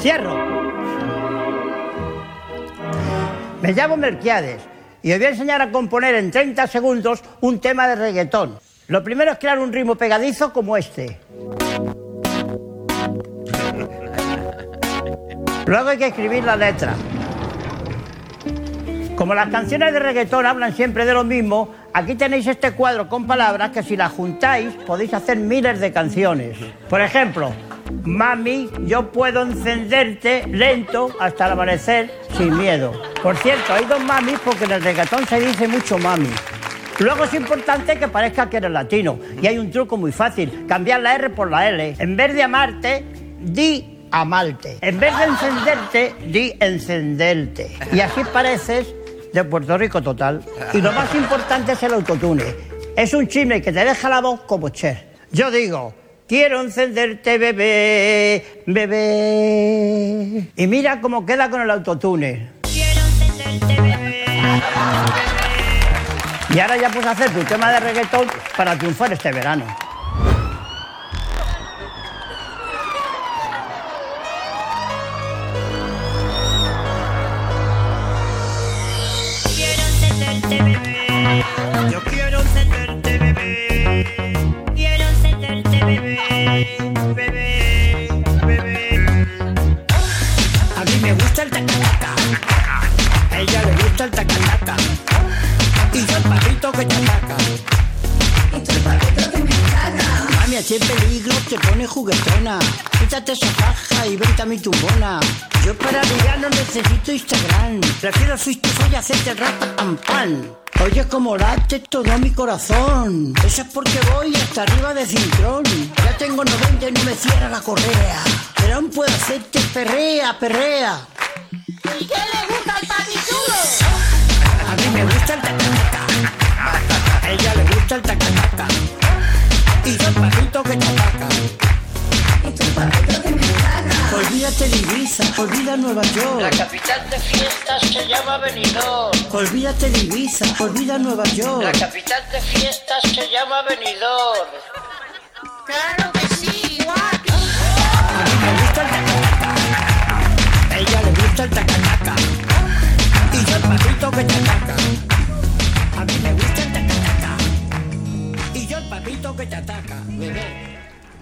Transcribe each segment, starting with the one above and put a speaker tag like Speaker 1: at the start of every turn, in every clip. Speaker 1: Cierro. Me llamo Merquiades y os voy a enseñar a componer en 30 segundos un tema de reggaetón. Lo primero es crear un ritmo pegadizo como este. Luego hay que escribir la letra. Como las canciones de reggaetón hablan siempre de lo mismo, aquí tenéis este cuadro con palabras que si las juntáis podéis hacer miles de canciones. Por ejemplo, Mami, yo puedo encenderte lento hasta el amanecer sin miedo. Por cierto, hay dos mamis porque en el reggaetón se dice mucho mami. Luego es importante que parezca que eres latino. Y hay un truco muy fácil, cambiar la R por la L. En vez de amarte, di amarte. En vez de encenderte, di encenderte. Y así pareces de Puerto Rico total. Y lo más importante es el autotune. Es un chisme que te deja la voz como Cher. Yo digo, quiero encenderte, bebé, bebé. Y mira cómo queda con el autotune. Y ahora ya puedes hacer tu tema de reggaetón para triunfar este verano.
Speaker 2: Yo quiero tenerte, bebé. Quiero tenerte, bebé. Bebé, bebé. A mí me gusta el tacataca. A ella le gusta el tacataca. Y yo el patito que te ataca.
Speaker 1: Mami, así en peligro te pone juguetona. Quítate esa faja y vente a mi tumbona. Yo para ligar no necesito Instagram. Prefiero Facebook y hacerte rap pan pan. Oye, como late todo mi corazón. Eso es porque voy hasta arriba de cintrón. Ya tengo 90 y no me cierra la correa. Pero aún puedo hacerte perrea, perrea.
Speaker 3: ¿Y qué le gusta al papi chulo?
Speaker 2: A mí me gusta el tacataca. A ella le gusta el tacataca. Y yo el patito que te ataca.
Speaker 1: Olvídate de Ibiza, olvida Nueva York. La capital de fiestas se llama Benidorm. Olvídate de Ibiza, olvida Nueva York. La capital
Speaker 3: Claro que sí, igual.
Speaker 2: A mí me gusta el tacataca. A ella le gusta el tacataca. Y yo el papito que te ataca. A mí me gusta el tacataca. Y yo el papito que te ataca, bebé.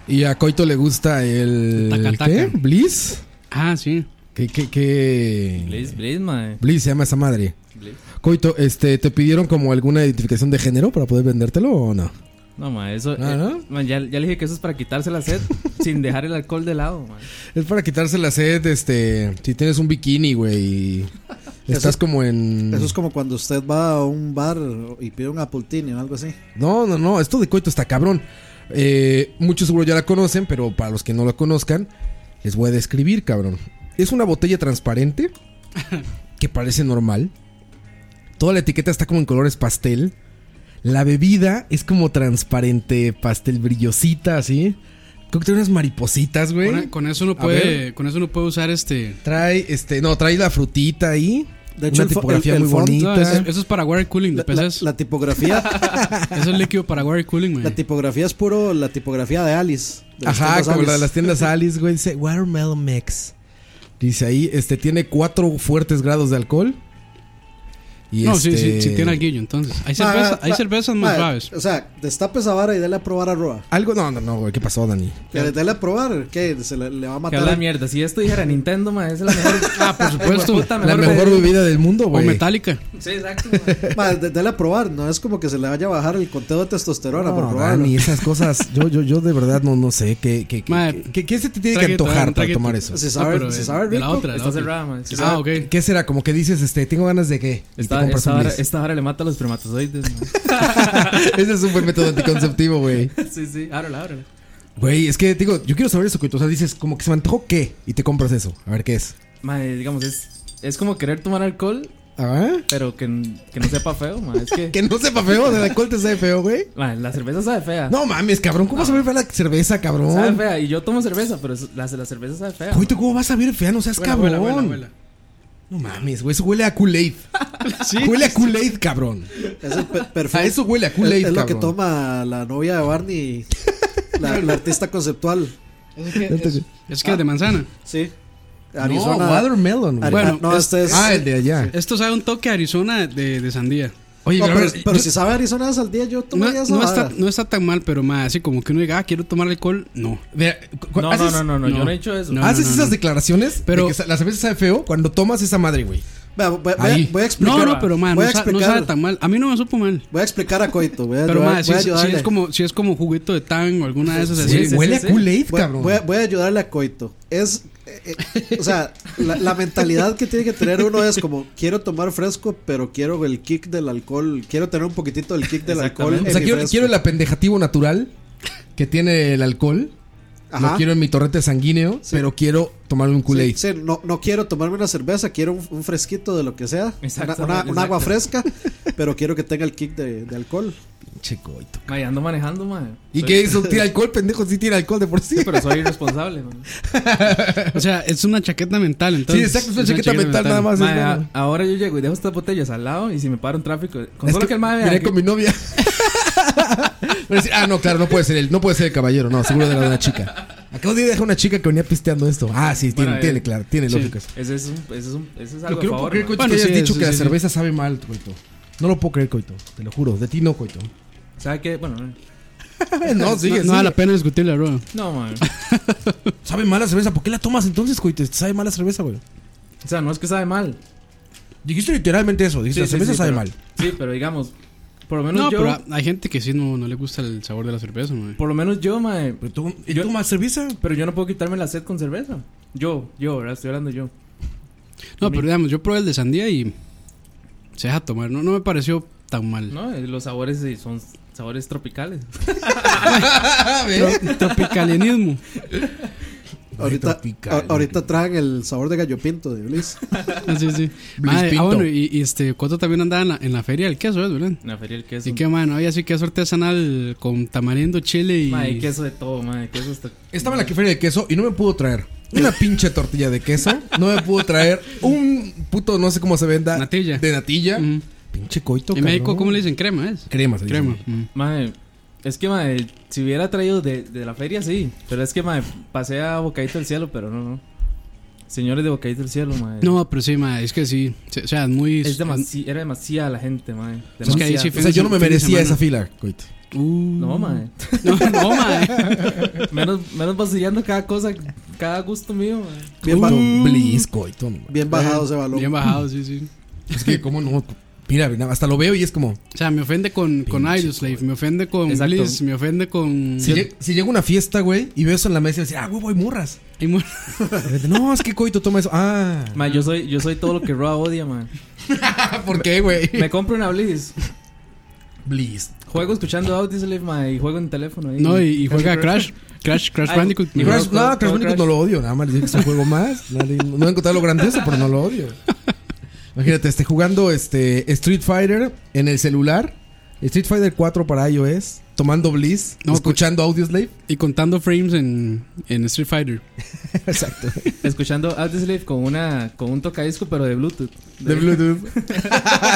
Speaker 4: Y a Coito le gusta el.
Speaker 5: Taca,
Speaker 4: ¿Qué?
Speaker 5: taca.
Speaker 4: ¿Bliss?
Speaker 5: Ah, sí.
Speaker 4: ¿Qué, qué, qué?
Speaker 6: Blitz, Blitz, mae.
Speaker 4: Bliss se llama esa madre. Coito, este, ¿te pidieron como alguna identificación de género para poder vendértelo o no?
Speaker 6: No, mae, eso.
Speaker 4: Ah,
Speaker 6: eh,
Speaker 4: ¿no?
Speaker 6: mae, ya, ya le dije que eso es para quitarse la sed sin dejar el alcohol de lado, mae.
Speaker 4: Es para quitarse la sed, este, si tienes un bikini, güey, y estás como en...
Speaker 7: Eso es como cuando usted va a un bar y pide un apultini o algo así.
Speaker 4: No, no, no, esto de coito está cabrón. Eh, muchos seguro ya la conocen, pero para los que no la conozcan, les voy a describir, cabrón. Es una botella transparente que parece normal. Toda la etiqueta está como en colores pastel. La bebida es como transparente, pastel brillosita, así. Creo que tiene unas maripositas, güey.
Speaker 5: Con, con eso uno
Speaker 4: A
Speaker 5: puede, con eso uno puede usar este.
Speaker 4: Trae, este, no, trae la frutita ahí.
Speaker 7: De hecho,
Speaker 4: una
Speaker 7: el fo-
Speaker 4: tipografía
Speaker 7: el- el
Speaker 4: muy
Speaker 7: font-
Speaker 5: No,
Speaker 4: bonita.
Speaker 5: eso, eso es para water cooling de
Speaker 7: La, la-
Speaker 5: peces.
Speaker 7: la tipografía,
Speaker 5: Eso es líquido para water cooling, güey.
Speaker 7: la tipografía es puro la tipografía de Alice. de las
Speaker 4: Ajá,
Speaker 7: tiendas
Speaker 4: como la de
Speaker 7: Alice.
Speaker 4: las tiendas Alice, güey. Dice Watermelon Mix. Dice ahí, este tiene cuatro fuertes grados de alcohol. Y
Speaker 5: No,
Speaker 4: este...
Speaker 5: sí, sí, sí tiene alguillo, entonces. Hay,
Speaker 7: Ma,
Speaker 5: cerveza-
Speaker 7: ma,
Speaker 5: hay
Speaker 7: ma,
Speaker 5: cervezas más
Speaker 7: ma,
Speaker 5: suaves.
Speaker 7: ah, O sea, destape esa vara y dale a probar a Roa.
Speaker 4: Algo, no, no, no, güey. ¿Qué pasó, Dani?
Speaker 7: Que Dale a probar, que se le, le va a
Speaker 6: Que habla
Speaker 7: matar.
Speaker 6: mierda. Si esto dijera Nintendo, mae, esa es la mejor. ah, por
Speaker 5: supuesto.
Speaker 4: La mejor bebida del mundo,
Speaker 5: O
Speaker 4: güey.
Speaker 5: metálica.
Speaker 6: Sí, exacto. mae.
Speaker 7: Ma, de- dale a probar, no es como que se le vaya a bajar el conteo de testosterona por
Speaker 4: No,
Speaker 7: probarlo.
Speaker 4: Dani, esas cosas, yo, yo, yo de verdad no, no sé qué, qué, qué,
Speaker 5: Ma,
Speaker 4: qué- qué- qué se te tiene que
Speaker 5: traguito,
Speaker 4: antojar
Speaker 5: un
Speaker 4: para
Speaker 5: traguito.
Speaker 4: tomar eso.
Speaker 7: Se sabe-
Speaker 5: Ah, pero
Speaker 7: se
Speaker 5: de-
Speaker 7: sabe
Speaker 5: de la
Speaker 7: rico.
Speaker 5: otra, de la
Speaker 6: Está
Speaker 5: otra.
Speaker 6: cerrada, mae.
Speaker 5: Ah, ok.
Speaker 4: ¿Qué será? Como que dices, este, tengo ganas de qué. Y
Speaker 6: Esta,
Speaker 4: te compras
Speaker 6: esta,
Speaker 4: un
Speaker 6: vara,
Speaker 4: Bliss.
Speaker 6: esta vara le mata a los espermatozoides, mae.
Speaker 4: Ese es un buen método anticonceptivo, güey.
Speaker 6: Sí, sí, ábrela, ábrela.
Speaker 4: Güey, es que, digo, yo quiero saber eso, güey. O sea, dices, como que se me antojó qué. Y te compras eso. A ver qué es.
Speaker 6: Mae, digamos, es, es como querer tomar alcohol,
Speaker 4: Ah,
Speaker 6: pero que, n- que no sepa feo, mae. Es que.
Speaker 4: Que no sepa feo, de la cual te sabe feo, güey.
Speaker 6: mae, la cerveza sabe fea.
Speaker 4: No mames, cabrón, ¿cómo vas a ver fea la cerveza,
Speaker 6: Sabe
Speaker 4: cabrón?
Speaker 6: fea. Y yo tomo cerveza, pero es- la, la cerveza sabe fea.
Speaker 4: Coito, ¿cómo vas a ver fea? No seas
Speaker 5: Huela,
Speaker 4: cabrón.
Speaker 5: huela, huela, huela.
Speaker 4: No mames, güey, eso huele a Kool-Aid. Huele a Kool-Aid, cabrón.
Speaker 7: Es el pe- perfil-
Speaker 4: A eso huele a
Speaker 7: Es,
Speaker 4: Kool-Aid,
Speaker 7: es lo que
Speaker 4: cabrón.
Speaker 7: toma la novia de Barney, la, la artista conceptual. ah.
Speaker 5: Es que es de manzana.
Speaker 7: Sí. Arizona.
Speaker 4: No, watermelon. güey.
Speaker 7: Ari-
Speaker 5: Bueno,
Speaker 7: no,
Speaker 5: es-
Speaker 7: este es.
Speaker 4: ah, el de allá.
Speaker 5: Esto sabe un toque a Arizona de, de sandía.
Speaker 4: Oye,
Speaker 7: No,
Speaker 4: pero, a
Speaker 7: pero
Speaker 4: ver,
Speaker 7: pero
Speaker 4: yo-
Speaker 7: si sabe Arizona es al día, yo
Speaker 5: No,
Speaker 7: tomaría esa
Speaker 5: no está,
Speaker 7: vara.
Speaker 5: no está tan mal, pero más así como que uno diga, ah, quiero tomar alcohol. No.
Speaker 4: vea, cu- Ah, cu-
Speaker 6: No, no,
Speaker 4: haces-
Speaker 6: no, no, no, yo
Speaker 5: no.
Speaker 6: no he hecho eso.
Speaker 5: No.
Speaker 4: Haces esas declaraciones, pero
Speaker 5: Pero-
Speaker 4: que sa- la cerveza sabe feo cuando tomas esa madre, güey.
Speaker 7: Vea, voy, voy-
Speaker 4: Ahí.
Speaker 7: voy a explicar.
Speaker 5: No, no, pero más,
Speaker 7: voy
Speaker 5: no,
Speaker 7: a
Speaker 5: sa- no
Speaker 7: explicar.
Speaker 5: sabe tan mal. A mí no me supo mal.
Speaker 7: Voy a explicar a Coito. Voy a,
Speaker 5: Pero
Speaker 7: ayudar-
Speaker 5: más, si,
Speaker 7: voy a
Speaker 5: es- si
Speaker 7: ayudarle.
Speaker 5: es como, si es como juguito de tan o alguna de esas
Speaker 4: Güey,
Speaker 5: así.
Speaker 6: sí,
Speaker 4: huele
Speaker 6: sí,
Speaker 4: a
Speaker 6: sí.
Speaker 4: Kool-Aid,
Speaker 7: Voy,
Speaker 4: cabrón.
Speaker 7: voy a- voy a ayudarle a Coito. Es. eh, eh, o sea, la, la mentalidad que tiene que tener uno es como: quiero tomar fresco, pero quiero el kick del alcohol. Quiero tener un poquitito del kick del alcohol. en
Speaker 6: Exactamente.
Speaker 4: o sea,
Speaker 7: mi
Speaker 4: quiero,
Speaker 7: fresco".
Speaker 4: quiero el apendejativo natural que tiene el alcohol.
Speaker 7: Ajá.
Speaker 4: No quiero en mi torrente sanguíneo, pero quiero tomarme un Kool-Aid.
Speaker 7: Sí, sí, no, no quiero tomarme una cerveza, quiero un, un fresquito de lo que sea. Una,
Speaker 6: Exactamente,
Speaker 7: una- un agua
Speaker 6: exacto.
Speaker 7: fresca, pero quiero que tenga el kick de, de alcohol.
Speaker 4: Pinche coito.
Speaker 6: Mae, ando manejando, mae.
Speaker 4: ¿Y
Speaker 6: Soy-
Speaker 4: qué hizo? ¿Tira alcohol, pendejo? Sí, tira alcohol de por sí.
Speaker 6: Sí, pero soy irresponsable, mae.
Speaker 5: O sea, es una chaqueta mental, entonces.
Speaker 4: Sí, exacto, es una chaqueta mental nada más. es
Speaker 6: Mae,
Speaker 4: nada
Speaker 6: a-
Speaker 4: más.
Speaker 6: ahora yo llego y dejo estas botellas al lado y si me paro en tráfico, con
Speaker 4: Es
Speaker 6: Pues solo que, el mae vea
Speaker 4: miré
Speaker 6: que-
Speaker 4: con mi novia. Voy a decir, ah, no, claro, no puede ser él, no puede ser el caballero, no, seguro de la de una chica. Acabo de dejar una chica que venía pisteando esto. Ah, sí, tiene,
Speaker 6: Bueno,
Speaker 4: tiene,
Speaker 6: eh,
Speaker 4: claro, tiene
Speaker 5: sí.
Speaker 4: lógica. eso.
Speaker 6: Ese es un, ese es un, ese es
Speaker 4: Lo
Speaker 6: algo
Speaker 4: quiero
Speaker 6: a favor.
Speaker 4: creer,
Speaker 6: mae.
Speaker 4: Coito,
Speaker 5: Bueno,
Speaker 4: que
Speaker 5: sí,
Speaker 4: hayas dicho
Speaker 5: sí,
Speaker 4: que la
Speaker 5: sí, sí.
Speaker 4: cerveza sabe mal, Coito. No lo puedo creer, Coito, te lo juro, de ti no, Coito.
Speaker 6: ¿Sabe qué? Bueno, no.
Speaker 4: no,
Speaker 5: No,
Speaker 4: sigue,
Speaker 5: no
Speaker 4: sigue.
Speaker 5: vale la pena discutirla, bro.
Speaker 6: no, mae.
Speaker 4: Sabe mala cerveza, ¿por qué la tomas entonces, Coito? Sabe mala cerveza, güey.
Speaker 6: O sea, no es que sabe mal.
Speaker 4: Dijiste literalmente eso, dijiste,
Speaker 6: Sí,
Speaker 4: la
Speaker 6: sí,
Speaker 4: cerveza
Speaker 6: sí,
Speaker 4: sabe
Speaker 6: pero-
Speaker 4: mal.
Speaker 6: Sí, pero digamos, por lo menos
Speaker 5: No,
Speaker 6: yo,
Speaker 5: pero hay gente que sí no, no le gusta el sabor de la cerveza, mae.
Speaker 6: por lo menos yo, mae,
Speaker 4: Pero tú, ¿y
Speaker 6: Yo-
Speaker 4: tomas cerveza?
Speaker 6: pero yo no puedo quitarme la sed con cerveza. Yo, yo, ¿verdad? Estoy hablando yo.
Speaker 5: No, pero digamos, yo probé el de sandía y se deja tomar. No, no me pareció tan mal.
Speaker 6: No, eh, los sabores sí, son sabores tropicales.
Speaker 5: Tro- Tropicalianismo.
Speaker 7: Ahorita,
Speaker 4: tropical.
Speaker 7: a- ahorita traen el sabor de gallo pinto de Ulises.
Speaker 5: Ah, Sí, sí. Mae, ah,
Speaker 4: Blispinto.
Speaker 5: bueno, y, y, este, Coto también andaba en la, en la feria del queso, ¿ves, Belén?
Speaker 6: En la feria del queso.
Speaker 5: Así que, mano, había así queso artesanal con tamarindo, chile y.
Speaker 6: Mae, queso de todo, mae, queso hasta...
Speaker 4: Estaba en la que feria de queso y no me pudo traer una pinche tortilla de queso. No me pudo traer un puto, no sé cómo se venda.
Speaker 5: Natilla.
Speaker 4: De natilla.
Speaker 5: Mm.
Speaker 4: Pinche coito.
Speaker 5: En México,
Speaker 4: cabrón.
Speaker 5: ¿cómo le dicen? Crema, ¿es?
Speaker 4: Crema, se dice.
Speaker 5: Crema. mm.
Speaker 6: Mae, es que, mae, si hubiera traído de, de la feria, sí. Pero es que, mae, pasé a Bocadito del Cielo, pero no, no. Señores de Bocadito del Cielo, mae.
Speaker 5: No, pero sí, mae, es que sí. se- O sea, es muy.
Speaker 6: Es demasi- era demasiada la gente, mae.
Speaker 5: Es que ahí sí
Speaker 4: O sea, yo no me
Speaker 5: Fin de
Speaker 4: merecía
Speaker 5: semana.
Speaker 4: esa fila, coito.
Speaker 5: Uh.
Speaker 6: No, mae.
Speaker 5: No, no, mae.
Speaker 6: Menos, menos vacillando cada cosa, cada gusto mío, mae.
Speaker 7: Bien, ba-
Speaker 4: Un bliss, coito. no mames.
Speaker 7: bien bajado ese balón.
Speaker 5: Bien bajado, sí, sí.
Speaker 4: Es que, ¿cómo no? Mira, mira, hasta lo veo y es como.
Speaker 5: O sea, me ofende con, con Aeroslave, me ofende con
Speaker 6: Exacto.
Speaker 5: Bliss, me ofende con.
Speaker 4: Si, llega si llego a una fiesta, güey, y veo eso en la mesa y decir, ah, huevo, hay morras.
Speaker 5: Y mu-
Speaker 4: De repente, no, es que coito toma eso. Ah,
Speaker 6: Mae, yo soy, yo soy todo lo que Roa odia, mae.
Speaker 4: ¿por qué, güey?
Speaker 6: Me compro una Blizz.
Speaker 4: Bliss.
Speaker 6: Juego escuchando Audislave, mae, y juego en teléfono. ahí.
Speaker 5: No, y, y juega a Crash. Crash, Crash
Speaker 6: Ay,
Speaker 5: Bandicoot.
Speaker 6: y
Speaker 5: me-
Speaker 4: Crash-
Speaker 6: juego
Speaker 4: no,
Speaker 6: con-
Speaker 4: Crash
Speaker 6: con
Speaker 4: Bandicoot no lo odio, nada más le dije que es un juego más. No, le- no he encontrado lo grandioso, pero no lo odio. Imagínate, esté jugando este Street Fighter en el celular, Street Fighter 4 para iOS, tomando Bliss,
Speaker 5: No, pues-
Speaker 4: escuchando Audioslave.
Speaker 5: Y contando frames en, en Street Fighter.
Speaker 4: Exacto.
Speaker 6: Escuchando Audislave con una con un tocadisco, pero de Bluetooth.
Speaker 4: De Bluetooth.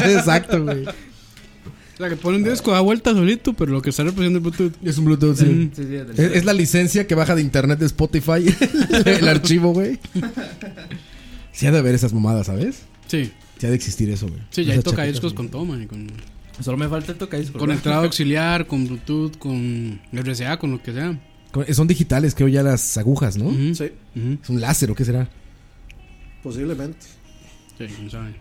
Speaker 4: Exacto, güey.
Speaker 5: O sea, que pone un disco, da vueltas solito, pero lo que está representando es Bluetooth.
Speaker 4: Es un Bluetooth, sí.
Speaker 5: Mm.
Speaker 6: Sí, sí, del-
Speaker 4: Es, es la licencia que baja de internet de Spotify el, el archivo, güey. Sí ha de haber esas mamadas, ¿sabes?
Speaker 5: Sí,
Speaker 4: Sí ha de existir eso, güey.
Speaker 5: sí, ya ahí
Speaker 4: Esas
Speaker 5: toca
Speaker 4: chaquetas,
Speaker 5: discos
Speaker 4: güey.
Speaker 5: con todo, man. Con,
Speaker 6: Solo me falta el tocadisco.
Speaker 5: con
Speaker 6: ¿verdad?
Speaker 5: entrada auxiliar, con Bluetooth, con RCA, con lo que sea.
Speaker 4: Con- eh, Son digitales, creo ya las agujas, ¿no?
Speaker 5: Ujú,
Speaker 7: Sí,
Speaker 5: ujú.
Speaker 4: Es un láser, ¿o qué será?
Speaker 7: posiblemente.
Speaker 5: Sí, quién sabe.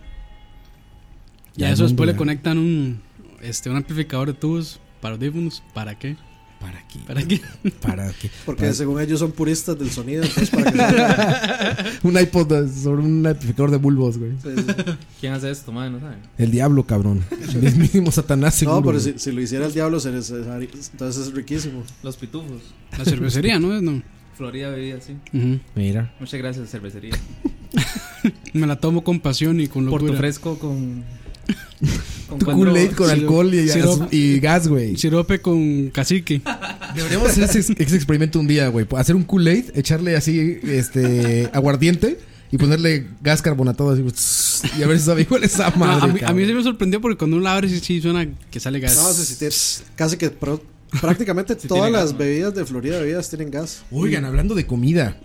Speaker 4: Ya,
Speaker 5: Ya, eso
Speaker 4: el
Speaker 5: después
Speaker 4: mundo,
Speaker 5: le
Speaker 4: ya.
Speaker 5: conectan un, este, un amplificador de tubos para audífonos. ¿Para qué?
Speaker 4: ¿Para qué?
Speaker 5: ¿Para qué?
Speaker 4: ¿Para qué?
Speaker 7: Porque
Speaker 4: Para-
Speaker 7: según ellos son puristas del sonido. Entonces, para que salga-
Speaker 4: Un iPod eh, sobre un amplificador de bulbos, güey.
Speaker 7: Sí, sí.
Speaker 6: ¿Quién hace esto, mae? No saben.
Speaker 4: El diablo, cabrón. El mismo Satanás, seguro.
Speaker 7: No, pero
Speaker 4: güey.
Speaker 7: si, si lo hiciera el diablo, se les- se- entonces es riquísimo.
Speaker 6: Los pitufos.
Speaker 5: La cervecería, ¿no? Es, no.
Speaker 6: Florida bebida, sí.
Speaker 5: Ujú.
Speaker 4: Mira.
Speaker 6: Muchas gracias, cervecería.
Speaker 5: Me la tomo con pasión y con
Speaker 6: Porto
Speaker 5: locura.
Speaker 6: fresco con. Con cuatro-
Speaker 4: Kool-Aid con
Speaker 5: siro-
Speaker 4: alcohol y,
Speaker 5: siro-
Speaker 4: y gas, güey.
Speaker 5: Sirope con cacique.
Speaker 4: Deberíamos hacer ese, ese experimento un día, güey. Hacer un Kool-Aid, echarle así, este, aguardiente y ponerle gas carbonatado así. tss, Y a ver si sabe igual esa
Speaker 5: No,
Speaker 4: madre.
Speaker 5: a, mí, a
Speaker 4: cabrón.
Speaker 5: mí se me sorprendió porque cuando uno la abre sí, sí suena que sale gas.
Speaker 7: No, sí, sí, tiene- casi que pro- prácticamente todas
Speaker 6: tiene gas,
Speaker 7: las
Speaker 6: ¿no?
Speaker 7: bebidas de Florida bebidas tienen gas.
Speaker 4: Oigan, hablando de comida.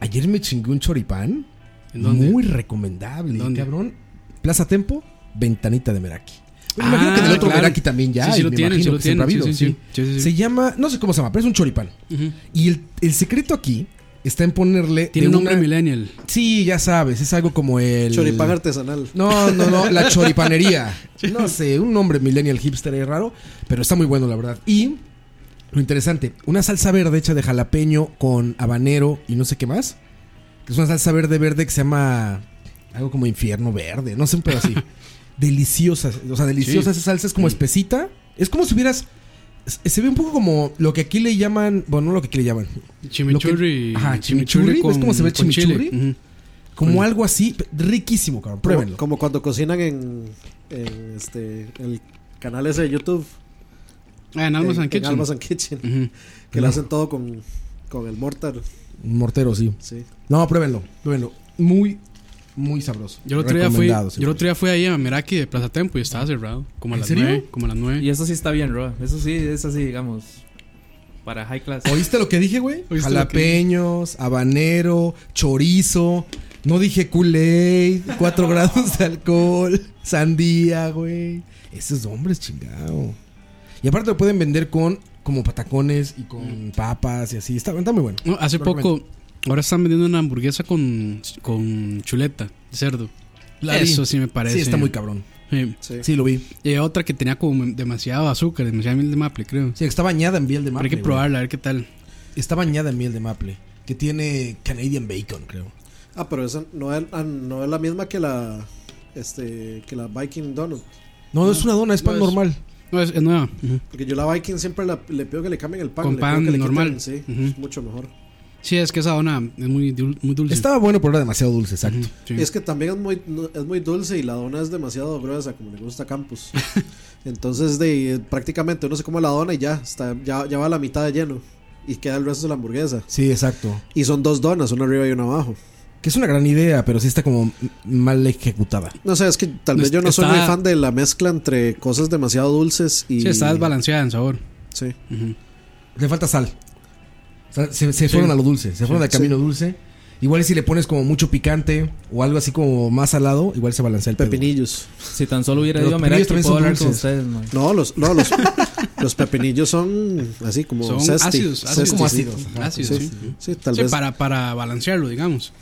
Speaker 4: Ayer me chingué un choripán.
Speaker 5: ¿En dónde?
Speaker 4: Muy recomendable,
Speaker 5: dónde?
Speaker 4: cabrón. Plaza Tempo, Ventanita de Meraki. Pues Me imagino que en el
Speaker 5: Ah,
Speaker 4: otro
Speaker 5: claro.
Speaker 4: Meraki también ya.
Speaker 5: Sí, sí
Speaker 4: y
Speaker 5: lo
Speaker 4: me
Speaker 5: tienen,
Speaker 4: imagino
Speaker 5: sí lo
Speaker 4: que siempre ha
Speaker 5: tienen, sí,
Speaker 4: habido,
Speaker 5: sí, sí. Sí, sí, sí.
Speaker 4: Se llama, no sé cómo se llama, pero es un choripán.
Speaker 5: Ujú.
Speaker 4: Y el, el secreto aquí está en ponerle.
Speaker 5: Tiene
Speaker 4: de
Speaker 5: un nombre
Speaker 4: una-
Speaker 5: millennial.
Speaker 4: Sí, ya sabes, es algo como el.
Speaker 7: Choripán artesanal.
Speaker 4: No, no, no, la choripanería. No sé, un nombre millennial hipster ahí raro, pero está muy bueno, la verdad. Y lo interesante, una salsa verde hecha de jalapeño con habanero y no sé qué más. Que es una salsa verde verde que se llama algo como infierno verde, no sé, pero así. deliciosa, o sea, deliciosa
Speaker 5: Sí.
Speaker 4: esa salsa, es como espesita. Es como si hubieras... se- Se ve un poco como lo que aquí le llaman, bueno, no lo que aquí le llaman,
Speaker 5: Chimichurri.
Speaker 4: Ajá, chimichurri, ¿ves cómo se ve el
Speaker 5: con chile.
Speaker 4: chimichurri?
Speaker 5: Ujú.
Speaker 4: como algo así, riquísimo, cabrón, pruébenlo.
Speaker 7: Como, como cuando cocinan en, en este, el canal ese de YouTube.
Speaker 5: Ah, en Almas
Speaker 7: en-
Speaker 5: and
Speaker 7: en
Speaker 5: Kitchen.
Speaker 7: Almas and Kitchen.
Speaker 5: Ujú.
Speaker 7: Que lo hacen todo con, con el mortar.
Speaker 4: Un mortero, sí.
Speaker 7: Sí.
Speaker 4: No, pruébenlo, pruébenlo. Muy, muy sabroso.
Speaker 5: Yo el otro día fui,
Speaker 4: Recomendado,
Speaker 5: yo el otro día fui ahí a Meraki de Plaza Tempo y estaba cerrado. Como a
Speaker 4: ¿En
Speaker 5: las
Speaker 4: serio?
Speaker 5: nueve, como a las
Speaker 6: Y
Speaker 5: nueve.
Speaker 6: eso sí está bien, Roa. Eso sí, es así, digamos. Para high class.
Speaker 4: ¿Oíste lo que dije, güey?
Speaker 5: ¿Oíste lo que
Speaker 4: Jalapeños, habanero, chorizo. No dije Kool-Aid, 4 grados de alcohol, sandía, güey. Esos hombres, chingado. Y aparte lo pueden vender con como patacones y con papas y así. Está, está muy bueno.
Speaker 5: No, hace
Speaker 4: Lo recomiendo.
Speaker 5: poco, ahora están vendiendo una hamburguesa con, con chuleta de cerdo.
Speaker 4: La vi.
Speaker 5: Eso sí me parece.
Speaker 4: Sí, está muy cabrón.
Speaker 5: Sí.
Speaker 7: Sí.
Speaker 4: Sí, lo vi.
Speaker 5: Y hay otra que tenía como demasiado azúcar, demasiado miel de maple, creo.
Speaker 4: Sí, está bañada en miel de
Speaker 5: Pero
Speaker 4: maple.
Speaker 5: hay que
Speaker 4: güey.
Speaker 5: probarla, a ver qué tal.
Speaker 4: Está bañada en miel de maple. Que tiene Canadian bacon, creo.
Speaker 7: Ah, pero esa no es, ah, no es la misma que la este que la Viking Donut.
Speaker 4: No, no es una dona, es pan
Speaker 5: No, es-
Speaker 4: normal.
Speaker 5: No, es, es nueva. Ujú.
Speaker 7: Porque yo la Viking siempre la- le pido que le cambien el pan.
Speaker 5: Con
Speaker 7: le pido
Speaker 5: pan
Speaker 7: que le
Speaker 5: normal.
Speaker 7: sí,
Speaker 5: Ujú.
Speaker 7: es mucho mejor.
Speaker 5: Sí, es que esa dona es muy, dul- muy dulce.
Speaker 4: Estaba bueno, pero era demasiado dulce, exacto.
Speaker 5: Ujú, sí.
Speaker 7: Y es que también es muy, no- es muy dulce y la dona es demasiado gruesa, como le gusta a Campus. Entonces, de, eh, prácticamente uno se come la dona y ya, está, ya, ya va a la mitad de lleno. Y queda el resto de la hamburguesa.
Speaker 4: Sí, exacto.
Speaker 7: Y son dos donas, una arriba y una abajo.
Speaker 4: Que es una gran idea, pero sí está como m- mal ejecutada.
Speaker 7: No sé, es que tal
Speaker 5: No,
Speaker 7: vez yo no soy
Speaker 5: Pues está-
Speaker 7: muy fan de la mezcla entre cosas demasiado dulces y.
Speaker 5: Sí, está desbalanceada en sabor.
Speaker 7: Sí.
Speaker 5: Ujú.
Speaker 4: Le falta sal. O sea, se, se fueron a lo dulce, se fueron al camino dulce. Igual si le pones como mucho picante o algo así como más salado, igual se balancea el pedo.
Speaker 7: Pepinillos.
Speaker 6: Si tan solo hubiera
Speaker 4: Pero
Speaker 6: ido a
Speaker 4: los
Speaker 6: Meraki,
Speaker 4: pepinillos también
Speaker 6: puedo
Speaker 4: son
Speaker 6: hablar con
Speaker 4: dulces.
Speaker 6: ustedes, man.
Speaker 7: No, los, no, los, los pepinillos son así como
Speaker 5: Son
Speaker 7: zesty,
Speaker 5: ácidos, ácidos.
Speaker 7: zesty,
Speaker 5: Como
Speaker 7: sí.
Speaker 4: ácidos, ajá,
Speaker 5: Ácidos,
Speaker 7: sí.
Speaker 5: sí.
Speaker 7: Sí, tal
Speaker 5: Sí,
Speaker 7: vez.
Speaker 5: para, para balancearlo, digamos.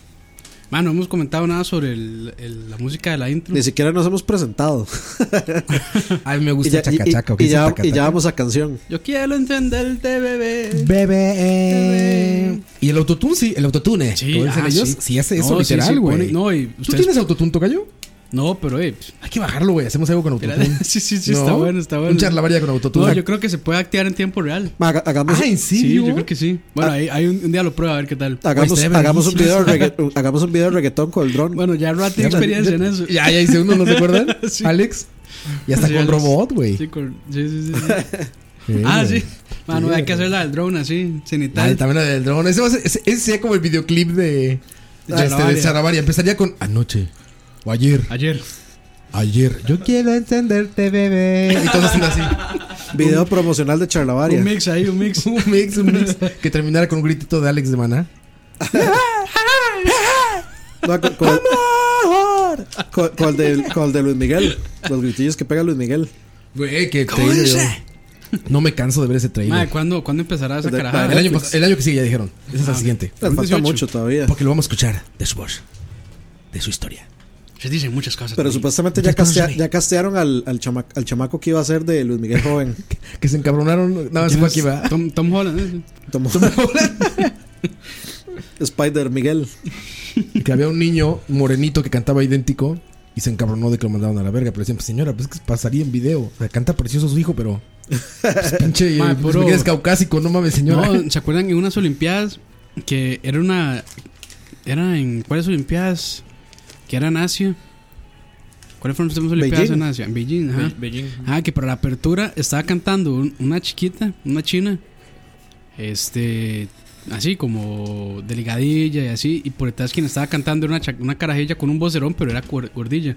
Speaker 5: Mano, hemos comentado nada sobre el- el- la música de la intro.
Speaker 7: Ni siquiera nos hemos presentado.
Speaker 4: Ah, A mí me
Speaker 7: Y
Speaker 4: gusta
Speaker 7: ya, y- y-
Speaker 4: chacachaca. ¿o qué
Speaker 7: y
Speaker 4: es
Speaker 7: ya-
Speaker 4: tacachaca?
Speaker 7: y ya vamos a canción.
Speaker 5: Yo quiero entenderte, bebé.
Speaker 4: Bebé. Y el autotune, sí, el autotune.
Speaker 5: Sí,
Speaker 4: como dicen
Speaker 5: ah,
Speaker 4: ellos,
Speaker 5: sí.
Speaker 4: sí. hace eso
Speaker 5: No, sí, sí,
Speaker 4: literal, güey.
Speaker 5: pone- no, y
Speaker 4: ¿Tú
Speaker 5: ustedes-
Speaker 4: tienes autotune, Tocayo?
Speaker 5: No, pero eh, pff,
Speaker 4: Hay que bajarlo, güey. Hacemos algo con autotune.
Speaker 5: sí, sí, sí,
Speaker 4: ¿No?
Speaker 5: está bueno, está bueno.
Speaker 4: Un charlavaria con autotune.
Speaker 5: No, yo creo que se puede activar en tiempo real.
Speaker 7: Ma, haga- hagamos,
Speaker 4: Ah, ¿en
Speaker 5: Sí,
Speaker 4: serio?
Speaker 5: yo creo que sí.
Speaker 4: Ah.
Speaker 5: Bueno, ahí, ahí un, un día lo prueba a ver qué tal.
Speaker 7: hagamos,
Speaker 4: estaría
Speaker 7: hagamos un video
Speaker 4: verguísima.
Speaker 7: de reggae- hagamos un video de reggaetón con el dron.
Speaker 5: Bueno, ya Roa tiene
Speaker 4: Ya,
Speaker 5: experiencia en
Speaker 4: ya-
Speaker 5: eso.
Speaker 4: Ya, ya hice uno, ¿no se acuerdan?
Speaker 5: Sí.
Speaker 4: Alex. Y hasta
Speaker 5: Sí,
Speaker 4: con
Speaker 5: Alex.
Speaker 4: robot, güey.
Speaker 5: Sí, con- sí, sí, sí, sí.
Speaker 4: Sí,
Speaker 5: Ah,
Speaker 4: güey.
Speaker 5: sí. Mano,
Speaker 4: Sí,
Speaker 5: hay que
Speaker 4: güey.
Speaker 5: hacer la del drone así,
Speaker 4: La del
Speaker 5: cenital.
Speaker 4: taberna del dragón. Ese, va a ser- ese, ese sería como el videoclip de, de,
Speaker 5: Ah,
Speaker 4: este, de
Speaker 5: Saravaria.
Speaker 4: Saravaria. Empezaría con anoche. O ayer,
Speaker 5: Ayer.
Speaker 4: ayer. Yo quiero encenderte, bebé. Y todos haciendo así.
Speaker 7: video promocional de Charlavaria.
Speaker 5: Un mix ahí, un mix.
Speaker 4: Un mix, un mix. Que terminara con un gritito de Alex de Maná.
Speaker 7: No, con, con- con- con el de, con el de Luis Miguel. Los gritillos que pega Luis Miguel.
Speaker 4: Güey, que trailer. yo. No me canso de ver ese trailer.
Speaker 5: Madre, ¿cuándo, ¿cuándo empezará esa
Speaker 7: De-
Speaker 5: carajada?
Speaker 4: el, año, pas- el año que sigue ya dijeron. Ese es
Speaker 5: Ah,
Speaker 4: el siguiente.
Speaker 7: Les falta
Speaker 5: 18.
Speaker 7: mucho todavía.
Speaker 4: Porque lo vamos a escuchar de su voz. De su historia.
Speaker 5: Se dicen muchas cosas.
Speaker 7: Pero
Speaker 5: también.
Speaker 7: supuestamente ya,
Speaker 4: Ya todos
Speaker 7: castea-
Speaker 4: vi.
Speaker 7: ya castearon al, al, chama- al chamaco que iba a ser de Luis Miguel joven.
Speaker 4: Que se encabronaron. Nada más fue aquí, va.
Speaker 5: Tom, Tom Holland. ¿eh?
Speaker 7: Tomó- Spider Miguel.
Speaker 4: Que había un niño morenito que cantaba idéntico y se encabronó de que lo mandaron a la verga. Pero decían, pues señora, pues es que pasaría en video. O sea, canta precioso su hijo, pero. pues, pinche.
Speaker 5: Ma,
Speaker 4: eh, pues,
Speaker 5: puro-
Speaker 4: Miguel es caucásico, no mames, señora.
Speaker 5: No, ¿se acuerdan en unas Olimpiadas que era una. Era en. ¿Cuáles Olimpiadas? Que era en Asia. ¿Cuáles fueron las últimas Olimpiadas
Speaker 7: Beijing.
Speaker 5: en Asia? En Beijing, ajá.
Speaker 6: Be- Beijing.
Speaker 5: Ah, que para la apertura estaba cantando un- una chiquita, una china. Este. Así como delgadilla y así. Y por detrás quien estaba cantando era una, cha- una carajilla con un vocerón, pero era cuer- gordilla.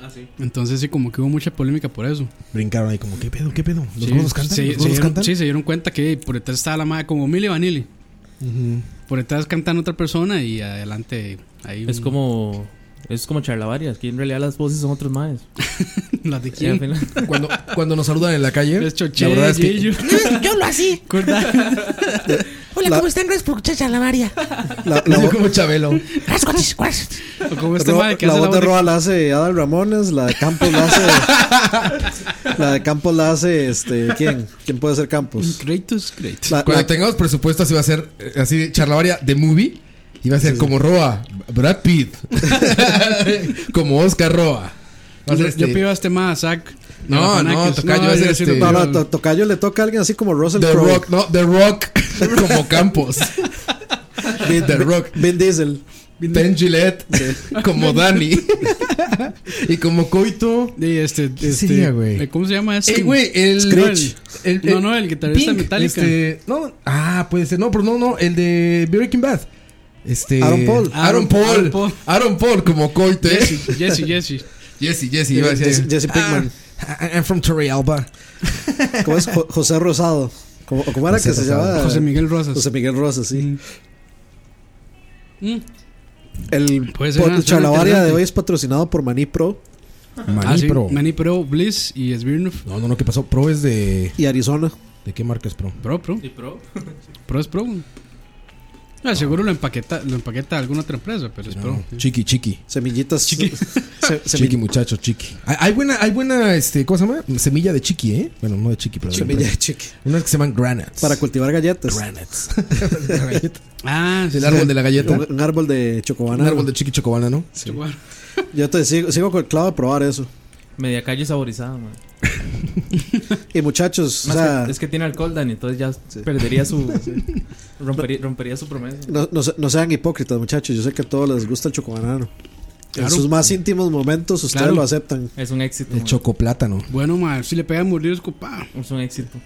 Speaker 6: Ah, sí.
Speaker 5: Entonces, sí, como que hubo mucha polémica por eso.
Speaker 4: Brincaron ahí como, ¿qué pedo, qué pedo? ¿Los
Speaker 5: Sí,
Speaker 4: gordos cantan?
Speaker 5: se-
Speaker 4: ¿Los
Speaker 5: se
Speaker 4: gordos
Speaker 5: dieron-
Speaker 4: cantan?
Speaker 5: sí, se dieron cuenta que por detrás estaba la madre como Milly Vanilli. Por detrás cantan otra persona y adelante ahí
Speaker 6: Es
Speaker 5: un-
Speaker 6: como. Es como charlavaria. Aquí en realidad las voces son otros maes.
Speaker 5: la de
Speaker 6: Y al
Speaker 5: quién.
Speaker 6: final-
Speaker 4: Cuando, cuando nos saludan en la calle,
Speaker 5: Es Choché,
Speaker 4: la verdad es que
Speaker 5: Yeyo.
Speaker 8: Yo lo así.
Speaker 5: Corda-
Speaker 8: Hola,
Speaker 7: La-
Speaker 8: ¿cómo están? Gracias por escuchar Chalabaria.
Speaker 7: La, la,
Speaker 4: Yo
Speaker 7: vo-
Speaker 4: como Chabelo.
Speaker 8: Rascuatis, guas.
Speaker 5: o como este
Speaker 7: Ro-
Speaker 5: mae que
Speaker 7: la
Speaker 5: hace
Speaker 7: voz de
Speaker 5: la voz
Speaker 7: Roa la hace Adal Ramones, la de Campos la hace. la de Campos la hace este. ¿Quién? ¿Quién puede ser Campos?
Speaker 5: de Kratos, Kratos.
Speaker 7: La-
Speaker 4: Cuando
Speaker 7: la-
Speaker 4: tengamos presupuesto, así va a ser eh, así charlavaria de movie. Y va a ser como Roa, Brad Pitt. como Oscar Roa. Va a ser
Speaker 5: Yo,
Speaker 4: este-
Speaker 5: yo pido a este mae, a Zack.
Speaker 4: No, no, tocayo,
Speaker 5: yo
Speaker 4: es
Speaker 5: iba a
Speaker 4: este-
Speaker 5: decir-
Speaker 7: no, no, to- Tocayo le toca a alguien así como Russell
Speaker 4: The
Speaker 7: Crowe.
Speaker 4: Rock, no, The Rock. como Campos.
Speaker 7: Vin,
Speaker 4: The Rock.
Speaker 7: Vin Diesel.
Speaker 4: Ben Gillette. como Dani. y como Coito.
Speaker 5: Y este, este,
Speaker 4: sería, güey?
Speaker 5: eh, ¿Cómo se llama este?
Speaker 4: Ey, güey, el,
Speaker 5: Screech.
Speaker 4: el-
Speaker 5: No, no, el guitarrista
Speaker 4: Pink,
Speaker 5: Metallica.
Speaker 4: Este, no, ah, puede ser. No, pero no, no, el de Breaking Bad. Este,
Speaker 7: Aaron Paul.
Speaker 4: Aaron
Speaker 5: Aaron
Speaker 4: Paul.
Speaker 5: Paul.
Speaker 4: Aaron Paul como Coito. eh.
Speaker 5: Jesse, Jesse, Jesse.
Speaker 4: Jesse, Eh, Jesse, iba a decir.
Speaker 7: Jesse- Jesse Pinkman.
Speaker 4: Ah, I- I'm from Torrealba.
Speaker 7: ¿Cómo es Jo- José Rosado? ¿Cómo, o cómo era
Speaker 4: José
Speaker 7: que se
Speaker 4: Rosado.
Speaker 7: llamaba?
Speaker 5: José Miguel Rosas.
Speaker 7: José Miguel Rosas, sí.
Speaker 5: Mm.
Speaker 7: El
Speaker 5: Puede ser,
Speaker 7: pot-
Speaker 5: suena
Speaker 7: Chalabaria
Speaker 5: interesante.
Speaker 7: de hoy es patrocinado por Maní Pro
Speaker 4: Maní,
Speaker 5: Ah, sí,
Speaker 4: pro.
Speaker 5: Manny Pro, Bliss y Smirnoff.
Speaker 4: No, no, no, ¿qué pasó? Pro es de.
Speaker 7: y Arizona.
Speaker 4: ¿De qué marca es Pro?
Speaker 5: Pro, pro.
Speaker 6: ¿Y pro?
Speaker 5: Pro es pro. güey. Ah, seguro lo empaqueta, lo empaqueta alguna otra empresa, pero es
Speaker 4: No,
Speaker 5: pro.
Speaker 4: Chiqui, chiqui.
Speaker 7: Semillitas. se- se-
Speaker 4: Chiqui, muchacho, chiqui. Hay, hay buena, hay buena, este, ¿cómo se llama? Semilla de chiqui, ¿eh? Bueno, no de chiqui, pero de
Speaker 7: semilla de chiqui.
Speaker 4: Unas que se llaman granates.
Speaker 7: Para cultivar galletas.
Speaker 4: Granates. La galleta.
Speaker 5: Ah, sí.
Speaker 4: Del árbol de la galleta.
Speaker 7: Un, un árbol de chocobanano.
Speaker 4: Un árbol de chiqui chocobana, ¿no?
Speaker 5: sí, bueno.
Speaker 7: Yo te sigo, sigo con el clavo de probar eso.
Speaker 6: Media calle saborizada, man.
Speaker 7: Y muchachos, o
Speaker 6: Más
Speaker 7: sea,
Speaker 6: que- es que tiene alcohol, Dani, entonces ya perdería su. rompería, rompería su promesa.
Speaker 7: no, no se- no sean hipócritas, muchachos. Yo sé que a todos les gusta el chocobanano.
Speaker 5: Claro.
Speaker 7: En sus más íntimos momentos ustedes
Speaker 5: Claro.
Speaker 7: lo aceptan.
Speaker 6: Es un éxito.
Speaker 4: El
Speaker 6: man.
Speaker 4: chocoplátano.
Speaker 5: Bueno, ma, si le pegan morir es culpa.
Speaker 6: Es un éxito.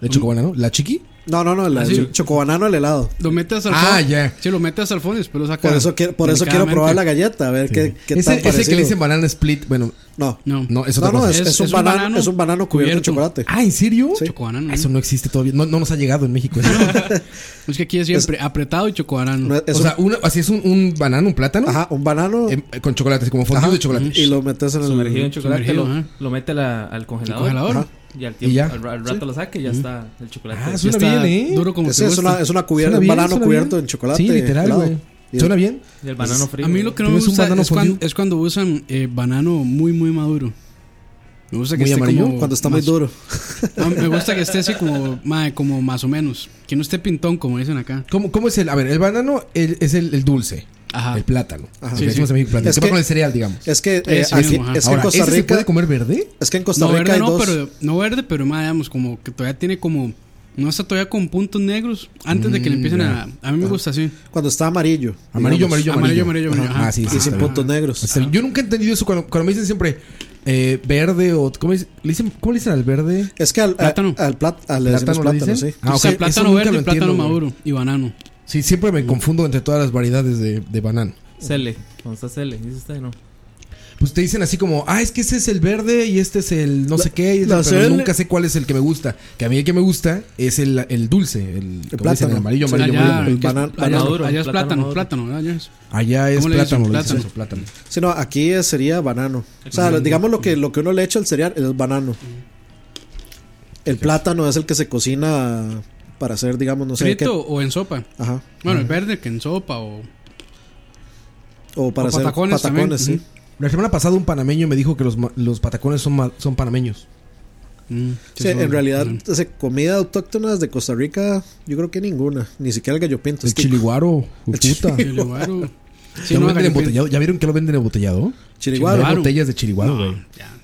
Speaker 4: ¿El chocobanano? ¿La chiqui?
Speaker 7: No, no, no, el,
Speaker 5: Ah, sí.
Speaker 7: el chocobanano al helado.
Speaker 5: Lo metes al
Speaker 4: Ah,
Speaker 5: fondo.
Speaker 4: ya.
Speaker 5: Si lo metes al fondo y después lo sacas.
Speaker 7: Por eso, quiero, por eso quiero probar la galleta, a ver qué, qué
Speaker 4: Ese,
Speaker 7: tal
Speaker 4: ese
Speaker 7: parecido.
Speaker 4: que le dicen banana split. Bueno,
Speaker 7: No,
Speaker 5: No.
Speaker 4: no, es
Speaker 7: no,
Speaker 4: otra
Speaker 7: no,
Speaker 4: cosa.
Speaker 7: es, es un banano, es un banano cubierto, en chocolate.
Speaker 4: Ah, ¿en serio?
Speaker 5: Chocobanano.
Speaker 4: Ah, Eso no existe todavía. No, no nos ha llegado en México. eso.
Speaker 5: Es que aquí es siempre apretado y chocobanano.
Speaker 7: No, es- es
Speaker 4: o
Speaker 7: un-
Speaker 4: sea, una- así es un, un banano, un plátano.
Speaker 7: ajá, un banano
Speaker 4: em, eh, con chocolate, así como fondue
Speaker 7: Ajá.
Speaker 4: de chocolate.
Speaker 7: y lo metes en
Speaker 6: Sumergido en
Speaker 7: el.
Speaker 6: chocolate,
Speaker 5: sumergido,
Speaker 6: lo,
Speaker 5: ajá.
Speaker 6: lo mete a la- al congelador.
Speaker 5: congelador.
Speaker 7: Ajá.
Speaker 6: Y al tiempo,
Speaker 4: ya.
Speaker 6: Al, ra- al rato lo saca y ya está el chocolate.
Speaker 4: Ah,
Speaker 5: Ya
Speaker 4: suena
Speaker 5: está
Speaker 4: bien, ¿eh?
Speaker 5: duro como
Speaker 7: Ese
Speaker 5: te
Speaker 7: es
Speaker 5: gusta.
Speaker 7: una, es una cubier-
Speaker 4: Suena
Speaker 7: un
Speaker 4: bien,
Speaker 7: banano
Speaker 4: suena
Speaker 7: cubierto
Speaker 4: bien.
Speaker 7: en chocolate.
Speaker 4: Sí, literal,
Speaker 7: helado.
Speaker 4: güey.
Speaker 7: Y-
Speaker 4: ¿Suena bien?
Speaker 6: Y el banano frío.
Speaker 5: A mí lo que no me
Speaker 4: ¿Tienes un
Speaker 5: gusta
Speaker 4: banano
Speaker 5: es, cuando,
Speaker 4: fundido?
Speaker 5: es cuando usan eh, banano muy, muy maduro. Me gusta que
Speaker 4: Muy
Speaker 5: esté
Speaker 4: amarillo,
Speaker 5: como
Speaker 7: Cuando está muy
Speaker 5: más-
Speaker 7: duro.
Speaker 5: No, me gusta que esté así como, mae, como más o menos. Que no esté pintón, como dicen acá.
Speaker 4: ¿Cómo, cómo es el? A ver, el banano el- es el, el dulce.
Speaker 5: Ajá.
Speaker 4: El plátano.
Speaker 7: Ajá.
Speaker 4: Lo
Speaker 7: Sí,
Speaker 4: que decimos
Speaker 5: sí.
Speaker 4: en México, plátano.
Speaker 7: Es
Speaker 4: Se
Speaker 7: que-
Speaker 4: va con el cereal, digamos.
Speaker 7: Es que, eh,
Speaker 5: Ese
Speaker 7: aquí-
Speaker 5: mismo, ajá.
Speaker 7: es que en
Speaker 4: Ahora,
Speaker 7: Costa
Speaker 4: ¿ese se
Speaker 7: Rica.
Speaker 4: puede comer verde?
Speaker 7: Es que en Costa
Speaker 5: No
Speaker 7: Rica
Speaker 5: verde,
Speaker 7: hay
Speaker 5: no,
Speaker 7: dos.
Speaker 5: pero, no verde, pero mae, digamos, como que todavía tiene como. No está todavía con puntos negros antes de que le empiecen a. A mí me gusta así.
Speaker 7: Cuando está amarillo.
Speaker 4: Amarillo,
Speaker 7: digamos.
Speaker 4: amarillo,
Speaker 5: Amarillo,
Speaker 4: amarillo.
Speaker 5: amarillo, amarillo,
Speaker 4: Ajá.
Speaker 5: ajá.
Speaker 4: Ah, sí, sí.
Speaker 7: Y
Speaker 4: está
Speaker 7: sin
Speaker 4: bien.
Speaker 7: puntos negros. Ah.
Speaker 4: O sea, yo nunca he entendido eso cuando, cuando me dicen siempre eh, verde o ¿cómo, dice- le dicen, ¿cómo le dicen al verde?
Speaker 7: Es que al, a-
Speaker 5: Plátano.
Speaker 7: al plat- al- le decimos
Speaker 4: ¿Plátano le
Speaker 7: plátano,
Speaker 4: dicen?
Speaker 7: sí.
Speaker 4: Ah,
Speaker 5: o sea,
Speaker 4: ok. Eso
Speaker 5: plátano
Speaker 4: nunca
Speaker 5: verde,
Speaker 4: lo
Speaker 5: plátano
Speaker 4: entiendo, güey.
Speaker 5: maduro y banano.
Speaker 4: Sí, siempre me confundo entre todas las variedades de, de banano.
Speaker 6: Cele. ¿Dónde está Cele? Dice usted, no.
Speaker 4: Pues te dicen así como, ah, es que ese es el verde y este es el no sé qué, y
Speaker 7: la
Speaker 4: este- pero
Speaker 7: CL.
Speaker 4: nunca sé cuál es el que me gusta. Que a mí el que me gusta es el, el dulce, el, como dicen,
Speaker 7: plátano.
Speaker 4: el amarillo,
Speaker 7: Sí,
Speaker 4: amarillo,
Speaker 5: allá,
Speaker 4: amarillo.
Speaker 5: que es-
Speaker 7: banano-
Speaker 5: allá es-
Speaker 6: maduro,
Speaker 5: allá es
Speaker 6: plátano
Speaker 5: plátano,
Speaker 6: maduro.
Speaker 5: plátano, ¿verdad, Jess?
Speaker 4: Allá es
Speaker 5: ¿Cómo le dicen?
Speaker 4: plátano, le dicen
Speaker 5: Plátano.
Speaker 4: eso, plátano.
Speaker 7: Sí, no, aquí eh, sería banano. O sea, lo- digamos lo que, lo que uno le echa al cereal es banano. El plátano es el que se cocina para hacer, digamos, no sé qué.
Speaker 5: Frito o en sopa.
Speaker 7: Ajá.
Speaker 5: Bueno, el verde que en sopa o.
Speaker 7: O para
Speaker 5: O
Speaker 7: hacer
Speaker 5: patacones
Speaker 7: patacones,
Speaker 5: también,
Speaker 7: sí.
Speaker 5: ujú.
Speaker 4: La semana pasada un panameño me dijo que los, ma- los patacones son, ma- son panameños.
Speaker 5: Mm,
Speaker 7: Sí, en realidad, ese, comida autóctona de Costa Rica, yo creo que ninguna. Ni siquiera el gallo pinto.
Speaker 4: El
Speaker 7: es que
Speaker 4: chiliguaro, puta.
Speaker 5: El guaro.
Speaker 4: ¿Ya,
Speaker 5: Sí, no,
Speaker 4: lo venden
Speaker 5: hagan
Speaker 4: embotellado? ¿Ya vieron que lo venden embotellado?
Speaker 7: Chiriguaro.
Speaker 4: Hay
Speaker 5: Claro.
Speaker 4: botellas de chiriguaro, güey.
Speaker 5: ya.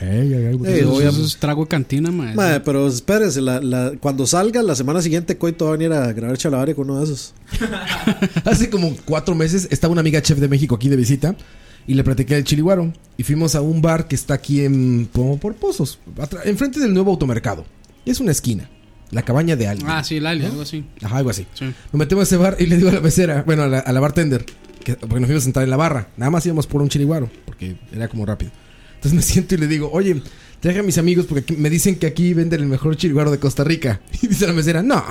Speaker 4: Ey, ey, ey, botellas.
Speaker 7: Ey,
Speaker 5: Eso,
Speaker 7: obviamente.
Speaker 5: eso es trago de cantina, mae.
Speaker 7: Madre, pero espérese, la, la- cuando salga la semana siguiente, Coito va a venir a grabar Chalabaria con uno de esos.
Speaker 4: Hace como cuatro meses estaba una amiga chef de México aquí de visita y le platiqué del chiliguaro. Y fuimos a un bar que está aquí en Pomo por Pozos, atra- enfrente del nuevo automercado. Es una esquina, la cabaña de alguien.
Speaker 5: Ah, sí, Lali, algo así.
Speaker 4: Ajá, algo así.
Speaker 5: Sí.
Speaker 4: Nos metemos a ese bar y le digo a la mesera, bueno, a la, a la bartender, que, porque nos fuimos a sentar en la barra. Nada más íbamos por un chiliguaro, porque era como rápido. Entonces me siento y le digo, oye, traje a mis amigos porque aquí- me dicen que aquí venden el mejor chiliguaro de Costa Rica. Y dice la mesera, no.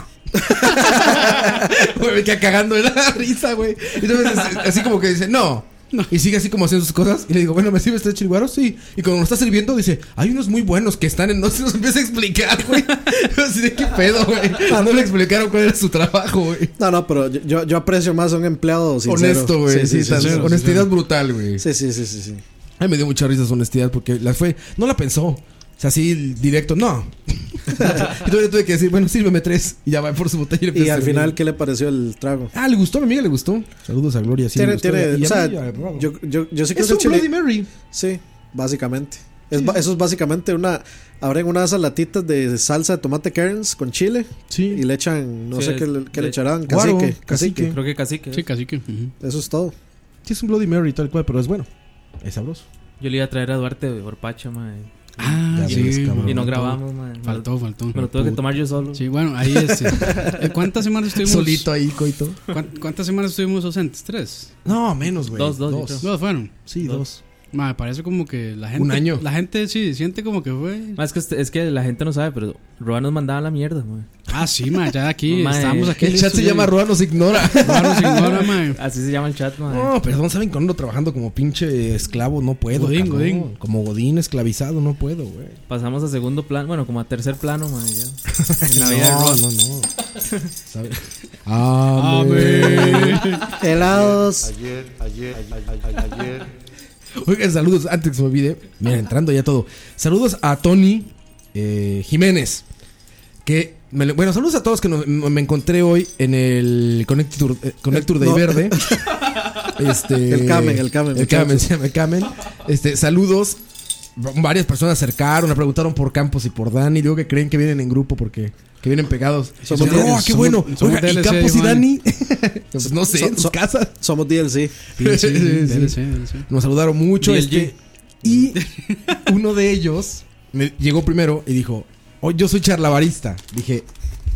Speaker 4: Güey, me queda cagando de la risa, güey. Y entonces, así como que dice, no. Y sigue así como haciendo sus cosas. Y le digo, bueno, ¿me sirve este chilguaro? Sí. Y cuando lo está sirviendo, dice, hay unos muy buenos que están en. No se los empieza a explicar, güey. Así de qué pedo, güey. Ah, No le explicaron cuál era su trabajo, güey.
Speaker 7: No, no, pero yo- yo, yo aprecio más a un empleado sincero.
Speaker 4: Honesto, güey.
Speaker 7: Sí, sí, sí,
Speaker 4: tan-
Speaker 7: sí, sí.
Speaker 4: honestidad brutal, güey.
Speaker 7: Sí, sí, sí, sí, sí.
Speaker 4: A mí me dio mucha risa su honestidad porque la fue. No la pensó. O sea, así directo, no. Entonces yo tuve que decir, bueno, sírveme tres. Y ya va por su botella y le
Speaker 7: Y
Speaker 4: empieza a
Speaker 7: al
Speaker 4: servir.
Speaker 7: final, ¿qué le pareció el trago?
Speaker 4: Ah, le gustó, a mi amiga le gustó. Saludos a Gloria. Sí, le gustó.
Speaker 7: tiene, tiene,
Speaker 4: Y a
Speaker 7: o sea,
Speaker 4: mí, a- bravo.
Speaker 7: yo, yo, yo sí creo
Speaker 4: es
Speaker 7: que
Speaker 4: un
Speaker 7: el
Speaker 4: Bloody
Speaker 7: chile-
Speaker 4: Mary.
Speaker 7: Sí, básicamente. Es ba- Eso es básicamente una. Abren unas latitas de salsa de tomate Cairns con chile y
Speaker 4: Sí.
Speaker 7: le echan, no
Speaker 6: Sí,
Speaker 7: sé
Speaker 6: es-
Speaker 7: qué le, qué le
Speaker 6: le-
Speaker 7: echarán,
Speaker 4: Guaro,
Speaker 7: cacique, cacique.
Speaker 6: Creo que casi que.
Speaker 5: Sí, casi que. ujú.
Speaker 7: Eso es todo.
Speaker 4: Sí, es un Bloody Mary tal cual, pero es bueno. Es sabroso.
Speaker 6: Yo le iba a traer a Duarte de Orpacha, mae.
Speaker 5: Ah,
Speaker 4: Ya
Speaker 5: sí.
Speaker 4: ves, cabrón.
Speaker 6: Y no
Speaker 5: faltó.
Speaker 6: grabamos, mae. Me lo-
Speaker 5: Faltó, faltó.
Speaker 6: Me lo tuve que tomar yo solo.
Speaker 5: Sí, bueno, ahí este. ¿eh, ¿Cuántas semanas estuvimos?
Speaker 4: Solito ahí, coito.
Speaker 5: ¿Cuán- ¿Cuántas semanas estuvimos ausentes? ¿Tres?
Speaker 4: No, menos, güey.
Speaker 6: Dos, dos, yo creo.
Speaker 5: Dos fueron.
Speaker 4: Sí, dos.
Speaker 5: Ma, parece como que la gente.
Speaker 4: Un año.
Speaker 5: La gente sí siente como que fue.
Speaker 6: Mae, es, que, este- es que la gente no sabe, pero Roa nos mandaba a la mierda, mae.
Speaker 5: Ah, sí, ma, ya aquí.
Speaker 6: Ma,
Speaker 5: estamos
Speaker 4: eh,
Speaker 5: aquí.
Speaker 4: El chat se
Speaker 5: listos,
Speaker 4: llama
Speaker 5: ya.
Speaker 4: Ruano se ignora.
Speaker 5: Raro se ignora, ma.
Speaker 6: Así se llama el chat, mae.
Speaker 4: No, perdón, ¿saben cuando ando trabajando como pinche esclavo? No puedo.
Speaker 5: Godín,
Speaker 4: cabrón.
Speaker 5: Godín.
Speaker 4: Como Godín esclavizado, no puedo, güey.
Speaker 6: Pasamos a segundo plano, bueno, como a tercer plano, mae. Ya. En la vida de
Speaker 4: No,
Speaker 6: Roa.
Speaker 4: no, no. ¿Sabes? Amén.
Speaker 7: Helados.
Speaker 4: Oigan, saludos, antes que se me olvide, mira, entrando ya todo. Saludos a Tony eh, Jiménez, que, me lo- bueno, saludos a todos que no- me, me encontré hoy en el Connectur, eh, Connectur Day
Speaker 7: No.
Speaker 4: Verde. Este,
Speaker 7: El Camen, el Camen,
Speaker 4: El
Speaker 7: muchachos.
Speaker 4: Camen, se llama el Camen. Este, saludos. Varias personas se acercaron, me preguntaron por Campos y por Dani. Digo que creen que vienen en grupo porque que vienen pegados.
Speaker 7: Somos
Speaker 4: Yo, "No,
Speaker 7: DLCs,
Speaker 4: qué
Speaker 5: somos-
Speaker 4: bueno.
Speaker 5: somos
Speaker 4: Oiga, ¿y
Speaker 5: DLCs,
Speaker 4: Campos y
Speaker 5: Juan.
Speaker 4: Dani? Pues no sé,
Speaker 7: So-
Speaker 4: en sus
Speaker 7: so-
Speaker 4: casas.
Speaker 7: Somos DLC.
Speaker 5: Sí,
Speaker 4: Sí,
Speaker 5: sí,
Speaker 4: sí.
Speaker 5: DLC, DLC.
Speaker 4: Nos saludaron mucho.
Speaker 6: DLG.
Speaker 4: este, y uno de ellos me llegó primero y dijo: "Oh, Yo soy charlabarista. Dije: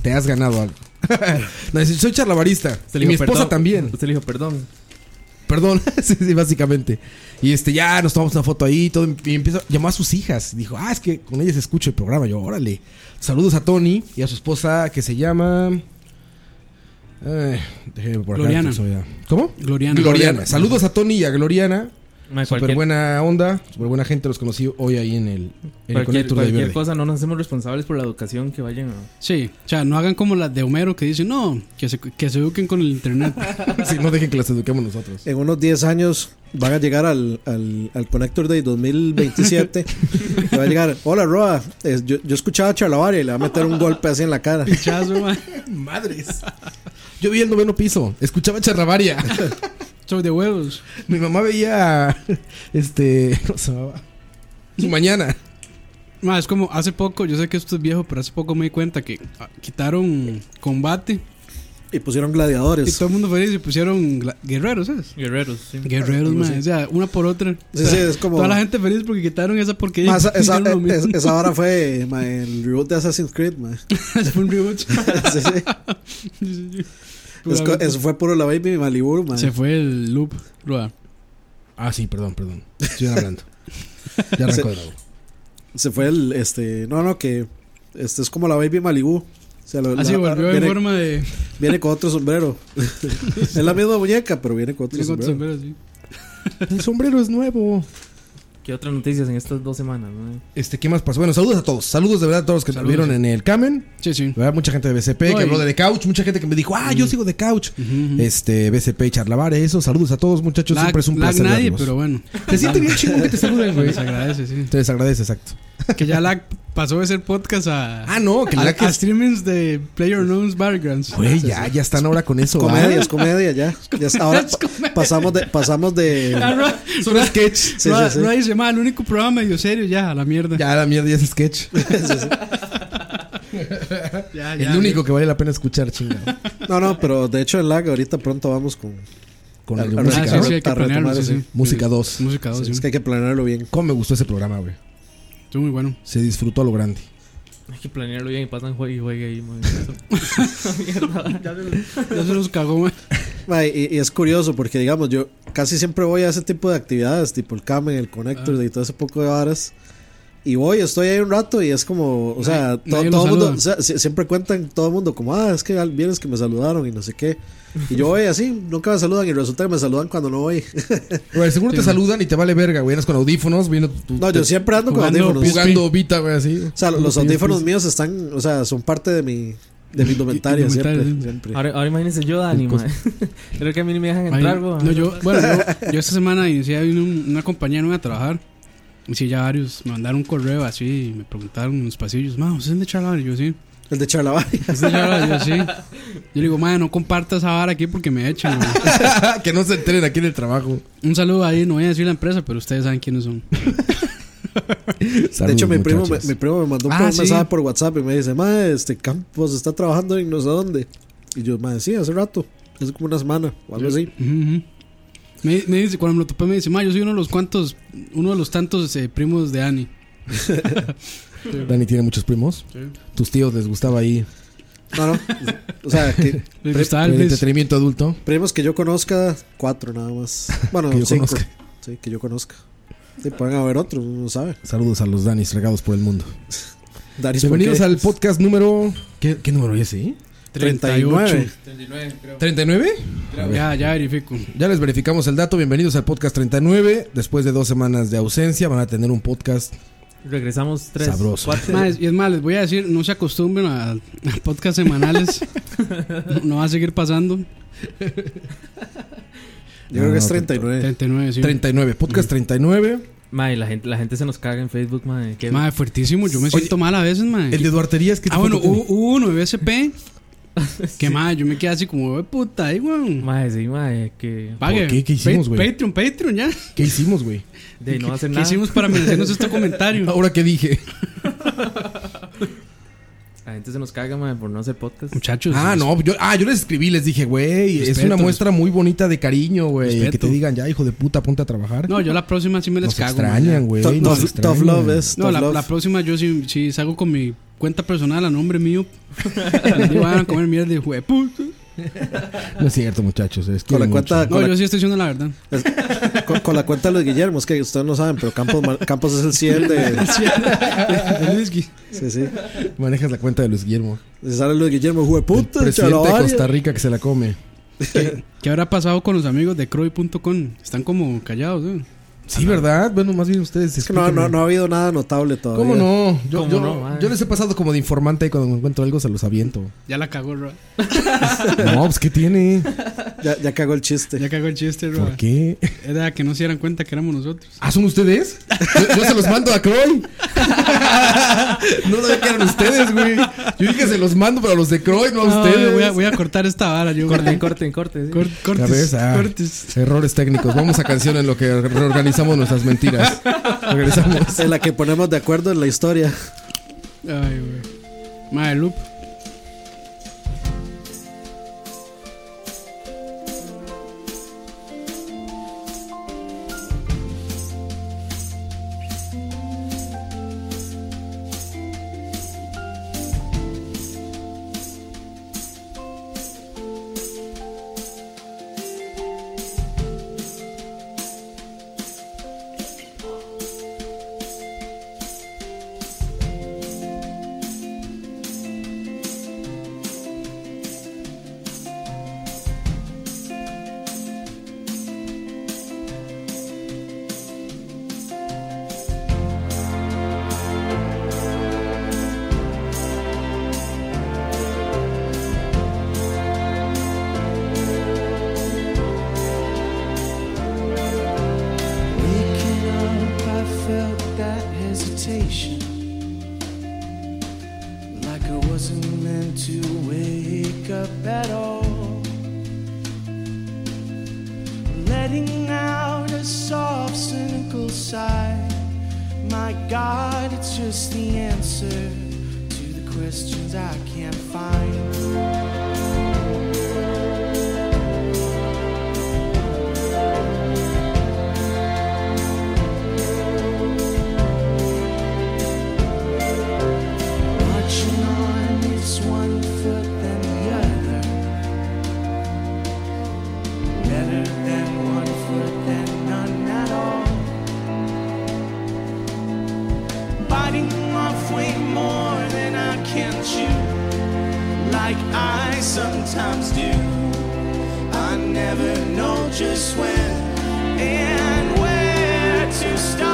Speaker 4: Te has ganado algo. no, dice, soy charlabarista. y
Speaker 6: Usted le
Speaker 4: mi
Speaker 6: dijo,
Speaker 4: esposa
Speaker 6: "Perdón".
Speaker 4: también.
Speaker 6: Usted le dijo, perdón.
Speaker 4: Perdón, sí, sí, básicamente. Y este, ya nos tomamos una foto ahí y todo. Y empieza, llamó a sus hijas. Dijo: Ah, es que con ellas escucho el programa. Yo, órale. Saludos a Tony y a su esposa que se llama. eh, déjeme por acá,
Speaker 5: Gloriana.
Speaker 4: esto ya. ¿Cómo?
Speaker 5: Gloriana.
Speaker 4: Gloriana. Saludos a Tony y a Gloriana.
Speaker 6: Mae,
Speaker 4: Súper
Speaker 6: cualquier-
Speaker 4: buena onda, súper buena gente. Los conocí hoy ahí en el, en el
Speaker 6: Cualquier,
Speaker 4: Connector de
Speaker 6: cualquier
Speaker 4: Verde.
Speaker 6: cosa, no nos hacemos responsables por la educación que vayan a.
Speaker 5: Sí, o sea, no hagan como las de Homero que dicen, no, que se, que se eduquen con el internet.
Speaker 4: Sí, no dejen que las eduquemos nosotros.
Speaker 7: En unos 10 años van a llegar al, al, al Connector Day 2027. y va a llegar. Hola, Roa. es- yo, yo escuchaba a Chalabaria y le va a meter un golpe así en la cara.
Speaker 5: Chazo, ma.
Speaker 4: Madres. Yo vi el noveno piso, escuchaba charrabaria.
Speaker 5: Sobre de huevos.
Speaker 4: Mi mamá veía. Este. ¿Cómo se llamaba? Su mañana.
Speaker 5: Ma, es como hace poco, yo sé que esto es viejo, pero hace poco me di cuenta que ah, quitaron combate
Speaker 7: Y pusieron
Speaker 5: y
Speaker 7: gladiadores.
Speaker 5: todo el mundo feliz y pusieron gla- guerreros, ¿sabes?
Speaker 6: Guerreros, sí.
Speaker 5: Guerreros, ma, o sea, una por otra.
Speaker 7: Sí, sí, es como.
Speaker 5: Toda la gente feliz porque quitaron esa porquería.
Speaker 7: Ma, esa, esa, e,
Speaker 5: Hicieron lo mismo.
Speaker 7: es- esa vara fue ma, el reboot de Assassin's Creed. ma.
Speaker 5: Fue un reboot.
Speaker 7: Sí, sí. Es co- eso fue puro la baby Malibu, man.
Speaker 5: Se fue el loop, Rueda.
Speaker 4: Ah, sí, perdón, perdón. Estoy hablando. Ya arrancó de nuevo.
Speaker 7: Se fue el, este, no, no, que este es como la baby Malibu. O sea, lo-
Speaker 5: Así
Speaker 7: la-
Speaker 5: Ah, volvió en
Speaker 7: viene,
Speaker 5: forma de.
Speaker 7: viene con otro sombrero. es la misma muñeca, pero viene con otro
Speaker 5: de con
Speaker 7: sombrero.
Speaker 5: sombrero, sí.
Speaker 4: El sombrero es nuevo.
Speaker 6: ¿Qué otras noticias en estas dos semanas, mae?
Speaker 4: Este, ¿qué más pasó? Bueno, saludos a todos. Saludos de verdad a todos los que nos
Speaker 5: Saludos.
Speaker 4: vieron en el Camen.
Speaker 5: Sí, sí.
Speaker 4: ¿verdad? Mucha gente de BCP que
Speaker 5: Ay.
Speaker 4: habló de The Couch, mucha gente que me dijo, ah, yo sigo de Couch. Este, BCP y Charlavare, eso. Saludos a todos, muchachos.
Speaker 5: Lag-
Speaker 4: Siempre es un
Speaker 5: lag
Speaker 4: placer.
Speaker 5: nadie,
Speaker 4: verlos.
Speaker 5: pero bueno.
Speaker 4: Se siente bien chingo que te saluden, güey.
Speaker 5: Les agradece, sí.
Speaker 4: Te les agradece, exacto.
Speaker 5: Que ya la pasó de ser podcast a.
Speaker 4: Ah, no, que
Speaker 5: a,
Speaker 4: la que.
Speaker 5: a streamings de Player Knows Battlegrounds.
Speaker 4: Güey, ya, ya están ahora con eso. ¿va?
Speaker 7: Comedia, es comedia ya. Ya es- ahora pa- pasamos de, pasamos
Speaker 5: Ah,
Speaker 7: de
Speaker 5: Ro-
Speaker 4: Es un sketch.
Speaker 7: sí,
Speaker 5: Ro-
Speaker 7: sí.
Speaker 5: Ro dice, "Ma, el único programa medio serio ya, a la mierda.
Speaker 4: Ya, la mierda, ya es sketch.
Speaker 5: ya,
Speaker 4: El único que vale la pena escuchar, chingado.
Speaker 7: No, no, pero de hecho en lag ahorita pronto vamos con
Speaker 4: Con
Speaker 7: Ah,
Speaker 4: el-
Speaker 7: ah,
Speaker 5: Ah,
Speaker 4: música,
Speaker 5: sí,
Speaker 4: ¿no?
Speaker 5: sí, hay que
Speaker 7: Para retomar
Speaker 5: planearlo, sí,
Speaker 7: ese.
Speaker 5: sí.
Speaker 4: Música 2.
Speaker 5: Música 2, sí.
Speaker 7: es que hay que planearlo bien.
Speaker 4: ¿Cómo me gustó ese programa, güey?
Speaker 5: Estuvo muy bueno.
Speaker 4: Se disfrutó a lo grande.
Speaker 6: Hay que planearlo bien y pasan juegue y juegue ahí, mae.
Speaker 5: Ya se los cagó, ma.
Speaker 7: Ma, y, y es curioso porque digamos yo
Speaker 5: Ah.
Speaker 7: casi siempre voy a ese tipo de actividades, tipo el Camen, el Connector y todo ese poco de varas. Y voy, estoy ahí un rato y es como, o sea,
Speaker 5: Nadie-
Speaker 7: to-
Speaker 5: nadie
Speaker 7: todo
Speaker 5: lo
Speaker 7: el mundo,
Speaker 5: saluda.
Speaker 7: o sea, si- siempre cuentan todo el mundo como, ah, es que al- vienes que me saludaron y no sé qué. Y yo voy así, nunca me saludan y resulta que me saludan cuando no voy.
Speaker 4: Güey, seguro te saludan y te vale verga, güey. Andas con audífonos, viendo tu.
Speaker 7: No, yo siempre ando con
Speaker 5: Jugando
Speaker 7: audífonos.
Speaker 5: pis-
Speaker 7: O
Speaker 4: Jugando Vita, güey, así.
Speaker 7: sea, los audífonos míos están, o sea, son parte de mi, de mi indumentaria siempre.
Speaker 5: Indumentaria, sí.
Speaker 7: siempre.
Speaker 6: Ahora, ahora imagínense yo, Dani, mae. Creo que a mí ni me dejan
Speaker 5: Ay,
Speaker 6: entrar, güey.
Speaker 5: no, yo, bueno, yo, yo esta semana inicié ahí un- una compañía nueva a trabajar. Y sí, ya varios me mandaron un correo así y me preguntaron en los pasillos, ma, ¿usted es de Charlavaria? Yo sí.
Speaker 7: El de Charlavaria.
Speaker 5: ¿Usted es de Charlavaria? Yo sí. Yo le digo, ma, no compartas esa vara aquí porque me echan. ma".
Speaker 4: que no se enteren aquí en el trabajo.
Speaker 5: Un saludo ahí, no voy a decir la empresa, pero ustedes saben quiénes son.
Speaker 7: de hecho, mi primo, me,
Speaker 4: muchachos.
Speaker 7: mi primo me mandó un
Speaker 5: Ah,
Speaker 7: por-
Speaker 5: sí.
Speaker 7: mensaje por WhatsApp y me dice, ma, este Campos está trabajando en no sé dónde. Y yo, ma, sí, hace rato, hace como una semana o algo así.
Speaker 5: Ujú, ujú. Me, me dice, cuando me lo topé, me dice, ma, yo soy uno de los cuantos, uno de los tantos eh, primos de Ani.
Speaker 4: Dani tiene muchos primos. Tus tíos les gustaba ahí
Speaker 7: No, no, o sea, que
Speaker 5: Les
Speaker 7: Pri-
Speaker 5: gustaba
Speaker 4: el
Speaker 5: el bis.
Speaker 4: entretenimiento adulto.
Speaker 7: primos que yo conozca, cuatro nada más. Bueno,
Speaker 4: Que yo
Speaker 7: cinco.
Speaker 4: conozca.
Speaker 7: Sí, que yo conozca. Sí, pueden haber otros, uno no sabe.
Speaker 4: Saludos a los Danis regados por el mundo.
Speaker 7: Daris, ¿por
Speaker 4: Bienvenidos
Speaker 7: qué?
Speaker 4: al podcast número. ¿Qué, qué número es, eh?
Speaker 7: 39.
Speaker 4: 39.
Speaker 5: Ya, ya verifico.
Speaker 4: Ya les verificamos el dato. Bienvenidos al podcast 39. Después de dos semanas de ausencia, van a tener un podcast.
Speaker 6: Regresamos tres.
Speaker 4: Sabroso.
Speaker 6: cuatro.
Speaker 5: Ma, es- y es más, les voy a decir, no se acostumbren a, a podcasts semanales. no, no va a seguir pasando.
Speaker 7: Yo creo que es
Speaker 4: No,
Speaker 7: 39.
Speaker 5: 39, sí.
Speaker 4: 39. Podcast 39.
Speaker 6: Mae, la gente, la gente se nos caga en Facebook, mae. Qué-
Speaker 5: Madre, fuertísimo. Yo me siento mal a veces, madre.
Speaker 4: El de Duarterías que
Speaker 5: Ah, bueno, hubo, hubo uno de BSP. Que madre, yo me quedé así como, "Hue puta, ahí, weón.
Speaker 6: Mae, sí, mae, que
Speaker 5: Pague.
Speaker 4: qué? ¿Qué hicimos,
Speaker 5: Pa-
Speaker 4: güey?
Speaker 5: Patreon, Patreon, ya.
Speaker 4: ¿Qué hicimos, güey?
Speaker 6: de no hacer
Speaker 5: ¿Qué
Speaker 6: nada.
Speaker 5: hicimos para merecernos este comentario?
Speaker 4: Ahora que dije.
Speaker 6: La gente se nos caga, mae, por no hacer podcast.
Speaker 5: Muchachos.
Speaker 4: Ah, no, yo, ah, yo les escribí, les dije, güey, es
Speaker 5: Respeto,
Speaker 4: una muestra muy bonita de cariño, güey. Que
Speaker 5: Respeto.
Speaker 4: te digan, ya, hijo de puta, ponte a trabajar.
Speaker 5: No, yo la próxima sí me les
Speaker 4: nos
Speaker 5: cago.
Speaker 4: extrañan,
Speaker 5: ma,
Speaker 4: güey.
Speaker 7: Tough-
Speaker 4: nos
Speaker 7: tough-
Speaker 4: extrañan.
Speaker 7: tough love es-
Speaker 5: ya. No,
Speaker 7: tough
Speaker 5: la,
Speaker 7: love.
Speaker 5: la próxima yo sí, sí salgo con mi cuenta personal a nombre mío. Y van a comer mierda de hue puta.
Speaker 4: No es cierto, muchachos. es que
Speaker 7: Con la
Speaker 4: mucho.
Speaker 7: cuenta,
Speaker 5: No,
Speaker 7: con,
Speaker 5: yo
Speaker 7: la,
Speaker 5: sí estoy diciendo la verdad.
Speaker 7: es- con- con la cuenta de los Guillermos, que ustedes no saben, pero Campos, Mar- Campos es el 100 de. Sí, sí.
Speaker 4: Manejas la cuenta de Luis Guillermo.
Speaker 7: Se sale Luis Guillermo, jugué
Speaker 4: El
Speaker 7: puta,
Speaker 4: presidente de
Speaker 7: Charlavaria.
Speaker 4: Costa Rica que se la come.
Speaker 5: ¿Qué habrá pasado con los amigos de Croy.com? Están como callados, ¿eh?
Speaker 4: Sí, ¿verdad? Bueno, más bien ustedes.
Speaker 7: Es que no, no,
Speaker 4: explíquenme.
Speaker 7: no ha habido nada notable todavía.
Speaker 4: ¿Cómo no? Yo,
Speaker 6: ¿Cómo
Speaker 4: yo-
Speaker 6: no, madre?
Speaker 4: yo les he pasado como de informante y cuando me encuentro algo se los aviento.
Speaker 5: Ya la cagó, Roa.
Speaker 4: No, pues ¿qué tiene?
Speaker 7: Ya, ya cagó el chiste.
Speaker 5: Ya cagó el chiste, Roa.
Speaker 4: ¿Por qué?
Speaker 5: Era que no se dieran cuenta que éramos nosotros.
Speaker 4: ¿Ah, son ustedes? Yo, yo se los mando a Croy. no sabía que eran ustedes, güey. Yo dije se los mando, pero a los de Croy, no a
Speaker 5: No,
Speaker 4: ustedes.
Speaker 5: Voy a, voy a cortar esta vara, yo.
Speaker 6: Corten, corten, corten. sí.
Speaker 5: Cor-
Speaker 4: Ya
Speaker 5: cortes,
Speaker 4: ves, ah,
Speaker 5: cortes.
Speaker 4: Errores técnicos. Vamos a canción en lo que reorganizamos nuestras mentiras. Regresamos.
Speaker 7: En la que ponemos de acuerdo en la historia.
Speaker 5: Ay, güey. Madre, Loop.
Speaker 9: Waking up, I felt that hesitation. Like I wasn't meant to wake up at all. Letting out a soft, cynical sigh. My God, it's just the answer to the questions I can't find. Marching on, it's one foot than the other. Better than one foot than none at all. By sometimes do. I never know just when and where to start.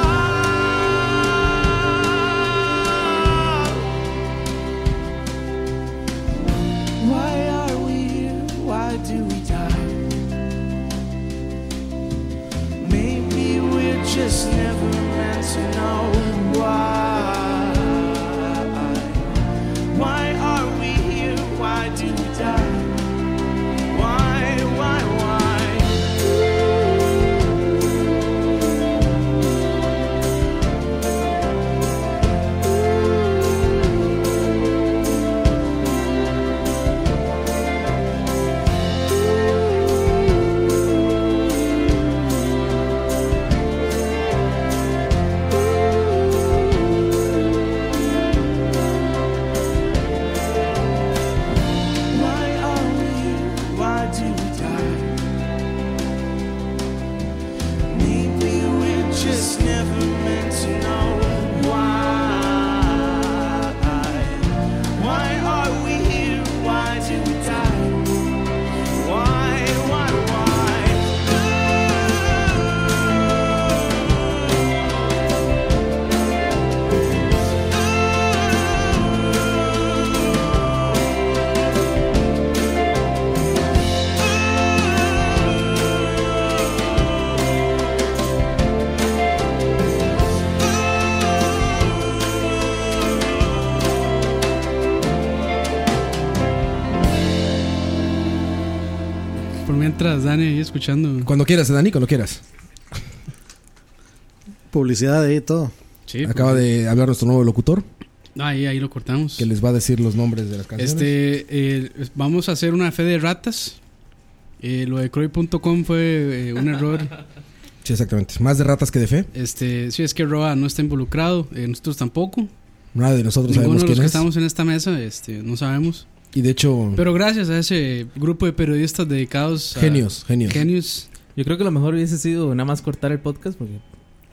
Speaker 9: Why are we here? Why do we die? Maybe we're just never meant to know why. Why are we here? Why do we die? Why, why, why? Why are we here? Why do we die? Maybe we're just never meant to know why. Why are we here? Why do we die? Why, why, why?
Speaker 5: Por mientras, Dani, ahí escuchando.
Speaker 4: Cuando quieras, ¿eh, Dani, cuando quieras.
Speaker 7: Publicidad ahí y todo.
Speaker 5: pues Sí,
Speaker 4: Acaba de hablar nuestro nuevo locutor,
Speaker 5: ahí, ahí lo cortamos.
Speaker 4: que les va a decir los nombres de las canciones.
Speaker 5: Este, eh, vamos a hacer una fe de ratas. Eh, lo de Croy.com fue eh, un error.
Speaker 4: Sí, exactamente. Más de ratas que de fe.
Speaker 5: Este, sí, es que Roa no está involucrado, eh, nosotros tampoco.
Speaker 4: Nada de nosotros
Speaker 5: Ninguno
Speaker 4: sabemos
Speaker 5: de los
Speaker 4: quién
Speaker 5: que
Speaker 4: es.
Speaker 5: estamos en esta mesa, este, no sabemos.
Speaker 4: Y de hecho,
Speaker 5: Pero gracias a ese grupo de periodistas dedicados a
Speaker 4: genios, genios.
Speaker 5: genios.
Speaker 6: Yo creo que lo mejor hubiese sido nada más cortar el podcast porque.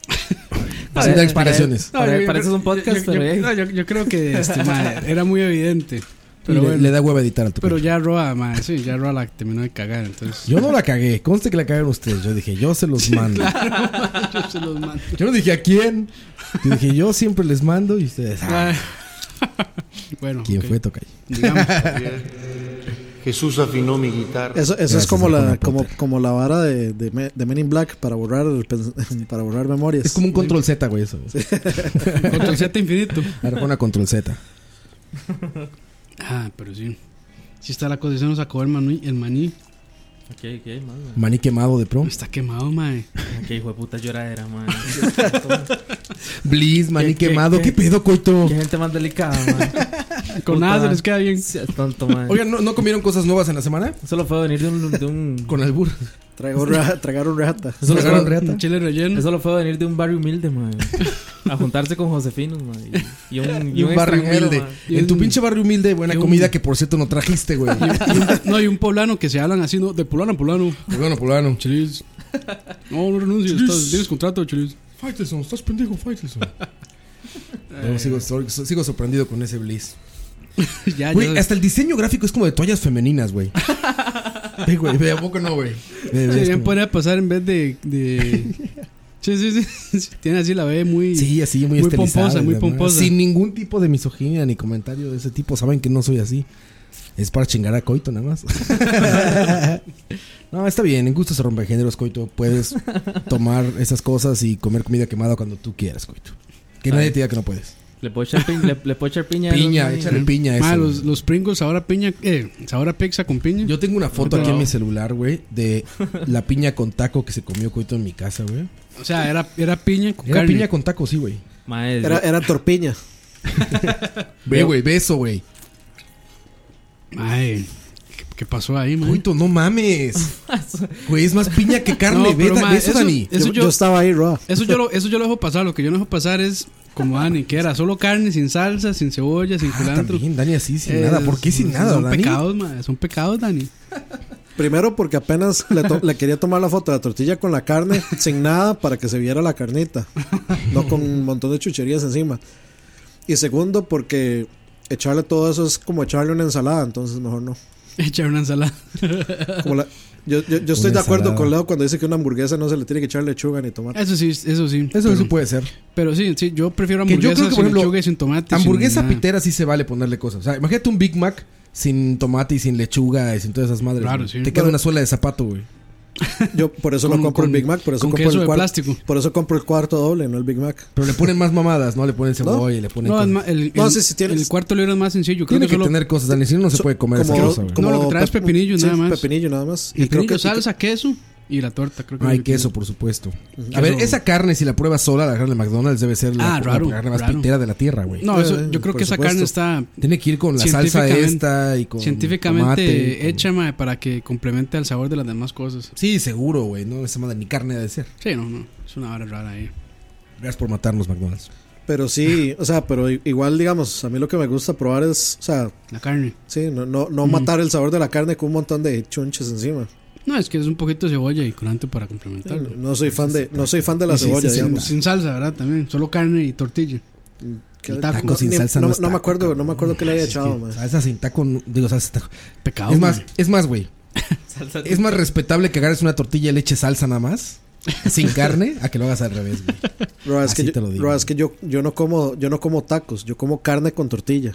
Speaker 4: Así
Speaker 6: Para-
Speaker 4: de explicaciones.
Speaker 6: Para, para,
Speaker 5: yo-
Speaker 6: para eso es un
Speaker 5: Yo,
Speaker 6: podcast,
Speaker 5: yo-
Speaker 6: pero, eh,
Speaker 5: no, yo- yo creo que este, ma, era muy evidente.
Speaker 4: Y
Speaker 5: Pero
Speaker 4: le,
Speaker 5: bueno,
Speaker 4: le da hueva editar al tu
Speaker 5: pero
Speaker 4: cuerpo.
Speaker 5: ya Roa, ma, sí, ya Roa la terminó de cagar, entonces
Speaker 4: Yo no la cagué. Conste que la cagaron ustedes. Yo dije, yo se los mando.
Speaker 5: yo se los mando.
Speaker 4: Yo no dije a quién. Yo dije, yo siempre les mando y ustedes. ah,
Speaker 5: bueno,
Speaker 4: ¿Quién
Speaker 5: ok,
Speaker 4: fue Tocay?
Speaker 5: digamos.
Speaker 10: Jesús afinó mi guitarra.
Speaker 7: Eso, eso
Speaker 4: Gracias,
Speaker 7: es como
Speaker 4: Juan
Speaker 7: la,
Speaker 4: Apunte.
Speaker 7: como, como la vara de, de, Me- de Men in Black para borrar, el pens- para borrar memorias.
Speaker 4: Es como un control Z, güey, eso.
Speaker 5: Control Z infinito.
Speaker 4: Ahora fue una control Z.
Speaker 5: Ah, pero sí. Si está la cosa, se nos sacó el maní. El maní
Speaker 6: Ok, ok, man. man.
Speaker 4: Maní quemado de pro.
Speaker 5: está quemado, mae.
Speaker 6: Ok, hijo de puta lloradera, man.
Speaker 4: Blizz, maní
Speaker 6: ¿Qué- qué-
Speaker 4: quemado. ¿Qué,
Speaker 6: qué-
Speaker 4: pedo, coito?
Speaker 6: Qué gente más delicada, man.
Speaker 5: Con
Speaker 6: Puta,
Speaker 5: nada se les queda bien.
Speaker 6: Sea tonto, man.
Speaker 4: Oigan, ¿no, no comieron cosas nuevas en la semana?
Speaker 6: Solo fue venir de un. De un
Speaker 4: Con albur.
Speaker 7: Tragaron ra- tragaron rata.
Speaker 6: solo,
Speaker 4: ¿Tragaron
Speaker 6: fue,
Speaker 4: reata?
Speaker 5: Un Chile relleno.
Speaker 6: solo fue venir de un barrio humilde, man. A juntarse con Josefino, man. Y, y un,
Speaker 4: Y un barrio
Speaker 6: extranjero,
Speaker 4: humilde.
Speaker 6: man.
Speaker 5: Y
Speaker 4: En tu
Speaker 5: un-
Speaker 4: pinche barrio humilde, buena
Speaker 5: y un-
Speaker 4: comida que por cierto no trajiste, güey. Pues
Speaker 5: No, y un poblano que se hablan así, ¿no? De poblano a poblano.
Speaker 4: Bueno, poblano.
Speaker 5: Chilis. No, no renuncies. estás- tienes contrato, Chilis.
Speaker 4: Faitelson, estás pendejo, Faitelson.
Speaker 6: Eh.
Speaker 4: No, sigo, sor- sigo sorprendido con ese Blizz.
Speaker 5: ya,
Speaker 4: Güey,
Speaker 5: ya.
Speaker 4: hasta el diseño gráfico es como de toallas femeninas, güey. Ve, güey, ve, ¿a poco no, güey? Ve, ve, es
Speaker 5: Deberían
Speaker 4: como-
Speaker 5: poner a pasar en vez de. de... Sí, sí, sí. Tiene así la B muy.
Speaker 4: Sí, así muy,
Speaker 5: muy
Speaker 4: estilizada,
Speaker 5: pomposa, muy
Speaker 4: ¿verdad?
Speaker 5: pomposa.
Speaker 4: Sin ningún tipo de misoginia ni comentario de ese tipo. Saben que no soy así. Es para chingar a Coito nada más. no, está bien. En gusto se rompen géneros, Coito. Puedes tomar esas cosas y comer comida quemada cuando tú quieras, Coito. Que nadie te diga que no puedes.
Speaker 6: Le puedo echar, piña, le, le puedo echar piña. a
Speaker 4: Piña,
Speaker 6: los-
Speaker 4: échale piña a eso.
Speaker 5: Mae, Ah, los, los pringos ahora piña. Eh, ahora pizza con piña.
Speaker 4: Yo tengo una foto aquí en
Speaker 5: No.
Speaker 4: mi celular, güey, de la piña con taco que se comió Coito en mi casa, güey.
Speaker 5: O sea, era, era piña con
Speaker 4: Era
Speaker 5: carne.
Speaker 4: piña con taco, sí, güey.
Speaker 6: Mae,
Speaker 7: Era, era torpiña.
Speaker 4: Ve, güey, beso, güey.
Speaker 5: Mae, ¿qué- ¿Qué pasó ahí, mae?
Speaker 4: Coito, no mames. Güey, es más piña que carne.
Speaker 5: No,
Speaker 4: Ve,
Speaker 5: pero,
Speaker 4: da-
Speaker 5: mae,
Speaker 4: beso,
Speaker 5: eso-
Speaker 4: Dani.
Speaker 5: Eso
Speaker 7: yo,
Speaker 5: yo-
Speaker 7: yo estaba ahí, Roa.
Speaker 5: Eso yo, lo, eso yo lo dejo pasar. Lo que yo no dejo pasar es como Dani, que era solo carne, sin salsa, sin cebolla, sin
Speaker 4: Ah,
Speaker 5: culantro.
Speaker 4: también, Dani, así, sin
Speaker 5: Eh,
Speaker 4: nada. ¿Por qué sin nada,
Speaker 5: Son
Speaker 4: Dani?
Speaker 5: pecados, ma, son pecados, Dani.
Speaker 7: Primero porque apenas le, to- le quería tomar la foto de la tortilla con la carne, sin nada, para que se viera la carnita. No con un montón de chucherías encima. Y segundo porque echarle todo eso es como echarle una ensalada, entonces mejor no.
Speaker 5: Echar una ensalada.
Speaker 7: Como la- yo, yo- yo estoy
Speaker 5: Una
Speaker 7: de acuerdo
Speaker 5: ensalada.
Speaker 7: con Leo cuando dice que una hamburguesa no se le tiene que echar lechuga ni tomate.
Speaker 5: Eso sí, eso sí.
Speaker 4: Eso sí puede ser.
Speaker 5: Pero sí, sí, yo prefiero
Speaker 4: Que yo
Speaker 5: hamburguesas
Speaker 4: creo que, por
Speaker 5: sin
Speaker 4: ejemplo,
Speaker 5: lechuga y sin tomate.
Speaker 4: hamburguesa
Speaker 5: sin nada.
Speaker 4: pitera sí se vale ponerle cosas. O sea, imagínate un Big Mac sin tomate y sin lechuga y sin todas esas madres.
Speaker 5: Claro,
Speaker 4: güey.
Speaker 5: sí.
Speaker 4: Te queda
Speaker 5: Pero-
Speaker 4: una suela de zapato, güey.
Speaker 7: Yo por eso no compro el Big Mac, por eso
Speaker 5: con
Speaker 7: compro
Speaker 5: queso
Speaker 7: el
Speaker 5: de
Speaker 7: cuarto.
Speaker 5: plástico.
Speaker 7: Por eso compro el cuarto doble, no el Big Mac.
Speaker 4: Pero le ponen más mamadas, ¿no? Le ponen cebolla y le ponen
Speaker 5: No, es
Speaker 4: cosas.
Speaker 5: ma- el,
Speaker 7: No,
Speaker 5: el-
Speaker 7: sí, sí tienes-
Speaker 5: el cuarto libro es más sencillo. Creo
Speaker 4: Tiene
Speaker 5: que,
Speaker 4: que
Speaker 5: solo
Speaker 4: tener cosas, Dani. Si no, no se puede comer esa cosa, güey.
Speaker 5: No, lo que traes pepinillo
Speaker 7: sí,
Speaker 5: nada más.
Speaker 7: Pepinillo nada más. Y creo
Speaker 5: pepinillo,
Speaker 7: que
Speaker 5: salsa, queso y la torta. Creo que
Speaker 4: Hay
Speaker 5: lo que
Speaker 4: queso, pues.
Speaker 5: tiene.
Speaker 4: por supuesto. A
Speaker 5: Queso-
Speaker 4: ver, esa carne, si la pruebas sola, la carne de McDonald's debe ser la,
Speaker 5: Ah,
Speaker 4: la
Speaker 5: raro,
Speaker 4: carne más
Speaker 5: raro.
Speaker 4: pitera de la tierra, güey.
Speaker 5: No, eso,
Speaker 7: Eh,
Speaker 5: yo creo
Speaker 7: por
Speaker 5: que esa carne
Speaker 7: supuesto.
Speaker 5: está
Speaker 4: Tiene que ir con la salsa
Speaker 5: científicamente-
Speaker 4: esta y con
Speaker 5: científicamente
Speaker 4: tomate, con-
Speaker 5: hecha mae, para que complemente el sabor de las demás cosas.
Speaker 4: Sí, seguro, güey. No, esa madre ni carne debe ser.
Speaker 5: Sí, no, no. Es una vara rara ahí.
Speaker 4: Gracias por matarnos, McDonald's.
Speaker 7: Pero sí, o sea, pero i- igual, digamos, a mí lo que me gusta probar es, o sea,
Speaker 5: La carne.
Speaker 7: sí, no, no, no matar el sabor de la carne con un montón de chunches encima.
Speaker 5: No, es que es un poquito de cebolla y colante para complementarlo.
Speaker 7: No soy fan de, no soy fan de la
Speaker 5: Y sí,
Speaker 7: cebolla,
Speaker 5: sí, sin,
Speaker 7: digamos.
Speaker 5: sin salsa, ¿verdad? También. Solo carne y tortilla.
Speaker 7: Que-
Speaker 5: el taco
Speaker 7: no,
Speaker 4: sin
Speaker 7: ni-
Speaker 4: salsa
Speaker 7: no,
Speaker 4: no es
Speaker 7: no me
Speaker 4: taco,
Speaker 7: acuerdo, no me acuerdo qué le haya echado, man.
Speaker 4: Salsa sin taco, no- digo, salsa sin taco.
Speaker 5: Pecado.
Speaker 4: es más,
Speaker 5: mae.
Speaker 4: es más, güey. Es más respetable que agarres una tortilla y le eches salsa nada más, sin carne, a que lo hagas al revés, güey.
Speaker 7: Bro, es
Speaker 4: Así
Speaker 7: que, yo,
Speaker 4: te lo digo.
Speaker 7: bro, es que yo, yo no como, yo no como tacos, yo como carne con tortilla.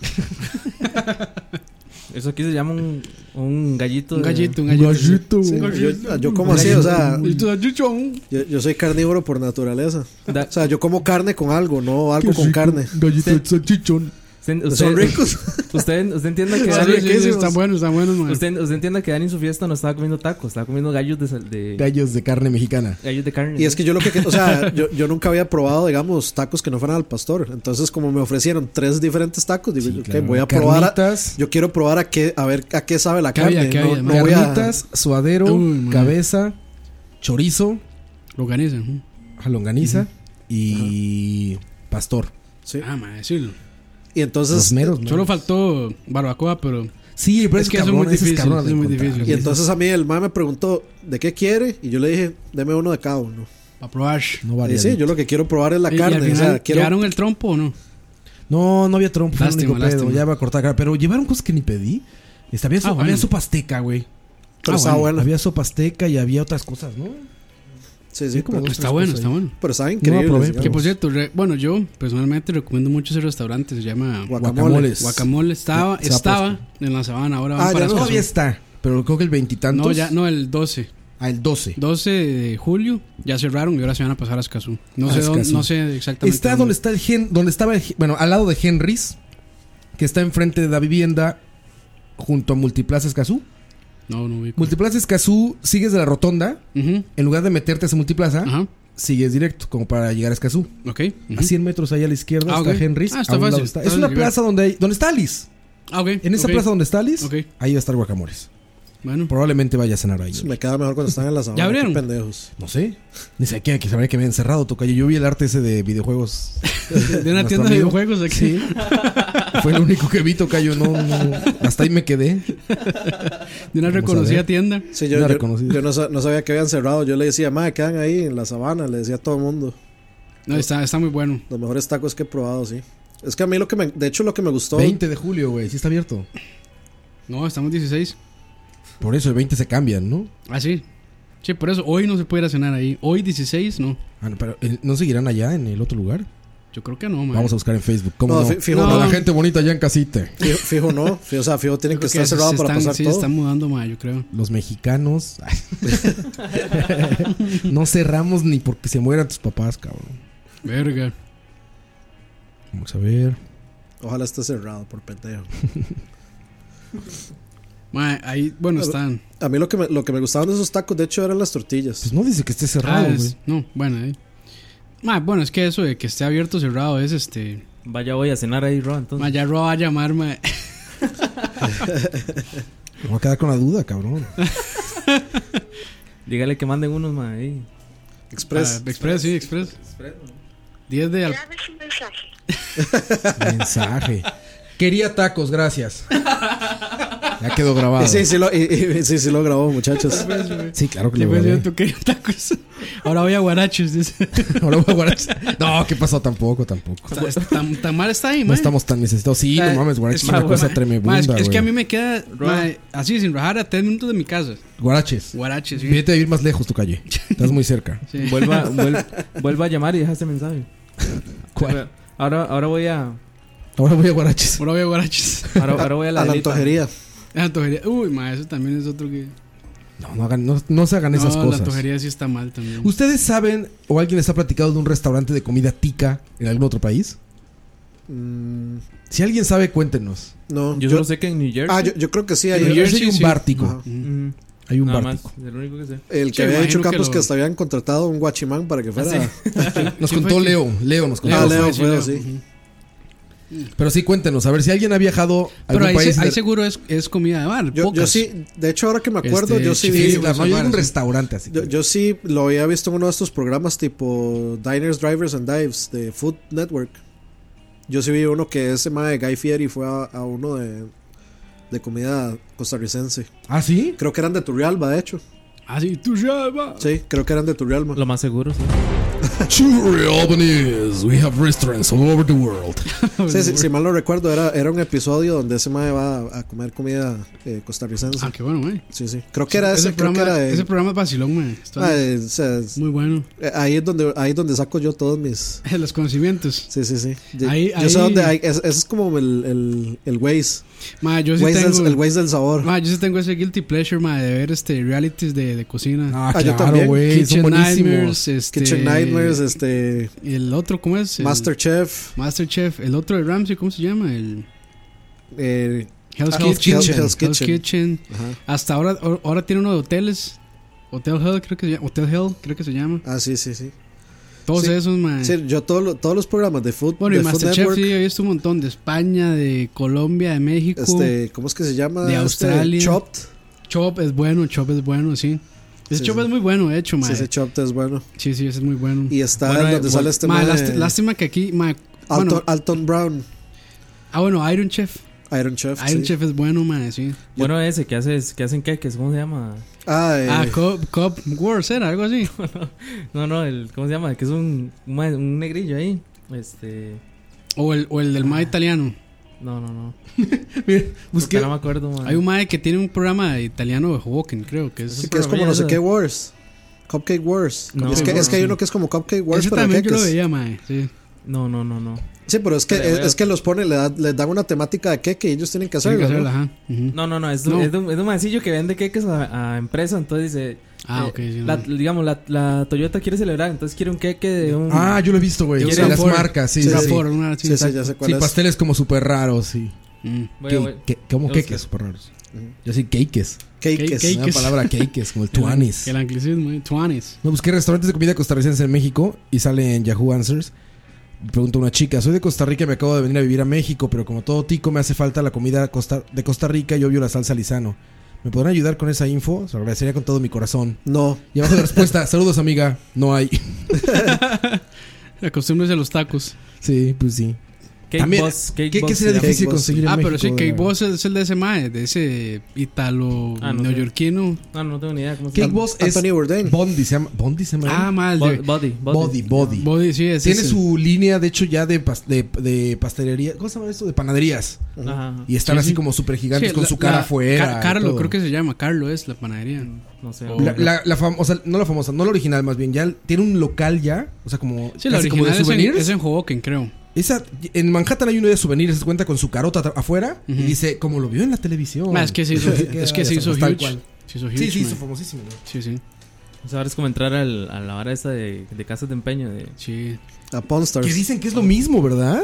Speaker 6: Eso aquí se llama un, un gallito.
Speaker 5: Un
Speaker 6: de-
Speaker 5: gallito, un gallito.
Speaker 7: eh, Sí, yo, yo como así, o sea,
Speaker 5: Y tú, chuchón.
Speaker 7: yo, yo soy carnívoro por naturaleza.
Speaker 6: Da-
Speaker 7: O sea, yo como carne con algo, no algo con carne.
Speaker 4: Gallito de salchichón.
Speaker 6: Usted,
Speaker 7: Son
Speaker 6: usted-
Speaker 7: ricos.
Speaker 6: Usted, usted entienda que
Speaker 7: Son
Speaker 5: Sí, sí,
Speaker 6: Dani,
Speaker 5: sí,
Speaker 7: riquísimos.
Speaker 5: están buenos, están buenos, mae.
Speaker 6: usted, usted entienda que Dani en su fiesta no estaba comiendo tacos, estaba comiendo gallos de, sal- de-
Speaker 4: Gallos de carne mexicana.
Speaker 6: gallos de carne.
Speaker 7: Y es que yo lo que, o sea, yo, yo nunca había probado, digamos, tacos que no fueran al pastor. Entonces, como me ofrecieron tres diferentes tacos, digo,
Speaker 4: Sí,
Speaker 7: ok,
Speaker 4: claro.
Speaker 7: voy a probar. a-
Speaker 4: Carnitas.
Speaker 7: yo quiero probar a qué, a ver a qué sabe la
Speaker 5: ¿Qué
Speaker 7: carne.
Speaker 5: había, qué
Speaker 7: no,
Speaker 5: había,
Speaker 7: no
Speaker 5: man?
Speaker 7: voy a-
Speaker 4: Carnitas, suadero,
Speaker 5: Uy, man.
Speaker 4: cabeza, chorizo,
Speaker 5: Lo organizan.
Speaker 4: jalonganiza y pastor.
Speaker 7: sí.
Speaker 5: Ah, mae, sí.
Speaker 7: Y
Speaker 4: Los
Speaker 7: entonces,
Speaker 4: meros,
Speaker 5: Solo
Speaker 4: meros.
Speaker 5: faltó barbacoa, pero
Speaker 4: Sí, pero
Speaker 5: Es
Speaker 4: es, que
Speaker 5: que eso es
Speaker 4: cabrón,
Speaker 5: muy
Speaker 4: ese es
Speaker 5: difícil,
Speaker 4: cabrón de
Speaker 5: es muy
Speaker 4: encontrar,
Speaker 5: difícil.
Speaker 7: y
Speaker 4: güey.
Speaker 7: entonces a mí el man me preguntó, ¿de qué quiere? Y yo le dije, deme uno de cada uno.
Speaker 5: para probar.
Speaker 4: No
Speaker 7: Y
Speaker 4: varía.
Speaker 7: Eh, sí, yo lo que quiero probar es la
Speaker 5: Y- y
Speaker 7: carne.
Speaker 5: al final,
Speaker 7: o sea, quiero-
Speaker 5: ¿Llegaron el trompo o no?
Speaker 4: No, no había trompo, fue el
Speaker 5: Lástima,
Speaker 4: único pedo.
Speaker 5: lástima.
Speaker 4: Ya iba a cortar cara. Pero llevaron cosas que ni pedí. Este, había, so-
Speaker 5: Ah, bueno.
Speaker 4: había sopa azteca, güey.
Speaker 7: Pero está bueno.
Speaker 4: ah, Había sopa azteca y había otras cosas, ¿no?
Speaker 7: Sí, sí,
Speaker 4: como
Speaker 7: pero,
Speaker 4: dos,
Speaker 5: Está
Speaker 4: tres
Speaker 5: bueno,
Speaker 4: cosas
Speaker 5: está
Speaker 4: ahí.
Speaker 5: bueno.
Speaker 7: pero está
Speaker 4: No
Speaker 7: increíble.
Speaker 4: la probé,
Speaker 7: digamos.
Speaker 5: Que por cierto, re- bueno, yo personalmente recomiendo mucho ese restaurante, se llama
Speaker 4: Guacamoles.
Speaker 5: Guacamole, estaba,
Speaker 4: Se ha
Speaker 5: estaba en la sabana, ahora van
Speaker 7: Ah,
Speaker 5: para
Speaker 7: ya
Speaker 5: Escazú.
Speaker 4: Todavía está. Pero creo que el veintitantos.
Speaker 5: No, ya, no, el 12.
Speaker 4: Ah, el 12.
Speaker 5: 12 de julio ya cerraron y ahora se van a pasar a Escazú. No,
Speaker 4: A
Speaker 5: sé, dónde-
Speaker 4: Escazú.
Speaker 5: no sé exactamente.
Speaker 4: Ah, Está
Speaker 5: dónde.
Speaker 4: donde está el gen, donde estaba el, gen- bueno, al lado de Henry's, que está enfrente de la vivienda, junto a Multiplaza Escazú.
Speaker 5: No, no ubico.
Speaker 4: Multiplaza Escazú, sigues de la rotonda,
Speaker 5: Ujú,
Speaker 4: en lugar de meterte hacia Multiplaza,
Speaker 5: Ajá,
Speaker 4: sigues directo, como para llegar a Escazú.
Speaker 5: ok. ujú.
Speaker 4: A 100 metros allá a la izquierda
Speaker 5: Ah,
Speaker 4: está
Speaker 5: ok.
Speaker 4: Henry's.
Speaker 5: Ah, está
Speaker 4: a un lado
Speaker 5: fácil,
Speaker 4: está-
Speaker 5: está
Speaker 4: Es una
Speaker 5: fácil llegar.
Speaker 4: plaza donde hay, donde está Alice.
Speaker 5: Ah, ok,
Speaker 4: En esa
Speaker 5: ok.
Speaker 4: plaza donde está Alice,
Speaker 5: Ok.
Speaker 4: ahí va a estar Guacamores.
Speaker 5: Bueno,
Speaker 4: Probablemente vaya a cenar ahí.
Speaker 7: Me queda mejor cuando están en la sabana. qué
Speaker 5: abrieron?
Speaker 7: pendejos.
Speaker 4: No sé. Ni sé qué, que sabría que me había encerrado, tocayo. Yo vi el arte ese de videojuegos
Speaker 5: de una
Speaker 4: nuestro
Speaker 5: tienda de
Speaker 4: amigo.
Speaker 5: videojuegos aquí.
Speaker 4: Sí. Fue lo único que vi, Tocayo. No, no. Hasta ahí me quedé.
Speaker 5: De
Speaker 4: Vamos a
Speaker 5: una reconocida
Speaker 4: ver.
Speaker 5: tienda.
Speaker 7: Sí, yo,
Speaker 4: No
Speaker 7: yo-
Speaker 4: reconocido.
Speaker 7: yo no, sa- no sabía que habían cerrado. Yo le decía, madre, quedan ahí en la sabana. Le decía a todo el mundo.
Speaker 5: No, está, está muy bueno.
Speaker 7: Los mejores tacos que he probado, sí. Es que a mí lo que me. De hecho, lo que me gustó.
Speaker 4: 20 de julio, güey. Sí está abierto.
Speaker 5: No, estamos 16.
Speaker 4: Por eso el 20 se cambian, ¿no?
Speaker 5: Ah, sí. Sí, por eso hoy no se puede ir a cenar ahí. Hoy 16, no.
Speaker 4: Ah, no, pero eh, ¿no seguirán allá en el otro lugar?
Speaker 5: Yo creo que no, man.
Speaker 4: Vamos a buscar en Facebook. ¿Cómo
Speaker 7: No,
Speaker 4: no?
Speaker 7: fi- fijo,
Speaker 4: Para
Speaker 5: no.
Speaker 4: la gente bonita allá en casita.
Speaker 7: Fijo, fijo no. Fijo, o sea, fijo, tienen
Speaker 5: Yo
Speaker 7: que
Speaker 5: creo
Speaker 7: estar
Speaker 5: se-
Speaker 7: cerrado
Speaker 5: se
Speaker 7: para
Speaker 5: están-
Speaker 7: pasar
Speaker 5: sí, se
Speaker 7: todo.
Speaker 5: están mudando, ma, yo creo.
Speaker 4: Los mexicanos. no cerramos ni porque se mueran tus papás, cabrón.
Speaker 5: Verga.
Speaker 4: Vamos a ver.
Speaker 7: Ojalá esté cerrado, por pendejo.
Speaker 5: Ma, ahí, bueno, están.
Speaker 7: A mí lo que, me, lo que me gustaban de esos tacos, de hecho, eran las tortillas.
Speaker 4: Pues no dice que esté
Speaker 5: Ah,
Speaker 4: cerrado, güey.
Speaker 5: es- no, bueno, ahí. Ma, bueno, es que eso de que esté abierto o cerrado es este.
Speaker 6: Vaya, voy a cenar ahí, Ron. Entonces,
Speaker 5: Ma, ya Roa va a llamar, ma.
Speaker 4: Me voy a quedar con la duda, cabrón.
Speaker 6: dígale que manden unos, ma, ahí.
Speaker 7: Express.
Speaker 5: Ah, Express, sí, Express. 10 de. al-
Speaker 4: Mensaje. Quería tacos, gracias. Ya quedó grabado.
Speaker 7: Y sí, sí lo, y- y- sí, sí lo grabó, muchachos.
Speaker 4: Sí, claro que
Speaker 5: Qué
Speaker 4: lo
Speaker 5: bueno,
Speaker 4: grabé.
Speaker 5: tú querías tacos. Ahora voy a guarachos. dice.
Speaker 4: Ahora voy a guardar- No, ¿qué pasó? Tampoco, tampoco.
Speaker 5: Tan- tan, tan mal está ahí,
Speaker 4: No
Speaker 5: mae.
Speaker 4: estamos tan necesitados. Sí,
Speaker 5: Eh,
Speaker 4: no mames, Guaraches es una
Speaker 5: mae,
Speaker 4: cosa
Speaker 5: mae,
Speaker 4: tremenda.
Speaker 5: mae, es, es que a mí
Speaker 4: güey.
Speaker 5: me queda mae, así, sin rajar, a tres minutos de mi casa.
Speaker 4: Guaraches.
Speaker 5: Guaraches, sí.
Speaker 4: Vete a vivir más lejos tu calle. Estás muy cerca.
Speaker 5: Sí.
Speaker 6: Vuelva, vuel- vuelva a llamar y deja este mensaje. Ahora, ahora voy a.
Speaker 4: Ahora voy a Guaraches.
Speaker 5: Ahora voy a guaraches.
Speaker 6: Ahora, ahora voy a la,
Speaker 7: a la
Speaker 6: delita.
Speaker 7: antojería.
Speaker 5: La antojería. Uy, ma, eso también es otro que.
Speaker 4: No, no, hagan, no, no se hagan esas
Speaker 5: no, la
Speaker 4: cosas.
Speaker 5: antojería sí está mal también.
Speaker 4: ¿Ustedes saben o alguien les ha platicado de un restaurante de comida tica en algún otro país?
Speaker 7: Mm,
Speaker 4: Si alguien sabe, cuéntenos.
Speaker 7: no,
Speaker 6: Yo,
Speaker 7: yo-
Speaker 6: solo sé que en New Jersey.
Speaker 7: ah, yo, yo creo que sí. hay-
Speaker 5: New
Speaker 4: Yo
Speaker 5: Jersey,
Speaker 4: sé que hay un
Speaker 5: sí.
Speaker 4: bártico.
Speaker 7: Ajá.
Speaker 6: Ujú.
Speaker 4: Hay un
Speaker 6: Nada más,
Speaker 4: bártico.
Speaker 6: es lo único que sé.
Speaker 7: El que
Speaker 5: Sí,
Speaker 7: había
Speaker 5: imagino
Speaker 7: dicho
Speaker 5: que
Speaker 7: Campos
Speaker 5: lo-
Speaker 7: que hasta habían contratado un guachimán para que fuera.
Speaker 4: Nos
Speaker 5: ¿Quién
Speaker 4: contó
Speaker 5: fue?
Speaker 4: Leo. Leo nos contó.
Speaker 7: Ah,
Speaker 5: Leo
Speaker 7: Leo,
Speaker 5: fue, pues, sí, Leo.
Speaker 7: fue, sí.
Speaker 4: Pero sí, cuéntenos. A ver, si alguien ha viajado a
Speaker 5: Pero
Speaker 4: algún
Speaker 5: ahí,
Speaker 4: país...
Speaker 5: se- ahí
Speaker 4: de-
Speaker 5: seguro es, es comida de bar.
Speaker 7: Yo, yo
Speaker 5: pocas.
Speaker 7: sí, de hecho, ahora que me acuerdo,
Speaker 5: Este,
Speaker 7: yo sí
Speaker 4: Sí,
Speaker 7: vi.
Speaker 5: chiquillo.
Speaker 4: claro, no, yo en un
Speaker 5: Sí.
Speaker 4: restaurante así.
Speaker 7: Yo, yo sí lo había visto en uno de estos programas tipo Diners, Drivers and Dives de Food Network. Yo sí vi uno que ese mae de Guy Fieri fue a, a uno de, de comida costarricense.
Speaker 4: ¿Ah, sí?
Speaker 7: Creo que eran de Turrialba, de hecho.
Speaker 5: Ah, sí, tú ya, ma.
Speaker 7: Sí, creo que eran de Turrialba.
Speaker 6: Lo más seguro, sí.
Speaker 4: Churri Albanese. We have restaurants all over the world.
Speaker 7: Sí, sí, si mal no recuerdo, era, era un episodio donde ese mae va a, a comer comida eh, costarricense.
Speaker 5: Ah, qué bueno, güey.
Speaker 7: Sí, sí. Creo que era ese, creo
Speaker 5: programa,
Speaker 7: que era de-
Speaker 5: ese programa es vacilón, güey. Está
Speaker 7: Ah, eh, o sea, es-
Speaker 5: muy bueno.
Speaker 7: eh, ahí es donde ahí es donde saco yo todos mis
Speaker 5: Los conocimientos.
Speaker 7: Sí, sí, sí. Yo,
Speaker 5: Ahí-
Speaker 7: yo sé
Speaker 5: ahí-
Speaker 7: dónde hay. Ese es como el, el, el Waze.
Speaker 5: Ma, yo sí
Speaker 7: Waze del-
Speaker 5: tengo.
Speaker 7: el Waze del sabor.
Speaker 5: ma, yo sí tengo ese guilty pleasure, ma, de ver este realities de, de cocina.
Speaker 4: Ah,
Speaker 7: Ah, yo
Speaker 4: claro,
Speaker 7: también.
Speaker 4: güey. Son
Speaker 5: Kitchen
Speaker 4: buenísimos.
Speaker 5: Nightmares, este,
Speaker 7: Kitchen Nightmares, este.
Speaker 5: El otro, ¿cómo es? El-
Speaker 7: Masterchef.
Speaker 5: Masterchef. El otro de Ramsey, ¿cómo se llama? El
Speaker 7: Eh,
Speaker 5: Hell's,
Speaker 7: Ah,
Speaker 5: Kitchen.
Speaker 7: Hell's Kitchen.
Speaker 5: Hell's Kitchen.
Speaker 7: ajá.
Speaker 5: Hasta ahora, ahora- ahora tiene uno de hoteles. Hotel Hell, creo que se llama. Hotel Hell, creo que se llama.
Speaker 7: Ah, sí, sí, sí.
Speaker 5: Todos
Speaker 7: Sí.
Speaker 5: esos, ma.
Speaker 7: Sí, yo todo lo- todos los programas de Food,
Speaker 5: Ah. Bueno,
Speaker 7: de
Speaker 5: y
Speaker 7: Food
Speaker 5: Masterchef
Speaker 7: Network.
Speaker 5: sí, he visto un montón de España, de Colombia, de México.
Speaker 7: Este, ¿Cómo es que se llama?
Speaker 5: De
Speaker 7: Este,
Speaker 5: Australia.
Speaker 7: Chopped.
Speaker 5: Chop es bueno, Chop es bueno, sí. Ese
Speaker 7: Sí,
Speaker 5: Chop
Speaker 7: sí.
Speaker 5: es muy bueno, de hecho, ma.
Speaker 7: Sí, ese Chopped es bueno.
Speaker 5: Sí, sí, ese es muy bueno.
Speaker 7: Y está
Speaker 6: Bueno,
Speaker 7: donde
Speaker 6: eh, bueno,
Speaker 7: sale este
Speaker 5: Ma,
Speaker 7: mae,
Speaker 5: lásti- lástima que aquí, ma,
Speaker 7: Alton,
Speaker 5: bueno,
Speaker 7: Alton Brown.
Speaker 5: ah, bueno, Iron Chef.
Speaker 7: Iron Chef.
Speaker 5: Iron
Speaker 7: sí.
Speaker 5: Chef es bueno, ma, sí.
Speaker 6: Bueno, ese que, haces, que hacen queques, ¿cómo se llama?
Speaker 7: Ah, eh,
Speaker 5: Ah, Cop, Cop Wars era algo así.
Speaker 6: No, no, el, ¿cómo se llama? Que es un, un, ma- un negrillo ahí. Este.
Speaker 5: O el, o el del
Speaker 7: Ah.
Speaker 5: ma italiano.
Speaker 6: No, no, no.
Speaker 4: Busqué-
Speaker 6: Puta, No me acuerdo, man.
Speaker 5: Pues Hay un ma que tiene un programa italiano de Hoboken, creo que es.
Speaker 7: sí, que es como no sé qué Wars. Cupcake Wars.
Speaker 6: No,
Speaker 7: es, que,
Speaker 6: Wars,
Speaker 7: es que hay
Speaker 6: sí.
Speaker 7: uno que es como Cupcake
Speaker 4: Pues
Speaker 7: Wars,
Speaker 5: ese
Speaker 7: pero
Speaker 5: también yo lo
Speaker 7: queques.
Speaker 5: veía, ma, sí.
Speaker 6: No, no, no, no.
Speaker 7: Sí, pero es que,
Speaker 6: Pero,
Speaker 7: es,
Speaker 6: pero-
Speaker 7: es que los pone, le, da- le dan una temática de queque y ellos tienen que
Speaker 5: Tiene
Speaker 7: hacerlo.
Speaker 5: que hacerla,
Speaker 7: ¿no?
Speaker 5: ajá. Ujú.
Speaker 6: No, no, no. Es,
Speaker 5: No.
Speaker 6: es de un, es de un maecillo que vende queques a, a empresa. Entonces dice.
Speaker 5: Ah,
Speaker 6: eh,
Speaker 5: ok, sí,
Speaker 6: la-
Speaker 5: no.
Speaker 6: Digamos, la, la Toyota quiere celebrar. Entonces quiere un queque de un.
Speaker 4: Ah, yo lo he visto, güey.
Speaker 5: Yo
Speaker 4: Sí,
Speaker 5: creo
Speaker 4: las
Speaker 5: por-
Speaker 4: marcas, sí,
Speaker 7: Sí,
Speaker 4: sí,
Speaker 5: Era
Speaker 4: sí.
Speaker 5: por una-
Speaker 7: Sí, sí,
Speaker 5: sí,
Speaker 7: ya
Speaker 5: exacto.
Speaker 7: sé cuál
Speaker 4: Sí,
Speaker 7: es.
Speaker 4: pasteles como súper raros, sí.
Speaker 5: Mm.
Speaker 6: Voy a-
Speaker 4: Cake-
Speaker 6: voy-
Speaker 4: que- ¿Cómo
Speaker 6: Voy a
Speaker 4: queques?
Speaker 6: buscar.
Speaker 4: Súper raros. Yo sí, cakes.
Speaker 7: Cakes.
Speaker 5: Cake-
Speaker 4: La
Speaker 5: Cakes.
Speaker 4: palabra cakes, como el
Speaker 5: El-
Speaker 4: tuanis.
Speaker 5: El anglicismo, eh, Tuanis.
Speaker 4: No, busqué restaurantes de comida costarricense en México y sale en Yahoo Answers. Pregunta una chica, soy de Costa Rica y me acabo de venir a vivir a México, pero como todo tico me hace falta la comida costa- de Costa Rica y obvio la salsa lisano. ¿Me podrán ayudar con esa info? Se lo agradecería con todo mi corazón.
Speaker 7: No.
Speaker 4: Y abajo de respuesta, saludos amiga, no hay.
Speaker 5: Acostúmbrese a los tacos.
Speaker 4: Sí, pues sí.
Speaker 6: Cake
Speaker 4: También,
Speaker 6: Boss, Cake
Speaker 4: ¿Qué,
Speaker 6: Boss
Speaker 4: qué sería
Speaker 6: se llama.
Speaker 4: difícil
Speaker 7: Cake Boss.
Speaker 4: conseguir en
Speaker 5: ah,
Speaker 4: México?
Speaker 5: pero sí, Cake
Speaker 4: de verdad?
Speaker 5: Boss es el de ese mae, de ese italo
Speaker 6: Ah, no sé.
Speaker 5: neoyorquino.
Speaker 6: Ah, No, no tengo ni idea cómo se
Speaker 4: Cake
Speaker 6: llama.
Speaker 4: Boss es...
Speaker 7: Anthony Bourdain.
Speaker 4: Bondi se llama... Bondi se llama...
Speaker 5: Ah, mal.
Speaker 6: Bo-
Speaker 5: de-
Speaker 6: Body,
Speaker 4: Body,
Speaker 6: body.
Speaker 4: body.
Speaker 5: Body, sí, es
Speaker 4: Tiene
Speaker 5: ese.
Speaker 4: su línea, de hecho, ya de, pas- de, de pastelería. ¿Cómo se llama esto? De panaderías.
Speaker 6: Ajá, ajá.
Speaker 4: Y están
Speaker 5: Sí,
Speaker 4: así
Speaker 5: sí.
Speaker 4: como súper gigantes
Speaker 5: Sí,
Speaker 4: con
Speaker 5: la-
Speaker 4: su cara
Speaker 5: la-
Speaker 4: afuera.
Speaker 5: Car-
Speaker 4: y
Speaker 5: Carlo,
Speaker 4: todo.
Speaker 5: creo que se llama. Carlo es la panadería.
Speaker 6: No sé.
Speaker 4: La, la, la fam- o sea, no la famosa, no la original, más bien. Ya tiene un local ya. O sea, como.
Speaker 5: Sí, la
Speaker 4: casi
Speaker 5: original
Speaker 4: como
Speaker 5: es
Speaker 4: de
Speaker 5: en,
Speaker 4: souvenirs.
Speaker 5: es en Hoboken, creo.
Speaker 4: Esa, en Manhattan hay uno de souvenirs. Se cuenta con su carota tra- afuera. Y
Speaker 5: Ujú.
Speaker 4: dice, como lo vio en la televisión.
Speaker 5: Ma, es que se hizo, es que se
Speaker 4: Oh. Ya
Speaker 5: hizo
Speaker 4: sabes, tal
Speaker 5: huge.
Speaker 4: cual.
Speaker 5: Se hizo huge,
Speaker 4: Sí, sí,
Speaker 5: ma.
Speaker 4: hizo famosísimo. ¿no?
Speaker 5: sí, sí.
Speaker 6: O sea, ahora es como entrar al- a la vara esta de, de casas de empeño. De,
Speaker 5: Sí.
Speaker 7: A Pawn Stars.
Speaker 4: Que dicen que es lo mismo, ¿verdad?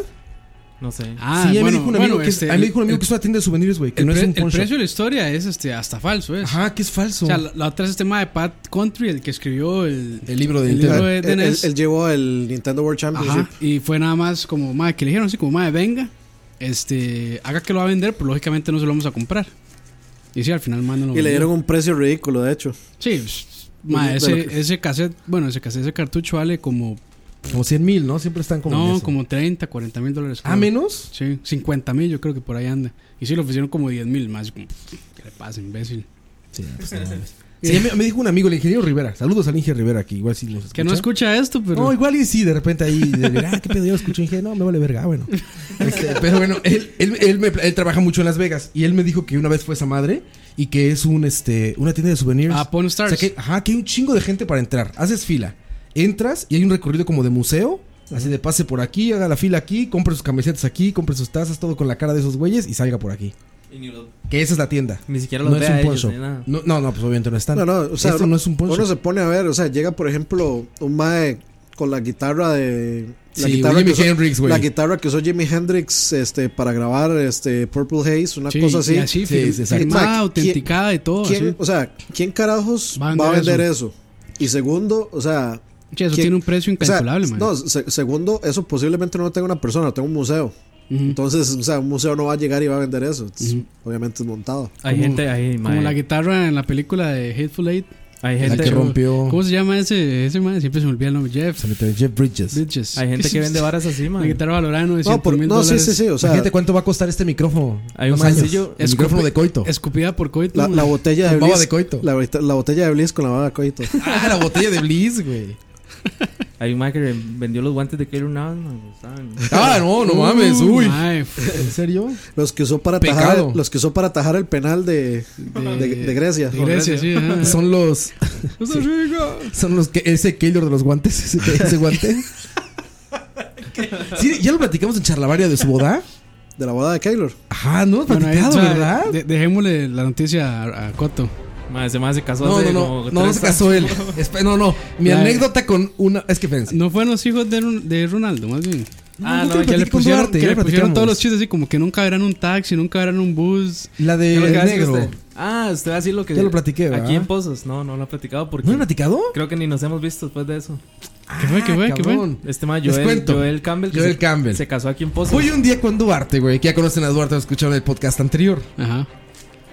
Speaker 6: no sé.
Speaker 5: Ah,
Speaker 4: sí, a mí me
Speaker 5: bueno,
Speaker 4: dijo un amigo,
Speaker 5: bueno,
Speaker 4: que, es-
Speaker 5: este,
Speaker 4: a mí me dijo un amigo
Speaker 5: el-
Speaker 4: que es una tienda de souvenirs, güey. Que
Speaker 5: el
Speaker 4: no es
Speaker 5: pre-
Speaker 4: un
Speaker 5: El
Speaker 4: pawn shop.
Speaker 5: precio de la historia es este, hasta falso, es.
Speaker 4: Ajá, que es falso.
Speaker 5: O sea, la, la otra es este tema de Pat Country, el que escribió el,
Speaker 4: el libro de
Speaker 5: el
Speaker 4: Nintendo.
Speaker 5: libro de-
Speaker 7: Él, él-
Speaker 5: DNS.
Speaker 7: él llevó el Nintendo World Championship.
Speaker 5: E Ajá, y fue nada más como, madre, que le dijeron así como, madre, venga, este, haga que lo va a vender, pero lógicamente no se lo vamos a comprar. Y sí, al final, madre, no lo
Speaker 7: Y le
Speaker 5: vendió.
Speaker 7: dieron un precio ridículo, de hecho.
Speaker 5: Sí, pues, madre,
Speaker 7: de lo
Speaker 5: ese, ese cassette, bueno, ese cassette, ese cartucho vale como
Speaker 4: Como 100 mil, ¿no? Siempre están como. en
Speaker 5: No,
Speaker 4: eso.
Speaker 5: como 30, 40 mil dólares.
Speaker 4: ¿Ah, menos?
Speaker 5: Sí, 50 mil, yo creo que por ahí anda. Y sí, le ofrecieron como 10 mil más. Como, ¿Qué le pasa, imbécil?
Speaker 4: Sí, pues, no mames. Sí, me, me dijo un amigo, el ingeniero Rivera. Saludos al ingeniero Rivera, que igual sí nos
Speaker 5: Que no escucha esto, pero.
Speaker 4: No, igual y sí, de repente ahí, de ver, ah, qué pedo, yo lo escucho. Y dije, no, me vale verga, ah, bueno. Este, pero bueno, él, él, él me- él trabaja mucho en Las Vegas y él me dijo que una vez fue esa madre y que es un, este, una tienda de souvenirs.
Speaker 5: Ah, Pawn Stars.
Speaker 4: O sea, que, ajá, que hay un chingo de gente para entrar. Haces fila, entras y hay un recorrido como de museo. Así de pase por aquí, haga la fila aquí, compre sus camisetas aquí, compre sus tazas, todo con la cara de esos güeyes y salga por aquí.
Speaker 6: Y ni lo-
Speaker 4: Que esa es la tienda.
Speaker 6: Ni siquiera los
Speaker 4: no
Speaker 6: ve
Speaker 4: es un
Speaker 6: a ellos,
Speaker 4: pawn shop.
Speaker 6: ni nada.
Speaker 4: No, no, no, pues obviamente no
Speaker 5: Ah,
Speaker 4: están.
Speaker 7: No, no, o sea,
Speaker 4: Esto
Speaker 5: este
Speaker 7: uno,
Speaker 4: no es un poncho.
Speaker 7: uno se pone a ver, o sea, llega por ejemplo un mae con la guitarra de la
Speaker 4: Sí,
Speaker 7: guitarra
Speaker 4: Jimi
Speaker 7: que usó-
Speaker 4: Hendrix, güey.
Speaker 7: la guitarra que usó Jimi Hendrix este para grabar este Purple Haze, una
Speaker 5: Sí,
Speaker 7: cosa así.
Speaker 5: y
Speaker 4: Sí,
Speaker 5: así, fi-
Speaker 4: sí, exacto.
Speaker 5: firmada,
Speaker 7: O sea, ¿quién-
Speaker 5: autenticada y todo.
Speaker 7: ¿Quién-
Speaker 5: así.
Speaker 7: o sea, ¿quién carajos
Speaker 5: Va a
Speaker 7: va a
Speaker 5: vender
Speaker 7: vender eso? Y segundo, o sea,
Speaker 5: Che, eso
Speaker 7: ¿quién-
Speaker 5: tiene un precio
Speaker 7: o sea,
Speaker 5: incalculable, man.
Speaker 7: no, se- segundo, eso posiblemente no lo tenga una persona, lo tenga un museo. Entonces, o sea, un museo no va a llegar y va a vender eso. Entonces, Obviamente es montado.
Speaker 6: Hay gente ahí,
Speaker 5: Como
Speaker 6: mae.
Speaker 5: la guitarra en la película de Hateful Eight.
Speaker 6: Hay
Speaker 4: La
Speaker 6: gente
Speaker 4: que rompió.
Speaker 5: ¿Cómo se llama ese, ese man? Siempre se me olvida el nombre. Jeff
Speaker 4: Oh. Se mete Jeff Bridges.
Speaker 5: Bridges.
Speaker 6: Hay gente que vende varas así,
Speaker 5: La
Speaker 6: mae.
Speaker 5: guitarra valorada no
Speaker 7: No, por-
Speaker 5: mil
Speaker 7: no, sí,
Speaker 5: dólares.
Speaker 7: sí, sí, o sea,
Speaker 4: Fíjate cuánto va a costar este micrófono.
Speaker 6: Hay un
Speaker 4: Dos años.
Speaker 6: mancillo-
Speaker 4: El micrófono de coito.
Speaker 5: Escupida por coito.
Speaker 7: la,
Speaker 5: man.
Speaker 7: la botella de
Speaker 4: Con baba
Speaker 7: Bliss,
Speaker 4: de coito.
Speaker 7: La, bota- la botella de Bliss con la baba de coito.
Speaker 4: Ah, la botella de Bliss, güey.
Speaker 6: Hay un mae que vendió los guantes de Kieran Navas, mae. ¿saben?
Speaker 4: Ah, no, no mames,
Speaker 6: Uh,
Speaker 4: uy.
Speaker 5: Mae, f-
Speaker 4: ¿En serio?
Speaker 7: Los que usó para atajar,
Speaker 4: Pecado.
Speaker 7: los que usó para atajar el penal de, de- de Grecia.
Speaker 5: Gracias, sí. ajá.
Speaker 4: Son los. sí. Son los que. Ese Keylor de los guantes. Ese, ese guante. Sí, ya lo platicamos en Charlavaria de su boda.
Speaker 7: De la boda de Keylor.
Speaker 4: Ajá, no lo has
Speaker 5: Bueno,
Speaker 4: platicado,
Speaker 5: o sea,
Speaker 4: ¿verdad?
Speaker 5: de- dejémosle la noticia a, a Coto.
Speaker 6: Mae, ese mae se casó
Speaker 4: No,
Speaker 6: hace
Speaker 4: no,
Speaker 6: como
Speaker 4: no. No, no
Speaker 6: tres
Speaker 4: se casó él. Espe- No, no. Mi
Speaker 5: Ya, ya.
Speaker 4: anécdota con una. Es que fíjense.
Speaker 5: No fueron los hijos de, Ron- de Ronaldo, más bien.
Speaker 6: Ah,
Speaker 4: no,
Speaker 6: no,
Speaker 4: creo
Speaker 6: ya
Speaker 5: Que le
Speaker 4: Platica con
Speaker 5: pusieron,
Speaker 4: Duarte,
Speaker 5: que
Speaker 4: ya
Speaker 5: le pusieron
Speaker 4: platicamos.
Speaker 5: todos los chistes así como que nunca verán un taxi, nunca verán un bus.
Speaker 4: La de
Speaker 6: Yo lo que
Speaker 4: el
Speaker 6: hace es
Speaker 4: negro.
Speaker 6: usted- Ah, usted va a decir lo que.
Speaker 4: Ya lo platiqué, ¿verdad?
Speaker 6: Aquí en Pozos. No, no lo he platicado porque.
Speaker 4: ¿No lo he platicado? Ah,
Speaker 6: Creo que ni nos hemos visto después de eso.
Speaker 5: ¿Qué fue, qué fue, qué fue?
Speaker 4: cabrón.
Speaker 6: Este mae,
Speaker 4: Les
Speaker 6: Joel,
Speaker 4: cuento.
Speaker 6: Joel Campbell. que
Speaker 4: Joel
Speaker 6: se-
Speaker 4: Campbell.
Speaker 6: Se casó aquí en Pozos.
Speaker 4: Fui un día con Duarte, güey. Que ya conocen a Duarte, lo escucharon en el podcast anterior.
Speaker 5: Ajá.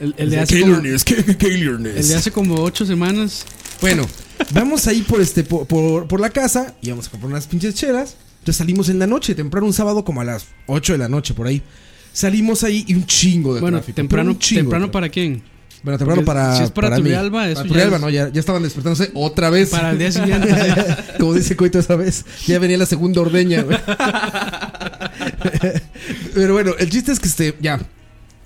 Speaker 5: El, el de hace
Speaker 4: Keylor
Speaker 5: como,
Speaker 4: News, Ke- Keylor
Speaker 5: el de
Speaker 4: News.
Speaker 5: hace como ocho semanas.
Speaker 4: Bueno, vamos ahí por este por, por, por la casa, íbamos a comprar unas pinches chelas. Entonces salimos en la noche, temprano un sábado como a las 8 de la noche por ahí. Salimos ahí y un chingo de
Speaker 5: Bueno,
Speaker 4: Pues tráfico, pero
Speaker 5: temprano,
Speaker 4: un chingo de
Speaker 5: temprano
Speaker 4: tráfico.
Speaker 5: para quién?
Speaker 4: Bueno, temprano
Speaker 5: porque
Speaker 4: para
Speaker 5: si es para
Speaker 4: mí.
Speaker 5: Turrialba, eso
Speaker 4: Para
Speaker 5: ya
Speaker 4: Turrialba,
Speaker 5: es-
Speaker 4: no, ya, ya estaban despertándose otra vez.
Speaker 5: Para el día siguiente. sí.
Speaker 4: Como dice Coito esa vez, ya venía la segunda ordeña, güey. Pero bueno, el chiste es que este, ya.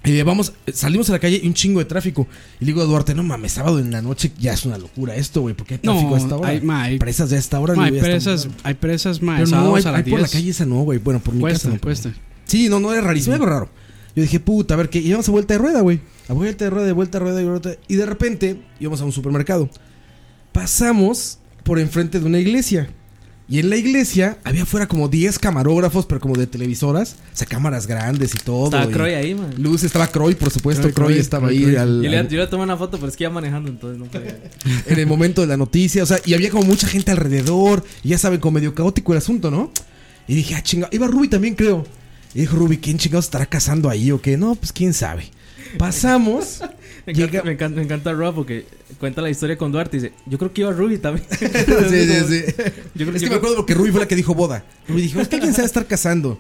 Speaker 4: eh, vamos, eh, salimos a la calle y un chingo de tráfico. Y le digo a Duarte, no mames, sábado en la noche ya es una locura esto, güey, porque hay tráfico
Speaker 5: No,
Speaker 4: a esta hora.
Speaker 5: hay- ma, hay-
Speaker 4: presas ya a esta hora.
Speaker 5: Ma,
Speaker 4: le
Speaker 5: hay
Speaker 4: voy a estar
Speaker 5: presas,
Speaker 4: mudando.
Speaker 5: hay presas, ma,
Speaker 4: Pero no,
Speaker 5: sábados
Speaker 4: hay,
Speaker 5: a las
Speaker 4: hay por la
Speaker 5: 10.
Speaker 4: calle esa no, güey. Bueno, por mi casa
Speaker 5: Cuesta,
Speaker 4: no, pero-
Speaker 5: cuesta.
Speaker 4: Sí, no, no, era rarísimo, algo raro. Yo dije, puta, a ver qué. Y íbamos a vuelta de rueda, güey. A vuelta de rueda, de vuelta de rueda, y vuelta de- Y de repente íbamos a un supermercado. Pasamos por enfrente de una iglesia. Y en la iglesia había afuera como 10 camarógrafos, pero como de televisoras. O sea, cámaras grandes y todo.
Speaker 6: Estaba
Speaker 4: y
Speaker 6: Croy ahí, man.
Speaker 4: Luz, estaba Croy, por supuesto. Croy,
Speaker 5: Croy, Croy,
Speaker 4: estaba
Speaker 5: Croy,
Speaker 4: ahí
Speaker 5: Croy.
Speaker 4: al-
Speaker 6: Yo le,
Speaker 4: al-
Speaker 6: yo le tomé una foto, pero es que iba manejando, entonces no podía.
Speaker 4: en el momento de la noticia. O sea, y había como mucha gente alrededor. Y ya saben, como medio caótico el asunto, ¿no? Y dije, ah, chinga. Iba Ruby también, creo. Y dijo, Ruby, ¿quién chingados estará casando ahí o qué? No, pues quién sabe. Pasamos.
Speaker 6: Me
Speaker 4: llega-
Speaker 6: encanta, me encanta, me encanta Rob porque cuenta la historia con Duarte y dice: Yo creo que iba Ruby también.
Speaker 4: sí, sí, sí. es
Speaker 6: sí, Yo creo-
Speaker 4: que
Speaker 6: yo
Speaker 4: me
Speaker 6: creo-
Speaker 4: acuerdo porque Ruby fue la que dijo boda. Ruby dijo, es que quién sabe estar casando.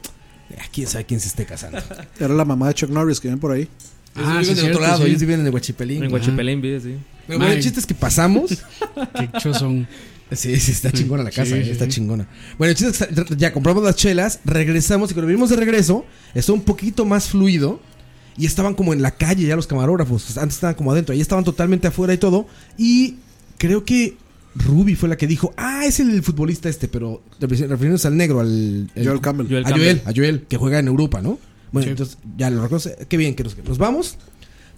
Speaker 4: Ah, quién sabe quién se esté casando.
Speaker 7: Era la mamá de Chuck Norris que ven por ahí.
Speaker 5: Ah,
Speaker 4: ellos viven
Speaker 5: sí,
Speaker 4: del
Speaker 5: cierto,
Speaker 4: otro lado,
Speaker 5: sí.
Speaker 4: ellos viven en el Huachipelín.
Speaker 6: En Guachipelén vive, sí.
Speaker 4: Pero bueno, el
Speaker 5: Ay.
Speaker 4: chiste es que pasamos.
Speaker 5: Qué chozón.
Speaker 4: Sí, sí, está chingona la casa,
Speaker 5: Sí,
Speaker 4: eh,
Speaker 5: sí,
Speaker 4: está
Speaker 5: sí.
Speaker 4: chingona. Bueno, el chiste es que ya compramos las chelas, regresamos y cuando vinimos de regreso, está un poquito más fluido y estaban como en la calle ya los camarógrafos. O sea, Antes estaban como adentro, ahí estaban totalmente afuera y todo. Y creo que Ruby fue la que dijo: Ah, es el futbolista este, pero refiriéndose refiriéndose al negro, al. el-
Speaker 7: Joel Campbell.
Speaker 6: Joel
Speaker 4: a Joel, a Joel, que juega en Europa, ¿no? Bueno,
Speaker 5: Sí.
Speaker 4: entonces ya lo reconoce. Qué bien que nos, nos vamos.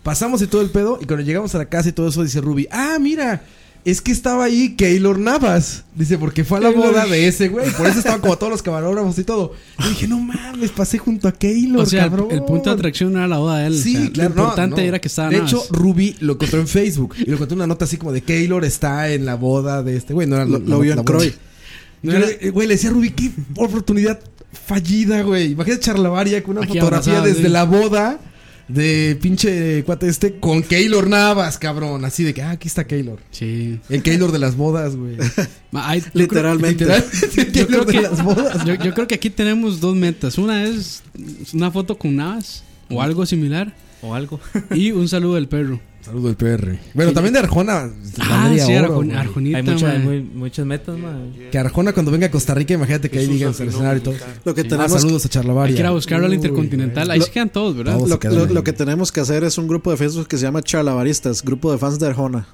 Speaker 4: Pasamos y todo el pedo. Y cuando llegamos a la casa y todo eso, dice Ruby: Ah, mira, es que estaba ahí Keylor Navas. Dice, porque fue a la boda de ese güey. Por eso estaban como todos los camarógrafos y todo. Y dije: No mames, pasé junto a Keylor.
Speaker 5: O sea, el-
Speaker 4: cabrón".
Speaker 5: el punto de atracción era la boda de él.
Speaker 4: Sí,
Speaker 5: o sea,
Speaker 4: claro,
Speaker 5: Lo
Speaker 4: no,
Speaker 5: importante
Speaker 4: no.
Speaker 5: era que estaba
Speaker 4: De
Speaker 5: nada
Speaker 4: hecho,
Speaker 5: más.
Speaker 4: Ruby lo encontró en Facebook. Y lo encontró en una nota así como de Keylor está en la boda de este güey. No era
Speaker 7: Lo-
Speaker 4: la-
Speaker 7: lo vio
Speaker 4: la
Speaker 7: en
Speaker 4: boda.
Speaker 7: Croy.
Speaker 4: Yo le- Güey, le decía a Ruby, qué oportunidad fallida, güey. Imagínate charlavaria con una
Speaker 5: Aquí
Speaker 4: fotografía
Speaker 5: abrazada,
Speaker 4: desde
Speaker 5: sí.
Speaker 4: la boda de pinche cuate este con Keylor Navas, cabrón. Así de que, ah, aquí está Keylor.
Speaker 5: Sí.
Speaker 4: El Keylor de las bodas, güey.
Speaker 5: Ma, hay- yo creo-
Speaker 7: Literalmente.
Speaker 4: Literalmente, el
Speaker 5: Yo
Speaker 4: Keylor
Speaker 5: creo,
Speaker 4: de
Speaker 5: que,
Speaker 4: las bodas.
Speaker 5: yo, yo creo que aquí tenemos dos metas. Una es una foto con Navas o algo similar.
Speaker 6: O algo.
Speaker 5: Y un saludo del perro.
Speaker 4: Saludo del PR. Bueno, también de Arjona. valdría oro,
Speaker 5: Ah, Arjona-
Speaker 4: güey.
Speaker 5: Arjonita,
Speaker 6: Hay, mucha- hay
Speaker 5: ma.
Speaker 6: muy- muchas metas, madre.
Speaker 4: Que Arjona cuando venga a Costa Rica, imagínate que ahí
Speaker 10: Jesús
Speaker 4: digan
Speaker 10: afinó
Speaker 4: escenario y todo.
Speaker 10: mi guitarra.
Speaker 7: Lo que
Speaker 4: Ah,
Speaker 7: tenemos
Speaker 4: saludos a Charlavaria.
Speaker 5: Hay que ir a buscarlo al Intercontinental. Ahí
Speaker 7: Lo-
Speaker 5: se quedan todos, ¿verdad?
Speaker 4: Todos.
Speaker 7: Lo,
Speaker 4: se quedan
Speaker 7: lo-
Speaker 4: ahí.
Speaker 7: lo que tenemos que hacer es un grupo de Facebook que se llama Charlavaristas, grupo de fans de Arjona.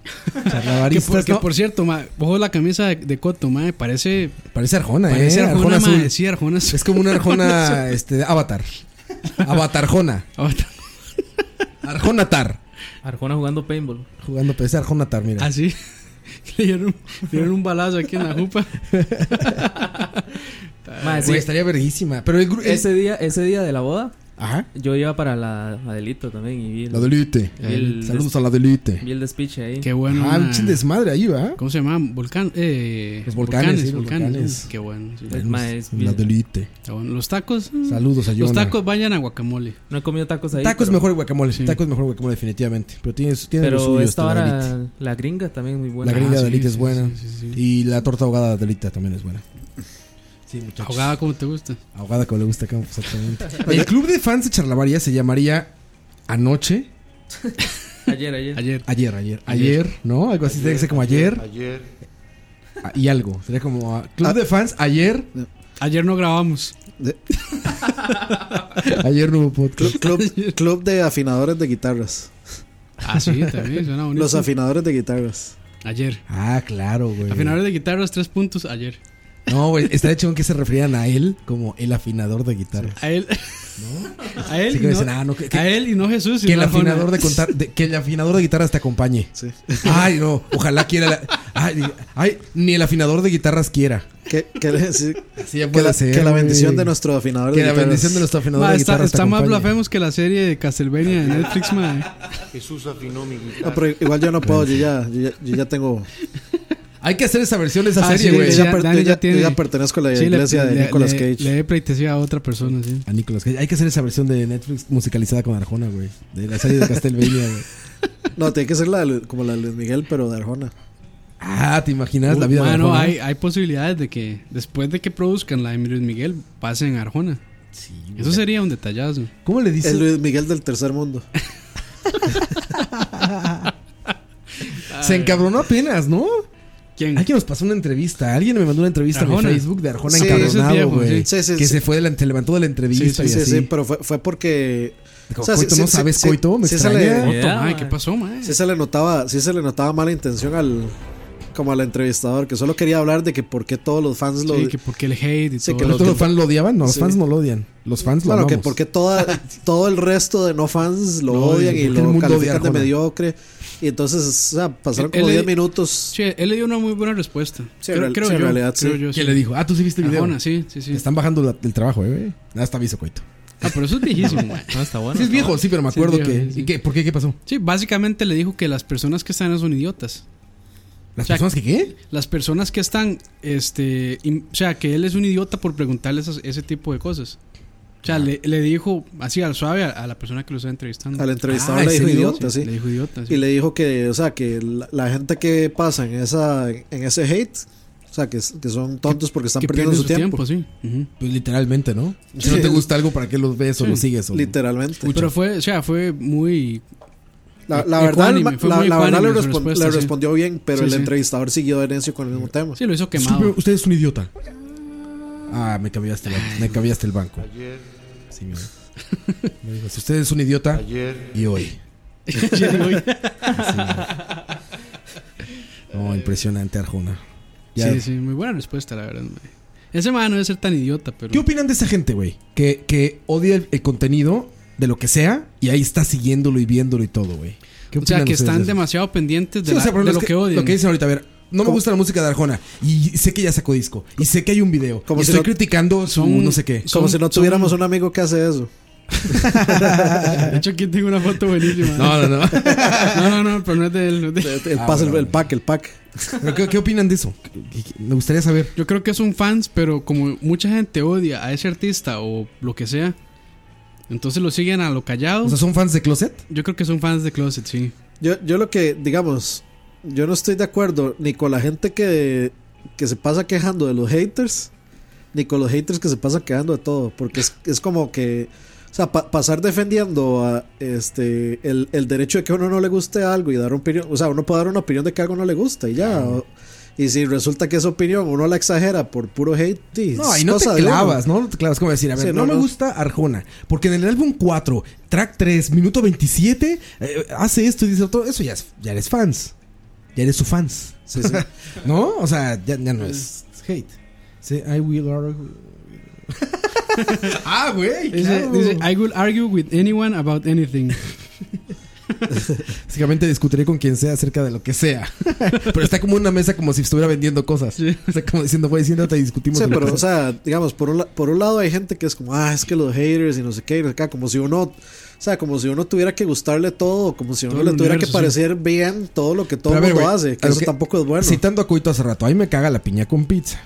Speaker 5: Que
Speaker 4: Charlavaristas,
Speaker 5: por, que
Speaker 4: ¿no?
Speaker 5: por cierto, ma, ojo la camisa de, de Coto, ma, parece,
Speaker 4: Parece Arjona,
Speaker 5: parece
Speaker 4: ¿eh?
Speaker 5: Arjona, ma,
Speaker 4: azul.
Speaker 5: sí, Arjona azul.
Speaker 4: Es como un Arjona, este, de avatar. Avatarjona.
Speaker 5: Ahora-
Speaker 4: Arjonatar.
Speaker 6: Arjona jugando paintball.
Speaker 4: Jugando PC Arjonatar, mira.
Speaker 5: Así. Le dieron, le dieron un balazo aquí en la jupa.
Speaker 6: Madre, sí,
Speaker 4: Güey, estaría verguísima. Pero el grupo.
Speaker 6: ese, día, ese día de la boda,
Speaker 4: Ajá.
Speaker 6: yo iba para la Adelito también y vi el,
Speaker 4: La delite.
Speaker 6: vi el
Speaker 4: Saludos a la delite.
Speaker 6: vi el despiche ahí.
Speaker 5: Qué bueno.
Speaker 4: Ah,
Speaker 5: ma.
Speaker 4: un chin desmadre ahí, ¿va?
Speaker 5: ¿Cómo se llama? Volcán, eh,
Speaker 4: Los volcanes, sí, los
Speaker 5: volcanes.
Speaker 4: volcanes.
Speaker 5: Uh, Qué bueno, sí.
Speaker 6: El ma es
Speaker 4: La
Speaker 6: bien-
Speaker 4: delite.
Speaker 5: Está bueno. Los tacos. mm,
Speaker 4: Saludos a
Speaker 5: Los
Speaker 4: Jonah.
Speaker 5: tacos vayan a guacamole.
Speaker 6: No he comido tacos ahí.
Speaker 4: Tacos
Speaker 6: pero,
Speaker 4: mejor que guacamole.
Speaker 5: Sí.
Speaker 4: Tacos mejor que guacamole, definitivamente. Pero tienes, tienes
Speaker 6: Pero
Speaker 4: los suyos, la
Speaker 6: esta
Speaker 4: delite.
Speaker 6: hora, la gringa también muy
Speaker 4: La
Speaker 6: buena.
Speaker 4: gringa
Speaker 5: Ah,
Speaker 4: de
Speaker 5: sí,
Speaker 4: Alita es
Speaker 5: sí,
Speaker 4: buena.
Speaker 5: sí, sí, sí.
Speaker 4: Y la torta ahogada de Alita también es buena. Sí,
Speaker 5: Ahogada como te gusta.
Speaker 4: Ahogada como le gusta a Campos, exactamente. El club de fans de Charlavaria se llamaría Anoche,
Speaker 6: Ah, Ayer, ayer.
Speaker 5: Ayer.
Speaker 4: ayer, ayer, ayer, ¿no? Algo así, tiene que ser como ayer
Speaker 10: Ayer.
Speaker 4: ah, y algo. Sería como ah, club de fans, ayer,
Speaker 5: Ayer no grabamos.
Speaker 4: ayer no hubo podcast.
Speaker 7: Club, club- club de afinadores de guitarras.
Speaker 5: Ah, sí, también suena bonito.
Speaker 7: Los afinadores de guitarras.
Speaker 5: ayer.
Speaker 4: Ah, claro, güey.
Speaker 5: Afinadores de guitarras, tres puntos. Ayer.
Speaker 4: No, güey, estaría chingón que se refieran a él como el afinador de guitarras.
Speaker 5: A él. A él.
Speaker 4: Sí,
Speaker 5: y
Speaker 4: que
Speaker 5: no-
Speaker 4: dicen, ah, no, que- que-
Speaker 5: a él y no Jesús.
Speaker 4: Que el
Speaker 5: sino Arjona.
Speaker 4: afinador de contar, de- que el afinador de guitarras te acompañe.
Speaker 7: Sí.
Speaker 4: Ay, no, ojalá quiera la- ay, ay, ni el afinador de guitarras quiera.
Speaker 7: Que, que- sí,
Speaker 4: Sí, ya
Speaker 7: que
Speaker 4: puede
Speaker 7: la,
Speaker 4: ser,
Speaker 7: que la
Speaker 4: güey.
Speaker 7: bendición de nuestro afinador
Speaker 4: Que
Speaker 7: de
Speaker 4: la
Speaker 7: guitarras.
Speaker 4: bendición de nuestro afinador
Speaker 5: Ma,
Speaker 4: de
Speaker 5: está
Speaker 4: guitarras te
Speaker 5: está más
Speaker 4: acompañe.
Speaker 5: blasfemos que la serie de Castlevania de Netflix, ma.
Speaker 10: Jesús afinó mi
Speaker 7: Ah,
Speaker 10: guitarra.
Speaker 7: pero igual yo no puedo, yo ya, yo ya, yo ya tengo.
Speaker 4: Hay que hacer esa versión de esa
Speaker 5: Ah,
Speaker 4: serie,
Speaker 5: sí,
Speaker 4: güey.
Speaker 5: sí.
Speaker 7: yo,
Speaker 5: ya-
Speaker 7: ya, per-
Speaker 5: Dani
Speaker 7: yo
Speaker 5: ya
Speaker 7: ya- yo
Speaker 5: tiene-
Speaker 7: ya pertenezco a la
Speaker 5: Sí, le-
Speaker 7: iglesia
Speaker 5: le-
Speaker 7: de Nicolas
Speaker 5: le-
Speaker 7: Cage.
Speaker 5: Le he pleitecido a otra persona, sí.
Speaker 4: A Ah, Nicolas Cage. Hay que hacer esa versión de Netflix musicalizada con Arjona, güey. De la serie de Castlevania, güey.
Speaker 7: No, tiene que ser la de Lu- como la de Luis Miguel, pero de Arjona.
Speaker 4: Ah, ¿te imaginas la vida de
Speaker 5: Bueno,
Speaker 4: Arjona?
Speaker 5: hay, hay posibilidades de que después de que produzcan la de Luis Miguel, pasen a Arjona. Eso sería un detallazo.
Speaker 4: ¿Cómo le
Speaker 7: Es
Speaker 4: dices?
Speaker 7: Luis Miguel del tercer mundo.
Speaker 4: Se encabronó apenas, ¿no?
Speaker 5: ¿Quién?
Speaker 4: Alguien nos pasó una entrevista. Alguien me mandó una entrevista en
Speaker 5: Arjona.
Speaker 4: mi Facebook de Arjona
Speaker 7: Sí,
Speaker 5: ese es
Speaker 4: encabronado,
Speaker 5: viejo,
Speaker 4: güey.
Speaker 7: sí. Sí, sí,
Speaker 4: que
Speaker 7: sí.
Speaker 4: se fue, de la- se levantó de la entrevista y
Speaker 7: Sí, sí,
Speaker 4: así.
Speaker 7: sí, pero fue, fue porque.
Speaker 4: Dijo,
Speaker 7: o sea,
Speaker 4: Coito,
Speaker 7: sí,
Speaker 4: ¿no
Speaker 7: sí,
Speaker 4: sabes,
Speaker 7: sí,
Speaker 4: Coito? Me
Speaker 7: sí se le-
Speaker 4: extraña.
Speaker 5: Otto,
Speaker 6: Yeah,
Speaker 5: ay,
Speaker 6: man.
Speaker 5: ¿qué pasó, mae?
Speaker 7: Sí se le notaba, sí se le notaba mala intención al como al entrevistador, que solo quería hablar de que por qué todos los fans lo
Speaker 5: Sí, que porque el hate y
Speaker 7: Sí,
Speaker 5: todo.
Speaker 7: que
Speaker 4: ¿Los,
Speaker 7: lo-
Speaker 4: los fans lo odiaban? No, los
Speaker 7: Sí.
Speaker 4: fans no lo odian. Los
Speaker 5: Pues
Speaker 4: fans lo
Speaker 7: Bueno, que
Speaker 4: amamos.
Speaker 7: por qué toda, todo el resto de no fans lo
Speaker 4: No,
Speaker 7: odian
Speaker 4: ¿por
Speaker 7: y
Speaker 4: qué el
Speaker 7: lo
Speaker 4: mundo odia a
Speaker 7: califican de
Speaker 4: Arjona?
Speaker 7: mediocre. Y entonces, o sea, pasaron
Speaker 5: Él- él
Speaker 7: como
Speaker 5: le-
Speaker 7: 10 minutos.
Speaker 5: Che, él le dio una muy buena respuesta.
Speaker 7: Sí, en real- sí, en realidad, sí.
Speaker 5: creo yo,
Speaker 4: ¿Quién le dijo? Ah, tú sí viste el video.
Speaker 5: Arjona, sí, sí, sí.
Speaker 4: Están bajando la- el trabajo, eh, güey. Ah, está aviso, Coito.
Speaker 5: Ah, pero eso es viejísimo, mae.
Speaker 6: No, está bueno.
Speaker 4: Sí, es viejo, sí, pero me
Speaker 5: Sí, es
Speaker 4: acuerdo
Speaker 5: viejo,
Speaker 4: que.
Speaker 5: sí, sí.
Speaker 4: ¿y qué? ¿Por qué? ¿Qué pasó?
Speaker 5: Sí, básicamente le dijo que las personas que están ahí son idiotas.
Speaker 4: ¿Las
Speaker 5: O sea,
Speaker 4: personas que qué?
Speaker 5: Las personas que están, este, im- o sea, que él es un idiota por preguntarle esas- ese tipo de cosas. O sea, le, le dijo así al suave a, a la persona que lo estaba entrevistando.
Speaker 7: Al entrevistador
Speaker 4: Ah,
Speaker 7: le
Speaker 4: ¿en
Speaker 7: dijo
Speaker 4: serio?
Speaker 7: idiota, sí.
Speaker 5: Le dijo idiota. sí.
Speaker 7: Y le dijo que, o sea, que la, la gente que pasa en esa en ese hate, o sea, que, que son tontos porque están
Speaker 5: que
Speaker 7: perdiendo
Speaker 5: pierde
Speaker 7: su tiempo,
Speaker 5: sí. Ujú.
Speaker 4: Pues literalmente, ¿no? Si no te gusta algo, ¿para qué los ves
Speaker 5: Mm.
Speaker 4: o los sigues? O...
Speaker 7: literalmente.
Speaker 5: Pero fue, o sea, fue muy.
Speaker 7: La, la verdad,
Speaker 5: Ecuánime,
Speaker 7: la-
Speaker 5: fue
Speaker 7: la,
Speaker 5: muy
Speaker 7: la verdad le,
Speaker 5: ecuánime su
Speaker 7: respon-
Speaker 5: respuesta,
Speaker 7: le
Speaker 5: sí.
Speaker 7: respondió bien, pero
Speaker 5: Sí,
Speaker 7: el
Speaker 5: sí.
Speaker 7: entrevistador siguió de necio con el mismo tema.
Speaker 5: Sí, lo hizo
Speaker 4: Disculpe,
Speaker 5: quemado.
Speaker 4: usted es un idiota. Ah, me cambiaste, la- me cambiaste el banco.
Speaker 10: Ayer.
Speaker 4: Sí, mira. Me dijo, si usted es un idiota,
Speaker 10: Ayer.
Speaker 4: y hoy. No, impresionante, Arjona. Ya.
Speaker 5: Sí, sí, muy buena respuesta, la verdad. mae. Ese man no debe ser tan idiota, pero.
Speaker 4: ¿Qué opinan de esa gente, güey? Que, que odia el, el contenido de lo que sea y ahí está siguiéndolo y viéndolo y todo, güey. ¿Qué
Speaker 5: o sea,
Speaker 4: opinan
Speaker 5: que
Speaker 4: ustedes
Speaker 5: están
Speaker 4: de eso?
Speaker 5: demasiado pendientes de,
Speaker 4: Sí, o
Speaker 5: la-
Speaker 4: sea, por
Speaker 5: de
Speaker 4: ejemplo,
Speaker 5: lo
Speaker 4: es
Speaker 5: que, odian.
Speaker 4: Lo que dicen ahorita, a ver, no me gusta la música de Arjona y sé que ya sacó disco y sé que hay un video.
Speaker 7: Como
Speaker 4: y
Speaker 7: si
Speaker 4: estoy
Speaker 7: no-
Speaker 4: criticando su
Speaker 5: son-
Speaker 4: no sé qué.
Speaker 7: Como
Speaker 5: Son-
Speaker 7: si no
Speaker 5: son-
Speaker 7: tuviéramos un amigo que hace eso.
Speaker 5: De hecho, aquí tengo una foto buenísima. no,
Speaker 4: No, no, no.
Speaker 5: no, no, pero no es de él. no es de él.
Speaker 7: El, el pas- el-
Speaker 4: bueno,
Speaker 7: el pack, el pack.
Speaker 4: Pero ¿qué, qué opinan de eso? Me gustaría saber.
Speaker 5: Yo creo que son fans, pero como mucha gente odia a ese artista o lo que sea, Entonces lo siguen a lo callado.
Speaker 4: O sea, ¿son fans de Closet?
Speaker 5: Yo creo que son fans de Closet, sí.
Speaker 7: Yo, yo lo que, digamos, yo no estoy de acuerdo ni con la gente que, que se pasa quejando de los haters, ni con los haters que se pasan quejando de todo, porque es, es como que, o sea, pa- pasar defendiendo a, este, el, el derecho de que a uno no le guste algo y dar una opinión, o sea, uno puede dar una opinión de que algo no le gusta y ya. o- y si resulta que esa opinión uno la exagera por puro hate, y
Speaker 4: No,
Speaker 7: es
Speaker 4: y no te
Speaker 7: cosa de uno.
Speaker 4: clavas, ¿no? No te clavas. Como decir, a ver,
Speaker 7: Sí,
Speaker 4: no,
Speaker 7: no,
Speaker 4: me
Speaker 7: no.
Speaker 4: gusta Arjona. Porque en el álbum 4, track 3, minuto 27, eh, hace esto y dice todo. Eso ya, es- ya eres fans. Ya eres su fans.
Speaker 7: Sí, sí.
Speaker 4: ¿No? O sea, ya, ya no es hate. Sí, I will argue. ah, güey.
Speaker 5: Dice,
Speaker 4: claro.
Speaker 5: dice, I will argue with anyone about anything.
Speaker 4: Básicamente discutiré con quien sea acerca de lo que sea. pero está como en una mesa como si estuviera vendiendo cosas. O sea, como diciendo, güey, siéntate y discutimos.
Speaker 7: Sí,
Speaker 4: de lo
Speaker 7: pero,
Speaker 4: que
Speaker 7: o
Speaker 4: sea".
Speaker 7: sea, digamos, por un, la- por un lado hay gente que es como, ah, es que los haters y no sé qué, y no sé qué", como si uno, o sea, como si uno tuviera que gustarle todo, como si uno
Speaker 5: Todo
Speaker 7: le
Speaker 5: el
Speaker 7: tuviera que
Speaker 5: universo,
Speaker 7: parecer bien todo lo que todo
Speaker 4: Pero a ver,
Speaker 7: el mundo
Speaker 4: güey,
Speaker 7: hace, que
Speaker 4: a lo
Speaker 7: eso
Speaker 4: que-
Speaker 7: tampoco es bueno.
Speaker 4: Citando a Coito hace rato, a mí me caga la piña con pizza.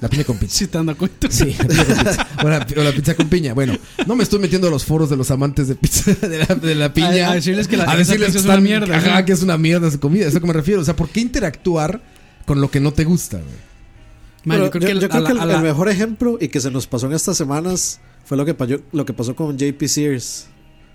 Speaker 4: La piña con pizza.
Speaker 5: Si te andas cuenta.
Speaker 4: Sí, la piña con pizza. o, la, o la pizza con piña. Bueno, no me estoy metiendo a los foros de los amantes de pizza, de la, de la piña.
Speaker 5: A- a decirles que la-
Speaker 4: A
Speaker 5: esa
Speaker 4: decirles
Speaker 5: pizza
Speaker 4: que
Speaker 5: es una
Speaker 4: están-
Speaker 5: mierda,
Speaker 4: Ajá,
Speaker 5: ¿no?
Speaker 4: que es una mierda su comida. Es a lo que me refiero. O sea, ¿por qué interactuar con lo que no te gusta? güey?
Speaker 5: Man,
Speaker 7: Pero
Speaker 5: yo creo que, a la-
Speaker 7: el,
Speaker 5: a la-
Speaker 7: el mejor ejemplo y que se nos pasó en estas semanas fue lo que, payó- lo que pasó con JP Sears.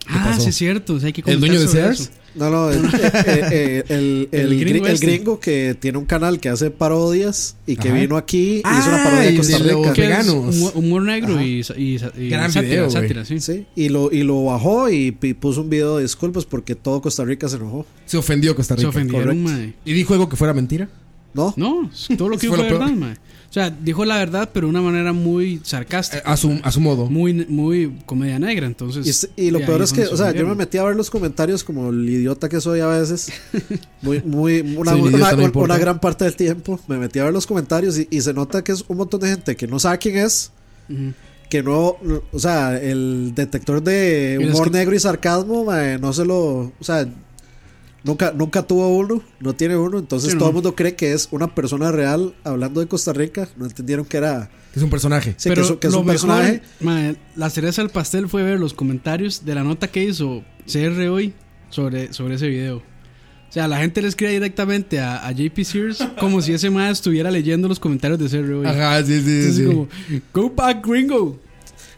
Speaker 5: Ah,
Speaker 4: pasó?
Speaker 5: sí, es cierto. o sea, hay que
Speaker 4: ¿El dueño de
Speaker 5: comentar sobre
Speaker 4: Sears?
Speaker 5: eso.
Speaker 7: No, no, el, eh, eh, el, el
Speaker 5: El
Speaker 7: gri-
Speaker 5: gringo
Speaker 7: el
Speaker 5: este.
Speaker 7: gringo que tiene un canal que hace parodias y que
Speaker 4: Ajá.
Speaker 7: vino aquí,
Speaker 4: Ah,
Speaker 7: hizo una parodia
Speaker 4: y
Speaker 7: de Costa
Speaker 4: de lo
Speaker 7: Rica.
Speaker 5: Que es
Speaker 4: veganos.
Speaker 5: humo- Humor negro y, sa- y sa- y
Speaker 4: Gran
Speaker 5: sátira,
Speaker 4: video, güey.
Speaker 5: sátira, sí.
Speaker 7: Sí, y lo, y lo bajó y, pi- puso un video de disculpas porque todo Costa Rica se enojó.
Speaker 4: Se ofendió Costa
Speaker 5: Se
Speaker 4: Rica.
Speaker 5: ofendieron,
Speaker 4: Correcto.
Speaker 5: mae.
Speaker 4: ¿Y dijo algo que fuera mentira?
Speaker 7: ¿No?
Speaker 5: No, todo lo que
Speaker 4: Eso
Speaker 5: dijo
Speaker 4: fue
Speaker 5: fue
Speaker 4: lo
Speaker 5: verdad,
Speaker 4: peor.
Speaker 5: mae. O sea, dijo la verdad, pero de una manera muy
Speaker 4: Eh, oh.
Speaker 5: sarcástica.
Speaker 4: A su, a su modo.
Speaker 5: Muy, muy comedia negra, entonces.
Speaker 7: Y, s- y lo
Speaker 5: de pues, ahí
Speaker 7: peor es
Speaker 5: fue
Speaker 7: que,
Speaker 5: donde
Speaker 7: o sea, yo me
Speaker 5: surgieron.
Speaker 7: metí a ver los comentarios como el idiota que soy a veces. Muy, muy, una,
Speaker 4: Soy un
Speaker 7: una-
Speaker 4: idiota, no
Speaker 7: una-
Speaker 4: importa.
Speaker 7: una gran parte del tiempo. Me metí a ver los comentarios y, y se nota que es un montón de gente que no sabe quién es.
Speaker 5: Ujú.
Speaker 7: Que no, o sea, el detector de
Speaker 5: Y los
Speaker 7: humor
Speaker 5: que-
Speaker 7: negro y sarcasmo, mae, no se lo, o sea, nunca, nunca tuvo uno, no tiene uno, entonces
Speaker 5: Sí, no.
Speaker 7: todo el mundo cree que es una persona real hablando de Costa Rica, no entendieron que era,
Speaker 4: Es un personaje.
Speaker 7: sí, que, es un- que es
Speaker 5: lo
Speaker 7: un
Speaker 5: mejor,
Speaker 7: personaje.
Speaker 5: mae, la cereza del pastel fue ver los comentarios de la nota que hizo CR hoy sobre, sobre ese video. O sea, la gente le escribe directamente a, a JP Sears como si ese mae estuviera leyendo los comentarios de CR hoy.
Speaker 4: Ajá, sí, sí,
Speaker 5: Entonces,
Speaker 4: sí.
Speaker 5: como, go back, gringo.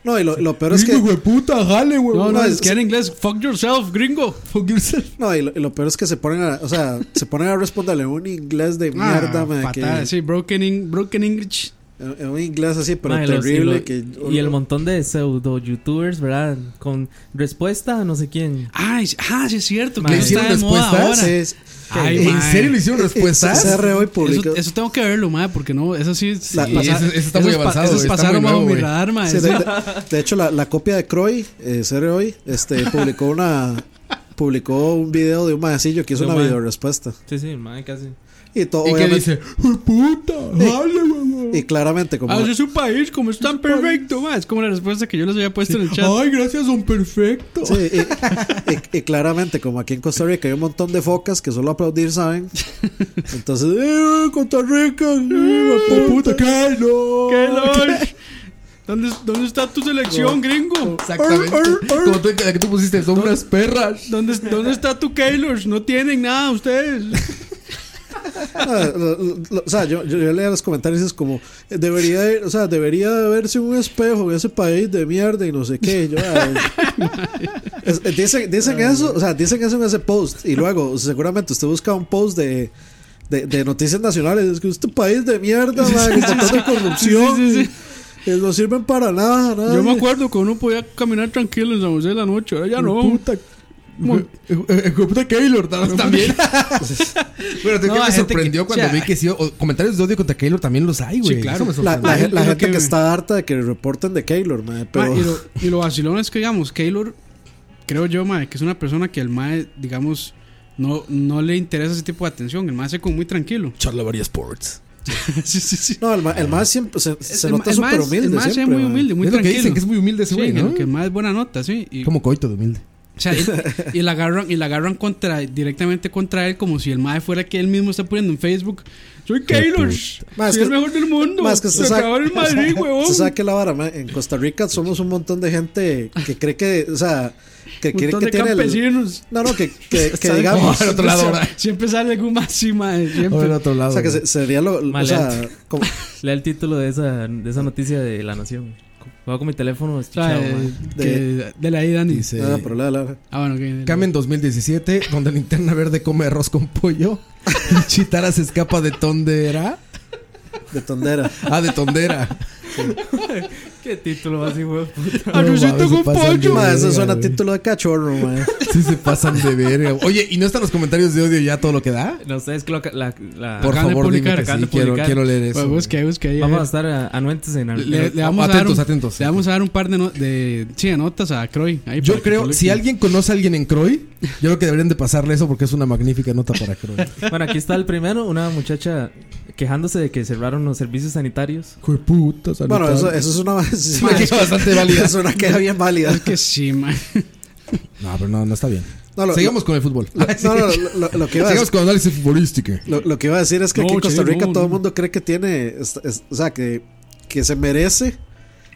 Speaker 7: No, y lo, lo peor es que...
Speaker 4: Hijo de puta, jale, güey.
Speaker 5: No, no,
Speaker 7: no,
Speaker 5: es
Speaker 7: es-
Speaker 5: que en inglés, fuck yourself, gringo. Fuck yourself.
Speaker 7: No, y lo, y lo peor es que se ponen a, o sea, se ponen a responderle un inglés de mierda,
Speaker 5: Ah,
Speaker 7: mae, que-
Speaker 5: fatal, sí, broken, in- broken English.
Speaker 7: en- en un inglés así, pero
Speaker 6: Mae, los-
Speaker 7: terrible.
Speaker 6: y, lo-
Speaker 7: que,
Speaker 6: y el montón de pseudo youtubers, ¿verdad? Con respuesta a no sé quién.
Speaker 5: Ay, sí- ah, sí es cierto,
Speaker 6: Mae.
Speaker 5: que eso está de
Speaker 4: ¿Hicieron
Speaker 5: moda ahora.
Speaker 4: respuestas?
Speaker 7: Sí, sí.
Speaker 5: Ay,
Speaker 4: ¿En
Speaker 5: mae.
Speaker 4: serio le hicieron respuestas?
Speaker 7: Eh, CR hoy
Speaker 5: Eso,
Speaker 7: publicó.
Speaker 5: eso tengo que verlo, madre, porque no, eso sí. sí,
Speaker 7: La- la-
Speaker 5: pasa-
Speaker 4: ese- ese está muy
Speaker 5: esos pa-
Speaker 4: avanzado,
Speaker 5: esos
Speaker 4: está
Speaker 5: pasaron
Speaker 4: muy
Speaker 5: bajo
Speaker 4: nuevo,
Speaker 5: mi
Speaker 4: güey.
Speaker 5: radar, ah, madre.
Speaker 7: Sí,
Speaker 5: eso-
Speaker 7: de, de- de hecho, la, la copia de Croy, eh, CR hoy, este, publicó una. publicó un video de un maecillo que hizo
Speaker 6: De un
Speaker 7: una
Speaker 6: mae.
Speaker 7: video respuesta.
Speaker 6: Sí, sí, madre, casi.
Speaker 7: Y todo,
Speaker 4: ¿Y qué
Speaker 7: obviamente-
Speaker 4: dice? "Hijo de puta, jale, güey.
Speaker 7: Y claramente, como.
Speaker 5: Ah, ese es un país, como es tan perfecto, madre. Es como la respuesta que yo les había puesto en el chat.
Speaker 4: Ay, gracias, don perfecto.
Speaker 7: sí, y, y- y claramente, como aquí en Costa Rica hay un montón de focas que solo aplaudir saben. Entonces, ¡eh, Costa Rica! ¡eh, hijo de puta!
Speaker 4: que no.
Speaker 5: ¡Qué lol! ¿Dónde, ¿Dónde está tu selección, gringo?
Speaker 4: Exactamente. Como tú, la que tú pusiste, son unas perras.
Speaker 5: ¿Dónde, ¿Dónde está tu Keylor? No tienen nada ustedes.
Speaker 7: Ah, lo- lo- lo- o sea, yo, yo, yo leía los comentarios y es como, eh, debería, de- o sea, debería de verse un espejo en ese país de mierda y no sé qué. Yo, ay. Es- eh, dicen, dicen eso, o sea, dicen eso en ese post y luego seguramente usted busca un post de... De, de noticias nacionales, es que este país de mierda, man, un montón de corrupción, y- y Eh, no sirven para nada. nada.
Speaker 5: Yo me acuerdo que uno podía caminar tranquilo en San José de la noche, ahora ya no.
Speaker 4: Puta. Hijo de puta Keylor tam- también. Pero
Speaker 5: No,
Speaker 4: no, me
Speaker 5: hay gente
Speaker 4: sorprendió
Speaker 5: que-
Speaker 4: cuando
Speaker 5: o sea,
Speaker 4: vi que sí, o- comentarios de odio contra Keylor también los hay, güey.
Speaker 5: claro.
Speaker 4: Eso me
Speaker 7: la, la
Speaker 4: sorprendió.
Speaker 7: ge- la
Speaker 5: Lo
Speaker 7: gente
Speaker 5: que-
Speaker 7: que está harta de que reporten de Keylor, man, pero
Speaker 5: Ma, y, lo, y lo vacilón es que, digamos, Keylor, creo yo, mae, que es una persona que el mae, digamos, no, no le interesa ese tipo de atención. El mae se como muy tranquilo.
Speaker 4: Charla varias sports.
Speaker 5: sí, sí, sí.
Speaker 7: no, el, ma- el
Speaker 5: Ah.
Speaker 7: más siempre se, se nota
Speaker 5: mae
Speaker 7: súper
Speaker 5: es-
Speaker 7: humilde.
Speaker 5: El mae se ve
Speaker 7: siempre,
Speaker 5: muy
Speaker 7: man.
Speaker 5: humilde, muy
Speaker 4: es lo
Speaker 5: tranquilo.
Speaker 4: que dicen, que es muy humilde ese
Speaker 5: Sí,
Speaker 4: güey,
Speaker 5: que-
Speaker 4: ¿no?
Speaker 5: que el mae es buena nota, sí. Y,
Speaker 4: Como coito de humilde.
Speaker 5: O sea, él- y la agarran, y la agarran contra, directamente contra él como si el mae fuera que él mismo está poniendo en Facebook. Soy Keylor, soy
Speaker 7: Más que-
Speaker 5: el mejor del mundo.
Speaker 7: Más que
Speaker 5: se
Speaker 7: se sabe,
Speaker 5: acabó el Madrid,
Speaker 7: se
Speaker 5: huevón.
Speaker 7: sabe que la vara, ma, en Costa Rica somos un montón de gente que cree que, o sea, que cree
Speaker 5: Montón
Speaker 7: que
Speaker 5: de
Speaker 7: tiene el,
Speaker 5: campesinos.
Speaker 7: No, no, que, que, que
Speaker 5: Sale-
Speaker 7: digamos,
Speaker 5: Al otro lado,
Speaker 7: o sea,
Speaker 5: ahora. Siempre sale algún más, sí, mae, siempre.
Speaker 4: O del otro lado.
Speaker 7: o sea, que se- sería lo, o
Speaker 6: Mal
Speaker 7: sea,
Speaker 6: lento.
Speaker 7: como-
Speaker 6: Lea el título de esa, de esa noticia de La Nación. Juego con mi teléfono, este
Speaker 5: O sea, eh,
Speaker 6: chichado, mae.
Speaker 5: que- de, la ahí, Dani.
Speaker 4: Dice,
Speaker 7: ah, pero la, la, la-
Speaker 5: Ah, bueno, que.
Speaker 4: Cambio en 2017, donde Linterna Verde come arroz con pollo y Chitara se escapa de Tondera.
Speaker 7: de tondera.
Speaker 4: Ah, de Tondera.
Speaker 6: ¿Qué título así, weón?
Speaker 4: Arrocito
Speaker 5: con pollo.
Speaker 7: Ma, eso suena a título de cachorro, ma.
Speaker 4: Sí se pasan de verga. Oye, ¿y no están los comentarios de odio ya todo lo que da?
Speaker 6: No sé, es que lo ca- la, la-
Speaker 4: Por
Speaker 5: Acaban de
Speaker 4: favor, dime
Speaker 5: publicar,
Speaker 4: que
Speaker 6: acaban
Speaker 4: sí,
Speaker 6: de
Speaker 4: quiero,
Speaker 6: publicar.
Speaker 4: quiero leer eso.
Speaker 5: Pues busque, busque ahí. a
Speaker 6: Vamos
Speaker 5: ver.
Speaker 6: a estar a- anuentes en en-
Speaker 5: le, le
Speaker 4: Atentos,
Speaker 5: vamos a dar un,
Speaker 4: atentos.
Speaker 5: Le vamos a dar un par de, no- de sí, de notas a Croy. ahí para
Speaker 4: Yo
Speaker 5: que
Speaker 4: creo,
Speaker 5: publique.
Speaker 4: si alguien conoce a alguien en Croy, yo creo que deberían de pasarle eso porque es una magnífica nota para Croy.
Speaker 6: Bueno, aquí está el primero, una muchacha quejándose de que cerraron los servicios sanitarios.
Speaker 4: Hijo de puta,
Speaker 7: Bueno,
Speaker 4: sanitario.
Speaker 7: eso, eso es una, es una-
Speaker 4: Una queja bastante válida.
Speaker 7: Es una queja bien válida.
Speaker 5: Es que sí, man.
Speaker 4: No, pero no, no está bien.
Speaker 7: No, lo-
Speaker 4: Sigamos con el fútbol.
Speaker 7: Lo- No, no, lo, lo- lo que iba a
Speaker 4: Sigamos con análisis futbolístico.
Speaker 7: Lo, lo que iba a decir es que
Speaker 5: No,
Speaker 7: aquí en
Speaker 5: che,
Speaker 7: Costa Rica
Speaker 5: no,
Speaker 7: todo el
Speaker 5: no.
Speaker 7: mundo cree que tiene, es- es- o sea, que, que se merece,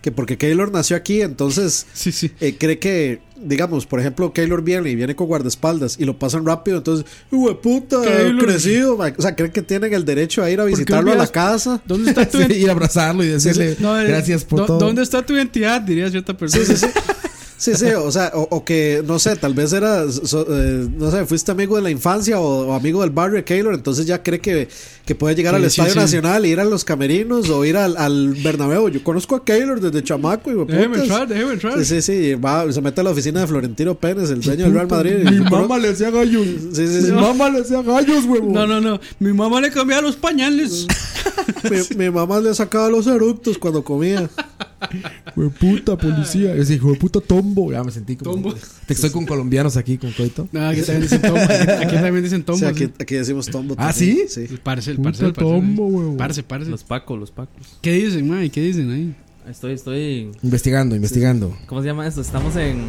Speaker 7: que porque Keylor nació aquí, entonces
Speaker 5: Sí, sí.
Speaker 7: eh, cree que, digamos, por ejemplo, Keylor viene y viene con guardaespaldas y lo pasan rápido, entonces, ¡hue puta!
Speaker 5: Keylor".
Speaker 7: crecido! ma". O sea, creen que tienen el derecho a ir a
Speaker 5: qué
Speaker 7: visitarlo a la
Speaker 5: olvidas-
Speaker 7: casa.
Speaker 5: ¿Dónde está tu
Speaker 4: Sí, ir a abrazarlo y decirle
Speaker 5: No, eh,
Speaker 4: gracias por
Speaker 5: ¿dó-
Speaker 4: todo.
Speaker 5: ¿Dónde está tu identidad? Diría cierta persona. Sí, sí, sí.
Speaker 7: Sí, sí, o sea, o, o que, no sé, tal vez era, so- eh, no sé, fuiste amigo de la infancia o, o amigo del barrio de Keylor, entonces ya cree que, que puede llegar
Speaker 5: Sí,
Speaker 7: al
Speaker 5: sí,
Speaker 7: Estadio
Speaker 5: sí.
Speaker 7: Nacional, ir a los camerinos o ir al, al Bernabéu. Yo conozco a Keylor desde chamaco y
Speaker 5: Déjeme entrar, déjeme entrar.
Speaker 7: Sí, sí, sí, va, se mete a la oficina de Florentino Pérez, el dueño del Real Madrid. y-
Speaker 4: Mi
Speaker 7: yo cono-
Speaker 4: mamá le hacía gallos.
Speaker 7: Sí, sí, sí.
Speaker 4: Mi mamá le hacía gallos, huevo.
Speaker 5: No, no, no. Mi mamá le cambiaba los pañales.
Speaker 7: Mi, mi mamá le sacaba los eructos cuando comía.
Speaker 4: Hue puta policía. Ese hijo de puta tombo. Ya me sentí como.
Speaker 5: Tombo.
Speaker 4: Te estoy con colombianos aquí, con coito.
Speaker 5: No, Ah, aquí también dicen tombo. Aquí también dicen
Speaker 7: O
Speaker 5: tombo.
Speaker 7: sea, aquí,
Speaker 5: sí.
Speaker 7: aquí decimos tombo.
Speaker 4: ¿Ah,
Speaker 7: también,
Speaker 4: sí?
Speaker 5: El parcel,
Speaker 4: Puta
Speaker 5: parcel, parcel.
Speaker 4: tombo, huevo.
Speaker 5: Parce, parce.
Speaker 6: Los pacos, los pacos.
Speaker 5: ¿Qué dicen, man? ¿Qué dicen ahí?
Speaker 6: Estoy, estoy.
Speaker 4: Investigando, investigando.
Speaker 6: ¿Cómo se llama esto? Estamos en,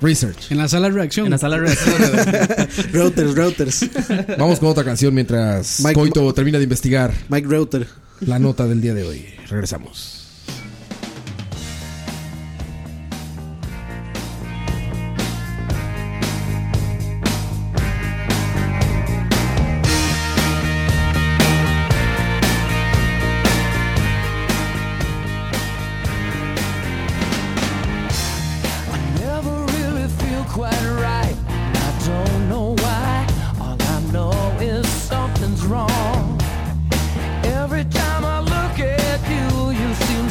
Speaker 4: Research.
Speaker 5: En la sala de reacción.
Speaker 6: en la sala de redacción.
Speaker 7: Reuters, Reuters.
Speaker 4: Vamos con otra canción mientras
Speaker 7: Mike-
Speaker 4: Coito termina de investigar
Speaker 7: Mike Reuter.
Speaker 4: la nota del día de hoy. Regresamos.
Speaker 2: never really feel quite right. I don't know why. All I know is something's wrong. Every time I look at you, you seem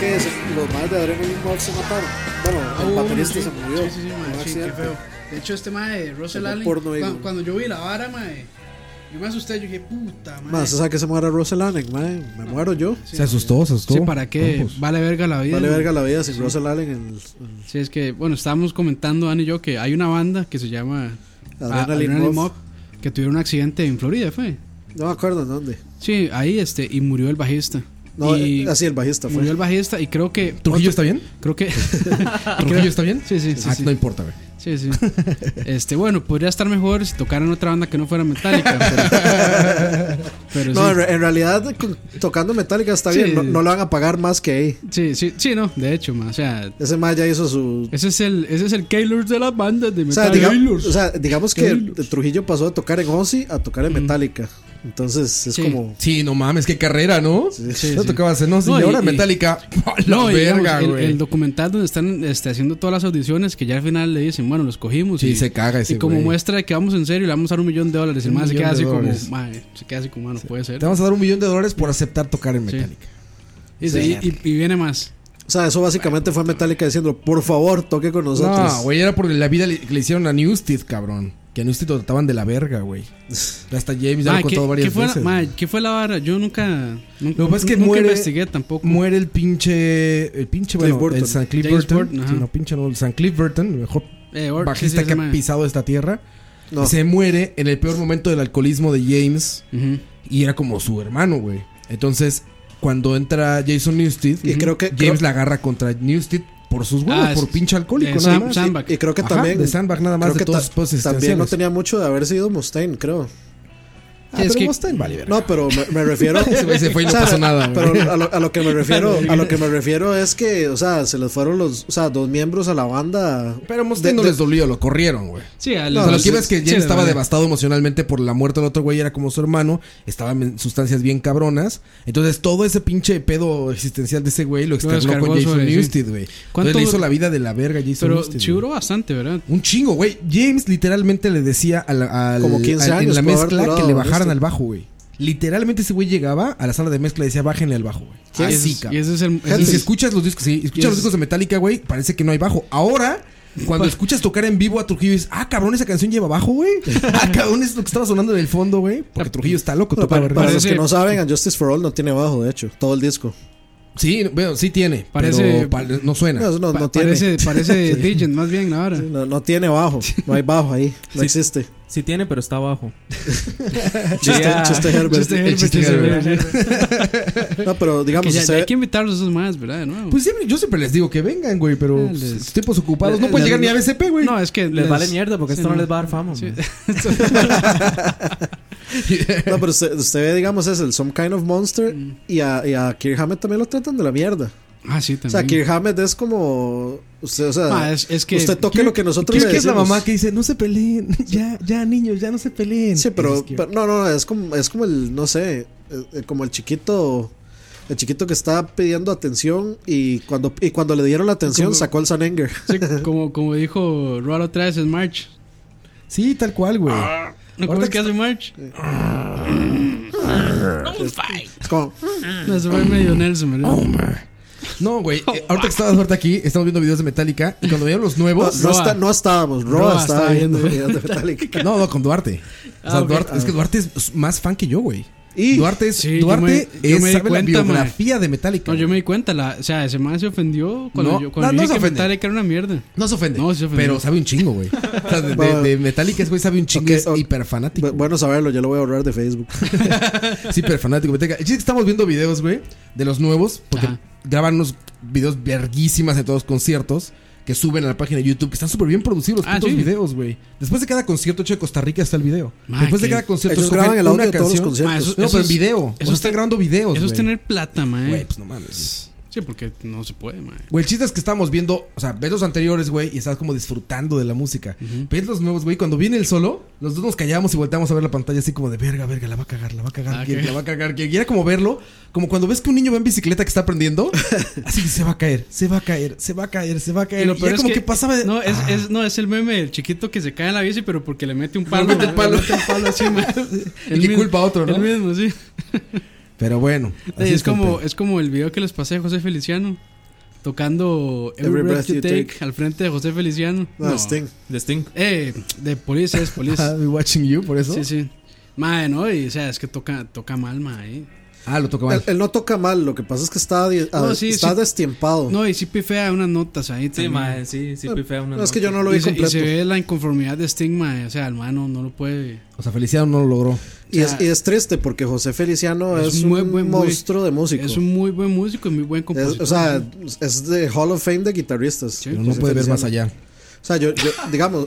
Speaker 7: que se- los más de Adrenaline Mob se mataron. Bueno, el
Speaker 5: Oh,
Speaker 7: baterista
Speaker 5: sí.
Speaker 7: se murió.
Speaker 5: Sí, sí, sí, mae,
Speaker 7: en un
Speaker 5: sí, qué
Speaker 7: accidente.
Speaker 5: feo. De hecho, este mae, Russell
Speaker 7: Salió
Speaker 5: Allen,
Speaker 7: porno ahí,
Speaker 5: cuan-
Speaker 7: güey.
Speaker 5: cuando yo vi la vara, mae, yo me asusté, yo dije, puta, mae.
Speaker 7: Más, o sea que se muera Russell Allen, mae, me muero yo.
Speaker 4: Se asustó, se asustó. pues,
Speaker 5: Sí, ¿para qué? Vale verga la vida.
Speaker 7: Vale
Speaker 5: mae.
Speaker 7: verga la vida sin
Speaker 5: Sí.
Speaker 7: Russell Allen en el- en-
Speaker 5: Sí, es que, bueno, estábamos comentando, Dan y yo, que hay una banda que se llama ah,
Speaker 7: Adrenaline
Speaker 5: Adrenaline
Speaker 7: Mob.
Speaker 5: Mob, que tuvieron un accidente en Florida, ¿fue?
Speaker 7: No me acuerdo en dónde.
Speaker 5: Sí, ahí, este, y murió el bajista.
Speaker 7: No,
Speaker 5: Y
Speaker 7: eh, así el bajista fue.
Speaker 5: Murió el bajista y creo que...
Speaker 4: ¿Trujillo está bien?
Speaker 5: Creo que...
Speaker 4: ¿Trujillo está bien?
Speaker 5: Ah, Sí, sí, sí,
Speaker 4: Ah,
Speaker 5: sí.
Speaker 4: No importa, güey.
Speaker 5: Sí, sí. Este, bueno, podría estar mejor si tocaran otra banda que no fuera Metallica. Pero, pero
Speaker 7: No,
Speaker 5: sí.
Speaker 7: en, re- en realidad con- tocando Metallica está
Speaker 5: Sí.
Speaker 7: bien, no, no le van a pagar más que ahí.
Speaker 5: sí, sí, sí, no, de hecho, ma, o sea,
Speaker 7: Ese mae ya hizo su...
Speaker 5: ese es el, ese es el Keylor de las bandas de
Speaker 7: O sea,
Speaker 5: Metallica.
Speaker 7: diga- o sea, digamos que
Speaker 5: Taylor.
Speaker 7: Trujillo pasó de tocar en Ozzy a tocar en Metallica. Entonces es
Speaker 5: Sí.
Speaker 7: como...
Speaker 4: Sí, no mames, qué carrera, ¿no?
Speaker 5: Sí,
Speaker 4: no
Speaker 5: sí.
Speaker 4: tocabas en Ozzy
Speaker 5: No,
Speaker 4: y
Speaker 5: y-
Speaker 4: ahora
Speaker 5: y-
Speaker 4: Metallica. ¡A la
Speaker 5: No, y digamos,
Speaker 4: verga,
Speaker 5: el,
Speaker 4: güey.
Speaker 5: el documental donde están este, haciendo todas las audiciones que ya al final le dicen, bueno, los cogimos.
Speaker 4: Sí,
Speaker 5: y
Speaker 4: se caga ese
Speaker 5: Y como
Speaker 4: güey.
Speaker 5: muestra de que vamos en serio, le vamos a dar un millón de dólares. El
Speaker 4: Un
Speaker 5: más se
Speaker 4: millón
Speaker 5: queda
Speaker 4: de
Speaker 5: así como,
Speaker 4: dólares.
Speaker 5: mae, se queda así como, "Ah, no puede ser.
Speaker 4: Te vamos a dar un millón de dólares por aceptar tocar en Metallica.
Speaker 5: Y, y- y- y viene más.
Speaker 7: O sea, eso básicamente fue Metallica diciendo, por favor, toque con nosotros.
Speaker 4: No, güey, era porque la vida le, que le hicieron a Newstead, cabrón. Que a Newstead lo trataban de la verga, güey. Hasta James ya
Speaker 5: Mae,
Speaker 4: lo contó
Speaker 5: ¿qué-
Speaker 4: varias
Speaker 5: qué fue la-
Speaker 4: veces.
Speaker 5: mae, ¿Qué fue la vara? Yo nunca, nunca,
Speaker 4: Lo que pasa es que
Speaker 5: nunca
Speaker 4: muere-
Speaker 5: investigué tampoco.
Speaker 4: Muere el pinche. El pinche,
Speaker 7: Cliff
Speaker 4: bueno,
Speaker 7: Burton.
Speaker 4: el San Cliff
Speaker 5: James
Speaker 4: Burton.
Speaker 5: Burton, ajá.
Speaker 4: Sí, no, pinche, no, el San Cliff Burton, el mejor
Speaker 5: Eh, or- sí, sí,
Speaker 4: bajista
Speaker 5: ese
Speaker 4: que ha
Speaker 5: mae.
Speaker 4: pisado esta tierra.
Speaker 7: No.
Speaker 4: Se muere en el peor momento del alcoholismo de James.
Speaker 5: Ujú.
Speaker 4: Y era como su hermano, güey. Entonces, cuando entra Jason Newstead,
Speaker 7: Y creo que-
Speaker 4: James
Speaker 7: creo-
Speaker 4: la agarra contra Newstead por sus huevos,
Speaker 5: Ah,
Speaker 4: por
Speaker 5: es-
Speaker 4: pinche alcohólico,
Speaker 5: eh,
Speaker 4: nada
Speaker 5: Sam-
Speaker 4: más.
Speaker 5: Sandbag.
Speaker 7: Y creo que
Speaker 4: Ajá,
Speaker 7: también...
Speaker 4: de Sandbag nada más,
Speaker 7: creo
Speaker 4: de
Speaker 7: que
Speaker 4: todos
Speaker 7: ta-
Speaker 4: sus pedos
Speaker 7: También no
Speaker 4: existenciales.
Speaker 7: tenía mucho de haber sido Mustaine, creo.
Speaker 4: Ah,
Speaker 5: Sí, es
Speaker 4: pero
Speaker 5: que-
Speaker 4: Mustaine vale verga.
Speaker 7: No, pero me, me refiero.
Speaker 4: Ese güey se fue y no
Speaker 7: O sea,
Speaker 4: pasó nada, güey.
Speaker 7: Pero a lo, a lo que me refiero, a lo que me refiero es que, o sea, se les fueron los, o sea, dos miembros a la banda.
Speaker 4: Pero Mustaine
Speaker 7: de-
Speaker 4: no
Speaker 7: de-
Speaker 4: les dolió, lo corrieron, güey.
Speaker 5: Sí, a
Speaker 4: O sea,
Speaker 5: los-
Speaker 4: lo que
Speaker 5: Ah, sí,
Speaker 4: iba es que
Speaker 5: sí,
Speaker 4: James
Speaker 5: le
Speaker 4: estaba
Speaker 5: vale.
Speaker 4: devastado emocionalmente por la muerte del otro güey, era como su hermano, estaba en sustancias bien cabronas. Entonces todo ese pinche pedo existencial de ese güey lo externó
Speaker 5: descargó
Speaker 4: con Jason
Speaker 5: sobre- sí.
Speaker 4: Newstead, güey.
Speaker 5: ¿Cuánto
Speaker 4: Entonces le hizo
Speaker 5: duró?
Speaker 4: la vida de la verga a Jason
Speaker 5: Pero
Speaker 4: Newstead,
Speaker 5: sí
Speaker 4: güey.
Speaker 5: duró bastante, ¿verdad?
Speaker 4: Un chingo, güey. James literalmente le decía al, al-
Speaker 7: Como 15
Speaker 4: al- en
Speaker 7: años
Speaker 4: la
Speaker 7: pudo haber
Speaker 4: mezcla que
Speaker 7: durado
Speaker 4: le bajaran
Speaker 7: esto.
Speaker 4: al bajo, güey. Literalmente ese güey llegaba a la sala de mezcla y decía, bájenle al bajo, güey.
Speaker 5: Ah, ese
Speaker 4: Así,
Speaker 5: es-
Speaker 4: cabrón.
Speaker 5: y ese es el... ese
Speaker 4: Y
Speaker 5: es-
Speaker 4: si escuchas los discos, sí, escuchas
Speaker 5: Y
Speaker 4: los
Speaker 5: es-
Speaker 4: discos de Metallica, güey, parece que no hay bajo. Ahora, cuando escuchas tocar en vivo a Trujillo, dices, ah, cabrón, esa canción lleva bajo, güey. Ah, cabrón, es lo que estaba sonando en el fondo, güey. Porque Trujillo está loco,
Speaker 7: Bueno,
Speaker 4: toca
Speaker 7: para,
Speaker 4: verga.
Speaker 7: para los
Speaker 5: Parece-
Speaker 7: que no saben, And Justice for All no tiene bajo, de hecho, todo el disco.
Speaker 4: Sí, bueno, sí tiene.
Speaker 5: Parece-
Speaker 4: Pero pa- no suena.
Speaker 7: No, eso no,
Speaker 5: pa-
Speaker 7: no tiene.
Speaker 5: parece parece Digent, más bien ahora.
Speaker 7: No, no tiene bajo, no hay bajo ahí, no
Speaker 6: Sí.
Speaker 7: existe.
Speaker 6: Sí tiene, pero está abajo.
Speaker 7: Chiste,
Speaker 6: Ya.
Speaker 7: chiste Herbert.
Speaker 4: El chiste Herbert.
Speaker 7: No, pero digamos,
Speaker 5: Que ya- ya
Speaker 7: usted-
Speaker 5: hay que invitarlos a esos más, ¿verdad? De nuevo.
Speaker 4: Pues siempre, yo siempre les digo que vengan, güey, pero
Speaker 5: Ah, les-
Speaker 4: los tipos ocupados no
Speaker 5: les-
Speaker 4: pueden llegar
Speaker 5: les-
Speaker 4: ni a BCP, güey.
Speaker 5: no, es que...
Speaker 6: Les vale mierda porque
Speaker 5: sí,
Speaker 6: esto no,
Speaker 5: no.
Speaker 6: les va a dar fama.
Speaker 5: Sí.
Speaker 6: man.
Speaker 7: no, pero usted, usted ve, digamos, es el Some Kind of Monster y a, y a Kirk Hammett también lo tratan de la mierda.
Speaker 5: Ah, sí,
Speaker 7: O sea,
Speaker 5: también.
Speaker 7: Kirk Hammett es como. Usted, o sea,
Speaker 5: Ah, es- es que-
Speaker 7: usted toque lo que nosotros
Speaker 4: ¿Qué
Speaker 7: le
Speaker 4: es la
Speaker 7: decimos.
Speaker 4: mamá que dice, no se peleen, ya, ya, niños, ya no se peleen?
Speaker 7: Sí,
Speaker 4: Esa
Speaker 7: pero,
Speaker 4: es que-
Speaker 7: pero- no, no, es como, es como el, no sé, eh, eh, como el chiquito, el chiquito que está pidiendo atención y cuando, y cuando le dieron la atención sacó el Sanenger.
Speaker 5: Sí, como, como dijo Roal otra vez, es March.
Speaker 4: Sí, tal cual, güey.
Speaker 5: ¿No
Speaker 4: Ahorita
Speaker 5: cómo es que hace March?
Speaker 7: Es como,
Speaker 5: No, se fue
Speaker 4: Mm.
Speaker 5: medio Nelson, ¿verdad?
Speaker 4: Oh, No, güey. eh, ahorita que estabas ahorita aquí, estamos viendo videos de Metallica. Y cuando veían los
Speaker 7: no,
Speaker 4: nuevos.
Speaker 7: no está- no estábamos, Roa,
Speaker 5: Roa
Speaker 7: estaba,
Speaker 5: estaba
Speaker 7: viendo
Speaker 5: viendo.
Speaker 7: videos de Metallica.
Speaker 4: No, no, con Duarte. O sea,
Speaker 5: Ah, ok.
Speaker 4: Duarte- es que Duarte es más fan que yo, güey.
Speaker 7: Y-
Speaker 4: Duarte es,
Speaker 5: Sí, yo
Speaker 4: Duarte
Speaker 5: me- yo
Speaker 4: es-
Speaker 5: me di
Speaker 4: sabe
Speaker 5: cuenta,
Speaker 4: la
Speaker 5: mae.
Speaker 4: biografía de Metallica.
Speaker 5: No, yo
Speaker 4: güey.
Speaker 5: me di cuenta, la, o sea, ese man se ofendió cuando
Speaker 4: No,
Speaker 5: yo
Speaker 4: no,
Speaker 5: cuando
Speaker 4: no
Speaker 5: yo
Speaker 4: se
Speaker 5: dije que
Speaker 4: ofende.
Speaker 5: Metallica era una mierda.
Speaker 4: No se ofende.
Speaker 5: No, sí se ofendió.
Speaker 4: pero sabe un chingo, güey. O sea, de, de- de Metallica ese güey sabe un chingo.
Speaker 7: Ok,
Speaker 4: es
Speaker 7: ok.
Speaker 4: hiper fanático.
Speaker 7: Bu- Bueno saberlo, yo lo voy a borrar de Facebook.
Speaker 4: Es hiper fanático. de Metallica. El chiste es que estamos viendo videos, güey, de los nuevos. Porque
Speaker 5: Ajá.
Speaker 4: graban unos videos verguísimas de todos los conciertos. Que suben a la página de YouTube, que están súper bien producidos los
Speaker 5: Ah,
Speaker 4: putos
Speaker 5: sí.
Speaker 4: videos, güey. Después de cada concierto hecho de Costa Rica está el video.
Speaker 5: Ma,
Speaker 4: Después de
Speaker 5: qué-
Speaker 4: cada concierto
Speaker 7: Ellos
Speaker 4: escogen
Speaker 7: graban el audio
Speaker 4: una
Speaker 7: de todos los
Speaker 4: canción.
Speaker 7: conciertos.
Speaker 5: Ma, eso-
Speaker 4: No,
Speaker 5: eso
Speaker 4: pero
Speaker 5: es-
Speaker 4: en video.
Speaker 5: eso
Speaker 4: Eso está
Speaker 5: es-
Speaker 4: grabando videos.
Speaker 5: Eso es
Speaker 4: güey.
Speaker 5: tener eh. plata, man.
Speaker 4: Güey, pues no mames.
Speaker 5: Sí, porque no se puede, man.
Speaker 4: Güey, el chiste es que estamos viendo, o sea, ves los anteriores, güey, y estás como disfrutando de la música. Ves los nuevos, güey, cuando viene el solo, los dos nos callamos y volteamos a ver la pantalla así como de verga, verga, la va a cagar, la va a cagar,
Speaker 5: Ah,
Speaker 4: ¿quién?
Speaker 5: ok.
Speaker 4: la va a cagar, ¿quién?". Y era como verlo, como cuando ves que un niño va en bicicleta que está aprendiendo, así se va a caer, se va a caer, se va a caer, se va a caer. Y, era como que, pasaba de... Ah.
Speaker 5: No, es, es, no, es el meme del chiquito que se cae en la bici, pero porque le mete un palo.
Speaker 4: mete el
Speaker 5: ma,
Speaker 4: palo.
Speaker 5: le mete un palo así, ma.
Speaker 4: Y
Speaker 5: El
Speaker 4: que
Speaker 5: mismo-
Speaker 4: culpa a otro, ¿no?
Speaker 5: El mismo, sí.
Speaker 4: Pero bueno. así
Speaker 5: es,
Speaker 4: el
Speaker 5: como,
Speaker 4: pedo.
Speaker 5: es como el video que les pasé a José Feliciano. tocando Every, Breath, You take, al frente de José Feliciano.
Speaker 7: No, Sting.
Speaker 6: De Sting.
Speaker 5: Eh, de Police es Police.
Speaker 4: I'm Ah, watching you, por eso.
Speaker 5: sí, sí. Mae, no, y o sea, es que toca, toca mal, mae.
Speaker 4: Ah, lo toca mal.
Speaker 7: Él, él no toca mal, lo que pasa es que está, di-
Speaker 5: No,
Speaker 7: ah,
Speaker 5: sí,
Speaker 7: está
Speaker 5: sí.
Speaker 7: destiempado. No,
Speaker 5: No, y sí pifea unas notas ahí
Speaker 6: Sí,
Speaker 5: también.
Speaker 6: mae, sí, sí, pifea una.
Speaker 7: es que yo
Speaker 6: nota.
Speaker 7: no lo vi
Speaker 5: y, se, y
Speaker 7: completo.
Speaker 5: se ve la inconformidad de Sting, mae. O sea, el mae no, no lo puede.
Speaker 4: O sea, Feliciano no lo logró.
Speaker 7: Y es, y es triste porque José Feliciano es,
Speaker 5: Es
Speaker 7: un
Speaker 5: muy buen- muy-
Speaker 7: monstruo de músico.
Speaker 5: Es un muy buen músico y muy buen
Speaker 7: Es-
Speaker 5: compositor.
Speaker 7: o sea, es de Hall of Fame de guitarristas.
Speaker 4: Pero no
Speaker 5: pues,
Speaker 7: José
Speaker 4: puede ver
Speaker 7: Feliciano.
Speaker 4: más allá
Speaker 7: O sea, yo, yo- digamos,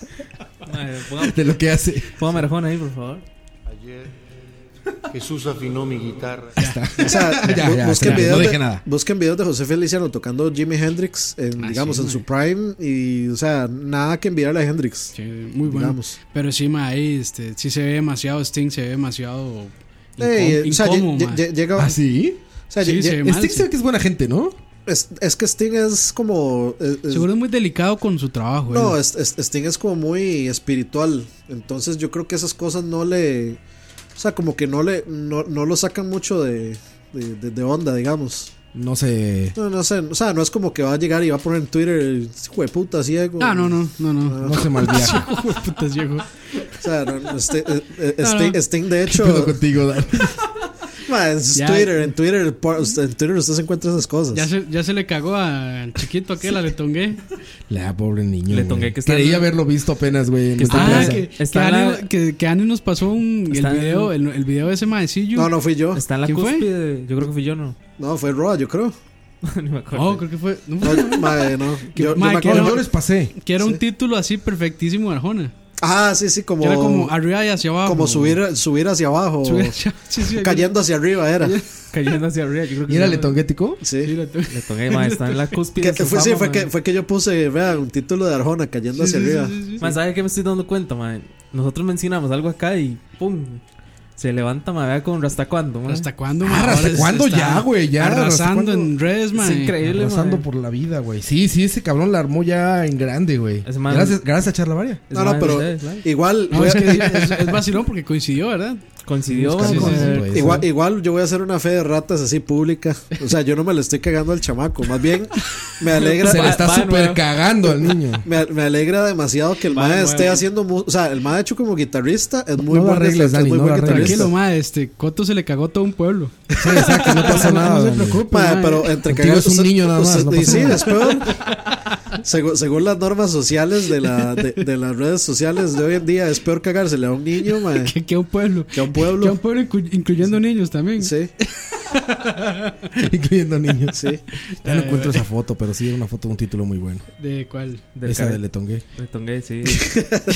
Speaker 6: Mae, ponga-
Speaker 4: de lo que hace.
Speaker 6: Ponga marajón ahí, por favor.
Speaker 10: Ayer Jesús afinó mi guitarra.
Speaker 7: o sea,
Speaker 4: Ya,
Speaker 7: bu-
Speaker 4: ya,
Speaker 7: busquen,
Speaker 4: ya,
Speaker 7: videos
Speaker 4: no
Speaker 7: de,
Speaker 4: dije nada.
Speaker 7: busquen videos de José Feliciano tocando Jimi Hendrix, en,
Speaker 5: Ah,
Speaker 7: digamos,
Speaker 5: sí,
Speaker 7: en su
Speaker 5: mae.
Speaker 7: prime. Y, o sea, nada que envidiarle a Hendrix.
Speaker 5: Sí, muy bueno.
Speaker 7: Digamos.
Speaker 5: Pero sí, mae, ahí, este, sí se ve demasiado Sting, se ve demasiado.
Speaker 7: Ey,
Speaker 5: incó-
Speaker 7: Eh, o sea, lle-
Speaker 5: incómodo,
Speaker 7: lle-
Speaker 5: mae.
Speaker 7: lle- llega-
Speaker 4: ¿Ah, sí?
Speaker 7: o sea,
Speaker 5: sí,
Speaker 7: lle-
Speaker 5: se
Speaker 7: lle-
Speaker 5: ve mal,
Speaker 4: Sting
Speaker 5: sí.
Speaker 4: se ve que es buena gente, ¿no?
Speaker 7: es, es que Sting es como. eh, es- es-
Speaker 5: Seguro es muy delicado con su trabajo. eh.
Speaker 7: No,
Speaker 5: él.
Speaker 7: es- es- Sting es como muy espiritual. Entonces yo creo que esas cosas no le. O sea, como que no le. No, no lo sacan mucho de, de, de- de onda, digamos.
Speaker 4: No sé.
Speaker 7: No, no sé. O sea, no es como que va a llegar y va a poner en Twitter. Hijo de puta, ciego.
Speaker 5: Ah, no, no, no, no.
Speaker 4: No se malviaja.
Speaker 5: Puta, ciego.
Speaker 7: O sea, no, no, Sting, eh, eh,
Speaker 5: No,
Speaker 7: Sting-
Speaker 5: no.
Speaker 7: Sting, de
Speaker 4: ¿Qué
Speaker 7: hecho.
Speaker 4: pedo contigo, Dan?
Speaker 7: ma, en
Speaker 5: Ya.
Speaker 7: Twitter, en Twitter, por- usted- en Twitter usted se encuentra esas cosas.
Speaker 5: Ya se, ya se le cagó al chiquito aquel, a Letongue.
Speaker 4: La pobre niño.
Speaker 6: Le
Speaker 4: güey.
Speaker 6: tongué que está-
Speaker 4: Creí haberlo visto apenas, güey. en
Speaker 6: Que
Speaker 4: nuestra
Speaker 6: está-
Speaker 5: Ah,
Speaker 4: plaza.
Speaker 5: que, que,
Speaker 6: Está
Speaker 5: Ani,
Speaker 6: la-
Speaker 5: que- que Ani nos pasó un, el,
Speaker 6: Está en-
Speaker 5: video, el, el video de ese maecillo.
Speaker 7: No, no fui yo.
Speaker 6: Está en la
Speaker 5: ¿Quién fue?
Speaker 6: cúspide. Yo creo que fui yo, no.
Speaker 7: No, fue Roa, yo creo.
Speaker 6: Ni me
Speaker 5: Oh,
Speaker 6: acuerdo.
Speaker 5: creo que fue. no
Speaker 7: No,
Speaker 5: fue-
Speaker 7: ma, eh, no.
Speaker 5: Que-
Speaker 7: Yo- yo
Speaker 5: ma,
Speaker 7: me
Speaker 5: que
Speaker 4: No,
Speaker 7: acuerdo-
Speaker 5: no-
Speaker 4: yo les pasé.
Speaker 5: que era un título así perfectísimo de Arjona.
Speaker 7: Ah, sí, sí, como.
Speaker 5: Que era como arriba y hacia abajo.
Speaker 7: como subir, subir hacia abajo.
Speaker 5: Subir hacia- sí, sí,
Speaker 7: Cayendo hacia arriba era.
Speaker 6: Cayendo hacia arriba. Yo creo que
Speaker 4: ¿Y era
Speaker 6: sí,
Speaker 4: letonguético?
Speaker 5: sí,
Speaker 7: Sí.
Speaker 5: la tengo.
Speaker 6: Le toqué, mae, está en la cúspide.
Speaker 7: Que-
Speaker 6: de su
Speaker 7: fue, sí,
Speaker 6: fama,
Speaker 7: fue,
Speaker 6: mae.
Speaker 7: que, fue que yo puse, vea, un título de Arjona cayendo hacia arriba.
Speaker 6: Man, ¿sabe qué me estoy dando cuenta, man? Nosotros mencionamos algo acá y ¡pum! Se levanta, man, vea con hasta cuándo, man.
Speaker 5: ¿Hasta cuándo,
Speaker 4: Ah,
Speaker 5: man?
Speaker 4: ¿hasta
Speaker 5: Ahora se
Speaker 4: cuándo
Speaker 5: está
Speaker 4: ya, güey? Ya, ¿hasta
Speaker 5: Arrasando
Speaker 4: cuándo?
Speaker 5: en redes, man.
Speaker 6: Es increíble,
Speaker 4: Pasando
Speaker 6: man.
Speaker 4: por la vida, güey. Sí, sí, ese cabrón la armó ya en grande, güey.
Speaker 6: Ese man-
Speaker 4: Gracias, gracias a Charlavaria.
Speaker 6: Es
Speaker 7: No, no,
Speaker 6: man,
Speaker 7: pero
Speaker 6: es man.
Speaker 7: igual,
Speaker 5: No,
Speaker 7: voy a-
Speaker 5: es que sí, es, es vacilón porque coincidió, ¿verdad?
Speaker 6: Coincidió, man,
Speaker 4: Buscando
Speaker 6: con
Speaker 4: ese
Speaker 6: el-
Speaker 4: tipo de-
Speaker 7: igual, igual yo voy a hacer una fe de ratas así pública. O sea, yo no me le estoy cagando al chamaco. Más bien, me alegra.
Speaker 4: Se le
Speaker 6: Va-
Speaker 4: está
Speaker 6: va de
Speaker 4: super
Speaker 6: nuevo.
Speaker 4: cagando al niño.
Speaker 7: Me, me alegra demasiado que el
Speaker 6: Va de
Speaker 7: mae esté
Speaker 6: nuevo.
Speaker 7: haciendo. mu- O sea, el mae, de hecho, como guitarrista, es
Speaker 4: No
Speaker 7: muy
Speaker 4: lo
Speaker 7: buen,
Speaker 4: arregles,
Speaker 7: es
Speaker 4: Dani,
Speaker 7: muy
Speaker 4: no
Speaker 7: buen
Speaker 4: lo arregles.
Speaker 7: guitarrista.
Speaker 5: Tranquilo, ma, este Coto se le cagó todo un pueblo.
Speaker 4: Sí, exacto, no pasa nada.
Speaker 5: no se
Speaker 4: Pues, güey.
Speaker 5: preocupe.
Speaker 7: Mae,
Speaker 5: Mae,
Speaker 7: pero entre
Speaker 4: contigo es un
Speaker 7: usted-
Speaker 4: niño nada más,
Speaker 7: usted-
Speaker 4: no
Speaker 7: y
Speaker 4: pasa
Speaker 7: sí,
Speaker 4: nada.
Speaker 7: es peor. Según, según las normas sociales de, la, de, de las redes sociales de hoy en día, es peor cagársele a un niño, mae,
Speaker 5: Que, que un pueblo.
Speaker 7: que a un
Speaker 5: Que un
Speaker 7: pueblo.
Speaker 5: pueblo inclu- incluyendo niños también.
Speaker 7: Sí,
Speaker 4: Incluyendo niños.
Speaker 7: sí.
Speaker 4: Ya no encuentro esa foto, pero sí era una foto de un título muy bueno.
Speaker 5: ¿De cuál?
Speaker 6: del
Speaker 4: esa
Speaker 6: cara-
Speaker 4: de Letongue.
Speaker 6: Le tongué, sí.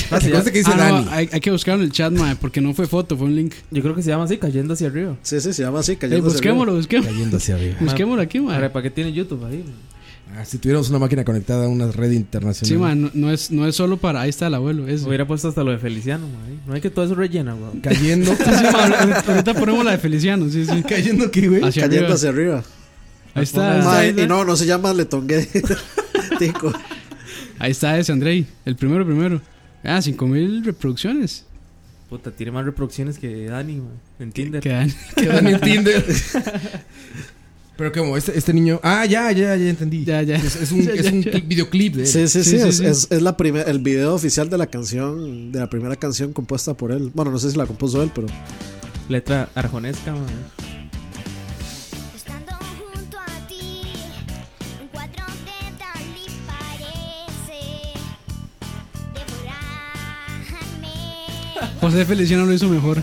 Speaker 4: Parece que dice
Speaker 5: Ah, no,
Speaker 4: Dani.
Speaker 5: hay, hay que buscarlo en el chat, ma, porque no fue foto, fue un link.
Speaker 6: Yo creo que se llama así, cayendo hacia arriba.
Speaker 7: Sí, sí, se llama así,
Speaker 5: Eh,
Speaker 7: cayendo
Speaker 5: busquémoslo, busquémoslo.
Speaker 4: Cayendo hacia arriba.
Speaker 5: Busquémoslo aquí, ma.
Speaker 6: Ahora, ¿para Pues qué tiene YouTube ahí? man?
Speaker 4: Ah, si tuviéramos una máquina conectada a una red internacional.
Speaker 5: Sí, ma, no, no es, no es solo para. Ahí está el abuelo. ese.
Speaker 6: Hubiera puesto hasta lo de Feliciano, man, ahí. No hay que todo eso rellena, weón.
Speaker 4: Cayendo.
Speaker 5: Sí, ma, ahorita- ahorita ponemos la de Feliciano, sí, sí.
Speaker 4: ¿Cayendo qué, güey?
Speaker 5: Hacia
Speaker 7: Cayendo
Speaker 5: arriba.
Speaker 7: hacia arriba.
Speaker 5: Ahí
Speaker 4: Ah,
Speaker 5: está, ahí está,
Speaker 7: Mae,
Speaker 5: ahí está.
Speaker 7: y no, no se llama Letongue. Tico.
Speaker 5: Ahí está ese, Andrei. El primero, primero. Ah, 5000 reproducciones.
Speaker 6: Puta, tiene más reproducciones que Dani, man. En Tinder.
Speaker 5: Que dan-
Speaker 4: Que dan en Tinder. Pero como este, este niño. Ah, ya, ya, ya entendí.
Speaker 5: Ya, ya.
Speaker 4: Es, es un,
Speaker 5: Ya,
Speaker 4: es
Speaker 5: ya,
Speaker 4: un
Speaker 5: ya.
Speaker 4: cli- videoclip de él.
Speaker 7: Sí, sí, sí,
Speaker 5: Sí, sí,
Speaker 7: es,
Speaker 5: sí.
Speaker 7: es- es la primer, el video oficial de la canción, de la primera canción compuesta por él. Bueno, no sé si la compuso él, pero
Speaker 6: Letra arjonesca, man.
Speaker 3: Estando junto a ti, un cuadro de Dalí parece devorarme.
Speaker 5: José Feliciano lo hizo mejor.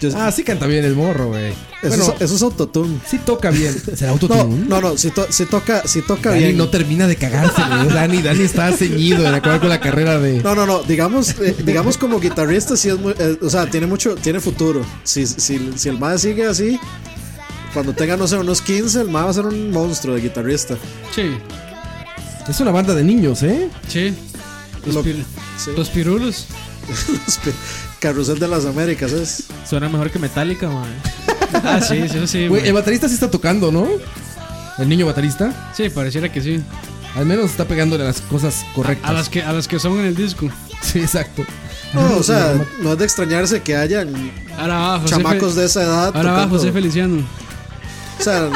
Speaker 7: yo-
Speaker 4: Ah, sí canta bien el morro, güey.
Speaker 7: eso,
Speaker 4: Bueno,
Speaker 7: es, eso es autotune.
Speaker 4: sí toca bien. ¿Será
Speaker 7: No,
Speaker 4: autotune?
Speaker 7: no, no, si, to- si toca, si toca
Speaker 4: Dani
Speaker 7: bien.
Speaker 4: no termina de cagarse, güey. Dani, Dani está ceñido en acuerdo con la carrera de.
Speaker 7: No, no, no. Digamos, eh, digamos como guitarrista, sí es muy, eh, o sea, tiene mucho, tiene futuro. Si, si, si el MAE sigue así, cuando tenga, no sé, unos 15, el MAE va a ser un monstruo de guitarrista.
Speaker 5: Sí,
Speaker 4: Es una banda de niños, ¿eh?
Speaker 5: sí. Los,
Speaker 7: Lo-
Speaker 5: pir-
Speaker 7: sí.
Speaker 5: los pirulos.
Speaker 7: Carrusel de las Américas es.
Speaker 6: Suena mejor que Metallica, man.
Speaker 5: Ah, sí, eso sí.
Speaker 4: Güey, el
Speaker 5: ma.
Speaker 4: baterista sí está tocando, ¿no? El niño baterista.
Speaker 5: Sí, pareciera que sí.
Speaker 4: Al menos está pegándole a las cosas correctas.
Speaker 5: A las que, a las que son en el disco.
Speaker 4: Sí, exacto.
Speaker 7: No, o sea, no es de extrañarse que hayan
Speaker 5: Ahora va, José Fe-
Speaker 7: chamacos de esa edad.
Speaker 5: Ahora va
Speaker 7: tocando.
Speaker 5: José Feliciano.
Speaker 7: O sea,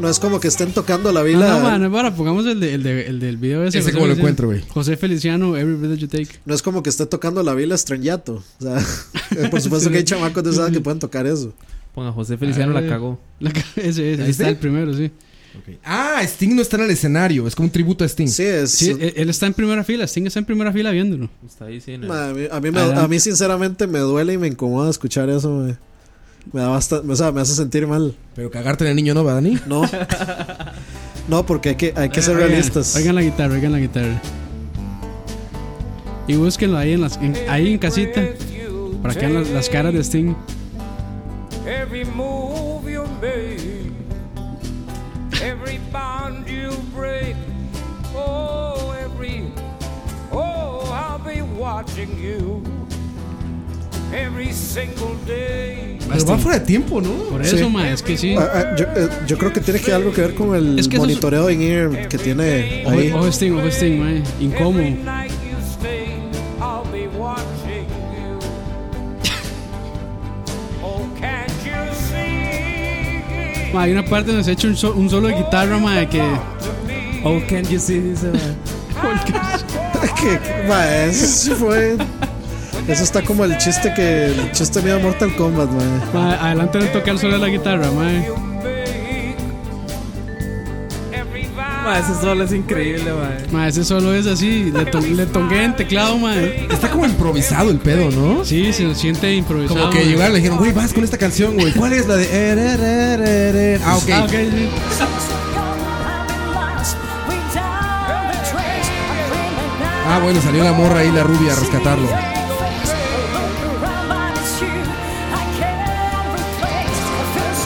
Speaker 7: no es como que estén tocando la vila.
Speaker 5: No, no, man, no, para, pongamos el, de- el de- el del video ese.
Speaker 4: Ese
Speaker 5: José
Speaker 4: cómo lo
Speaker 5: Feliciano.
Speaker 4: encuentro, güey.
Speaker 5: José Feliciano, Every Breath That You Take.
Speaker 7: No es como que esté tocando la vila estrellato. O sea, por supuesto que hay chamacos de esa edad que pueden tocar eso.
Speaker 6: Ponga José Feliciano la
Speaker 5: Ay.
Speaker 6: cagó.
Speaker 5: Ah, La ca- ese, ese,
Speaker 4: ¿Ahí
Speaker 5: ahí está
Speaker 4: está?
Speaker 5: el primero, sí.
Speaker 4: Ah, Sting no está en el escenario. Es como un tributo a Sting.
Speaker 7: Sí, es.
Speaker 5: Sí, él, él está en primera fila, Sting está en primera fila viéndolo.
Speaker 6: Está ahí, sí, en el-
Speaker 7: Ma, a, mí, a mí me- a mí, sinceramente me duele y me incomoda escuchar eso. Me, me da bastante. O sea, me hace sentir mal.
Speaker 4: Pero cagarte en el niño no va, Dani.
Speaker 7: No. No, porque hay que, hay que ser
Speaker 5: Oigan,
Speaker 7: realistas.
Speaker 5: Oigan la guitarra, oigan la guitarra. Y búsquenlo ahí en, las, en- ahí en casita. Para que vean las, las caras de Sting.
Speaker 2: Every move you make, every bond you break, oh, every, oh, I'll be watching you every single day.
Speaker 4: Pero va fuera de tiempo, ¿no?
Speaker 5: Por eso,
Speaker 7: Sí.
Speaker 5: ma, es que sí.
Speaker 7: Ah, ah, yo, eh, yo creo que tiene que algo que ver con el
Speaker 5: Es que eso es-
Speaker 7: monitoreo en ear que tiene
Speaker 5: Ojo,
Speaker 7: ahí.
Speaker 5: ojo Sting, ojo Sting, ma. Incómodo.
Speaker 2: Night you stay, I'll be watching you. oh, can't you see?
Speaker 5: Ma, hay una parte donde se echa un, so- un solo de guitarra, ma, que.
Speaker 6: Oh, can you see this? man?
Speaker 7: Que- que- ma, eso fue. Eso está como el chiste que. El chiste mío de Mortal Kombat, man.
Speaker 5: ma, adelante le toca el solo de la guitarra, ma.
Speaker 6: Ma, ese solo es increíble, man.
Speaker 5: Ma, ese solo es así. Le, to- le tongué en teclado, ma.
Speaker 4: Está como improvisado el pedo, ¿no?
Speaker 5: Sí, se siente improvisado.
Speaker 4: Como que
Speaker 5: ma.
Speaker 4: llegaron y le dijeron, güey, vas con esta canción, güey. ¿Cuál es la de.? Eh, re, re, re, re? Ah, ok.
Speaker 5: Ah, ok, sí.
Speaker 4: Ah, bueno, salió la morra ahí, la rubia, a rescatarlo.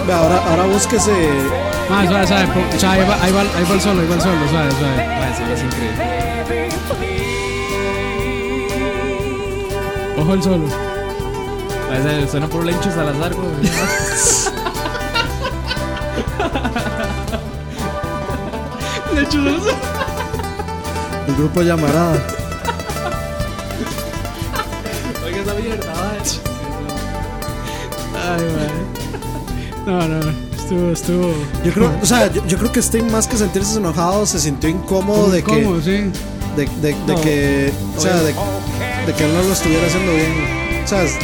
Speaker 7: Ve, Ahora, ahora búsquese.
Speaker 5: Ah, suave, suave. po- o sea, ahí va, ahí va- ahí va el solo, ahí va el solo, suave, suave.
Speaker 6: Ma, ese solo es increíble.
Speaker 5: Ojo el solo.
Speaker 6: Ma, ese suena por lenchos al azar, güey.
Speaker 5: De hecho, no sé.
Speaker 7: El grupo llamará.
Speaker 6: Oiga esa mierda, ma.
Speaker 5: Ay, man. No, no, estuvo, estuvo.
Speaker 7: Yo creo, o sea, yo, yo creo que Sting más que sentirse enojado se sintió incómodo de que,
Speaker 5: ¿Cómo? Sí.
Speaker 7: de, de- de
Speaker 6: No.
Speaker 7: que, o sea, de, de que él no lo estuviera haciendo bien. O sea, es-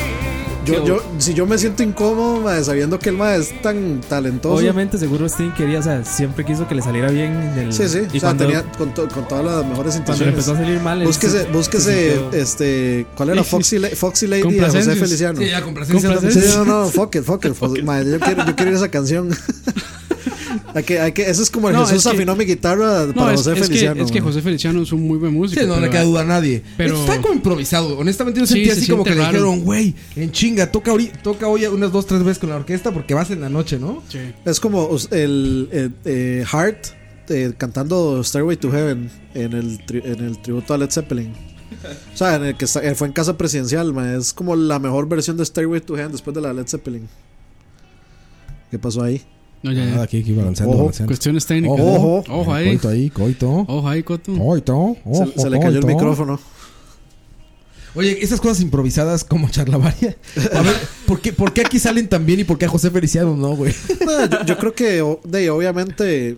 Speaker 7: yo, yo, si yo me siento incómodo mae, sabiendo que el mae es tan talentoso.
Speaker 6: Obviamente, seguro Sting quería, o sea, siempre quiso que le saliera bien. El,
Speaker 7: Sí, sí.
Speaker 6: Y
Speaker 7: o sea,
Speaker 6: cuando,
Speaker 7: tenía con, to- con todas las mejores
Speaker 6: cuando le
Speaker 7: intenciones.
Speaker 6: empezó a salir mal, él
Speaker 7: Búsquese,
Speaker 6: se- se
Speaker 7: búsquese,
Speaker 6: sintió-
Speaker 7: este, ¿cuál era Foxy, La- Foxy Lady de José
Speaker 5: Complacencias.
Speaker 7: Feliciano?
Speaker 4: Sí, ya complacencia.
Speaker 7: Sí, no, no, fuck it, fuck it. fuck it. Mae, yo, quiero, yo quiero ir a esa canción. hay que, hay que, eso es como el
Speaker 5: No,
Speaker 7: Jesús
Speaker 5: es que-
Speaker 7: afinó mi guitarra
Speaker 5: No,
Speaker 7: para
Speaker 5: es,
Speaker 7: José
Speaker 5: es que,
Speaker 7: Feliciano.
Speaker 5: es que
Speaker 7: mae.
Speaker 5: José Feliciano es un muy buen músico.
Speaker 4: Sí, no le
Speaker 5: pero- ah,
Speaker 4: queda duda a nadie.
Speaker 5: pero-
Speaker 4: Está como improvisado. Honestamente, yo
Speaker 5: Sí,
Speaker 4: sentí
Speaker 5: se
Speaker 4: así como que
Speaker 5: siente
Speaker 4: le
Speaker 5: raro.
Speaker 4: dijeron, güey, en chinga, toca, ahori- toca hoy unas dos, tres veces con la orquesta porque vas en la noche, ¿no?
Speaker 5: Sí.
Speaker 7: Es como us- el eh, eh, Heart eh, cantando Stairway to Heaven en el, tri- en el tributo a Led Zeppelin. O sea, en el que está- eh, fue en casa presidencial, ma, es como la mejor versión de Stairway to Heaven después de la Led Zeppelin. ¿Qué pasó ahí?
Speaker 5: No, ya, ya.
Speaker 4: Nada, aquí, aquí balanceando,
Speaker 7: Ojo.
Speaker 4: balanceando.
Speaker 5: Cuestiones técnicas.
Speaker 4: Ah, Ojo,
Speaker 5: Ojo ahí.
Speaker 4: Coito ahí, coito.
Speaker 5: Ojo ahí, Coto.
Speaker 4: Coito.
Speaker 7: Se-
Speaker 5: Oh,
Speaker 4: ojo,
Speaker 7: se, le cayó el
Speaker 4: coito.
Speaker 7: micrófono.
Speaker 4: Oye, esas cosas improvisadas como charlavaria. A ver, ¿por qué, ¿por qué aquí salen tan bien y por qué a José Feliciano no, güey?
Speaker 7: No, yo, yo creo que o- de, obviamente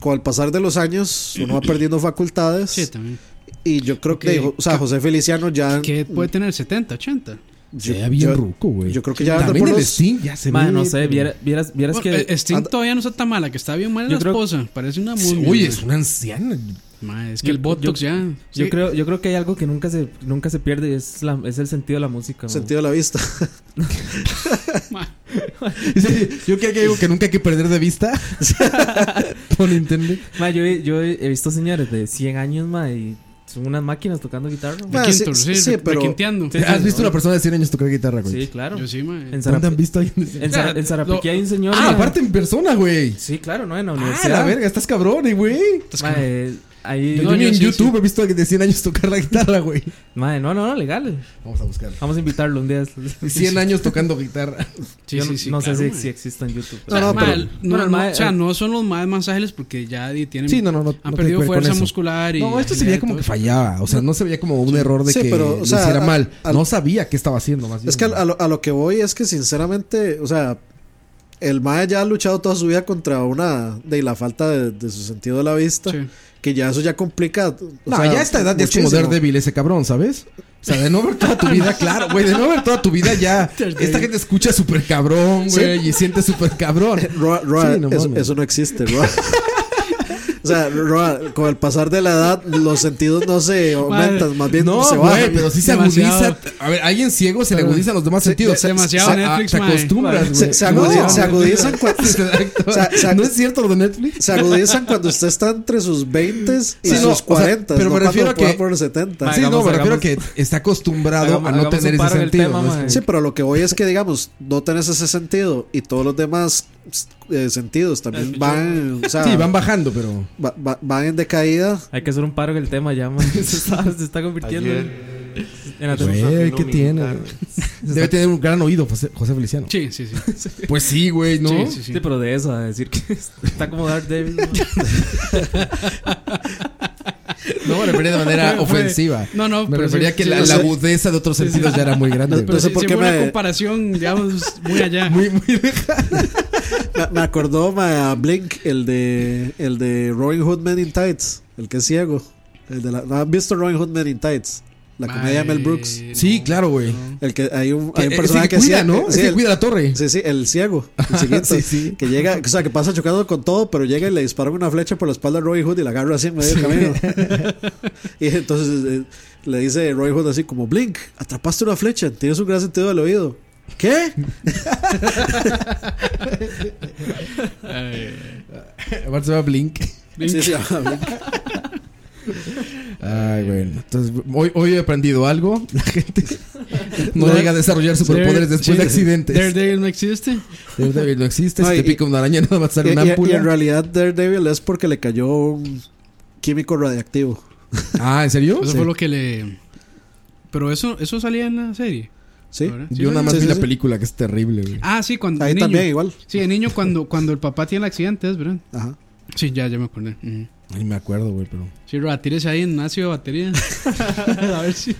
Speaker 7: con el pasar de los años uno va perdiendo facultades.
Speaker 5: Sí, también.
Speaker 7: y yo creo que,
Speaker 5: Ok.
Speaker 7: de, o sea, José Feliciano ya...
Speaker 5: Que puede tener 70, 80.
Speaker 7: yo-
Speaker 4: Se ve bien
Speaker 7: yo-
Speaker 4: ruco, güey.
Speaker 7: yo creo que ya anda
Speaker 4: También
Speaker 7: por
Speaker 4: el
Speaker 7: los-
Speaker 4: Sting ya se
Speaker 6: Ma,
Speaker 4: ve,
Speaker 6: no sé,
Speaker 4: pero-
Speaker 6: viera- vieras, vieras
Speaker 5: Bueno,
Speaker 6: que.
Speaker 5: eh, Sting
Speaker 7: anda-
Speaker 5: todavía no está tan mala, que está bien mal en la
Speaker 6: Yo creo-
Speaker 5: esposa. Parece una muy.
Speaker 4: Oye, es una anciana.
Speaker 5: es que el
Speaker 6: Yo-
Speaker 5: Botox
Speaker 6: yo-
Speaker 5: ya.
Speaker 6: Yo,
Speaker 5: Sí.
Speaker 6: creo, yo creo que hay algo que nunca se, nunca se pierde y es, la, es el sentido de la música. man.
Speaker 7: Sentido de la vista.
Speaker 5: Ma,
Speaker 4: Sí, Yo creo que digo que nunca hay que perder de vista. Por Nintendo.
Speaker 6: Ma, yo, he- yo he he visto señores de 100 años ma, y son unas máquinas tocando guitarra. ma.
Speaker 7: Ma,
Speaker 5: de
Speaker 7: sí,
Speaker 5: quinto, sí,
Speaker 7: sí, sí,
Speaker 5: de- de
Speaker 7: pero-
Speaker 5: quinteando.
Speaker 6: Sí,
Speaker 4: ¿Has visto una persona de 100 años tocar guitarra, güey?
Speaker 6: Sí, claro.
Speaker 5: Yo sí, ma. eh.
Speaker 6: En, Zara-
Speaker 4: ¿Dónde han visto a alguien de
Speaker 6: en Zara- en Zarapiquí hay un señor.
Speaker 4: Ah,
Speaker 6: ma.
Speaker 4: aparte en persona, güey.
Speaker 6: Sí, claro, ¿no? En la
Speaker 4: Ah,
Speaker 6: universidad.
Speaker 4: la verga, estás cabrón, eh, güey.
Speaker 6: Ma, eh, ahí-
Speaker 4: Yo,
Speaker 5: No,
Speaker 4: ni
Speaker 5: yo
Speaker 4: en
Speaker 5: sí,
Speaker 4: YouTube
Speaker 5: sí.
Speaker 4: he visto a alguien de 100 años tocar la guitarra, güey.
Speaker 6: ma, no, no, no, legal.
Speaker 4: Vamos a buscar.
Speaker 6: Vamos a invitarlo un día.
Speaker 4: 100 años tocando guitarra.
Speaker 5: Sí,
Speaker 6: Yo
Speaker 5: sí,
Speaker 6: no-
Speaker 5: sí,
Speaker 6: no
Speaker 5: claro,
Speaker 6: sé
Speaker 5: ma.
Speaker 6: si, si existe en YouTube.
Speaker 5: O sea,
Speaker 7: No, no,
Speaker 5: ma,
Speaker 7: pero-
Speaker 5: el-
Speaker 6: Bueno,
Speaker 5: no,
Speaker 6: el ma-
Speaker 5: o sea, no son los más más ágiles porque ya di- tienen.
Speaker 4: Sí, no, no, no,
Speaker 5: Han
Speaker 4: no tiene que
Speaker 5: perdido
Speaker 4: ver con
Speaker 5: fuerza
Speaker 4: eso.
Speaker 5: muscular y.
Speaker 4: No, esto se
Speaker 5: agilidad
Speaker 4: veía
Speaker 5: y
Speaker 4: como
Speaker 5: todo
Speaker 4: que
Speaker 5: eso.
Speaker 4: fallaba. O sea, no se veía como un error de
Speaker 7: Sí,
Speaker 4: que
Speaker 7: pero, o
Speaker 4: lo
Speaker 7: sea,
Speaker 4: hiciera
Speaker 7: a-
Speaker 4: mal.
Speaker 7: al-
Speaker 4: no sabía qué estaba haciendo, más bien.
Speaker 7: Es que a, a lo, a lo que voy es que sinceramente, o sea, el Mae ya ha luchado toda su vida contra una de la falta de, de su sentido de la vista.
Speaker 5: Sí.
Speaker 7: Que ya eso ya complica. o
Speaker 4: No,
Speaker 7: sea,
Speaker 4: ya a esta edad ya es como
Speaker 7: muchísimo.
Speaker 4: débil ese cabrón, ¿sabes? O sea, de no ver toda tu vida, claro, güey, de no ver toda tu vida ya. Esta gente escucha súper cabrón, güey, y siente súper cabrón.
Speaker 7: Eh, Roa, Roa,
Speaker 4: Sí, no
Speaker 7: eso,
Speaker 4: mames.
Speaker 7: eso no existe, Roa. O sea, Roa, con el pasar de la edad, los sentidos no se aumentan, más bien
Speaker 4: No,
Speaker 7: se bajan.
Speaker 4: güey, pero sí se
Speaker 5: Demasiado.
Speaker 4: agudiza. A ver, alguien ciego se le agudizan los demás sentidos. Se-
Speaker 5: demasiado
Speaker 4: se- a-
Speaker 5: Netflix,
Speaker 4: Te
Speaker 5: mae.
Speaker 4: acostumbras, güey.
Speaker 7: se, se agudiza-
Speaker 4: No.
Speaker 7: se agudizan cuando,
Speaker 4: Exacto.
Speaker 7: o sea, se-
Speaker 4: ¿No es cierto lo de Netflix?
Speaker 7: se agudizan cuando usted está entre sus 20 y
Speaker 4: Sí, no, o
Speaker 7: sus
Speaker 4: sea,
Speaker 7: 40,
Speaker 4: pero me
Speaker 7: no
Speaker 4: refiero
Speaker 7: cuando
Speaker 4: a que-
Speaker 7: pueda por 70.
Speaker 4: sí, no,
Speaker 6: hagamos-
Speaker 4: me refiero
Speaker 6: hagamos-
Speaker 4: que está acostumbrado
Speaker 6: hagamos-
Speaker 4: a no
Speaker 6: hagamos un
Speaker 4: tener ese
Speaker 6: paro en el
Speaker 4: sentido.
Speaker 6: tema,
Speaker 4: ¿no?
Speaker 6: mae.
Speaker 7: Sí, pero lo que voy es que, digamos, no tenés ese sentido y todos los demás eh, sentidos también van, o sea,
Speaker 4: Sí, van bajando, pero.
Speaker 7: va- va- van en decaída.
Speaker 6: Hay que hacer un paro en el tema ya, man. Se está, se está convirtiendo en-
Speaker 10: Ayer,
Speaker 6: en la
Speaker 10: Güey.
Speaker 4: Güey, ¿qué
Speaker 10: fenomenal.
Speaker 4: tiene? güey? Debe tener un gran oído José, José Feliciano.
Speaker 5: Sí, sí, sí.
Speaker 4: Pues sí, güey, ¿no?
Speaker 5: Sí, sí, sí.
Speaker 6: Sí, pero de eso, a decir que está como Dark Devil. man.
Speaker 4: No, me refería de manera
Speaker 5: Fue-
Speaker 4: ofensiva.
Speaker 5: No, no,
Speaker 4: Me
Speaker 5: pero
Speaker 4: refería
Speaker 5: sí,
Speaker 4: que
Speaker 5: sí,
Speaker 4: la,
Speaker 5: no
Speaker 4: la
Speaker 5: sé.
Speaker 4: agudeza de otros sentidos ya era muy grande.
Speaker 5: Pero
Speaker 4: güey.
Speaker 7: sé
Speaker 5: sí,
Speaker 7: por
Speaker 5: sí
Speaker 7: qué
Speaker 5: fue una
Speaker 7: me-
Speaker 5: comparación, digamos, muy allá.
Speaker 4: Muy, muy
Speaker 7: Me, me acordó ma, a Blink, el de, el de Robin Hood Men in Tights, el que es ciego. El de la- ¿no ¿Han visto Robin Hood Men in Tights? La comedia de Mel Brooks.
Speaker 4: Sí, claro, güey.
Speaker 7: El que hay un,
Speaker 4: Que-
Speaker 7: hay un
Speaker 4: ese
Speaker 7: personaje
Speaker 4: que
Speaker 7: que, es
Speaker 4: cuida, ¿no?
Speaker 7: ciego- Sí,
Speaker 4: Ese que
Speaker 7: el-
Speaker 4: cuida la torre.
Speaker 7: Sí, sí, el ciego. El cieguito,
Speaker 4: Sí, sí.
Speaker 7: Que llega, o sea, que pasa chocando con todo, pero llega y le disparan una flecha por la espalda a Roy Hood y la agarra así en medio del camino. y entonces eh, le dice Roy Hood así como, Blink, atrapaste una flecha, tienes un gran sentido del oído. ¿Qué?
Speaker 5: Eh,
Speaker 4: Aparte se va Blink.
Speaker 7: Sí, sí, ah, Blink.
Speaker 4: Ay, bueno. Entonces, hoy, hoy he aprendido algo. La gente no llega a desarrollar superpoderes
Speaker 5: Dare-
Speaker 4: después
Speaker 5: sí,
Speaker 4: de accidentes.
Speaker 5: Daredevil no existe.
Speaker 4: Daredevil no existe.
Speaker 7: No,
Speaker 4: si
Speaker 7: y-
Speaker 4: te pica una araña, nada más
Speaker 7: Y-
Speaker 4: sale
Speaker 7: y-
Speaker 4: una
Speaker 7: y en
Speaker 4: ámpula.
Speaker 7: realidad Daredevil es porque le cayó un químico radiactivo.
Speaker 4: Ah, ¿en serio?
Speaker 5: Eso
Speaker 4: Sí.
Speaker 5: fue lo que le. Pero eso, eso salía en la serie.
Speaker 7: Sí.
Speaker 5: ¿verdad? Sí,
Speaker 4: Yo nada más
Speaker 7: Sí,
Speaker 4: vi
Speaker 7: sí,
Speaker 4: la
Speaker 7: sí.
Speaker 4: película que es terrible, güey.
Speaker 5: Ah, sí, cuando.
Speaker 7: Ahí
Speaker 5: de niño.
Speaker 7: también igual.
Speaker 5: Sí, de niño cuando, cuando el papá tiene el accidente, ¿es verdad?
Speaker 7: Ajá.
Speaker 5: Sí, ya, ya me acordé. Ujú.
Speaker 4: Ay, me acuerdo, güey, pero.
Speaker 5: Sí, Roa, tírese ahí en ácido de batería. a ver si.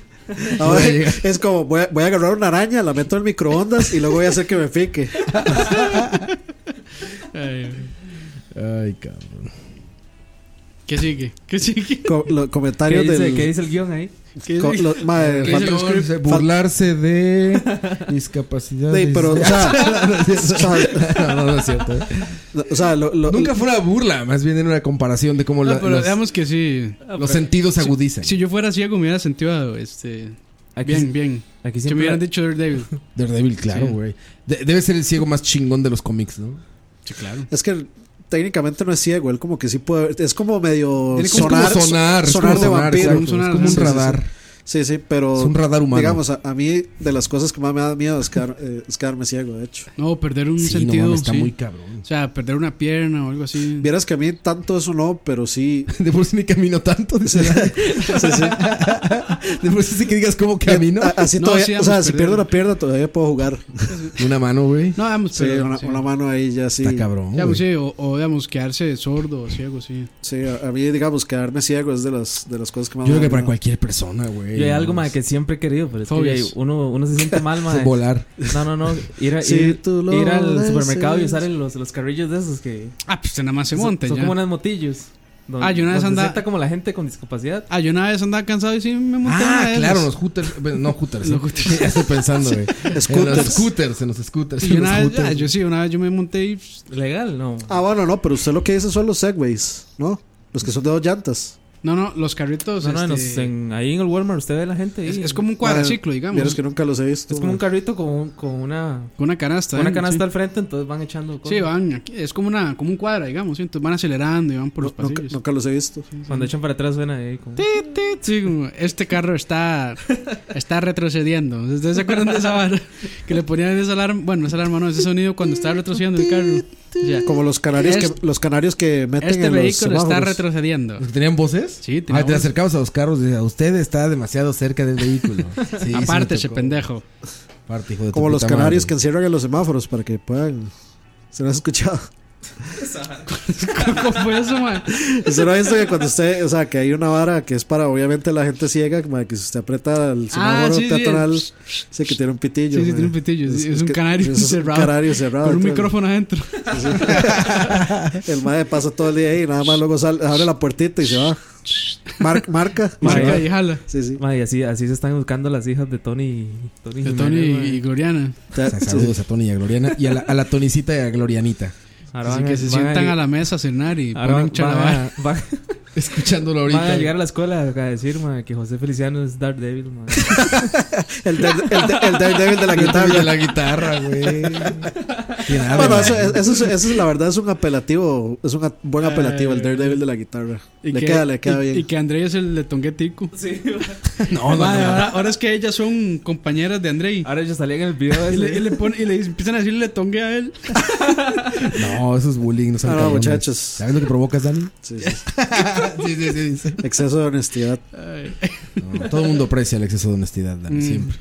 Speaker 7: Ahora
Speaker 4: Voy a llegar.
Speaker 7: es como, voy a, voy a agarrar una araña, la meto en el microondas y luego voy a hacer que me pique.
Speaker 5: Ay,
Speaker 4: Ay, cabrón.
Speaker 5: ¿Qué sigue? ¿Qué sigue?
Speaker 7: Co- los
Speaker 6: ¿Qué
Speaker 7: comentarios
Speaker 6: dice,
Speaker 7: del...
Speaker 6: qué dice el guión ahí?
Speaker 5: ¿Qué
Speaker 7: co-
Speaker 5: sigue?
Speaker 7: lo- madre,
Speaker 5: ¿Qué
Speaker 7: falta-
Speaker 5: dice el guión?
Speaker 4: Dice, burlarse de discapacidad.
Speaker 7: Sí, pero, o sea,
Speaker 4: no, no, no es cierto. ¿eh?
Speaker 7: o sea, lo- lo-
Speaker 4: Nunca fue una burla, más bien era una comparación de cómo
Speaker 5: No,
Speaker 4: la-
Speaker 5: pero
Speaker 4: los,
Speaker 5: digamos que sí.
Speaker 4: los sentidos se agudizan.
Speaker 5: Si yo fuera ciego, me hubiera sentido este,
Speaker 6: Aquí,
Speaker 5: bien, bien.
Speaker 6: Aquí
Speaker 5: Que me hubieran
Speaker 6: siempre,
Speaker 5: dicho Daredevil.
Speaker 4: Daredevil, claro,
Speaker 5: Sí.
Speaker 4: güey. De- debe ser el ciego más chingón de los cómics, ¿no?
Speaker 5: Sí, claro.
Speaker 7: es que técnicamente no es ciego, él como que sí puede, es como medio
Speaker 4: Tiene como-
Speaker 7: sonar,
Speaker 4: es como sonar,
Speaker 7: sonar,
Speaker 4: es como
Speaker 7: de
Speaker 4: sonar,
Speaker 7: vampiro.
Speaker 4: exacto,
Speaker 5: Un sonar,
Speaker 4: es como un
Speaker 5: sí, sí, sí.
Speaker 4: radar.
Speaker 7: Sí, sí, pero
Speaker 4: Es un radar humano.
Speaker 7: digamos, a, a mí de las cosas que más me da miedo es, quedar- eh, es quedarme ciego, de hecho.
Speaker 5: No, perder un
Speaker 4: Sí, no
Speaker 5: sentido.
Speaker 4: mames, está
Speaker 5: sí.
Speaker 4: muy cabrón.
Speaker 5: O sea, perder una pierna o algo así.
Speaker 7: Vieras que a mí tanto eso no, pero sí.
Speaker 4: De por sí ni camino tanto. dice
Speaker 7: sí, sí.
Speaker 4: De por sí sí que digas cómo camino.
Speaker 7: A- Así
Speaker 5: No,
Speaker 7: todavía,
Speaker 5: sí,
Speaker 7: o sea,
Speaker 5: vamos
Speaker 7: si
Speaker 5: perdiendo.
Speaker 7: pierdo la pierna todavía puedo jugar.
Speaker 4: Una mano, güey.
Speaker 5: No, digamos,
Speaker 7: Sí,
Speaker 5: pero,
Speaker 7: una,
Speaker 5: sí.
Speaker 7: una mano ahí ya sí.
Speaker 4: Está cabrón.
Speaker 5: Digamos,
Speaker 4: güey.
Speaker 5: sí, o, o digamos, quedarse sordo o ciego, sí.
Speaker 7: Sí, a, a mí, digamos, quedarme ciego es de las, de las cosas que más
Speaker 4: Yo
Speaker 7: me
Speaker 4: creo que
Speaker 7: da
Speaker 4: para
Speaker 7: miedo.
Speaker 4: cualquier persona, güey.
Speaker 6: Yo hay
Speaker 4: no,
Speaker 6: algo, más
Speaker 4: es-
Speaker 6: que siempre he querido, pero es que
Speaker 5: Fobias.
Speaker 6: ya, uno, uno se siente mal, man.
Speaker 4: Volar.
Speaker 6: No, no, no. Ir, a-
Speaker 7: Si
Speaker 6: ir,
Speaker 7: tú lo
Speaker 6: ir al supermercado y
Speaker 7: deseas.
Speaker 6: usar el- los, los carrillos de esos que
Speaker 5: Ah, pues usted nada más se
Speaker 6: son-
Speaker 5: monta
Speaker 6: son,
Speaker 5: ya.
Speaker 6: como unas motillos. Donde,
Speaker 5: Ah, yo una vez
Speaker 6: donde
Speaker 5: andaba-
Speaker 6: sienta como la gente con discapacidad.
Speaker 5: Ah, yo una vez andaba cansado y sí me monté en una
Speaker 4: Ah,
Speaker 5: de
Speaker 4: claro,
Speaker 5: esas.
Speaker 4: los hooters. bueno, No, hooters.
Speaker 5: Los
Speaker 4: Los
Speaker 5: hooters.
Speaker 4: Estoy pensando, güey. En los
Speaker 7: Scooters.
Speaker 4: scooters, en los scooters.
Speaker 5: Y yo,
Speaker 4: en los
Speaker 5: una vez,
Speaker 4: scooters.
Speaker 5: ah, yo sí, una vez yo me monté y... pues,
Speaker 6: Legal, no.
Speaker 7: Ah, bueno, no, pero usted lo que dice son los segways, ¿no? Los que son de dos llantas.
Speaker 5: No, no, los carritos...
Speaker 6: no, no, en los-
Speaker 5: este,
Speaker 6: en- ahí en el Walmart usted ve a la gente. ahí.
Speaker 5: es, es como un cuadraciclo, digamos.
Speaker 7: Vieras que nunca los he visto.
Speaker 6: Es como un carrito con, un- con una,
Speaker 5: Con una canasta.
Speaker 6: con una
Speaker 5: digamos,
Speaker 6: canasta
Speaker 5: sí.
Speaker 6: al frente, entonces van echando cosas.
Speaker 5: Sí, van, aquí- es como una como un cuadra, digamos, ¿sí? entonces van acelerando y van por los
Speaker 7: Nunca-
Speaker 5: pasillos.
Speaker 7: nunca los he visto.
Speaker 6: Cuando echan para atrás suena ahí como...
Speaker 5: Tit, tit, sí, como, este carro está está retrocediendo. ¿Ustedes se acuerdan de esa vara? Que le ponían esa alarma, bueno, esa alarma no, ese sonido cuando estaba retrocediendo el carro. O sea,
Speaker 7: Como los canarios,
Speaker 5: Es-
Speaker 7: que, los canarios que meten
Speaker 5: este
Speaker 7: en los
Speaker 5: vehículo está
Speaker 7: semáforos.
Speaker 5: retrocediendo.
Speaker 4: ¿Los que tenían voces?
Speaker 5: Sí, tenía
Speaker 4: Ah, te
Speaker 5: voces.
Speaker 4: acercabas a los carros y decías, usted está demasiado cerca del vehículo. Sí, sí
Speaker 5: Aparte, ese
Speaker 4: me tocó.
Speaker 5: pendejo.
Speaker 4: Aparte, hijo de tu
Speaker 7: Como los
Speaker 4: puta
Speaker 7: canarios que
Speaker 4: madre.
Speaker 7: encierran en los semáforos para que puedan. Se lo has escuchado.
Speaker 5: ¿Cómo fue eso, mae?
Speaker 7: Usted no ha visto que cuando usted, o sea, que hay una vara que es para obviamente la gente ciega, mae, que si usted aprieta el semáforo
Speaker 5: Ah, sí, sí,
Speaker 7: peatonal,
Speaker 5: el-
Speaker 7: sí, que tiene un pitillo.
Speaker 5: Sí, sí,
Speaker 7: mae.
Speaker 5: tiene un pitillo. sí, Es, un
Speaker 7: que-
Speaker 5: canario
Speaker 7: es un
Speaker 5: cerrado.
Speaker 7: canario cerrado,
Speaker 5: Con un
Speaker 7: entonces-
Speaker 5: micrófono adentro.
Speaker 7: El mae pasa todo el día ahí, nada más luego sale, abre la puertita y se va. Mar- marca. y se
Speaker 5: Marca
Speaker 7: va.
Speaker 5: y jala.
Speaker 7: Sí, sí.
Speaker 6: Mae, y así, así se están buscando las hijas de Tony. Tony
Speaker 5: De
Speaker 6: Jiménez,
Speaker 5: Tony
Speaker 6: mae.
Speaker 5: y Gloriana.
Speaker 7: Ya,
Speaker 4: O sea,
Speaker 7: sí,
Speaker 4: saludos
Speaker 7: sí.
Speaker 4: a Tony y a Gloriana. Y a la, a la Tonicita y a Glorianita.
Speaker 6: Ahora
Speaker 5: Así
Speaker 6: van
Speaker 5: que se
Speaker 6: van
Speaker 5: sientan
Speaker 6: ir-
Speaker 5: a la mesa a cenar y
Speaker 6: Ahora
Speaker 5: ponen
Speaker 6: van,
Speaker 5: chalabar.
Speaker 6: a, van-
Speaker 4: Escuchándolo
Speaker 6: van a
Speaker 4: ahorita.
Speaker 6: llegar a la escuela a decir, mae, que José Feliciano es Daredevil, mae.
Speaker 7: El, de- el, de- el Daredevil de la
Speaker 4: De la
Speaker 7: guitarra.
Speaker 4: guitarra, güey. Qué nave,
Speaker 7: Bueno,
Speaker 4: güey.
Speaker 7: eso, eso, es- eso es la verdad, es un apelativo, es un a- buen apelativo, el Daredevil de la guitarra.
Speaker 5: Eh, Y
Speaker 7: Le
Speaker 5: que-
Speaker 7: queda, le queda
Speaker 5: y-
Speaker 7: bien.
Speaker 5: Y que Andrei es el de Tonguetico.
Speaker 6: Sí,
Speaker 5: No, no, Ahora, ahora es que ellas son compañeras de Andrei.
Speaker 7: Ah,
Speaker 6: Ahora ellos salían en el video
Speaker 5: Y le, y
Speaker 6: ese.
Speaker 5: le pone- y le empiezan a decirle tongue a él.
Speaker 4: No, eso es bullying. No, sean
Speaker 7: Ah, no,
Speaker 4: cabrones.
Speaker 7: muchachos.
Speaker 4: ¿Sabes lo que provocas, Dani?
Speaker 7: Sí, sí, sí.
Speaker 4: Sí, sí, sí. dice.
Speaker 7: Exceso de honestidad.
Speaker 5: Ay,
Speaker 4: No, todo el mundo aprecia el exceso de honestidad, Dani,
Speaker 5: Mm.
Speaker 4: siempre.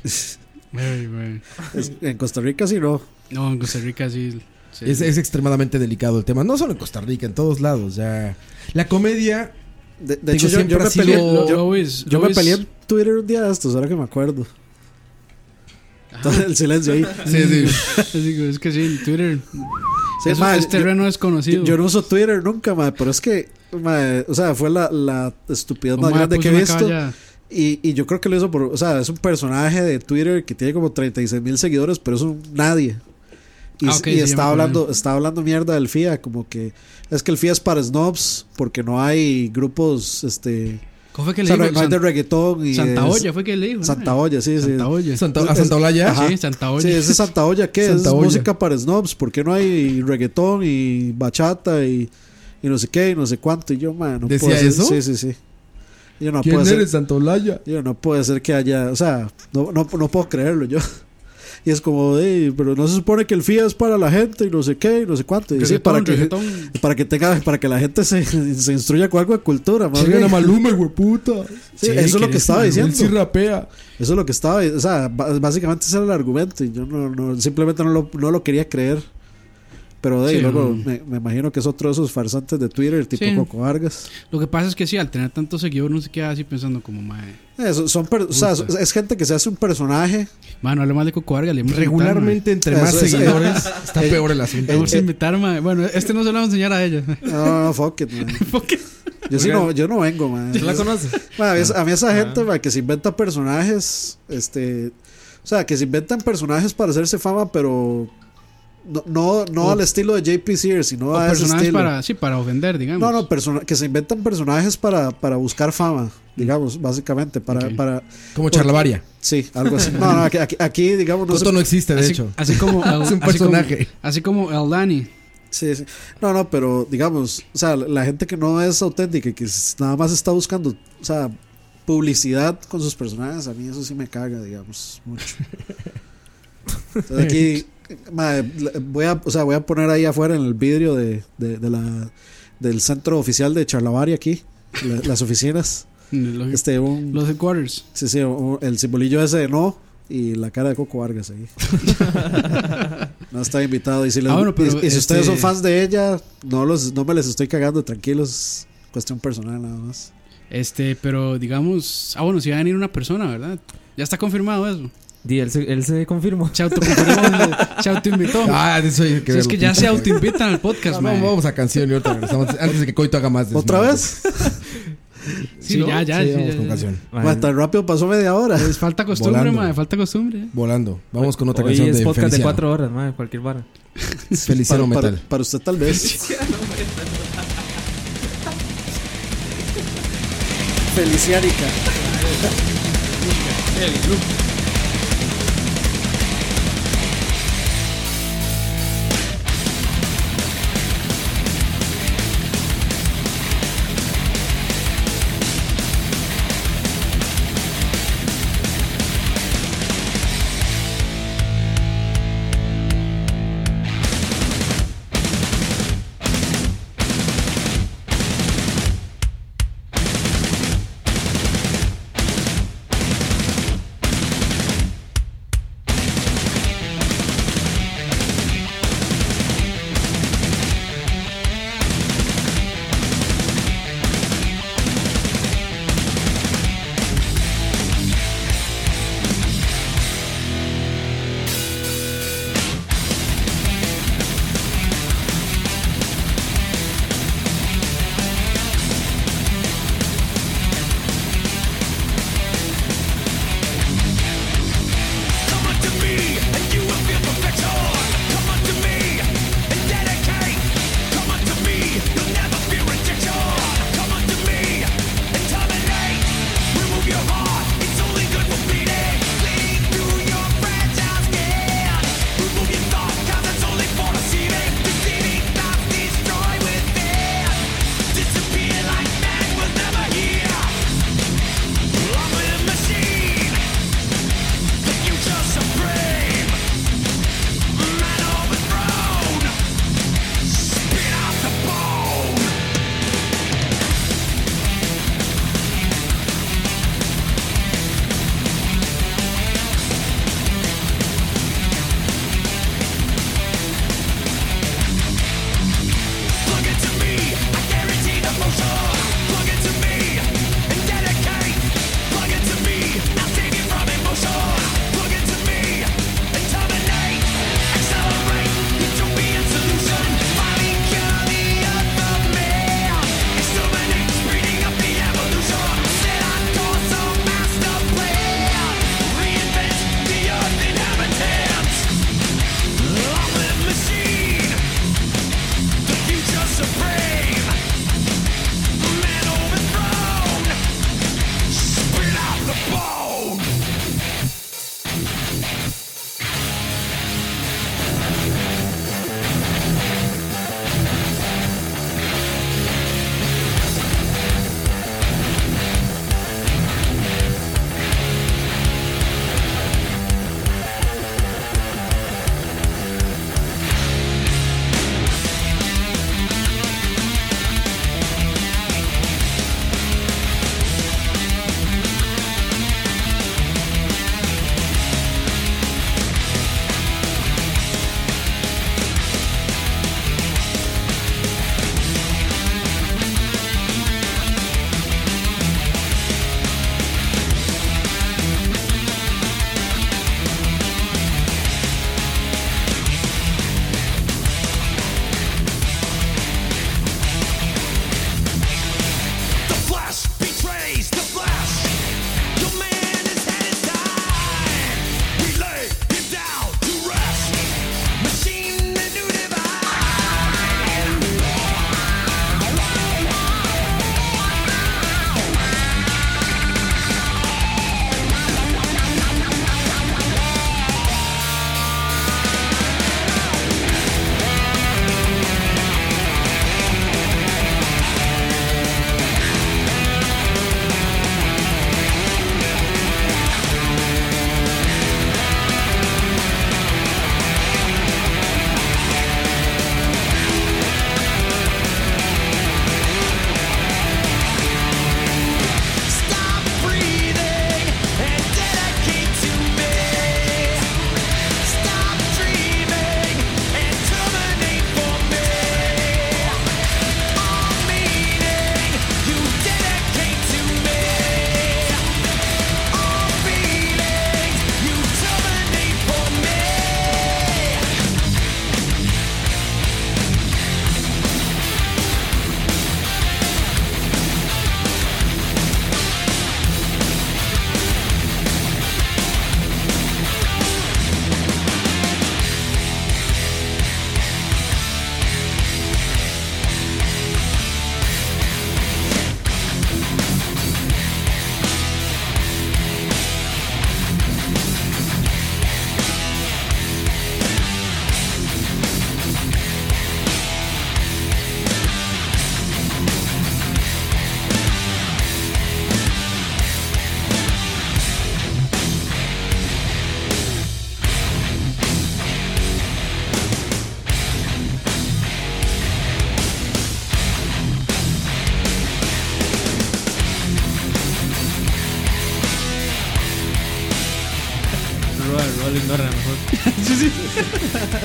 Speaker 5: ay, güey.
Speaker 7: Es- en Costa Rica sí no.
Speaker 5: No, en Costa Rica sí. sí.
Speaker 4: Es, es extremadamente delicado el tema. No solo en Costa Rica, en todos lados. ya La comedia.
Speaker 7: De, de
Speaker 4: Digo,
Speaker 7: hecho, yo, yo
Speaker 4: siempre
Speaker 7: me
Speaker 4: ha sido-
Speaker 7: peleé,
Speaker 5: Lo-
Speaker 7: yo,
Speaker 5: lo ves,
Speaker 7: yo
Speaker 5: lo
Speaker 7: me
Speaker 5: ves.
Speaker 7: peleé en Twitter un día de estos, ahora que me acuerdo. Todo el silencio ahí.
Speaker 4: Sí, sí.
Speaker 5: Así que es que sí, el Twitter.
Speaker 7: Sí,
Speaker 5: es,
Speaker 7: ma,
Speaker 5: es este
Speaker 7: yo-
Speaker 5: terreno desconocido.
Speaker 7: Yo, yo no uso Twitter nunca, madre, pero es que, madre, o sea, fue la, la estupidez
Speaker 5: Omar
Speaker 7: más grande
Speaker 5: puso
Speaker 7: que he
Speaker 5: una
Speaker 7: visto.
Speaker 5: caballa-
Speaker 7: Y, y yo creo que lo hizo por. O sea, es un personaje de Twitter que tiene como 36 mil seguidores, pero es un nadie. Y,
Speaker 5: Ah, ok,
Speaker 7: y
Speaker 5: sí, ya
Speaker 7: está,
Speaker 5: me acordé.
Speaker 7: hablando, está hablando mierda del FIA, como que es que el FIA es para snobs porque no hay grupos, este.
Speaker 5: ¿Cómo fue que
Speaker 7: O
Speaker 5: le
Speaker 7: sea, no, hay-
Speaker 5: dijo?
Speaker 7: no hay de
Speaker 5: San-
Speaker 7: reggaetón y.
Speaker 5: Santa
Speaker 7: es-
Speaker 5: Olla fue que le dijo. ¿no?
Speaker 7: Santa Olla, sí, sí.
Speaker 5: Santa Olla. Ah,
Speaker 4: Santa- ¿A Santa Olaya?
Speaker 7: Ajá.
Speaker 5: Sí, Santa Olla.
Speaker 7: Sí, ese Santa Olla, ¿qué?
Speaker 4: Santa
Speaker 7: es
Speaker 4: Olla.
Speaker 7: música para snobs, porque no hay reggaetón y bachata y, y no sé qué y no sé cuánto. Y yo, man, no
Speaker 4: ¿Decía
Speaker 7: puede ser-
Speaker 4: eso?
Speaker 7: Sí, sí, sí. Yo no
Speaker 4: ¿Quién
Speaker 7: puedo ser-
Speaker 4: eres, Santolaya?
Speaker 7: yo no puede ser que haya, o sea, no, no, no puedo creerlo yo. Y es como, "Ey, pero no se supone que el FIA es para la gente y no sé qué y no sé cuánto. Y sí,
Speaker 5: Reggaetón,
Speaker 7: para que,
Speaker 5: reggaetón.
Speaker 7: para que tenga, para que la gente se, se instruya con algo de cultura, más
Speaker 4: Llegan
Speaker 7: bien.
Speaker 4: a Maluma, güey, puta.
Speaker 7: Sí, eso es lo que estaba
Speaker 4: Él sí
Speaker 7: diciendo.
Speaker 4: rapea.
Speaker 7: Eso es lo que estaba, o sea, ba- básicamente ese era el argumento y yo no, no- simplemente no lo, no lo quería creer. Pero de ahí,
Speaker 5: Sí,
Speaker 7: luego
Speaker 5: no.
Speaker 7: me, me imagino que es otro de esos farsantes de Twitter, tipo
Speaker 5: Sí.
Speaker 7: Coco Vargas.
Speaker 5: Lo que pasa es que sí, al tener tantos seguidores, uno se queda así pensando como, mae.
Speaker 7: Eh, son- son per- o sea,
Speaker 5: Puta.
Speaker 7: es gente que se hace un personaje
Speaker 5: Mano, hable mal de Coco Vargas, le vamos a invitar,
Speaker 4: Regularmente, entre
Speaker 7: Eso
Speaker 4: más
Speaker 7: es- Eh,
Speaker 4: seguidores, está peor el
Speaker 5: mae. Le
Speaker 4: asunto.
Speaker 5: vamos a invitar, mae. Bueno, este no se lo vamos a enseñar a ella.
Speaker 7: No, no, fuck it, man. Yo sí no, yo no vengo, man.
Speaker 6: ¿Tú la conoces?
Speaker 7: Man, a, mí, a mí
Speaker 5: Ah.
Speaker 7: esa gente, man, que se inventa personajes, este... O sea, que se inventan personajes para hacerse fama, pero... No, no, no
Speaker 5: O-
Speaker 7: al estilo de JP Sears, sino
Speaker 5: Oh. o
Speaker 7: a ese
Speaker 5: personajes
Speaker 7: estilo.
Speaker 5: para, sí, para ofender, digamos.
Speaker 7: No, no, persona- que se inventan personajes para, para buscar fama, digamos, básicamente. Para,
Speaker 5: Mm. Ok.
Speaker 7: para...
Speaker 4: Como Charlavaria.
Speaker 7: Sí, algo así. No, no, aquí, aquí- aquí, digamos... No,
Speaker 4: Esto
Speaker 7: se-
Speaker 4: no existe, de
Speaker 5: así,
Speaker 4: hecho.
Speaker 5: así como
Speaker 4: Es un
Speaker 5: así como-
Speaker 4: personaje.
Speaker 5: Así como, El Dani.
Speaker 7: sí, sí. no, no, pero digamos, o sea, la la gente que no es auténtica y que s- nada más está buscando, o sea, publicidad con sus personajes, a mí eso sí me caga, digamos, mucho. Entonces aquí, madre, la- voy a, o sea, voy a poner ahí afuera en el vidrio de, de- de la, del centro oficial de Charlavari aquí, la- las oficinas,
Speaker 5: Los,
Speaker 7: este, un,
Speaker 5: los headquarters.
Speaker 7: Sí, sí, o- el simbolillo ese de no y la cara de Coco Vargas ahí. no está invitado. Y si, les-
Speaker 5: Ah, bueno, pero
Speaker 7: y- y si
Speaker 5: este-
Speaker 7: ustedes son fans de ella, no, los, no me les estoy cagando, tranquilos. Cuestión personal nada más.
Speaker 5: Este, pero digamos. Ah, bueno, si va a venir una persona, ¿verdad? Ya está confirmado eso.
Speaker 6: Di, él se, él se confirmó.
Speaker 5: Se autoconfirmó, se autoinvitó.
Speaker 4: Ah, de eso hay que
Speaker 5: Si es
Speaker 4: verlo.
Speaker 5: que ya se autoinvitan al podcast,
Speaker 4: No,
Speaker 5: mae.
Speaker 4: no, vamos a canción y ahorita regresamos. Antes de que Coito haga más.
Speaker 7: ¿Otra
Speaker 4: desmadre.
Speaker 7: vez?
Speaker 5: Sí, ya, ya.
Speaker 4: Sí,
Speaker 5: sí,
Speaker 4: vamos
Speaker 5: ya,
Speaker 4: con
Speaker 5: ya.
Speaker 4: canción.
Speaker 7: Bueno, tan rápido pasó media hora.
Speaker 5: Pues falta costumbre,
Speaker 4: Volando.
Speaker 5: mae. Falta costumbre. eh.
Speaker 4: Volando. Vamos con otra
Speaker 6: Hoy
Speaker 4: canción
Speaker 6: es
Speaker 4: de
Speaker 6: podcast
Speaker 4: Feliciano.
Speaker 6: de cuatro horas, madre, cualquier vara.
Speaker 4: Feliciano
Speaker 7: para, para-
Speaker 4: Metal.
Speaker 7: para usted tal vez. Feliciánica.
Speaker 2: Thank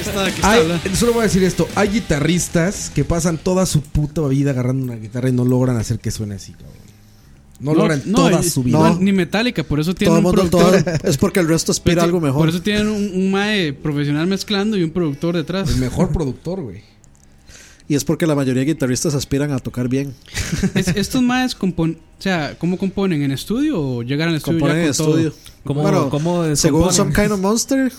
Speaker 5: Esta de que está
Speaker 4: Hay-
Speaker 5: hablando.
Speaker 4: solo voy a decir esto: hay guitarristas que pasan toda su puta vida agarrando una guitarra y no logran hacer que suene así, cabrón. No, logran toda
Speaker 5: y-
Speaker 4: su
Speaker 5: no,
Speaker 4: vida.
Speaker 5: ni Metallica, por eso tienen
Speaker 7: Todo
Speaker 5: un
Speaker 7: mundo, todo,
Speaker 5: productor. Pues
Speaker 7: es porque el resto aspira a algo mejor.
Speaker 5: Por eso tienen un, un mae profesional mezclando y un productor detrás.
Speaker 4: El mejor productor, güey.
Speaker 7: Y es porque la mayoría de guitarristas aspiran a tocar bien.
Speaker 5: Es- estos maes compon, o sea, ¿cómo componen en estudio o llegan al estudio
Speaker 7: Componen en
Speaker 5: ya con todo?
Speaker 7: estudio.
Speaker 6: ¿Cómo-
Speaker 7: Bueno,
Speaker 6: cómo
Speaker 7: según
Speaker 6: descomponen?
Speaker 7: Some Kind of Monster,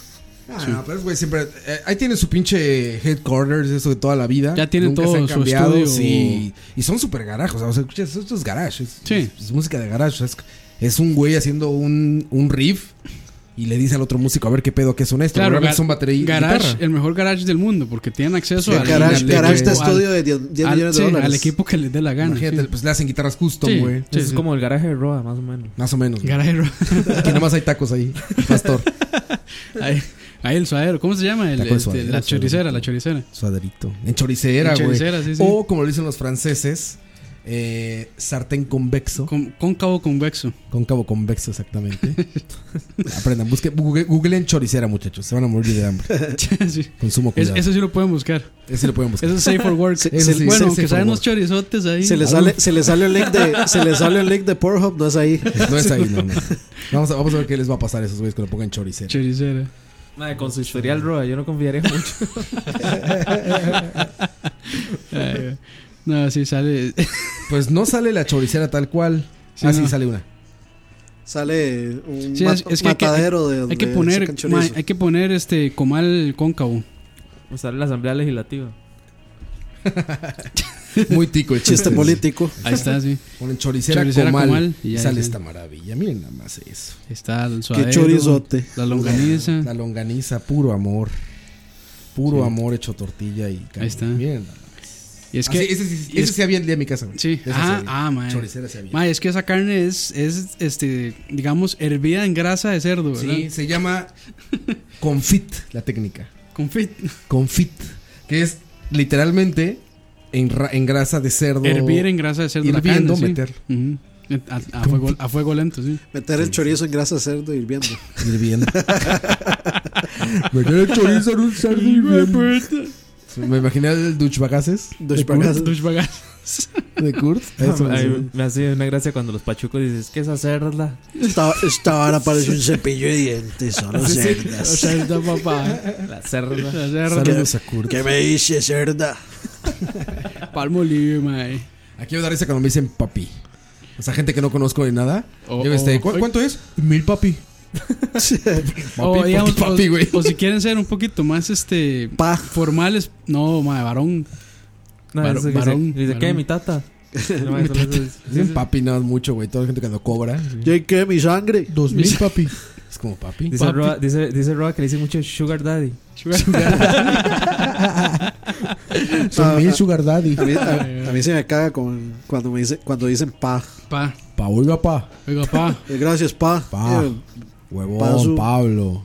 Speaker 4: Ah, no, pero es, güey, siempre. eh, ahí tienen su pinche headquarters, eso de toda la vida.
Speaker 5: Ya tienen
Speaker 4: Nunca
Speaker 5: todo
Speaker 4: se han
Speaker 5: su
Speaker 4: cambiado,
Speaker 5: estudio.
Speaker 4: Sí. Y son súper garajos. O sea, escuchas, esto es garage. Es,
Speaker 5: Sí.
Speaker 4: es música de garage. Es, es un güey haciendo un, un riff y le dice al otro músico, a ver qué pedo, qué son esto.
Speaker 5: Claro,
Speaker 4: Normalmente
Speaker 5: ga-
Speaker 4: son batería
Speaker 5: garage,
Speaker 4: y guitarra.
Speaker 5: el mejor garage del mundo porque tienen acceso
Speaker 4: Sí,
Speaker 5: al
Speaker 7: garage,
Speaker 5: al-
Speaker 7: garage de
Speaker 5: al-
Speaker 7: estudio de 10, 10
Speaker 5: al-
Speaker 7: millones
Speaker 5: sí,
Speaker 7: de dólares.
Speaker 5: al equipo que les dé la gana.
Speaker 4: Imagínate,
Speaker 5: sí.
Speaker 4: pues le hacen guitarras custom,
Speaker 5: Sí.
Speaker 4: güey.
Speaker 5: Sí,
Speaker 6: es
Speaker 5: sí.
Speaker 6: como el garaje de Roa, más o menos.
Speaker 4: Más o menos. Que
Speaker 5: Garage Rock.
Speaker 4: nada más hay tacos ahí. Pastor.
Speaker 5: ahí, ahí el suadero, ¿cómo se llama? El-
Speaker 4: Taco de
Speaker 5: este,
Speaker 4: suadero,
Speaker 5: la
Speaker 4: suadero.
Speaker 5: choricera, la choricera.
Speaker 4: Suaderito. En choricera,
Speaker 5: En
Speaker 4: güey.
Speaker 5: choricera, sí, sí.
Speaker 4: O como lo dicen los franceses, eh, sartén convexo.
Speaker 5: Con, cóncavo convexo.
Speaker 4: Cóncavo convexo, exactamente. Aprendan, busquen, google- googleen choricera, muchachos. Se van a morir de hambre.
Speaker 5: Sí.
Speaker 4: Consumo
Speaker 5: Es-
Speaker 4: cuidado.
Speaker 5: eso sí lo pueden buscar.
Speaker 4: Ese lo pueden buscar.
Speaker 5: Eso es safe for work.
Speaker 7: Se-
Speaker 5: Eso
Speaker 7: se-
Speaker 5: sí. bueno,
Speaker 7: se-
Speaker 5: aunque
Speaker 4: safe for
Speaker 5: salen unos
Speaker 4: work.
Speaker 5: chorizotes ahí.
Speaker 7: Se le sale, se le sale el link de, se le sale el link de Pornhub, no es ahí.
Speaker 4: No es ahí, no, no. Vamos a, vamos a ver qué les va a pasar a esos güeyes cuando pongan choricera.
Speaker 5: Choricera.
Speaker 6: Madre, con su historial Roa, yo no confiaré mucho.
Speaker 5: Ay, no, sí sale.
Speaker 4: Pues no sale la choricera tal cual.
Speaker 5: Sí,
Speaker 4: ah, sí,
Speaker 5: no.
Speaker 4: sale una.
Speaker 7: Sale un
Speaker 5: Sí,
Speaker 7: mat-
Speaker 5: es- es que hay que-
Speaker 7: matadero de donde
Speaker 5: Hay que poner,
Speaker 7: sacan chorizo.
Speaker 5: ma- hay que poner este comal cóncavo.
Speaker 6: O sale la asamblea legislativa.
Speaker 4: Muy tico el
Speaker 7: chiste
Speaker 4: chiste.
Speaker 7: político.
Speaker 5: Ahí está, sí.
Speaker 4: Ponen choricera,
Speaker 5: Choricera
Speaker 4: comal,
Speaker 5: comal y
Speaker 4: y
Speaker 5: ya
Speaker 4: sale
Speaker 5: dicen.
Speaker 4: esta maravilla. Miren nada más eso.
Speaker 5: Ahí Está el
Speaker 7: Qué
Speaker 5: suadero.
Speaker 7: chorizote.
Speaker 5: La longaniza.
Speaker 4: La longaniza, puro amor. Puro amor hecho tortilla y carne.
Speaker 5: está.
Speaker 4: Miren nada más.
Speaker 5: Y es
Speaker 4: Ah, sí,
Speaker 5: que.
Speaker 4: ese, sí- ese
Speaker 5: es-
Speaker 4: sí había el día de mi casa. güey.
Speaker 5: Sí.
Speaker 4: Ese
Speaker 5: Ah,
Speaker 4: había.
Speaker 5: ah, mae.
Speaker 4: Choricera se había.
Speaker 5: Mae, es que esa carne es, es este, digamos, hervida en grasa de cerdo, ¿verdad?
Speaker 4: Sí, se llama confit la técnica.
Speaker 5: Confit.
Speaker 4: Confit, que es literalmente en, ra- en grasa de cerdo.
Speaker 5: Hervir en grasa de cerdo. la
Speaker 4: Hirviendo,
Speaker 5: carne, sí.
Speaker 4: meter.
Speaker 5: Ujú. A, a fuego, a fuego lento, sí.
Speaker 7: Meter el chorizo en grasa de cerdo hirviendo.
Speaker 4: Hirviendo. Meter el chorizo en un cerdo hirviendo.
Speaker 5: pues.
Speaker 4: Me imaginé el Duchbagaces
Speaker 7: Dushbagas.
Speaker 5: Douchebagas.
Speaker 4: de Kurt. Eso,
Speaker 6: Ay,
Speaker 4: eso.
Speaker 6: me hace una gracia cuando los pachucos dicen, es que esa cerda.
Speaker 7: Esta, esta vara parece un cepillo de dientes, solo cerdas.
Speaker 5: O sea, está papá.
Speaker 6: La cerda.
Speaker 5: La cerda.
Speaker 4: Saludos a Kurt.
Speaker 7: ¿Qué me dice cerda?
Speaker 5: Palmo libre, mae.
Speaker 4: Aquí me da risa cuando me dicen papi. O sea, gente que no conozco de nada.
Speaker 5: O-
Speaker 4: Yo, este,
Speaker 5: o-
Speaker 4: "¿Cu- ¿Cuánto es? Mil papi. papi,
Speaker 5: O,
Speaker 4: papi,
Speaker 5: digamos,
Speaker 4: papi,
Speaker 5: o-
Speaker 4: güey.
Speaker 5: o si quieren ser un poquito más este
Speaker 7: Pa.
Speaker 5: formales, no, mae, varón.
Speaker 6: No,
Speaker 5: Varón,
Speaker 6: eso que
Speaker 5: varón,
Speaker 6: dice, dice,
Speaker 5: varón.
Speaker 6: ¿qué? Mi tata. No, mae, solo eso es-
Speaker 4: Dicen papi nada mucho, güey. Toda la gente cuando cobra.
Speaker 7: Yo y qué, mi sangre.
Speaker 4: Dos mil papi. Es como papi.
Speaker 6: Dice
Speaker 5: Papi.
Speaker 6: Roa, dice, dice Roa que le dice mucho Sugar Daddy.
Speaker 4: Son mil sugar daddy.
Speaker 7: Ah, A mí, a- a mí se me caga con, cuando, me dice, cuando dicen pa.
Speaker 5: Pa.
Speaker 4: Pa, oiga, pa.
Speaker 5: Oiga, pa.
Speaker 7: Eh, Gracias, pa.
Speaker 4: Pa.
Speaker 7: Eh,
Speaker 4: Huevón,
Speaker 7: Paso.
Speaker 4: Pablo.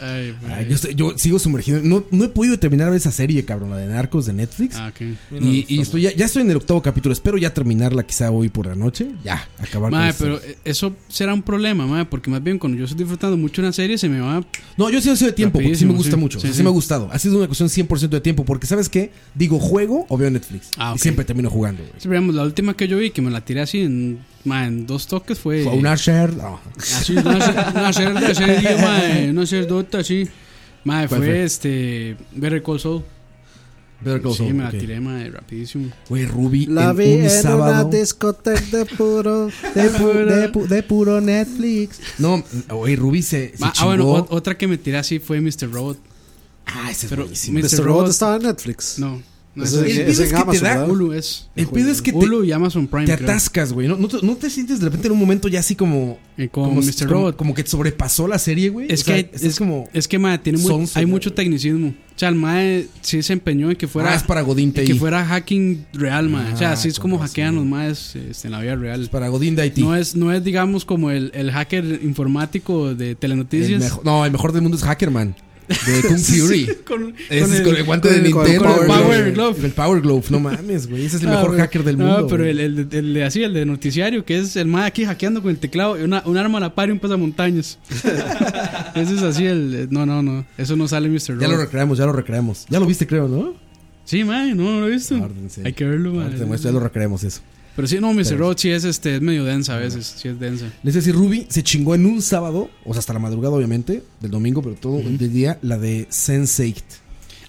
Speaker 5: Ay, mae.
Speaker 4: Ay, yo, estoy- yo sigo sumergido. No, no he podido terminar esa serie, cabrón, la de Narcos de Netflix.
Speaker 5: Ah, ok.
Speaker 4: y y estoy, ya, ya estoy en el octavo capítulo. Espero ya terminarla quizá hoy por la noche. Ya, acabar con
Speaker 5: Mae,
Speaker 4: esta
Speaker 5: pero eh, eso será un problema, mae, porque más bien cuando yo estoy disfrutando mucho una serie se me va.
Speaker 4: No, yo sí ha sido de tiempo, porque sí me
Speaker 5: Rapidísimo,
Speaker 4: gusta
Speaker 5: sí.
Speaker 4: mucho. o sea,
Speaker 5: Sí,
Speaker 4: Sí,
Speaker 5: sí.
Speaker 4: me ha gustado. Ha sido una cuestión 100% de tiempo, porque ¿sabes qué? Digo juego o veo Netflix.
Speaker 5: Ah, ok.
Speaker 4: Y siempre termino jugando, güey.
Speaker 5: Digamos, la última que yo vi que me la tiré así en, mae, en dos toques fue.
Speaker 4: Fue una share. ah.
Speaker 5: Así, una, cer- una cerda, así, mae, una cerdota, así. Mae, fue,
Speaker 4: ¿Cuál fue?
Speaker 5: este. Better Call Saul.
Speaker 4: Better Call
Speaker 5: sí,
Speaker 4: Saul,
Speaker 5: me
Speaker 4: ok.
Speaker 5: la tiré, mae, rapidísimo.
Speaker 4: Güey, Ruby,
Speaker 7: La
Speaker 4: en
Speaker 7: vi
Speaker 4: un
Speaker 7: en una
Speaker 4: sábado.
Speaker 7: discoteca de puro.
Speaker 4: De, pu- de pu- de puro Netflix. No, güey, Ruby se, se
Speaker 5: Ma- ah,
Speaker 4: chingó.
Speaker 5: bueno, ot- otra que me tiré así fue Mr. Robot.
Speaker 4: Ah, ese es
Speaker 5: Pero
Speaker 4: buenísimo.
Speaker 5: Mr.
Speaker 7: Mr. Robot
Speaker 5: Robot
Speaker 7: estaba en Netflix.
Speaker 5: No, no
Speaker 7: Eso
Speaker 5: esa
Speaker 4: El
Speaker 7: es-
Speaker 5: es
Speaker 4: pedo
Speaker 7: es
Speaker 4: es
Speaker 7: en
Speaker 4: que te
Speaker 7: Amazon,
Speaker 4: da...
Speaker 7: ¿verdad?
Speaker 5: Hulu es.
Speaker 4: El pedo es que te,
Speaker 5: Hulu y Amazon Prime.
Speaker 4: te
Speaker 5: creo.
Speaker 4: atascas, güey. No, no, te, no te sientes de repente en un momento ya así como...
Speaker 5: Eh, con
Speaker 4: como,
Speaker 5: Mr.
Speaker 4: como-
Speaker 5: Robot.
Speaker 4: Como que sobrepasó la serie, güey.
Speaker 5: Es
Speaker 4: O sea,
Speaker 5: que hay-
Speaker 4: estás como...
Speaker 5: Es que, mae, tiene muy-
Speaker 4: Sonso,
Speaker 5: hay
Speaker 4: ya,
Speaker 5: mucho
Speaker 4: güey.
Speaker 5: tecnicismo. O sea, el mae sí se empeñó en que fuera,
Speaker 4: Ah, es para Godín
Speaker 5: en
Speaker 4: TI.
Speaker 5: que fuera hacking real, mae. o sea,
Speaker 4: Ah,
Speaker 5: así es
Speaker 4: con
Speaker 5: como
Speaker 4: razón.
Speaker 5: hackean los maes este, en la vida real.
Speaker 4: Es para Godín de IT.
Speaker 5: No es, no es, digamos, como el, el hacker informático de
Speaker 4: El
Speaker 5: Telenoticias.
Speaker 4: mejo- no, el mejor del mundo es Hackerman. de Kung Fury.
Speaker 5: Con,
Speaker 4: Ese es con el guante
Speaker 7: con
Speaker 4: de
Speaker 7: el- con el
Speaker 4: Nintendo.
Speaker 7: Power
Speaker 4: güey.
Speaker 5: Glove. Power Glove.
Speaker 4: El Power Glove, no mames, güey. Ese es el mejor
Speaker 5: Ah,
Speaker 4: hacker del
Speaker 5: no,
Speaker 4: mundo.
Speaker 5: pero
Speaker 4: güey.
Speaker 5: el, el, el de- así, el de noticiario, que es el más aquí hackeando con el teclado y una, un arma a la par y un pasamontañas. Ese es así el. No, no, no. Eso no sale, Mr.
Speaker 4: Ya lo
Speaker 5: Robot.
Speaker 4: recreamos, ya lo recreamos. Ya lo viste, creo, ¿no?
Speaker 5: Sí, man, no, no lo he visto.
Speaker 4: Árdense.
Speaker 5: Hay que verlo,
Speaker 4: Ahora
Speaker 5: man.
Speaker 4: te muestro, ya lo recreamos eso.
Speaker 5: Pero sí, no, Mr. Robot sí es, este, es medio densa a veces. Sí es densa.
Speaker 4: Les decía, Ruby se chingó en un sábado, o sea, hasta la madrugada, obviamente, del domingo, pero todo el día, la de Sense8.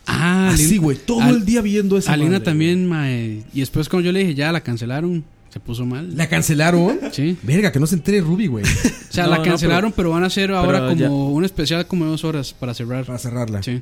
Speaker 5: Ah,
Speaker 4: Así,
Speaker 5: Alina-
Speaker 4: güey, todo
Speaker 5: Al-
Speaker 4: el día viendo esa.
Speaker 5: Alina
Speaker 4: madre,
Speaker 5: también, mae. Y después, cuando yo le dije, ya la cancelaron, se puso mal.
Speaker 4: güey. La cancelaron.
Speaker 5: Sí.
Speaker 4: Verga, que no se entere Ruby, güey.
Speaker 5: O sea,
Speaker 6: No,
Speaker 5: la
Speaker 6: no,
Speaker 5: cancelaron, pero, van a hacer ahora
Speaker 6: ya.
Speaker 5: como un especial como de dos horas para cerrar.
Speaker 4: Para cerrarla.
Speaker 5: Sí.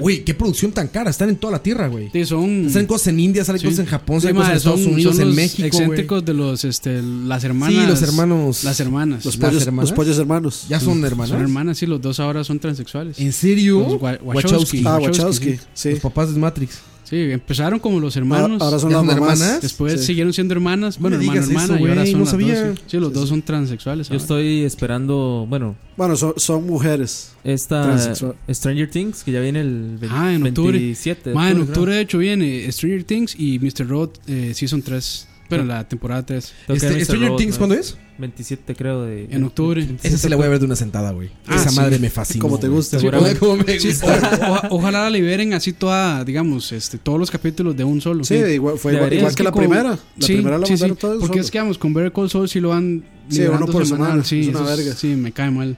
Speaker 4: Güey, qué producción tan cara. Están en toda la tierra, güey.
Speaker 5: Sí, son.
Speaker 4: Salen cosas en India, salen
Speaker 5: Sí.
Speaker 4: cosas en Japón,
Speaker 5: Sí,
Speaker 4: salen cosas
Speaker 5: madre,
Speaker 4: en Estados
Speaker 5: son-
Speaker 4: Unidos,
Speaker 5: son
Speaker 4: en
Speaker 5: los
Speaker 4: México. güey.
Speaker 5: Excéntricos de los, este, las hermanas.
Speaker 4: Sí, los hermanos.
Speaker 5: Las hermanas.
Speaker 7: Los
Speaker 4: ¿Las
Speaker 7: pollos,
Speaker 4: hermanas?
Speaker 7: los pollos hermanos.
Speaker 4: ¿Ya son hermanas?
Speaker 5: Son hermanas, sí, los dos ahora son transexuales.
Speaker 4: ¿En serio?
Speaker 5: Los Wa- Wachowski.
Speaker 7: ah,
Speaker 5: Wachowski,
Speaker 7: Wachowski. Sí.
Speaker 4: Los papás de Matrix.
Speaker 5: Sí, empezaron como los
Speaker 7: Ahora,
Speaker 5: hermanos.
Speaker 7: ahora son
Speaker 4: ¿Ya
Speaker 7: las
Speaker 4: son
Speaker 7: mamás.
Speaker 4: hermanas?
Speaker 5: Después
Speaker 7: Sí.
Speaker 5: siguieron siendo hermanas.
Speaker 4: No me
Speaker 5: Bueno, hermano,
Speaker 4: digas eso,
Speaker 5: hermana. y ahora
Speaker 4: güey,
Speaker 5: son
Speaker 4: no
Speaker 5: las
Speaker 4: sabía.
Speaker 5: dos. sí. Sí, los dos son transexuales.
Speaker 6: Yo
Speaker 5: ahora.
Speaker 6: estoy esperando, bueno,
Speaker 7: Bueno, son, son mujeres.
Speaker 6: esta
Speaker 7: Transexual.
Speaker 6: Stranger Things que ya viene el vein-
Speaker 5: Ah, en octubre.
Speaker 6: 27. de
Speaker 5: Mae, en
Speaker 6: octubre, creo.
Speaker 5: octubre, de hecho, viene eh, Stranger Things y Mr. Robot eh, Season 3. Pero la temporada 3.
Speaker 6: Tengo que
Speaker 4: Este,
Speaker 6: ver Mr.
Speaker 4: ¿Stranger
Speaker 6: Robot,
Speaker 4: Things
Speaker 6: ¿no?
Speaker 4: cuándo es?
Speaker 6: 27 creo de
Speaker 5: En octubre.
Speaker 4: Esa sí la voy a ver de una sentada, güey. Esa
Speaker 5: sí.
Speaker 4: madre me fascina.
Speaker 7: Como te
Speaker 4: güey.
Speaker 7: gusta.
Speaker 6: Seguramente.
Speaker 4: Como me
Speaker 5: Sí,
Speaker 4: gusta.
Speaker 5: o- o- ojalá la liberen así toda, digamos, este, todos los capítulos de un solo.
Speaker 7: Sí, igual, fue igual,
Speaker 6: Debería,
Speaker 7: igual
Speaker 6: es
Speaker 7: que la
Speaker 5: como-
Speaker 7: primera. La
Speaker 5: Sí,
Speaker 7: primera la
Speaker 5: sí, sí,
Speaker 7: mandaron todos.
Speaker 5: Porque es que vamos con Better Call Saul si lo van
Speaker 7: Sí,
Speaker 5: liberando
Speaker 7: uno por semana,
Speaker 5: Sí,
Speaker 7: es una
Speaker 5: eso
Speaker 7: verga.
Speaker 5: sí, me cae mal.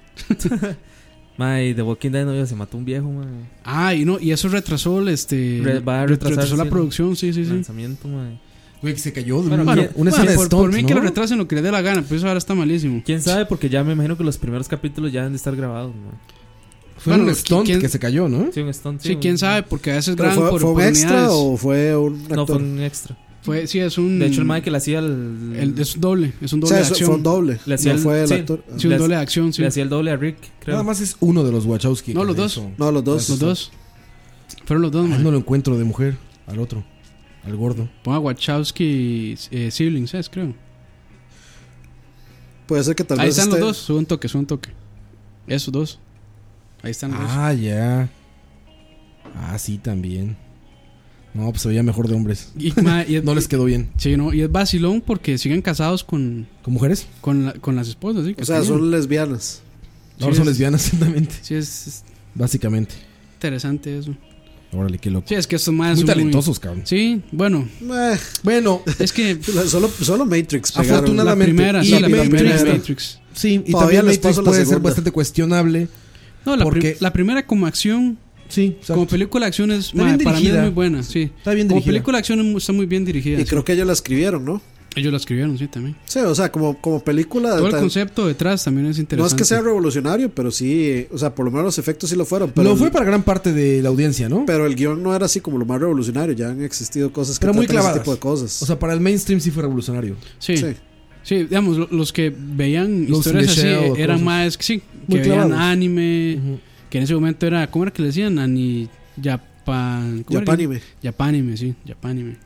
Speaker 6: Mae, The Walking Dead no yo, se mató un viejo, mae.
Speaker 5: Ah, y no, y eso retrasó el, este
Speaker 6: Re- va a retrasar,
Speaker 5: retrasó la
Speaker 6: sí,
Speaker 5: producción, sí, sí, sí.
Speaker 6: Lanzamiento, mae.
Speaker 4: Güey, que se cayó. de
Speaker 6: Bueno,
Speaker 4: un-
Speaker 6: bueno,
Speaker 4: una escena
Speaker 5: Bueno,
Speaker 4: de
Speaker 5: por,
Speaker 4: Stunt,
Speaker 5: por mí
Speaker 4: ¿no?
Speaker 5: que lo retrasen lo que le dé la gana, pues eso ahora está malísimo.
Speaker 6: ¿Quién sabe? Porque ya me imagino que los primeros capítulos ya han de estar grabados, mae.
Speaker 4: Fue
Speaker 5: Bueno,
Speaker 4: un stunt
Speaker 5: ¿quién-
Speaker 4: que se cayó, ¿no?
Speaker 6: Sí, un stunt,
Speaker 5: Sí,
Speaker 6: un-
Speaker 5: quién sabe, porque a veces
Speaker 7: Pero
Speaker 5: graban
Speaker 7: fue,
Speaker 5: por
Speaker 7: fue un
Speaker 5: oportunidades.
Speaker 7: extra o fue un actor?
Speaker 6: No, fue un extra.
Speaker 5: Fue, sí, es un
Speaker 6: De hecho, el mae que le hacía el...
Speaker 5: el- es un doble, es un
Speaker 7: o
Speaker 5: doble
Speaker 7: sea,
Speaker 5: de
Speaker 7: eso- fue un
Speaker 5: acción.
Speaker 7: doble.
Speaker 6: Le hacía
Speaker 7: no
Speaker 6: el-
Speaker 7: fue el
Speaker 6: sí.
Speaker 7: actor. Ah.
Speaker 5: Sí, un
Speaker 6: le
Speaker 5: doble de acción, sí.
Speaker 6: Le hacía el doble a Rick, creo.
Speaker 4: Nada más es uno de los Wachowski.
Speaker 5: No,
Speaker 4: que
Speaker 5: los
Speaker 4: lo
Speaker 5: dos.
Speaker 4: hizo.
Speaker 7: No, los dos.
Speaker 5: Los dos. Fueron los dos,
Speaker 4: Ah,
Speaker 5: man.
Speaker 4: no lo encuentro de mujer. Al otro. Al gordo.
Speaker 5: Ponga Wachowski eh, Siblings, ¿sabes? Creo.
Speaker 7: Puede ser que tal
Speaker 5: Ahí
Speaker 7: vez. este
Speaker 5: están los
Speaker 7: esté-
Speaker 5: dos, sube un toque, sube un toque. Esos dos. Ahí están los dos.
Speaker 4: Ah, ya. Ah, sí, también. No, pues se veía mejor de hombres.
Speaker 5: Y, ma, y es,
Speaker 4: No les quedó bien.
Speaker 5: sí, no, y es vacilón porque siguen casados con,
Speaker 4: ¿Con mujeres?
Speaker 5: con, la- con las esposas. ¿sí? que
Speaker 7: O sea,
Speaker 5: tenían.
Speaker 7: son lesbianas.
Speaker 4: Ahora
Speaker 5: Sí,
Speaker 4: son
Speaker 5: es-
Speaker 4: lesbianas, exactamente.
Speaker 5: Sí, es, es
Speaker 4: Básicamente.
Speaker 5: interesante eso.
Speaker 4: Órale, qué loco.
Speaker 5: Sí, es que estos más
Speaker 4: Muy talentosos, cabrón.
Speaker 5: Sí, bueno,
Speaker 7: Eh,
Speaker 4: Bueno,
Speaker 5: es que
Speaker 7: solo, solo Matrix. pegaron.
Speaker 5: la
Speaker 4: Afortunadamente.
Speaker 5: primera,
Speaker 4: Y
Speaker 5: sí, la
Speaker 4: Matrix,
Speaker 5: primera es
Speaker 7: ¿no?
Speaker 5: Matrix.
Speaker 4: sí, y
Speaker 7: Todavía
Speaker 4: también
Speaker 7: les
Speaker 4: Matrix
Speaker 7: paso la
Speaker 4: puede ser
Speaker 7: segunda.
Speaker 4: bastante cuestionable.
Speaker 5: No, la,
Speaker 4: Porque-
Speaker 5: prim- la primera como acción,
Speaker 4: Sí, exacto.
Speaker 5: como película de acción es,
Speaker 4: Está
Speaker 5: ma,
Speaker 4: bien
Speaker 5: para mí es
Speaker 4: dirigida.
Speaker 5: muy buena, sí.
Speaker 4: Está bien
Speaker 5: Como
Speaker 4: dirigida.
Speaker 5: película de acción es mu- está muy bien dirigida.
Speaker 7: Y
Speaker 5: sí.
Speaker 7: creo que ellos la escribieron, ¿no?
Speaker 5: Ellos la escribieron, sí, también.
Speaker 7: Sí, o sea, como, como película.
Speaker 5: Todo el
Speaker 7: Ah, tal-
Speaker 5: concepto detrás también es
Speaker 7: no es
Speaker 5: interesante.
Speaker 7: que sea revolucionario, pero sí. eh, O sea, por lo menos los efectos sí lo fueron. Pero
Speaker 4: Lo
Speaker 7: el-
Speaker 4: fue para gran parte de la audiencia, ¿no?
Speaker 7: Pero el guión no era así como lo más revolucionario. Ya han existido cosas que
Speaker 4: Pero muy
Speaker 7: tratan ese
Speaker 4: clavadas.
Speaker 7: tipo de cosas.
Speaker 4: O sea, para el mainstream sí fue revolucionario.
Speaker 5: Sí.
Speaker 7: Sí.
Speaker 5: sí. digamos, lo- los que veían
Speaker 4: Los
Speaker 5: historias
Speaker 4: de
Speaker 5: así
Speaker 4: Shell,
Speaker 5: eran
Speaker 4: cosas.
Speaker 5: más, sí, que
Speaker 4: Muy
Speaker 5: veían
Speaker 4: clavados.
Speaker 5: anime, que en ese momento era, ¿cómo era que le decían? Ani, Japan, ¿cómo era que-
Speaker 7: Japanime.
Speaker 5: Japanime, sí, Japanime.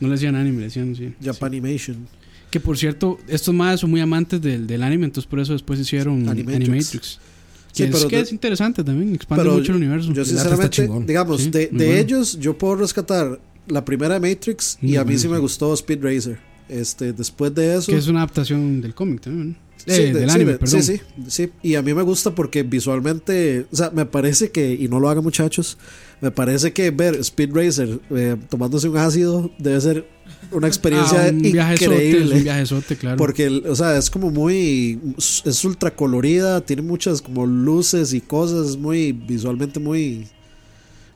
Speaker 5: No le decían anime, le decían, sí.
Speaker 7: Japanimation.
Speaker 5: sí. Que por cierto, estos más son muy amantes del, del anime, entonces por eso después hicieron
Speaker 7: Animatrix.
Speaker 5: Animatrix.
Speaker 7: Sí,
Speaker 5: Que es
Speaker 7: pero
Speaker 5: que
Speaker 7: de-
Speaker 5: es interesante también, expande mucho el universo.
Speaker 4: arte
Speaker 7: Yo
Speaker 4: está
Speaker 7: sinceramente,
Speaker 4: chingón.
Speaker 7: digamos,
Speaker 5: Sí,
Speaker 7: de,
Speaker 5: muy
Speaker 7: de
Speaker 5: bueno.
Speaker 7: ellos yo puedo rescatar la primera de Matrix y
Speaker 5: Muy
Speaker 7: a mí sí
Speaker 5: bueno,
Speaker 7: me gustó Speed Racer. Este, después de eso...
Speaker 5: que es una adaptación del cómic también. ¿no? Eh,
Speaker 7: Sí, de-
Speaker 5: del
Speaker 7: sí,
Speaker 5: anime,
Speaker 7: de-
Speaker 5: perdón.
Speaker 7: sí, sí, sí. Y a mí me gusta porque visualmente, o sea, me parece que, y no lo hagan muchachos, me parece que ver Speed Racer eh, tomándose un ácido debe ser una experiencia
Speaker 5: Ah, un viaje sote, es un
Speaker 7: increíble.
Speaker 5: viaje sote, claro.
Speaker 7: Porque, el- o sea, es como muy. Es ultra colorida, tiene muchas como luces y cosas, es muy visualmente muy.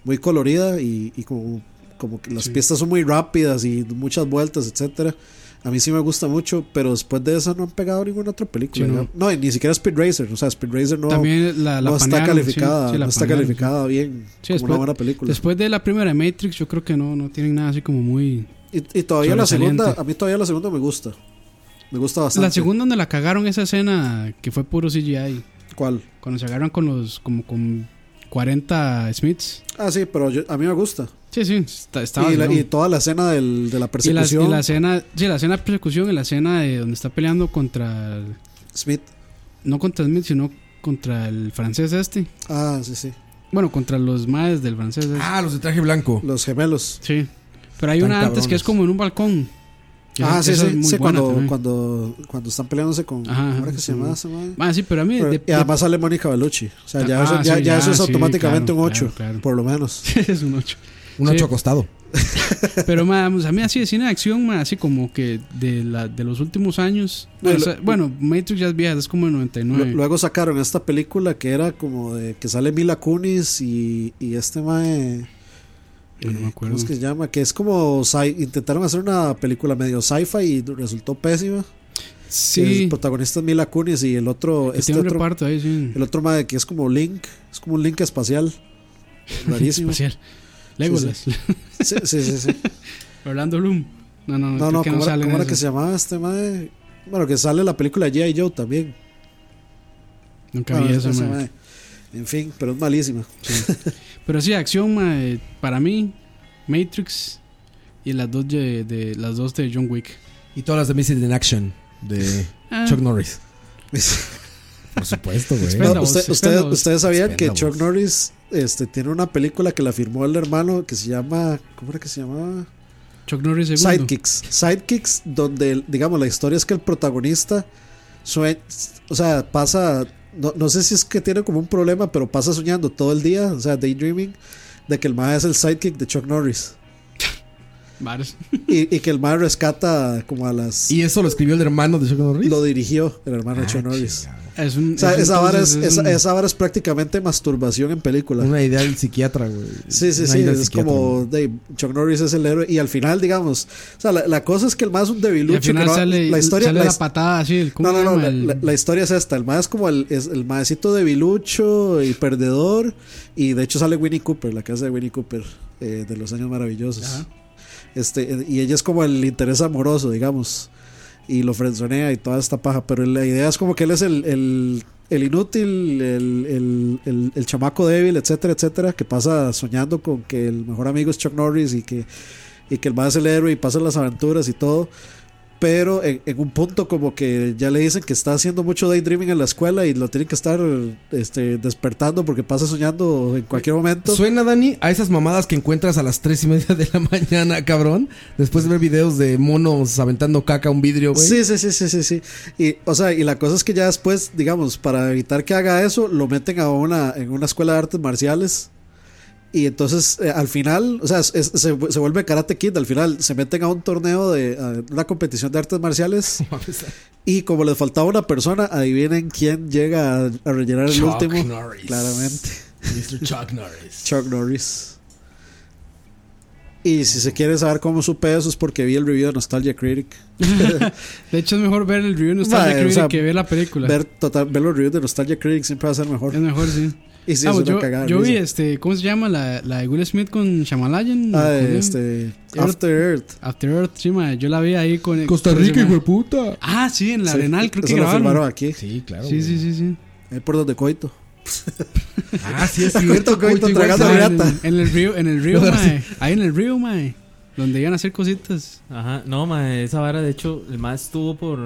Speaker 7: Muy colorida y, y como, como que las pistas son muy rápidas y muchas vueltas, etcétera A mí sí me gusta mucho, pero después de esa no han pegado ninguna otra película.
Speaker 5: Sí, no.
Speaker 7: ¿no? No, y ni siquiera Speed Racer, o sea, Speed Racer no,
Speaker 5: También la, la
Speaker 7: no está
Speaker 5: panearon, sí,
Speaker 7: calificada,
Speaker 5: sí, la
Speaker 7: no está
Speaker 5: panearon.
Speaker 7: calificada bien como
Speaker 5: Sí, después-
Speaker 7: una buena película.
Speaker 5: Después de la primera de Matrix, yo creo que no, no tienen nada así como muy.
Speaker 7: Y, y todavía la
Speaker 5: sobresaliente.
Speaker 7: segunda, a mí todavía la segunda me gusta. Me gusta bastante.
Speaker 5: La segunda donde la cagaron esa escena que fue puro CGI.
Speaker 7: ¿Cuál?
Speaker 5: Cuando se agarran con los. como con 40 Smiths.
Speaker 7: Ah, sí, pero yo- a mí me gusta.
Speaker 5: Sí, sí, está, está
Speaker 7: y, la-
Speaker 5: vacilón.
Speaker 7: y toda la escena del- de la
Speaker 5: Y la,
Speaker 7: persecución.
Speaker 5: y la escena. Sí, la escena de persecución y la escena de donde está peleando contra. el-
Speaker 7: Smith.
Speaker 5: no contra Smith, sino contra el francés este.
Speaker 7: Ah, sí, sí.
Speaker 5: Bueno, contra los maes del francés. es-
Speaker 4: Ah, los de traje blanco.
Speaker 7: Los gemelos.
Speaker 5: Sí. Pero hay
Speaker 4: Tan
Speaker 5: una antes que
Speaker 4: cabrones.
Speaker 5: es como en un balcón. Que
Speaker 7: ah,
Speaker 5: esa-
Speaker 7: sí,
Speaker 5: esa es
Speaker 7: sí,
Speaker 5: muy
Speaker 7: sí,
Speaker 5: buena
Speaker 7: cuando,
Speaker 5: también.
Speaker 7: cuando, cuando están peleándose con.
Speaker 5: Ajá, ajá,
Speaker 7: ¿Ahora que se
Speaker 5: sí.
Speaker 7: llama esa madre?
Speaker 5: Ah, sí, pero a mí.
Speaker 7: Pero-
Speaker 5: de-
Speaker 7: y además sale Mónica Bellucci. O sea, ya,
Speaker 5: Ah,
Speaker 7: eso, ya,
Speaker 5: sí,
Speaker 7: ya
Speaker 5: ya,
Speaker 7: eso es
Speaker 5: sí,
Speaker 7: automáticamente
Speaker 5: claro,
Speaker 7: un
Speaker 5: claro,
Speaker 7: 8,
Speaker 5: claro.
Speaker 7: por lo menos.
Speaker 5: es un 8.
Speaker 4: Un
Speaker 5: Sí.
Speaker 4: ocho acostado.
Speaker 5: Pero ma, pues, a mí así de cine de acción, ma, así como que de, la, de los últimos años.
Speaker 7: No,
Speaker 5: Bueno,
Speaker 7: lo-
Speaker 5: o sea, bueno, Matrix ya es vieja, es como el
Speaker 7: Lu-
Speaker 5: 99.
Speaker 7: Luego sacaron esta película que era como de que sale Mila Kunis y, y este mae.
Speaker 5: Yo no
Speaker 7: eh,
Speaker 5: me
Speaker 7: ¿Cómo
Speaker 5: acuerdo.
Speaker 7: es que se llama? Que es como. sci- Intentaron hacer una película medio sci-fi y resultó pésima. El
Speaker 5: sí,
Speaker 7: protagonista es Mila Kunis y el otro.
Speaker 5: que
Speaker 7: Este
Speaker 5: tiene un
Speaker 7: otro,
Speaker 5: reparto ahí, sí.
Speaker 7: el otro mae que es como Link. Es como un Link espacial. Rarísimo. sí,
Speaker 5: Espacial. Legolas.
Speaker 7: sí, sí. sí.
Speaker 5: Orlando Bloom. No, no,
Speaker 7: No, no,
Speaker 5: creo que no
Speaker 7: ¿cómo, era,
Speaker 5: sale en
Speaker 7: cómo era
Speaker 5: esa.
Speaker 7: que se llamaba este mae? Bueno, que sale la película G.I. Joe también.
Speaker 5: Nunca
Speaker 7: Bueno,
Speaker 5: vi eso,
Speaker 7: ese
Speaker 5: ma.
Speaker 7: mae. En fin, pero es malísima.
Speaker 5: Pero sí, acción, ma, eh, para mí, Matrix y las dos de, de- las dos de John Wick.
Speaker 4: Y todas las de Missing in Action de
Speaker 5: Ah,
Speaker 4: Chuck Norris. Por supuesto, güey.
Speaker 5: Espera.
Speaker 7: No,
Speaker 5: Expendables,
Speaker 7: usted- usted-
Speaker 5: Expendables.
Speaker 7: ustedes sabían que
Speaker 4: Expendables.
Speaker 7: Chuck Norris este, tiene una película que la firmó el hermano que se llama. ¿Cómo era que se llamaba?
Speaker 5: Chuck Norris segundo.
Speaker 7: Sidekicks. Sidekicks, donde, el- digamos, la historia es que el protagonista. sue- o sea, pasa. No, no sé si es que tiene como un problema, pero pasa soñando todo el día, o sea, daydreaming, de que el mae es el sidekick de Chuck Norris.
Speaker 5: Varios.
Speaker 7: Y, y que el mae rescata como a las.
Speaker 4: Y eso lo escribió el hermano de Chuck Norris.
Speaker 7: Lo dirigió el hermano de Chuck
Speaker 4: Ah,
Speaker 7: Norris.
Speaker 4: chingada.
Speaker 5: Es un,
Speaker 7: O sea,
Speaker 5: es un-
Speaker 7: esa vara es,
Speaker 5: entonces, es
Speaker 7: esa-
Speaker 5: un-
Speaker 7: esa vara es prácticamente masturbación en película.
Speaker 4: Una idea del psiquiatra, güey.
Speaker 7: Sí, sí,
Speaker 4: Una
Speaker 7: sí,
Speaker 4: idea del
Speaker 7: es
Speaker 4: psiquiatra,
Speaker 7: como de, Chuck Norris es el héroe y al final, digamos, o sea, la, la cosa es que el más es un
Speaker 5: y al
Speaker 7: debilucho, que
Speaker 5: final
Speaker 7: no-
Speaker 5: sale,
Speaker 7: la historia,
Speaker 5: sale
Speaker 7: la
Speaker 5: la,
Speaker 7: his-
Speaker 5: patada así. El,
Speaker 7: no,
Speaker 5: ¿cómo
Speaker 7: no,
Speaker 5: se
Speaker 7: no,
Speaker 5: llama?
Speaker 7: la,
Speaker 5: El-
Speaker 7: la- la historia es esta, el más es como el, es el maecito debilucho y perdedor y de hecho sale Winnie Cooper, la casa de Winnie Cooper eh, de los años maravillosos.
Speaker 5: Ajá.
Speaker 7: Este, eh, y ella es como el interés amoroso, digamos, y lo frenzonea y toda esta paja, pero la idea es como que él es el, el, el inútil, el, el, el- el chamaco débil, etcétera, etcétera, que pasa soñando con que el mejor amigo es Chuck Norris y que, y que el más es el héroe y pasan las aventuras y todo. Pero en, en un punto como que ya le dicen que está haciendo mucho daydreaming en la escuela y lo tienen que estar este, despertando porque pasa soñando en cualquier momento.
Speaker 4: Suena, Dani, a esas mamadas que encuentras a las tres y media de la mañana, cabrón. Después de ver videos de monos aventando caca a un vidrio, güey.
Speaker 7: Sí, sí, sí, sí, sí, sí. Y, o sea, y la cosa es que ya después, digamos, para evitar que haga eso, lo meten a una, en una escuela de artes marciales. Y entonces, eh, al final, o sea, es- es- se, vu- se vuelve Karate Kid, al final se meten a un torneo de a una competición de artes marciales. y como les faltaba una persona, adivinen quién llega a, a rellenar el
Speaker 4: Chuck
Speaker 7: último.
Speaker 4: Norris.
Speaker 7: Claramente.
Speaker 4: Mr. Chuck Norris.
Speaker 7: Chuck Norris. Y si se quiere saber cómo supe eso es porque vi el review de Nostalgia Critic.
Speaker 5: De hecho, es mejor ver el review no está
Speaker 7: Mae, o sea,
Speaker 5: que ver la película.
Speaker 7: ver, total, ver los reviews de Nostalgia Critic siempre va a ser mejor.
Speaker 5: es mejor, sí.
Speaker 7: Y si
Speaker 5: Ah,
Speaker 7: es
Speaker 5: pues
Speaker 7: una
Speaker 5: yo,
Speaker 7: cagada. de
Speaker 5: yo vi
Speaker 7: risa.
Speaker 5: este, ¿cómo se llama? La, la de Will Smith con Shamalayan.
Speaker 7: Ah,
Speaker 5: ¿no?
Speaker 7: este.
Speaker 5: Yo-
Speaker 7: After Earth.
Speaker 5: After Earth, sí, mae, Yo la vi ahí con.
Speaker 4: Costa
Speaker 5: con ese
Speaker 4: Rica,
Speaker 5: mae.
Speaker 4: hijo de puta.
Speaker 5: Ah, sí, en la
Speaker 7: Sí,
Speaker 5: Arenal, creo que
Speaker 7: eso lo filmaron
Speaker 5: grabaron.
Speaker 7: aquí.
Speaker 4: Sí, claro.
Speaker 5: Sí, sí, sí, sí.
Speaker 7: Ahí por donde coito.
Speaker 4: Ah, sí, es
Speaker 7: Coito,
Speaker 4: cierto.
Speaker 7: coito,
Speaker 4: coito, igual
Speaker 7: tragando
Speaker 4: sabe.
Speaker 5: Mae, en,
Speaker 7: Pirata.
Speaker 5: en el río, en el río,
Speaker 4: Ahora
Speaker 5: mae. Ahí en el río, mae. Donde iban a hacer cositas.
Speaker 6: Ajá, no, ma, esa vara, de hecho, el más estuvo por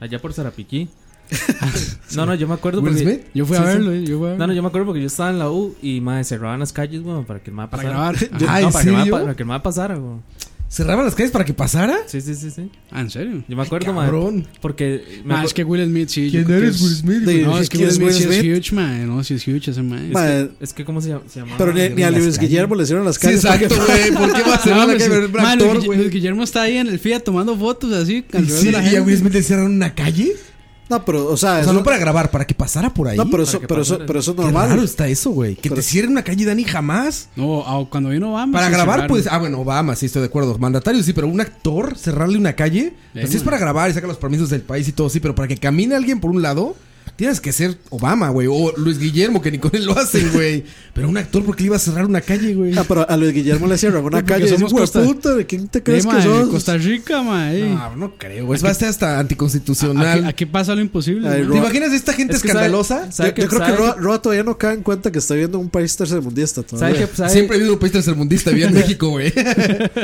Speaker 6: allá por Zarapiquí. no, no, yo me acuerdo
Speaker 4: Will
Speaker 6: porque...
Speaker 4: Smith.
Speaker 5: Yo fui
Speaker 6: Sí,
Speaker 5: a
Speaker 6: sí.
Speaker 5: verlo, eh, yo fui a verlo.
Speaker 6: No, no, yo me acuerdo porque yo estaba en la U y ma, cerraban las calles, weón, para que el ma
Speaker 5: para
Speaker 6: pasara.
Speaker 5: grabar.
Speaker 6: Yo-
Speaker 5: Ah,
Speaker 4: Ah,
Speaker 6: no,
Speaker 4: ¿en
Speaker 6: para, que el ma
Speaker 4: serio?
Speaker 6: pa- para que el ma pasara, weón.
Speaker 4: ¿Cerraban las calles para que pasara?
Speaker 6: Sí, sí, sí, sí.
Speaker 5: ah, ¿en serio?
Speaker 6: Yo me acuerdo, ma,
Speaker 4: Cabrón.
Speaker 6: porque... me
Speaker 5: Ah,
Speaker 6: acu-
Speaker 5: es que Will Smith, sí. yo
Speaker 4: ¿Quién
Speaker 5: creo que
Speaker 4: eres,
Speaker 5: es-
Speaker 4: Will Smith?
Speaker 7: Sí,
Speaker 5: No, es que
Speaker 7: ¿quién
Speaker 5: Will
Speaker 7: es
Speaker 5: Smith sí
Speaker 7: Will
Speaker 5: es
Speaker 7: Smith?
Speaker 5: huge, mae. No, sí es huge ese mae.
Speaker 7: Ma,
Speaker 6: Es que, ¿cómo se llama? Se llamaba?
Speaker 7: Pero ni, ni a
Speaker 4: Ah, las
Speaker 7: Luis
Speaker 4: calles.
Speaker 7: Guillermo le hicieron las
Speaker 4: Sí,
Speaker 7: calles.
Speaker 4: exacto, güey. ¿Por qué va a cerrar la
Speaker 5: pues,
Speaker 4: calle? Un
Speaker 5: mae,
Speaker 4: actor,
Speaker 5: Luis, Guille-
Speaker 4: güey.
Speaker 5: Luis Guillermo está ahí en el FIA tomando fotos así.
Speaker 4: ¿Y,
Speaker 5: alrededor de la
Speaker 4: sí, y a
Speaker 5: gente.
Speaker 4: Will Smith le cerraron una calle?
Speaker 7: No, pero, o sea.
Speaker 4: O
Speaker 7: eso-
Speaker 4: sea, no para grabar, para que pasara por ahí.
Speaker 7: no, pero
Speaker 6: para
Speaker 7: eso,
Speaker 6: que
Speaker 7: pero, eso,
Speaker 6: pasaran.
Speaker 7: pero eso es
Speaker 4: Qué raro
Speaker 7: normal.
Speaker 4: está eso, güey. Que te
Speaker 7: Pero-
Speaker 4: cierren una calle, Dani, jamás.
Speaker 5: No, ah, cuando vino Obama.
Speaker 4: Para
Speaker 5: se
Speaker 4: grabar,
Speaker 5: cerraron.
Speaker 4: pues. Ah, bueno, Obama, sí, estoy de acuerdo. Mandatario, sí, pero un actor, cerrarle una calle.
Speaker 5: Eh,
Speaker 4: Así es
Speaker 5: man.
Speaker 4: para grabar y saca los permisos del país y todo, sí, pero para que camine alguien por un lado, tienes que ser Obama, güey. O Luis Guillermo, que ni con él lo hacen, güey. Pero un actor, ¿por qué le iba a cerrar una calle, güey?
Speaker 7: Ah, pero a Luis Guillermo le cierran una
Speaker 5: Porque
Speaker 7: calle. y
Speaker 5: somos
Speaker 7: dicen, "Hue
Speaker 5: Costa-
Speaker 7: puta, ¿de quién te
Speaker 5: Sí,
Speaker 7: crees que
Speaker 5: mae,
Speaker 7: sos?
Speaker 5: Costa Rica, mae.
Speaker 4: No, no creo, güey. Eso va a ser hasta anticonstitucional.
Speaker 5: Aquí, aquí pasa lo imposible.
Speaker 7: Ay,
Speaker 5: mae.
Speaker 7: Ro-
Speaker 4: ¿Te imaginas esta gente
Speaker 6: Es que sabe-
Speaker 4: escandalosa?
Speaker 7: Yo,
Speaker 6: sabe
Speaker 7: yo creo que
Speaker 6: sabe-
Speaker 7: Roa, Roa todavía no cae en cuenta que está viendo un país tercermundista
Speaker 6: ¿Sabe
Speaker 7: todavía.
Speaker 6: qué, sabe-
Speaker 4: Siempre he vivido un país tercermundista, vivía en México, güey.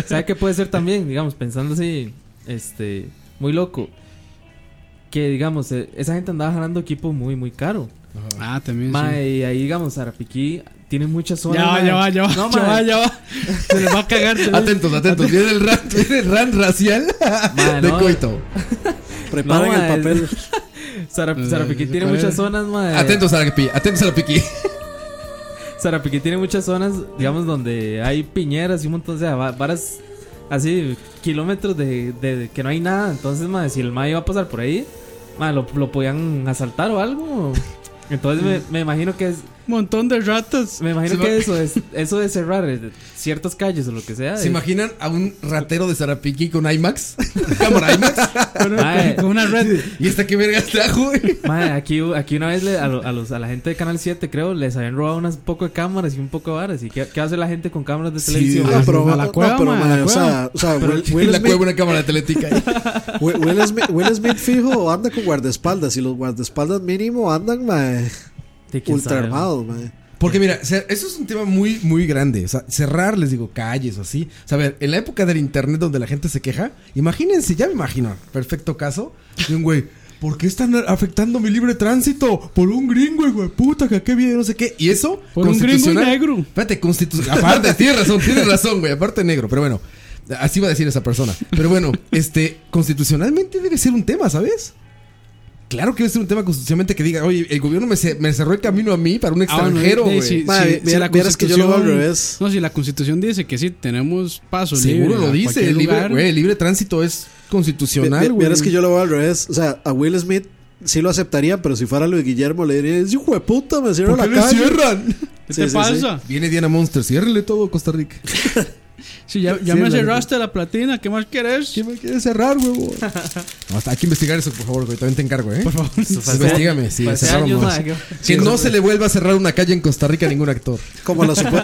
Speaker 6: ¿Sabe qué puede ser también? Digamos, pensando así, e, este, muy loco. Que digamos, eh, esa gente andaba jalando equipo muy, muy caro.
Speaker 5: Ah, también.
Speaker 6: Ma,
Speaker 5: sí.
Speaker 6: y ahí digamos, Zarapiquí tiene muchas zonas.
Speaker 5: Ya va,
Speaker 6: ma.
Speaker 5: ya va, ya va.
Speaker 6: No,
Speaker 5: ya
Speaker 6: ma.
Speaker 5: va, ya va. Se les va a cagar. se les-
Speaker 4: Atentos, atentos. Viene el rant, viene el rant racial
Speaker 6: Ma,
Speaker 4: de
Speaker 6: no.
Speaker 4: coito.
Speaker 7: Preparen
Speaker 6: No, ma,
Speaker 7: el papel.
Speaker 6: Zara- Zarapiquí
Speaker 5: se
Speaker 6: tiene
Speaker 5: parece.
Speaker 6: muchas zonas, ma.
Speaker 4: Atentos a la piqui. Atentos a la piqui.
Speaker 6: Zarapiquí tiene muchas zonas, digamos, donde hay piñeras y un montón, o sea, va- varas así, kilómetros de, de- de que no hay nada. Entonces, ma, si el ma iba a pasar por ahí, ma, lo, lo podían asaltar o algo. Entonces, me, me imagino que es.
Speaker 5: Montón de ratas.
Speaker 6: Me imagino
Speaker 5: Se
Speaker 6: que
Speaker 5: va-
Speaker 6: eso es eso de cerrar eh, ciertas calles o lo que sea. eh.
Speaker 4: ¿Se
Speaker 6: es-
Speaker 4: imaginan a un ratero de Zarapiqui con IMAX? Cámara IMAX.
Speaker 5: con una-
Speaker 6: Mae.
Speaker 5: con una red.
Speaker 4: ¿Y esta qué verga trajo, güey?
Speaker 6: Madre, aquí, aquí una vez le- a, lo- a los, a la gente de Canal 7, creo, les habían robado unas poco de cámaras y un poco de varas. ¿Y qué, qué hace la gente con cámaras de
Speaker 5: Sí,
Speaker 6: televisión?
Speaker 5: a
Speaker 7: No, pero,
Speaker 5: la
Speaker 7: no,
Speaker 5: cueva,
Speaker 7: pero,
Speaker 5: ma,
Speaker 7: ma,
Speaker 5: a la
Speaker 7: o sea, o sea, Will, Will
Speaker 4: en la
Speaker 7: Smith,
Speaker 4: cueva una cámara atlética.
Speaker 7: Will- Will Smith- Will Smith fijo anda con guardaespaldas y los guardaespaldas mínimo andan mae,
Speaker 6: Sí, quién
Speaker 7: ultra
Speaker 6: sabe.
Speaker 7: armados. mae.
Speaker 4: Porque mira, o sea, eso es un tema muy, muy grande. O sea, cerrar, les digo, calles o así. O sea, a ver, en la época del internet donde la gente se queja, imagínense, ya me imagino, perfecto caso, de un güey. ¿Por qué están afectando mi libre tránsito? Por un gringo, hijo de puta, que qué bien, no sé qué. Y eso,
Speaker 5: Por un gringo y
Speaker 4: constitucional-
Speaker 5: negro.
Speaker 4: Espérate, constitucional. Aparte, tienes razón, tienes razón, güey. Aparte, negro, pero bueno. Así va a decir esa persona. Pero bueno, este, constitucionalmente debe ser un tema, ¿sabes? Claro que debe ser un tema constitucionalmente que diga, oye, el gobierno me, ce- me cerró el camino a mí para un
Speaker 5: Ah, bueno,
Speaker 4: extranjero,
Speaker 5: de-
Speaker 4: güey.
Speaker 5: de- si-
Speaker 7: Ma,
Speaker 5: si-
Speaker 7: vi-
Speaker 5: si la
Speaker 7: vieras que yo lo veo al
Speaker 5: Constitución-
Speaker 7: revés.
Speaker 5: No, si la constitución dice que sí, tenemos paso
Speaker 4: Seguro
Speaker 5: libre
Speaker 4: lo
Speaker 5: a
Speaker 4: dice.
Speaker 5: cualquier
Speaker 4: Libre,
Speaker 5: lugar.
Speaker 4: güey, libre tránsito es constitucional, güey.
Speaker 7: Vieras que yo lo veo al revés. O sea, a Will Smith sí lo aceptaría, pero si fuera Luis Guillermo le diría: Es hijo de puta, me cierro
Speaker 4: ¿Por
Speaker 7: la
Speaker 4: qué le
Speaker 7: calle.
Speaker 4: cierran?
Speaker 5: ¿Qué
Speaker 7: Sí,
Speaker 5: te
Speaker 7: sí,
Speaker 5: pasa?
Speaker 4: Viene Diana Monster, ciérrele todo Costa Rica.
Speaker 5: Si ya, ya me cerraste la platina, ¿qué más querés?
Speaker 4: ¿Quién me quiere cerrar, huevo? No, hasta hay que investigar eso, por favor, güey. También te encargo, ¿eh? Por favor. Investígame, sí,
Speaker 6: Pasé
Speaker 4: cerraron
Speaker 6: años,
Speaker 4: más.
Speaker 6: madre, que-
Speaker 4: Que no se le vuelva a cerrar una calle en Costa Rica a ningún actor.
Speaker 7: Como la, supu-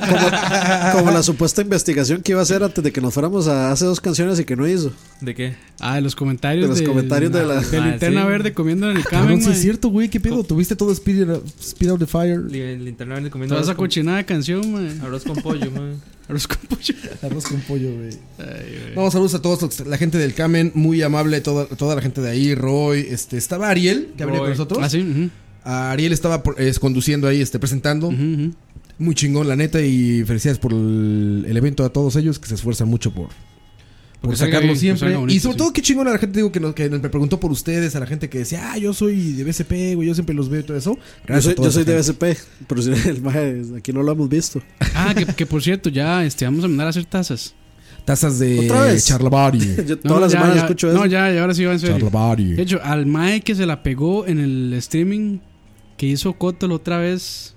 Speaker 7: como, como la supuesta investigación que iba a hacer antes de que nos fuéramos a hace dos canciones y que no hizo.
Speaker 6: ¿De qué?
Speaker 5: Ah, de los comentarios.
Speaker 7: De los comentarios de la- Ah,
Speaker 5: De
Speaker 6: Ah,
Speaker 5: linterna
Speaker 6: sí.
Speaker 5: verde comiendo en el
Speaker 4: Cabrón,
Speaker 5: camen,
Speaker 4: sí
Speaker 5: mae.
Speaker 4: es cierto, güey. ¿Qué pedo? ¿Tuviste todo Speed, Speed of the Fire?
Speaker 6: El, el internet viene comiendo
Speaker 5: Toda
Speaker 6: arroz
Speaker 5: esa
Speaker 6: con,
Speaker 5: cochinada de canción, mae.
Speaker 6: arroz con pollo, man.
Speaker 5: Arroz con pollo.
Speaker 4: Arroz con pollo, güey.
Speaker 5: Ay, güey.
Speaker 4: No, saludos a todos los- la gente del Camen, muy amable, toda, toda la gente de ahí, Roy, este, estaba Ariel, que ha venido con
Speaker 6: Roy.
Speaker 4: nosotros.
Speaker 5: Ah, sí. ujú,
Speaker 4: A Ariel estaba por- es, conduciendo ahí, este, presentando.
Speaker 5: ujú, ujú.
Speaker 4: Muy chingón, la neta, y felicidades por el, el evento a todos ellos que se esfuerzan mucho por, por
Speaker 5: Porque salga
Speaker 4: sacarlo
Speaker 5: bien, que
Speaker 4: siempre.
Speaker 5: salga bonito,
Speaker 4: y sobre
Speaker 5: sí.
Speaker 4: todo, qué chingón a la gente, digo, que, nos- que me preguntó por ustedes, a la gente que decía, ah, yo soy de BCP, güey, yo siempre los veo y todo eso.
Speaker 7: Yo soy,
Speaker 4: a toda
Speaker 7: yo soy
Speaker 4: esa
Speaker 7: de
Speaker 4: gente.
Speaker 7: BSP, pero si el mae, aquí no lo hemos visto.
Speaker 5: Ah, que, que por cierto, ya este, vamos a mandar a hacer tazas.
Speaker 4: Tazas
Speaker 7: ¿Otra
Speaker 4: de
Speaker 7: vez?
Speaker 4: charlavario.
Speaker 7: Yo todas
Speaker 5: No, no,
Speaker 7: las
Speaker 5: ya,
Speaker 7: semanas
Speaker 5: ya.
Speaker 7: escucho
Speaker 5: No,
Speaker 7: eso.
Speaker 5: ya, ya, ahora sí va en serio.
Speaker 4: charlavario.
Speaker 5: De hecho, al Mae que se la pegó en el streaming que hizo Cotel otra vez,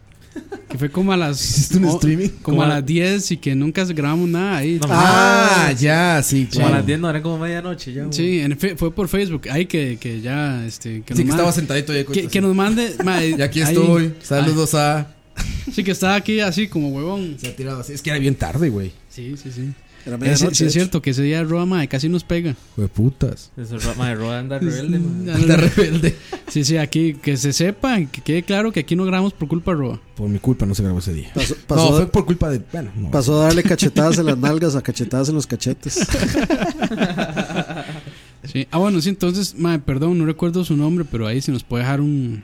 Speaker 5: que fue como a las.
Speaker 4: ¿Hiciste un
Speaker 5: o-
Speaker 4: streaming?
Speaker 5: Como a
Speaker 6: ¿Cómo?
Speaker 5: las 10 y que nunca grabamos nada ahí.
Speaker 4: Ah, ya, sí,
Speaker 6: Como
Speaker 4: claro.
Speaker 6: a las 10 no eran como medianoche ya.
Speaker 5: Ah, Sí, en fe- fue por Facebook. Ahí que, que ya. Este, que
Speaker 4: Sí, que
Speaker 5: nos
Speaker 4: estaba
Speaker 5: mande-
Speaker 4: sentadito ahí.
Speaker 5: que, que nos mande. mae,
Speaker 4: Y aquí
Speaker 5: ahí-
Speaker 4: estoy. Saludos a.
Speaker 5: Ay, sí, que estaba aquí así como huevón.
Speaker 4: Se ha tirado así. Es que era bien tarde, güey.
Speaker 5: Sí, sí, sí.
Speaker 7: Era
Speaker 5: Es,
Speaker 7: medianoche,
Speaker 5: sí
Speaker 7: de
Speaker 5: es
Speaker 7: hecho.
Speaker 5: cierto que ese día Roa mae, casi nos pega.
Speaker 4: Güey, putas.
Speaker 6: Eso, ro- madre, Roa anda rebelde, man.
Speaker 4: Está rebelde.
Speaker 5: Sí, sí, aquí que se sepa, que quede claro que aquí no grabamos por culpa de Roa.
Speaker 4: Por mi culpa no se grabó ese día.
Speaker 7: Pasó,
Speaker 4: no,
Speaker 7: pasó-
Speaker 4: fue por culpa de. Bueno, no.
Speaker 7: pasó a darle cachetadas en las nalgas a cachetadas en los cachetes.
Speaker 5: Sí. Ah, bueno, sí, entonces, mae, perdón, no recuerdo su nombre, pero ahí se nos puede dejar un,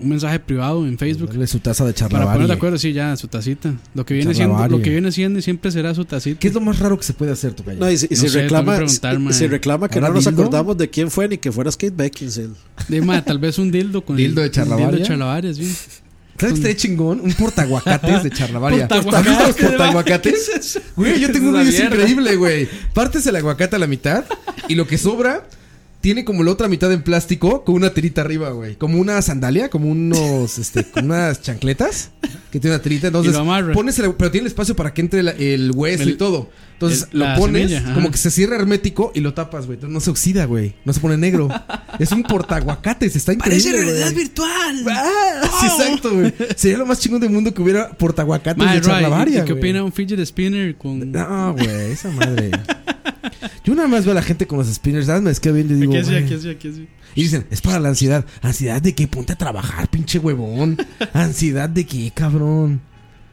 Speaker 5: un mensaje privado en Facebook.
Speaker 4: Darle su taza de
Speaker 5: Para
Speaker 4: charlavario.
Speaker 5: poner de acuerdo, sí, ya, su tacita. Lo que viene siendo,
Speaker 4: Charlavaria.
Speaker 5: lo que viene siendo y siempre será su tacita.
Speaker 4: ¿Qué es lo más raro que se puede hacer, Tocayo?
Speaker 7: No, y, si- y
Speaker 5: No
Speaker 7: si
Speaker 5: sé,
Speaker 7: reclama,
Speaker 5: tengo que preguntar,
Speaker 7: y- y
Speaker 5: mae.
Speaker 7: si reclama que no
Speaker 4: ¿Habrá
Speaker 7: nos
Speaker 4: dildo?
Speaker 7: acordamos de quién fue ni que fuera Kate Beckinsale.
Speaker 5: De, mae, tal vez un dildo con
Speaker 4: Dildo de charlavaria.
Speaker 5: Dildo de charlavaria, sí.
Speaker 4: ¿Sabes qué estaría chingón? Un portaguacates de charlavaria.
Speaker 5: Portaguacates,
Speaker 4: ¿Has visto los
Speaker 5: ¿verdad?
Speaker 4: portaguacates? Güey, yo tengo
Speaker 6: Es
Speaker 4: uno
Speaker 6: una
Speaker 4: y es
Speaker 6: mierda.
Speaker 4: increíble, güey. Partes el aguacate a la mitad y lo que sobra tiene como la otra mitad en plástico con una tirita arriba, güey. Como una sandalia, como unos, este, como unas chancletas que tiene una tirita. Entonces,
Speaker 5: Y lo amarra.
Speaker 4: pones el, pero tiene el espacio para que entre la- el hueso
Speaker 5: El-
Speaker 4: y todo. Entonces,
Speaker 5: el-
Speaker 4: lo
Speaker 5: la
Speaker 4: pones
Speaker 5: semilla, ajá.
Speaker 4: como que se cierra hermético y lo tapas, güey. Entonces, no se oxida, güey. No se pone negro. es un portaguacates, está increíble.
Speaker 8: Parece realidad
Speaker 4: güey.
Speaker 8: virtual.
Speaker 4: Ah, sí, exacto, güey. Sería lo más chingón del mundo que hubiera portaguacates
Speaker 5: Mae,
Speaker 4: de
Speaker 5: Roa, ¿y-
Speaker 4: charlavaria,
Speaker 5: ¿y ¿Qué
Speaker 4: güey.
Speaker 5: opina un fidget spinner con.?
Speaker 4: No, güey, esa madre. Yo nada más veo a la gente con los spinners, nada más que bien le ah, digo.
Speaker 5: Aquí sí,
Speaker 4: güey.
Speaker 5: aquí sí, aquí sí.
Speaker 4: Y dicen, es para la ansiedad. ¿Ansiedad de qué? Ponte a trabajar, pinche huevón. ¿Ansiedad de qué, cabrón?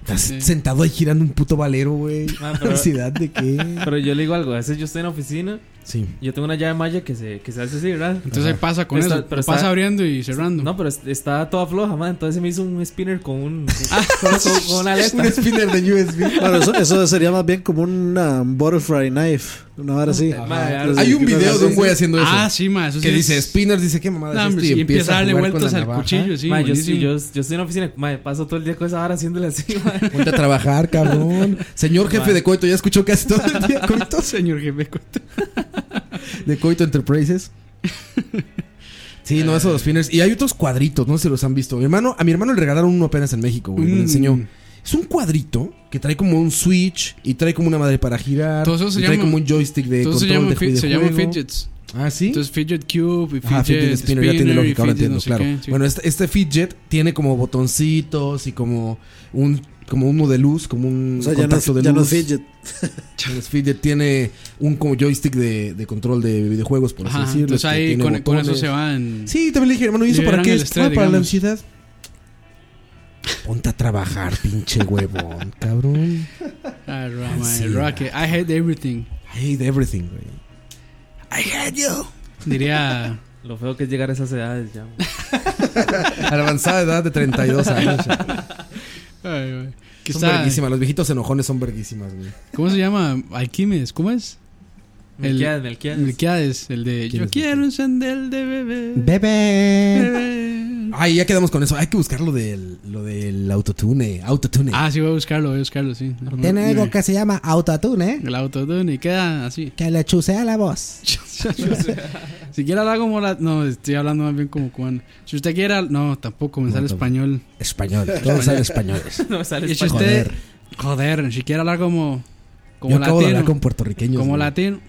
Speaker 4: Estás
Speaker 5: Sí.
Speaker 4: sentado ahí girando un puto valero, güey.
Speaker 6: Ah, pero-
Speaker 4: ¿Ansiedad de qué?
Speaker 6: Pero yo le digo algo, a veces yo estoy en la oficina
Speaker 4: Sí.
Speaker 6: Yo tengo una llave malla que se, que se hace así, ¿verdad?
Speaker 5: Entonces ahí pasa con
Speaker 6: Está-
Speaker 5: eso.
Speaker 6: pero
Speaker 5: lo
Speaker 6: está-
Speaker 5: pasa abriendo y cerrando.
Speaker 6: No, pero es- está toda floja, man. Entonces se me hizo un spinner con un.
Speaker 5: Ah,
Speaker 6: con, con- con una aleta.
Speaker 4: Un spinner de USB.
Speaker 7: Bueno, eso, eso sería más bien como una butterfly knife. Una vara así.
Speaker 4: Ah,
Speaker 6: madre,
Speaker 7: Entonces,
Speaker 4: Hay un
Speaker 7: una
Speaker 4: video de
Speaker 7: cosa
Speaker 4: un güey haciendo eso.
Speaker 5: ah, sí, ma, eso
Speaker 4: que
Speaker 5: sí
Speaker 4: dice
Speaker 5: es-
Speaker 4: spinners, dice qué mamada
Speaker 5: Nah,
Speaker 4: es este, esto?
Speaker 5: hombre, y empieza a darle
Speaker 4: jugar con la
Speaker 5: vueltas al
Speaker 4: navaja.
Speaker 5: cuchillo, sí.
Speaker 6: Ma, yo, sí-
Speaker 5: buenísimo.
Speaker 6: yo, yo estoy en la oficina, ma, paso todo el día con esa vara haciéndole así, ma.
Speaker 4: Ponte a trabajar, cabrón. Señor jefe de Coito, ya escuchó casi todo el día Coito
Speaker 5: Señor jefe, cuenta.
Speaker 4: de Coito Enterprises. Sí, no, esos los spinners. Y hay otros cuadritos, no sé si los han visto. Mi hermano, a mi hermano le regalaron uno apenas en México, güey. Me lo
Speaker 5: Mm.
Speaker 4: enseñó. Es un cuadrito que trae como un switch y trae como una madre para girar.
Speaker 5: Todo eso se
Speaker 4: y trae
Speaker 5: llama-
Speaker 4: como un joystick de
Speaker 5: Entonces
Speaker 4: control
Speaker 5: se llaman,
Speaker 4: de
Speaker 5: fi-
Speaker 4: ju- de
Speaker 5: se llaman
Speaker 4: juego.
Speaker 5: fidgets.
Speaker 4: Ah, sí.
Speaker 5: Entonces fidget cube y fidget,
Speaker 4: Ah, fidget spinner, ya tiene
Speaker 5: spinner y
Speaker 4: lógica, ahora
Speaker 5: fidget
Speaker 4: entiendo,
Speaker 5: no sé
Speaker 4: claro.
Speaker 5: qué, sí.
Speaker 4: Bueno, este, este fidget tiene como botoncitos y como un como uno de luz, como un
Speaker 7: O sea, ya no, es-
Speaker 4: contacto de
Speaker 7: ya no
Speaker 4: luz.
Speaker 7: es fidget.
Speaker 4: El fidget tiene un como joystick de, de control de videojuegos, por pues así
Speaker 5: Ajá,
Speaker 4: decirlo.
Speaker 5: entonces
Speaker 4: que
Speaker 5: ahí
Speaker 4: tiene
Speaker 5: con, con eso
Speaker 4: botones.
Speaker 5: se van.
Speaker 4: Sí, también le dije, hermano, ¿y eso
Speaker 5: Liberan
Speaker 4: para qué?
Speaker 5: el estrés,
Speaker 4: Ah, para la
Speaker 5: digamos.
Speaker 4: ansiedad. Ponte a trabajar, pinche huevón, cabrón.
Speaker 5: Ah, ra, ma,
Speaker 4: Sí,
Speaker 5: ra, que I hate everything.
Speaker 4: I hate everything, güey. I hate you.
Speaker 5: Diría.
Speaker 6: Lo feo que es llegar a esas edades ya. ma.
Speaker 4: A la avanzada edad de 32 años. ya.
Speaker 5: ay, güey, que
Speaker 4: Son
Speaker 5: está-
Speaker 4: verguísimas, los viejitos enojones son verguísimas, güey.
Speaker 5: ¿Cómo se llama? Alquimes, ¿cómo es? El-
Speaker 6: Melquiades, Melquiades.
Speaker 5: Melquiades, el de
Speaker 4: ¿Quién
Speaker 5: Yo
Speaker 4: es
Speaker 5: quiero un sandel de bebé.
Speaker 4: Bebé.
Speaker 5: bebé.
Speaker 4: Ay, ya quedamos con eso. Hay que buscar lo del, lo del autotune. Autotune.
Speaker 5: Ah, sí, voy a buscarlo, voy a buscarlo, sí.
Speaker 4: Tiene algo que se llama autotune,
Speaker 5: El autotune y queda así.
Speaker 4: que le chusea la voz.
Speaker 5: Siquiera la como la. No, estoy hablando más bien como cubano. Si usted quiera. No, tampoco me
Speaker 4: No,
Speaker 5: sale
Speaker 4: tampoco.
Speaker 5: español.
Speaker 4: Español, todos son españoles.
Speaker 6: No me sale
Speaker 5: Y si
Speaker 6: español.
Speaker 5: usted. Joder, ni siquiera hablar como. Como
Speaker 4: Yo acabo de
Speaker 5: latino.
Speaker 4: hablar con puertorriqueños.
Speaker 5: como
Speaker 4: güey.
Speaker 5: latino.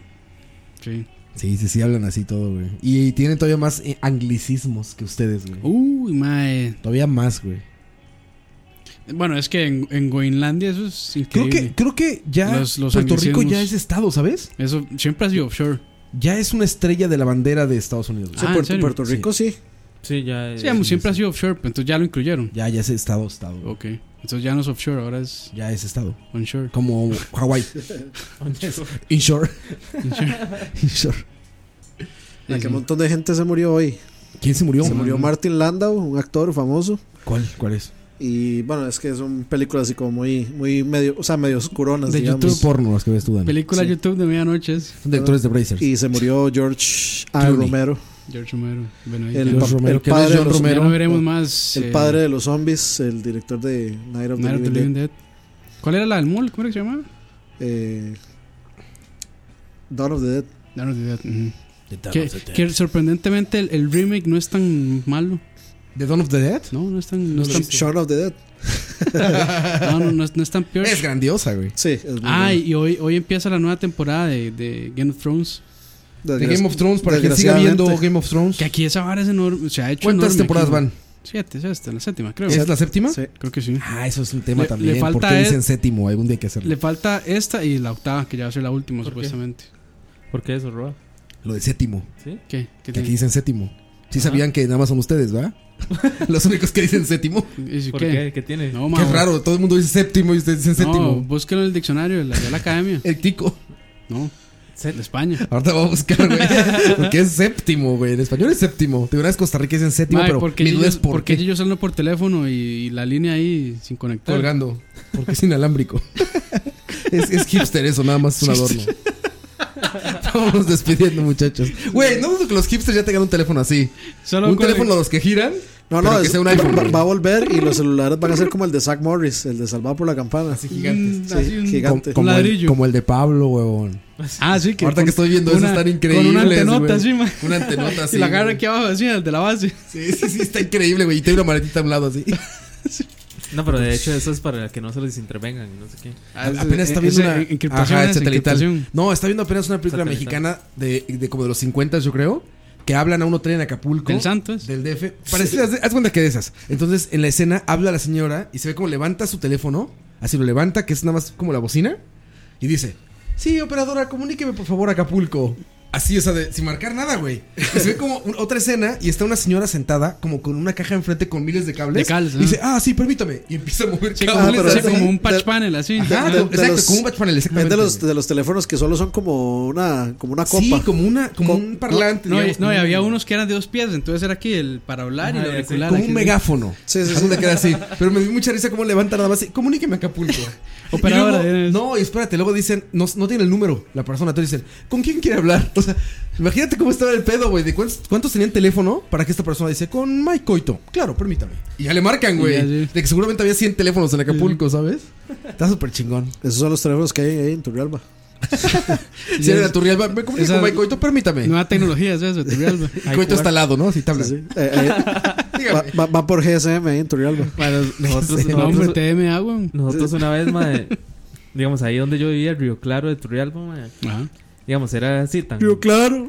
Speaker 5: Sí.
Speaker 4: Sí, sí, sí, hablan así todo, güey. Y tienen todavía más eh, anglicismos que ustedes, güey.
Speaker 5: Uy, mae.
Speaker 4: Todavía más, güey.
Speaker 5: Bueno, es que en, en Groenlandia eso es
Speaker 4: Creo
Speaker 5: increíble.
Speaker 4: que, creo que ya
Speaker 5: Los- los
Speaker 4: Puerto Rico
Speaker 5: anglicismos.
Speaker 4: ya es estado, ¿sabes?
Speaker 5: Eso siempre ha sido offshore.
Speaker 4: Ya es una estrella de la bandera de Estados Unidos. güey.
Speaker 5: Ah, ¿en
Speaker 7: Puerto,
Speaker 5: serio?
Speaker 7: Puerto Rico sí.
Speaker 6: Sí, ya. eh,
Speaker 4: Eh,
Speaker 5: Sí, siempre ha sido offshore, pero entonces ya lo incluyeron.
Speaker 4: Ya, ya es estado, estado. güey.
Speaker 5: Ok. Entonces ya no es offshore, ahora es
Speaker 4: Ya es estado.
Speaker 5: onshore.
Speaker 4: Como Hawái. Inshore. Inshore.
Speaker 7: La
Speaker 5: Sí,
Speaker 7: que
Speaker 5: sí.
Speaker 7: un montón de gente se murió hoy.
Speaker 4: ¿Quién se murió?
Speaker 7: Se murió Martin Landau, un actor famoso.
Speaker 4: ¿Cuál? ¿Cuál es?
Speaker 7: Y bueno, es que son películas así como muy, muy medio, o sea, medio oscuronas,
Speaker 5: De
Speaker 7: digamos.
Speaker 4: Tú porno las que ves tú, Dani.
Speaker 5: Película YouTube de medianoche es
Speaker 4: Son de actores de Brazers.
Speaker 7: Y se murió George A.
Speaker 4: Clooney.
Speaker 7: Romero,
Speaker 5: George Romero. Bueno, ahí
Speaker 7: El
Speaker 5: ya,
Speaker 7: pa-
Speaker 4: George Romero,
Speaker 7: el
Speaker 4: que no es
Speaker 7: padre de
Speaker 4: John
Speaker 7: los-
Speaker 5: ya no
Speaker 4: Romero.
Speaker 5: veremos más.
Speaker 7: el
Speaker 5: eh,
Speaker 7: padre de los zombies, el director de Night of the
Speaker 5: Night of the
Speaker 7: Living
Speaker 5: Living Dead. ¿Cuál era la del mall? ¿Cómo era que se llamaba?
Speaker 7: Dead. Eh, Dawn of the Dead.
Speaker 5: Night of the Dead. ujú. Que, que sorprendentemente el, el remake no es tan malo.
Speaker 4: ¿De Dawn of the Dead?
Speaker 5: No, no es tan, no es tan,
Speaker 7: Shaun of the Dead.
Speaker 5: no, no, no es, no es tan peor.
Speaker 4: Es grandiosa, güey.
Speaker 7: Sí, es muy
Speaker 5: Ah,
Speaker 7: bueno.
Speaker 5: y hoy, hoy empieza la nueva temporada de, de Game of Thrones.
Speaker 4: De
Speaker 7: Desgraci-
Speaker 4: Game of Thrones, para que siga
Speaker 7: desgraciadamente.
Speaker 4: viendo Game of Thrones.
Speaker 5: Que aquí esa vara es enorme. Se ha hecho
Speaker 4: ¿Cuántas
Speaker 5: enorme
Speaker 4: temporadas
Speaker 5: aquí.
Speaker 4: van?
Speaker 5: Siete, es esta, la séptima, creo.
Speaker 4: ¿Es la séptima?
Speaker 7: Sí.
Speaker 5: Creo que sí.
Speaker 4: Ah, eso es un tema
Speaker 5: Le-
Speaker 4: también.
Speaker 5: le falta
Speaker 4: ¿Por qué
Speaker 5: es-
Speaker 4: dicen séptimo? Algún día hay que hacerlo.
Speaker 5: Le falta esta y la octava, que ya va a ser la última,
Speaker 6: ¿Por qué?
Speaker 5: supuestamente.
Speaker 6: ¿Por qué eso, Roa?
Speaker 4: Lo de séptimo.
Speaker 6: ¿Sí?
Speaker 5: ¿Qué? ¿Qué
Speaker 4: Que aquí
Speaker 5: tiene?
Speaker 4: dicen séptimo. Sí
Speaker 6: Ajá.
Speaker 4: sabían que nada más son ustedes, ¿verdad? Los únicos que dicen séptimo.
Speaker 5: ¿Y
Speaker 6: ¿Por
Speaker 5: qué?
Speaker 6: qué? ¿Qué tiene?
Speaker 5: No, ma,
Speaker 4: Qué raro, todo el mundo dice séptimo y ustedes dicen
Speaker 5: No,
Speaker 4: séptimo.
Speaker 5: búsquelo en el diccionario de la Real Academia.
Speaker 4: El tico.
Speaker 5: No,
Speaker 6: Set-
Speaker 5: de España.
Speaker 4: Ahorita voy a buscar, güey. Porque es séptimo, güey. En español es séptimo. De una vez Costa Rica dicen séptimo,
Speaker 5: Ma,
Speaker 4: pero
Speaker 5: ¿por qué
Speaker 4: mi duda
Speaker 5: ellos-
Speaker 4: es por
Speaker 5: por qué
Speaker 4: qué.
Speaker 5: ellos hablan por teléfono y, y la línea ahí sin conectar?
Speaker 4: Colgando. Porque es inalámbrico. es, es hipster eso, nada más es un adorno. Vámonos despidiendo, muchachos. Güey, no dudo que los hipsters ya tengan un teléfono así.
Speaker 5: Solo
Speaker 4: un
Speaker 5: con-
Speaker 4: teléfono de los que giran.
Speaker 7: No,
Speaker 4: pero
Speaker 7: no,
Speaker 4: que
Speaker 7: es-
Speaker 4: sea un iPhone.
Speaker 7: va,
Speaker 4: güey.
Speaker 7: va a volver y los celulares van a ser como el de Zach Morris, el de Salvado por la Campana.
Speaker 4: Así gigantes.
Speaker 5: Mm,
Speaker 7: Sí,
Speaker 5: así un-
Speaker 4: Com-
Speaker 7: gigante. gigante.
Speaker 4: como, el,
Speaker 5: ladrillo.
Speaker 4: como el de Pablo, huevón.
Speaker 5: Ah, sí, que.
Speaker 4: Ahorita
Speaker 5: con-
Speaker 4: que estoy viendo
Speaker 5: con
Speaker 4: eso,
Speaker 5: una-
Speaker 4: están increíbles.
Speaker 5: Con una antenota,
Speaker 4: güey.
Speaker 5: sí, ma.
Speaker 4: Una antenota así.
Speaker 5: y la agarra
Speaker 4: güey.
Speaker 5: aquí abajo, así, el de la base.
Speaker 4: Sí, sí, sí, está increíble, güey. Y tiene una maletita a un lado así.
Speaker 6: No, pero de hecho eso es para que no se les intervengan y no sé qué.
Speaker 4: apenas está
Speaker 5: Eh,
Speaker 4: viendo
Speaker 5: ese-
Speaker 4: una.
Speaker 5: en- encriptación
Speaker 4: Ajá,
Speaker 5: es
Speaker 4: satelital.
Speaker 5: encriptación.
Speaker 4: No, está viendo apenas una película
Speaker 6: Satelital.
Speaker 4: mexicana de, de como de los 50, yo creo. Que hablan a un hotel en Acapulco.
Speaker 5: Del Santos.
Speaker 4: Del DF. Parecidas, de- haz cuenta que de esas. Entonces, en la escena habla la señora y se ve como levanta su teléfono. Así lo levanta, que es nada más como la bocina. Y dice: Sí, operadora, comuníqueme por favor a Acapulco. Así, o sea, de- sin marcar nada, güey. Y se ve como un- otra escena y está una señora sentada, como con una caja enfrente con miles de cables.
Speaker 5: De cables,
Speaker 4: y
Speaker 5: ¿no?
Speaker 4: dice, ah, sí, permítame. Y empieza a mover
Speaker 5: Sí, como,
Speaker 4: cables.
Speaker 7: Ah, pero
Speaker 5: sí,
Speaker 7: es-
Speaker 5: como un patch
Speaker 7: de-
Speaker 5: panel así. Ah,
Speaker 4: Ajá,
Speaker 7: de-
Speaker 4: como-
Speaker 7: de
Speaker 4: exacto,
Speaker 7: los-
Speaker 4: como un batch panel,
Speaker 7: Es
Speaker 4: exactamente.
Speaker 7: de los,
Speaker 4: güey.
Speaker 7: de los teléfonos que solo son como una, como una copa.
Speaker 4: Sí, como, una, como
Speaker 7: Co-
Speaker 4: un parlante.
Speaker 5: No, y,
Speaker 4: digamos,
Speaker 5: no, y
Speaker 4: como un-
Speaker 5: había unos que eran de dos pies, entonces era aquí el para hablar y
Speaker 6: Ajá,
Speaker 5: el
Speaker 6: ya sé.
Speaker 5: auricular.
Speaker 4: Como
Speaker 5: aquí,
Speaker 4: un
Speaker 5: sí.
Speaker 4: megáfono.
Speaker 7: Sí, sí, sí.
Speaker 4: Así una cara así. Pero me dio mucha risa cómo levanta nada más. y, Comuníqueme a Acapulco. Y
Speaker 5: Operadora,
Speaker 4: luego-
Speaker 5: eres.
Speaker 4: no, y espérate, luego dicen, no, no tiene el número la persona. Entonces dicen, ¿con quién quiere hablar? O sea, imagínate cómo estaba el pedo, güey. ¿De cuántos, cuántos tenían teléfono para que esta persona dice, con Mike Coito? Claro, permítame. Y ya le marcan,
Speaker 5: Y
Speaker 4: güey.
Speaker 5: ya, sí.
Speaker 4: De que seguramente había 100 teléfonos en Acapulco, ¿sabes? Está súper chingón.
Speaker 7: Esos son los teléfonos que hay ahí en Turrialba.
Speaker 4: Si era de Turrialba, me comunico
Speaker 5: Esa-
Speaker 4: con Mike Coito, permítame.
Speaker 5: Nueva tecnología, ¿sabes? De Turrialba.
Speaker 4: Y Coito está al lado, ¿no? Así te hablan.
Speaker 7: Sí, sí. Eh, eh,
Speaker 4: Dígame.
Speaker 7: va, va- va por GSM ahí en Turrialba.
Speaker 6: Bueno, nosotros,
Speaker 5: No, hombre,
Speaker 6: nosotros,
Speaker 5: TM agua.
Speaker 6: nosotros una vez, mae, digamos, ahí donde yo vivía, Río Claro de Turrialba, mae,
Speaker 5: Ajá.
Speaker 6: digamos, era así tan.
Speaker 7: Yo, claro.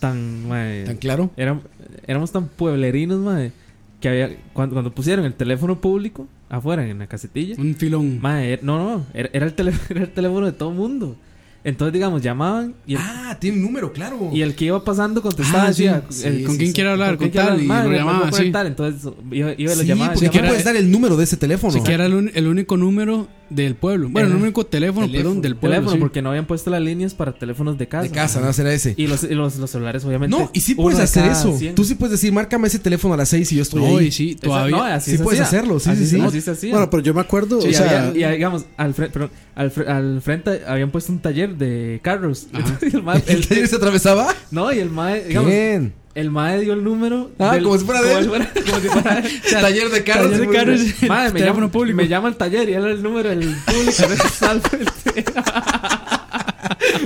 Speaker 6: tan, mae,
Speaker 4: ¿Tan claro?
Speaker 5: Eh,
Speaker 6: Era- éramos tan pueblerinos, mae, que había, cuando, cuando pusieron el teléfono público afuera en la casetilla,
Speaker 5: Un filón.
Speaker 6: mae, er- no, no, era, era el tele- era el teléfono de todo mundo. Entonces, digamos, llamaban y el,
Speaker 4: Ah, tiene un número, claro.
Speaker 6: y el que iba pasando contestaba,
Speaker 5: Ah, sí,
Speaker 6: decía,
Speaker 5: sí,
Speaker 6: el-
Speaker 5: ¿con quién quiere hablar?
Speaker 6: quién
Speaker 5: Con
Speaker 6: quiere
Speaker 5: tal,
Speaker 6: hablar?
Speaker 5: y
Speaker 6: Mae, me- me
Speaker 5: lo
Speaker 6: voy a
Speaker 5: llamaba
Speaker 6: poner
Speaker 5: así.
Speaker 6: tal. Entonces, iba, iba y lo
Speaker 4: Sí,
Speaker 6: llamaba.
Speaker 4: porque
Speaker 6: decía,
Speaker 4: no
Speaker 6: "Mae,
Speaker 4: puedes dar el número de ese teléfono.
Speaker 5: Sí, que era el, un- el único número del pueblo. Bueno, el
Speaker 6: Ajá.
Speaker 5: único teléfono, perdón, del pueblo.
Speaker 6: teléfono
Speaker 5: sí.
Speaker 6: porque no habían puesto las líneas para teléfonos de casa.
Speaker 4: de casa, nada, será ese.
Speaker 6: Y los, y los, los celulares, obviamente.
Speaker 4: No, y sí
Speaker 6: uno
Speaker 4: puedes
Speaker 6: de
Speaker 4: hacer
Speaker 6: cada
Speaker 4: eso.
Speaker 6: 100.
Speaker 4: Tú sí puedes decir, márcame ese teléfono a las 6 y yo estoy
Speaker 5: No, y
Speaker 4: ahí.
Speaker 5: sí,
Speaker 6: Esa-
Speaker 5: todavía.
Speaker 6: no, así
Speaker 4: sí
Speaker 6: se
Speaker 4: puedes
Speaker 6: hacía.
Speaker 4: hacerlo, sí,
Speaker 6: Así
Speaker 4: sí,
Speaker 6: se-
Speaker 4: sí.
Speaker 6: así se hacía.
Speaker 7: Bueno, pero yo me acuerdo,
Speaker 6: Sí,
Speaker 7: o
Speaker 6: y
Speaker 7: sea,
Speaker 6: había- y ah, digamos, al, fre- perdón, al, fre- al frente habían puesto un taller de carros.
Speaker 5: Ajá.
Speaker 6: Entonces, el mae-
Speaker 4: ¿El taller
Speaker 6: el-
Speaker 4: se atravesaba?
Speaker 6: no, y el mae, digamos,
Speaker 4: Bien.
Speaker 6: el mae dio el número.
Speaker 4: Ah, como si fuera de él.
Speaker 6: como si fuera- como si fuera de él.
Speaker 4: Taller de carros.
Speaker 6: Taller de
Speaker 4: muy
Speaker 6: carros.
Speaker 4: bien.
Speaker 6: Mae, me,
Speaker 5: Teléfono
Speaker 6: llama,
Speaker 5: público.
Speaker 6: me llama el taller y era el número del público. Está al frente.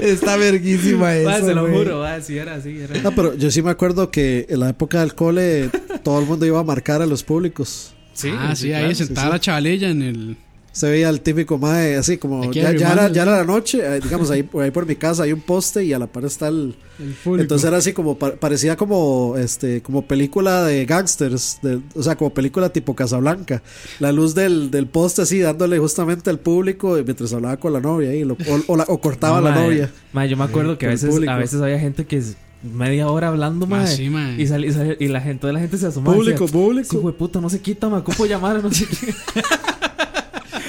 Speaker 4: Está verguísima eso.
Speaker 6: Mae, se lo
Speaker 4: güey.
Speaker 6: juro, mae, sí era así. Era.
Speaker 7: no, pero yo sí me acuerdo que en la época del cole todo el mundo iba a marcar a los públicos.
Speaker 6: Sí,
Speaker 5: ah, sí, ahí
Speaker 6: claro,
Speaker 5: sentada la chavalilla en el.
Speaker 7: Se veía el típico mae, así como
Speaker 5: Aquí
Speaker 7: ya, ya
Speaker 5: arrimando
Speaker 7: era,
Speaker 5: el-
Speaker 7: ya era la noche, eh, digamos ahí, por ahí por mi casa hay un poste y a la par está el
Speaker 5: el público.
Speaker 7: Entonces era así como pa- parecía como este como película de gangsters, de- o sea, como película tipo Casablanca. La luz del, del poste así dándole justamente al público eh, mientras hablaba con la novia ahí, lo- o, o la- o cortaba a la
Speaker 6: mae,
Speaker 7: novia.
Speaker 6: mae, yo me acuerdo que a
Speaker 7: con el
Speaker 6: veces,
Speaker 7: público.
Speaker 6: a veces había gente que es media hora hablando,
Speaker 5: Ah,
Speaker 6: mae.
Speaker 5: sí, mae.
Speaker 6: Y, sal- y sal- y la gente toda la gente se asomaba.
Speaker 7: Público,
Speaker 6: decía,
Speaker 7: público.
Speaker 6: Sí, güey, puta, no se quita, me ocupo llamar, no sé qué.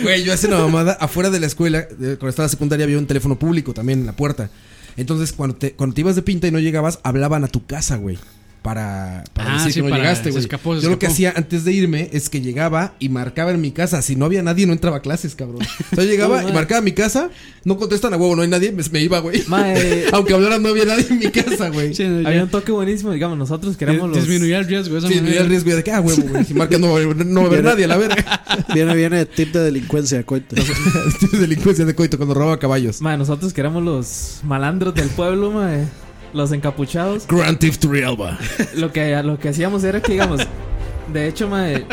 Speaker 4: Güey, yo hacía una mamada afuera de la escuela, de- cuando estaba en la secundaria había un teléfono público también en la puerta. Entonces, cuando te, cuando te ibas de pinta y no llegabas, hablaban a tu casa, güey. Para, para
Speaker 5: Ah,
Speaker 4: decir
Speaker 5: sí,
Speaker 4: que no
Speaker 5: para-
Speaker 4: llegaste,
Speaker 5: se
Speaker 4: güey.
Speaker 5: escapó, se
Speaker 4: Yo lo que
Speaker 5: escapó.
Speaker 4: hacía antes de irme es que llegaba y marcaba en mi casa. Si no había nadie, no entraba a clases, cabrón. O sea, yo llegaba y marcaba a mi casa, no contestan a huevo, no hay nadie, me, me iba, güey.
Speaker 6: Mae.
Speaker 4: Aunque hablaran, no había nadie en mi casa, güey.
Speaker 5: Sí, no, ya.
Speaker 6: Había un toque buenísimo, digamos, nosotros que éramos los.
Speaker 5: Disminuía el riesgo. Esa
Speaker 4: Sí, me
Speaker 5: manera.
Speaker 4: el riesgo de que, ah, huevo, güey. Si marca, no, va a haber- no va a haber nadie, a la verga.
Speaker 7: Viene viene tip de delincuencia, cuenta.
Speaker 4: Delincuencia de coito cuando robaba caballos.
Speaker 6: Mae, nosotros que éramos los malandros del pueblo, mae. Los encapuchados.
Speaker 4: Grand Theft Realba.
Speaker 6: Lo que, lo que hacíamos era que, digamos, de hecho, mae.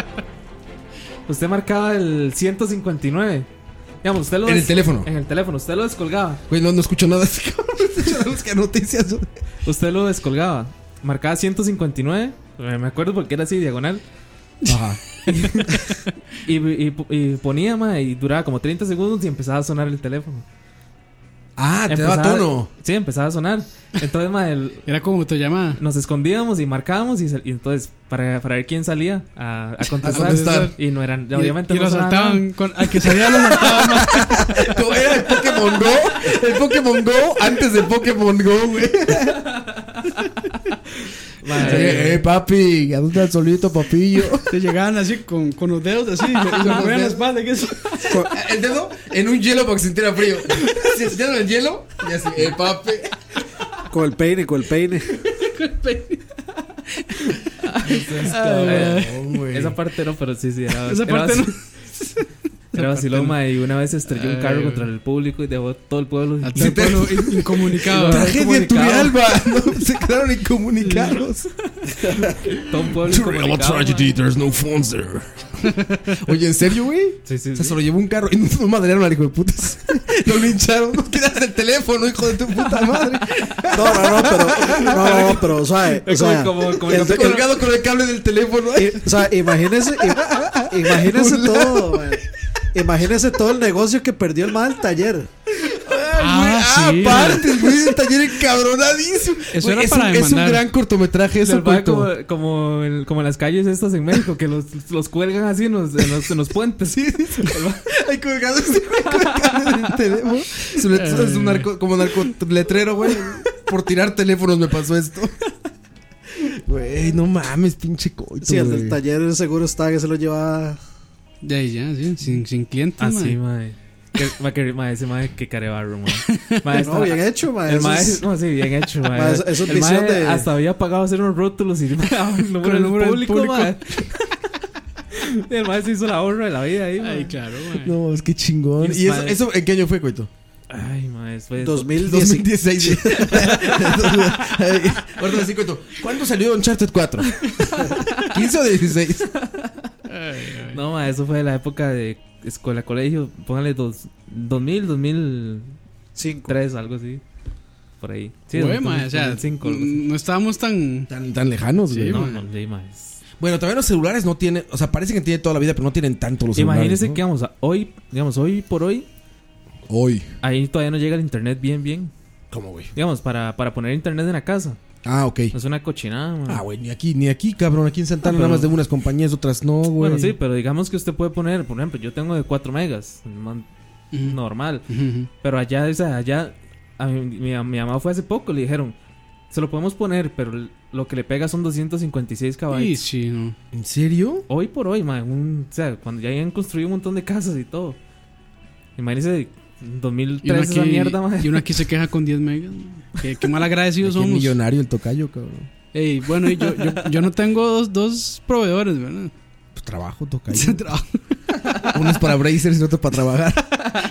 Speaker 6: Usted marcaba el 159. Digamos, usted lo
Speaker 4: En el
Speaker 6: des-
Speaker 4: teléfono.
Speaker 6: En el teléfono, usted lo descolgaba.
Speaker 4: Güey, no, no escucho nada así, cabrón. Escucho la música de noticias.
Speaker 6: Usted lo descolgaba. Marcaba 159. eh, Me acuerdo porque era así, diagonal.
Speaker 4: Ajá.
Speaker 6: Y, y, y ponía, mae, y duraba como 30 segundos y empezaba a sonar el teléfono.
Speaker 4: Ah, te daba
Speaker 6: Empezaba-
Speaker 4: tono.
Speaker 6: Sí, empezaba a sonar. Entonces, mae, el-
Speaker 5: Era como tu llamada.
Speaker 6: nos escondíamos y marcábamos y, sal- y entonces para, para ver quién salía a, a contestar.
Speaker 4: contestar.
Speaker 6: Y no eran,
Speaker 5: Y,
Speaker 6: obviamente
Speaker 5: y
Speaker 6: no
Speaker 5: lo
Speaker 6: sonaba
Speaker 5: saltaban. Con, al que salía lo saltaban. mae.
Speaker 4: Como Era el Pokémon Go. El Pokémon Go antes de Pokémon Go, güey.
Speaker 6: nada. Mae,
Speaker 4: Eh, eh, papi, adulta el solito, papillo.
Speaker 5: Te llegaban así con, con los dedos así. Y le- y le
Speaker 4: los
Speaker 5: movían la
Speaker 4: dedos.
Speaker 5: espalda. que eso.
Speaker 4: El dedo en un hielo para que sintiera frío. Si en el hielo, y así, eh, papi.
Speaker 7: Con el peine, con el peine.
Speaker 6: eh,
Speaker 4: güey.
Speaker 6: esa parte no, pero sí, sí. Era,
Speaker 5: Esa
Speaker 6: era
Speaker 5: parte
Speaker 6: vaci-
Speaker 5: no. Eh.
Speaker 6: Era vacilón, mae, y una vez estrelló un
Speaker 5: Ay,
Speaker 6: carro
Speaker 5: güey.
Speaker 6: contra el público y dejó todo el pueblo.
Speaker 5: A todo el pueblo in- incomunicado.
Speaker 4: Tragedia en
Speaker 6: comunicado.
Speaker 4: Turrialba. No, se quedaron incomunicados.
Speaker 6: Todo un pueblo incomunicado, mae.
Speaker 4: there's no phones there. Oye, ¿en serio, güey?
Speaker 6: Sí, sí,
Speaker 4: O sea,
Speaker 6: sí.
Speaker 4: se lo llevó un carro y no lo madrearon al hijo de putas. Lo lincharon. No quedas el teléfono, hijo de tu puta madre.
Speaker 7: No, no, no, pero no, no, pero o sea, o
Speaker 6: Es como-
Speaker 7: sea,
Speaker 6: como- como
Speaker 7: el-
Speaker 6: el-
Speaker 7: el-
Speaker 4: Colgado con el cable del teléfono.
Speaker 5: eh,
Speaker 7: I- o sea, imagínese, i- imagínese todo, mae. Imagínese todo el negocio que perdió el mal taller.
Speaker 5: Ah,
Speaker 4: güey.
Speaker 5: sí.
Speaker 4: Aparte, güey, ese taller encabronadísimo.
Speaker 5: Eso
Speaker 4: Güey,
Speaker 5: era
Speaker 4: es,
Speaker 5: para
Speaker 4: un, es un
Speaker 5: demandar.
Speaker 4: gran cortometraje
Speaker 6: Les
Speaker 4: eso,
Speaker 6: va
Speaker 4: güey,
Speaker 6: como,
Speaker 4: como-
Speaker 6: como, en, como en las calles estas en México, que los, los cuelgan así en los, en los, en los puentes.
Speaker 4: Ay, colgado ese güey, colgado del teléfono. Es
Speaker 5: Eh.
Speaker 4: un, es un narco, como narcoletrero, güey. Por tirar teléfonos me pasó esto. Güey, no mames, pinche coito.
Speaker 7: Sí, el del
Speaker 4: güey.
Speaker 7: taller el seguro está que se lo lleva.
Speaker 5: Ya, ya, sí, sin, sin clientes.
Speaker 6: Así,
Speaker 5: Ah, mae.
Speaker 6: mae. Que- mae, que- mae, ese mae que carebarro, mae. Mae,
Speaker 7: No,
Speaker 6: está-
Speaker 7: bien hecho, ma.
Speaker 6: El
Speaker 7: eso
Speaker 6: mae,
Speaker 7: es-
Speaker 6: no, sí, bien hecho, mae.
Speaker 7: Ma, eso- eso es
Speaker 6: el mae
Speaker 7: visión de-
Speaker 6: hasta había pagado hacer unos rótulos y el
Speaker 5: Con
Speaker 6: número del
Speaker 5: el número del
Speaker 6: público,
Speaker 5: público.
Speaker 6: mae. el mae se hizo la honra de la vida ahí, mae.
Speaker 5: Ay, claro, mae.
Speaker 4: No, es que chingón. ¿Y eso, eso en qué año fue, coito?
Speaker 6: Ay, mae, fue-
Speaker 7: 2010.
Speaker 4: 2016. Ahorita les cuento. ¿Cuándo salió Uncharted 4? ¿15 o 16?
Speaker 6: No, ma, eso fue la época de escuela, colegio, póngale dos, 2000, 2003,
Speaker 7: Cinco.
Speaker 6: algo así. Por ahí.
Speaker 5: Güey, mae, o sea,
Speaker 6: 2005, algo así.
Speaker 5: no estábamos tan.
Speaker 4: Tan, tan lejanos, güey.
Speaker 5: Sí,
Speaker 6: No,
Speaker 5: mae.
Speaker 6: no, sí, ma, es-
Speaker 4: Bueno, también los celulares no tienen. O sea, parece que tienen toda la vida, pero no tienen tanto los
Speaker 6: Imagínense que
Speaker 4: celulares.
Speaker 6: vamos a- hoy, digamos, hoy por hoy,
Speaker 4: ¿no? Hoy.
Speaker 6: ahí todavía no llega el internet bien, bien.
Speaker 4: ¿Cómo, güey?
Speaker 6: Digamos, para, para poner internet en la casa.
Speaker 4: Ah, ok.
Speaker 6: Es una cochinada, ma.
Speaker 4: Ah, güey, ni aquí, ni aquí, cabrón. Aquí en Santana
Speaker 6: Ah, pero-
Speaker 4: nada más de unas compañías, otras no, güey.
Speaker 6: bueno, sí, pero digamos que usted puede poner, por ejemplo, yo tengo de 4 megas, man- normal.
Speaker 5: Ujú.
Speaker 6: Pero allá, o sea, allá, a mi, mi- mi mamá fue hace poco, le dijeron, se lo podemos poner, pero l- lo que le pega son 256
Speaker 5: Y
Speaker 6: caballos.
Speaker 5: sí, no.
Speaker 4: ¿En serio?
Speaker 6: Hoy por hoy, man, un- o sea, cuando ya habían construido un montón de casas y todo. Imagínese, en
Speaker 5: Y uno,
Speaker 6: 2003
Speaker 5: aquí,
Speaker 6: esa mierda, man.
Speaker 5: y uno aquí se queja con 10 megas. mae. Qué, qué mal
Speaker 4: Aquí
Speaker 5: agradecidos
Speaker 4: el
Speaker 5: somos.
Speaker 4: millonario el tocayo, cabrón.
Speaker 5: Ey, bueno, y yo, yo, yo no tengo dos, dos proveedores, ¿verdad?
Speaker 4: Pues trabajo, tocayo.
Speaker 5: Ese trabajo,
Speaker 4: Uno es para Brazers y otro para trabajar.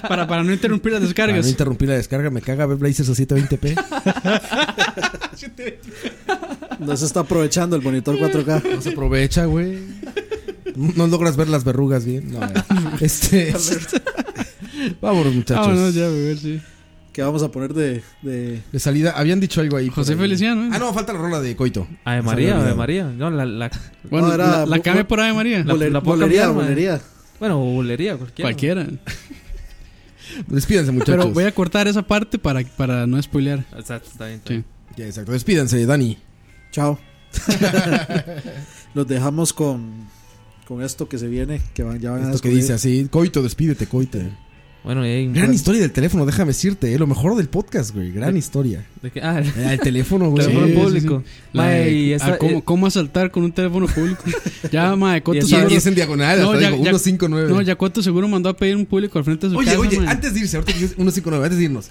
Speaker 5: para, para no interrumpir las
Speaker 4: Para no
Speaker 5: descargas.
Speaker 4: interrumpir la descarga, me caga ver Brazers a 720p.
Speaker 7: No se está aprovechando el monitor 4K.
Speaker 4: No se aprovecha, güey. No logras ver las verrugas bien. No, güey. este. Vámonos, muchachos.
Speaker 5: Ah, no, ya, bebé, sí.
Speaker 7: Que vamos a poner de. de-
Speaker 4: De salida, habían dicho algo ahí. por
Speaker 5: José
Speaker 4: ahí.
Speaker 5: Feliciano. ¿eh?
Speaker 4: Ah, no, falta la rola de Coito.
Speaker 6: Ave
Speaker 4: Se me
Speaker 6: María, Ave
Speaker 4: olvidó.
Speaker 6: María. No, la, la,
Speaker 5: Bueno,
Speaker 7: No, era
Speaker 5: la, la
Speaker 7: bu-
Speaker 5: cambia
Speaker 7: bu-
Speaker 5: por Ave María.
Speaker 6: La-
Speaker 7: boler-
Speaker 6: la puedo
Speaker 7: bolería,
Speaker 6: cambiar, ma.
Speaker 7: bolería.
Speaker 6: bueno, bulería, cualquiera.
Speaker 5: Cualquiera.
Speaker 4: Despídanse, muchachos.
Speaker 5: Pero voy a cortar esa parte para, para no spoilear.
Speaker 6: Exacto, está bien. está
Speaker 5: Sí.
Speaker 6: bien.
Speaker 4: Ya, exacto. Despídanse, Dani.
Speaker 7: Chao. Nos dejamos con. Con esto que se viene, Ah, que van, ya van a
Speaker 4: Esto que
Speaker 7: descubrir.
Speaker 4: dice así. Coito, despídete, Coito.
Speaker 6: Bueno, eh,
Speaker 4: Gran historia del teléfono, déjame decirte. eh, Lo mejor del podcast, güey. Gran historia.
Speaker 6: ¿de qué? Ah,
Speaker 4: Eh, El teléfono, güey.
Speaker 6: teléfono
Speaker 5: sí, sí,
Speaker 6: público.
Speaker 5: La
Speaker 6: Ma,
Speaker 5: de-
Speaker 6: y esta-
Speaker 5: ah, ¿cómo,
Speaker 6: eh,
Speaker 5: ¿Cómo asaltar con un teléfono público? ya, madre,
Speaker 6: Y
Speaker 5: ¿cuánto
Speaker 6: el
Speaker 4: Sí,
Speaker 5: seguro?
Speaker 4: y es en diagonal,
Speaker 5: No,
Speaker 4: hasta
Speaker 5: ya-
Speaker 4: digo,
Speaker 5: ya-
Speaker 4: 159.
Speaker 5: No, ya cuánto seguro mandó a pedir un público al frente de su
Speaker 4: oye,
Speaker 5: casa.
Speaker 4: oye,
Speaker 5: mae?
Speaker 4: antes de irse, ahorita que dices 159, antes de irnos.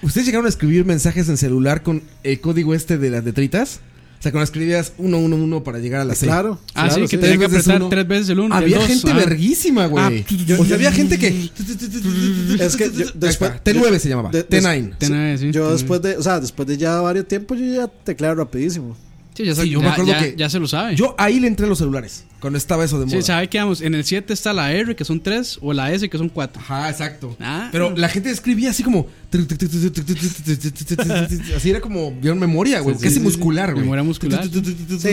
Speaker 4: ¿Ustedes llegaron a escribir mensajes en celular con el código este de las letritas? O sea, cuando escribías 111 para llegar a la C.
Speaker 7: Claro.
Speaker 5: Ah,
Speaker 7: claro,
Speaker 5: sí, que
Speaker 4: sí.
Speaker 5: tenía que
Speaker 4: Tres veces
Speaker 5: apretar
Speaker 4: uno.
Speaker 5: tres veces el uno.
Speaker 4: Había
Speaker 5: el dos,
Speaker 4: gente
Speaker 5: ah.
Speaker 4: verguísima, güey.
Speaker 5: Ah,
Speaker 4: o sea, había gente que.
Speaker 7: Es que yo- después-
Speaker 4: T9 se llamaba.
Speaker 7: de- des-
Speaker 4: T9.
Speaker 5: Te nada, sí,
Speaker 7: Yo
Speaker 5: te
Speaker 7: después de, o sea, después de ya varios tiempos, yo ya tecleo rapidísimo.
Speaker 5: Sí, ya,
Speaker 4: Sí,
Speaker 5: sa-
Speaker 4: yo me
Speaker 5: ya-
Speaker 4: acuerdo
Speaker 5: ya-
Speaker 4: que-
Speaker 5: ya se lo sabe.
Speaker 4: Yo ahí le entré a los celulares. Cuando estaba eso de moda.
Speaker 5: sí, sabe que vamos, en el 7 está la R que son 3 o la S que son 4.
Speaker 4: Ajá, exacto.
Speaker 5: Ah.
Speaker 4: Pero la gente escribía así como. Así era como. Vieron memoria, güey. Casi muscular, güey.
Speaker 5: Memoria muscular.
Speaker 7: Sí,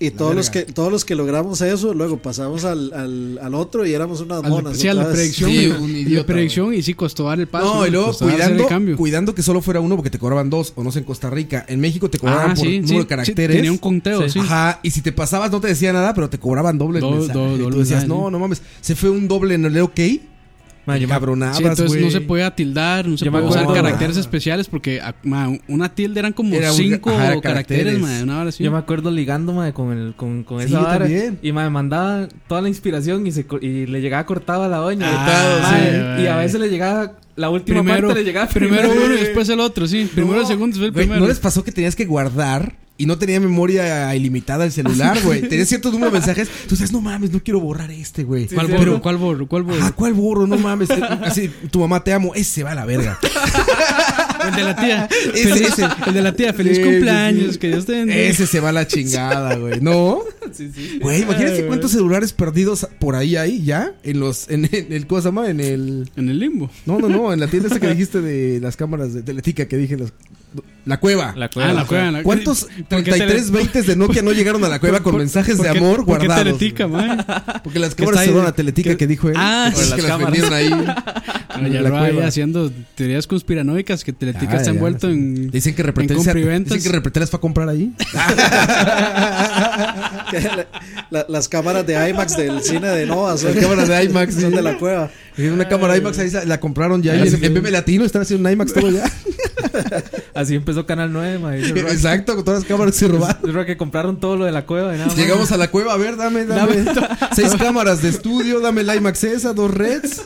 Speaker 7: y, y
Speaker 4: La
Speaker 7: todos los que
Speaker 4: verga.
Speaker 7: todos los que logramos eso, luego pasamos al, al, al otro y éramos unas monas.
Speaker 5: Sí, a la
Speaker 7: otra vez.
Speaker 5: predicción.
Speaker 4: Sí,
Speaker 5: y-
Speaker 4: un
Speaker 5: y la
Speaker 4: idiota,
Speaker 5: predicción y sí costó dar el paso.
Speaker 4: No, y luego
Speaker 5: costó hacer el
Speaker 4: cuidando,
Speaker 5: cambio.
Speaker 4: cuidando que solo fuera uno porque te cobraban dos, o no sé, en Costa Rica. En México te cobraban
Speaker 5: Ah,
Speaker 4: por número de caracteres.
Speaker 5: tenía un conteo, sí.
Speaker 4: Ajá, y si te pasabas no te decía nada, pero te cobraban doble el
Speaker 5: Do-
Speaker 4: mensaje.
Speaker 5: do-
Speaker 4: Y
Speaker 5: doble
Speaker 4: tú decías,
Speaker 5: mensaje,
Speaker 4: no,
Speaker 5: sí.
Speaker 4: no mames, se fue un doble en el OK.
Speaker 6: ma, yo me-
Speaker 4: Cabronadas,
Speaker 5: Sí, entonces
Speaker 4: güey.
Speaker 5: no se podía tildar, no se
Speaker 6: Yo me
Speaker 5: podía usar
Speaker 6: acuerdo,
Speaker 5: caracteres
Speaker 4: ma.
Speaker 5: especiales porque ah, ma, una tilde eran como
Speaker 4: Era un-
Speaker 5: cinco
Speaker 4: ajá, era
Speaker 5: caracteres,
Speaker 4: caracteres.
Speaker 5: ma, una hora así.
Speaker 6: Yo me acuerdo ligando, mae, con, el, con, con
Speaker 4: Sí,
Speaker 6: esa
Speaker 4: yo
Speaker 6: vara.
Speaker 4: también.
Speaker 6: Y mae, mandaba toda la inspiración y, se, co- y le llegaba cortada a la doña.
Speaker 5: Ah,
Speaker 6: Mae,
Speaker 5: sí,
Speaker 6: y a
Speaker 5: mae.
Speaker 6: veces le llegaba la última
Speaker 5: primero,
Speaker 6: parte, le llegaba
Speaker 5: primero uno y después el otro, sí. Primero el segundo, después el
Speaker 4: Güey,
Speaker 5: primero.
Speaker 4: ¿No les pasó que tenías que guardar y no tenía memoria ilimitada el celular, güey? tenías cierto número de mensajes. Tú dices, no mames, no quiero borrar este, güey.
Speaker 5: ¿Cuál
Speaker 4: Pero-
Speaker 5: borro? ¿Cuál borro? ¿Cuál borro?
Speaker 4: Ah, ¿cuál borro? No mames. Eh, Así, tu mamá te amo. Ese va a la verga.
Speaker 5: El de la tía.
Speaker 4: Ese,
Speaker 5: Feliz-
Speaker 4: ese.
Speaker 5: El de la tía, feliz
Speaker 4: Sí, sí,
Speaker 5: cumpleaños,
Speaker 4: sí.
Speaker 5: que Dios te bendiga.
Speaker 4: Ese se va a la chingada, güey. ¿No? Güey, imagínate cuántos celulares perdidos por ahí hay ya. En los, en, en el cosa más, en el.
Speaker 5: En el limbo.
Speaker 4: No, no, no, en la tienda esta que dijiste de las cámaras de Teletica que dije las La cueva.
Speaker 11: La cueva.
Speaker 5: Ah, la cueva. la-
Speaker 4: ¿Cuántos
Speaker 5: ¿Por qué tele-
Speaker 4: 3320 de Nokia no llegaron a la cueva con
Speaker 5: por-
Speaker 4: mensajes de
Speaker 5: por qué-
Speaker 4: amor
Speaker 5: por qué
Speaker 4: guardados?
Speaker 5: Teletica, mae?
Speaker 4: Porque las
Speaker 5: que
Speaker 4: cámaras
Speaker 5: está
Speaker 4: se
Speaker 5: ahí-
Speaker 4: fueron a Teletica que,
Speaker 5: que-
Speaker 4: dices dijo él.
Speaker 5: Ah,
Speaker 4: Por
Speaker 5: sí,
Speaker 4: las
Speaker 11: las
Speaker 4: las
Speaker 11: cámaras.
Speaker 4: vendieron ahí.
Speaker 5: Bueno, ya
Speaker 4: La
Speaker 5: lo ahí
Speaker 4: cueva.
Speaker 5: haciendo teorías conspiranoicas que Teletica
Speaker 4: Ah,
Speaker 5: está
Speaker 4: ya,
Speaker 5: envuelto
Speaker 4: sí.
Speaker 5: en.
Speaker 4: Dicen que
Speaker 5: en
Speaker 4: Repretel se-
Speaker 5: compra y
Speaker 4: dicen
Speaker 5: ventas.
Speaker 4: que Repretel las fue a comprar ahí.
Speaker 7: Que la- la- las cámaras de IMAX del cine de Nova son,
Speaker 4: Las cámaras de IMAX,
Speaker 7: son
Speaker 4: sí.
Speaker 7: de la cueva.
Speaker 4: Y una cámara IMAX ahí se- la compraron ya. y en, en BB Latino están haciendo un IMAX todo ya.
Speaker 11: Así empezó Canal 9, mae. Yo creo-
Speaker 4: Exacto, con todas las cámaras se robaron.
Speaker 11: yo creo que compraron todo lo de la cueva y nada más.
Speaker 4: Llegamos a la cueva, a ver, dame, dame. Seis cámaras de estudio, dame la IMAX esa, dos reds.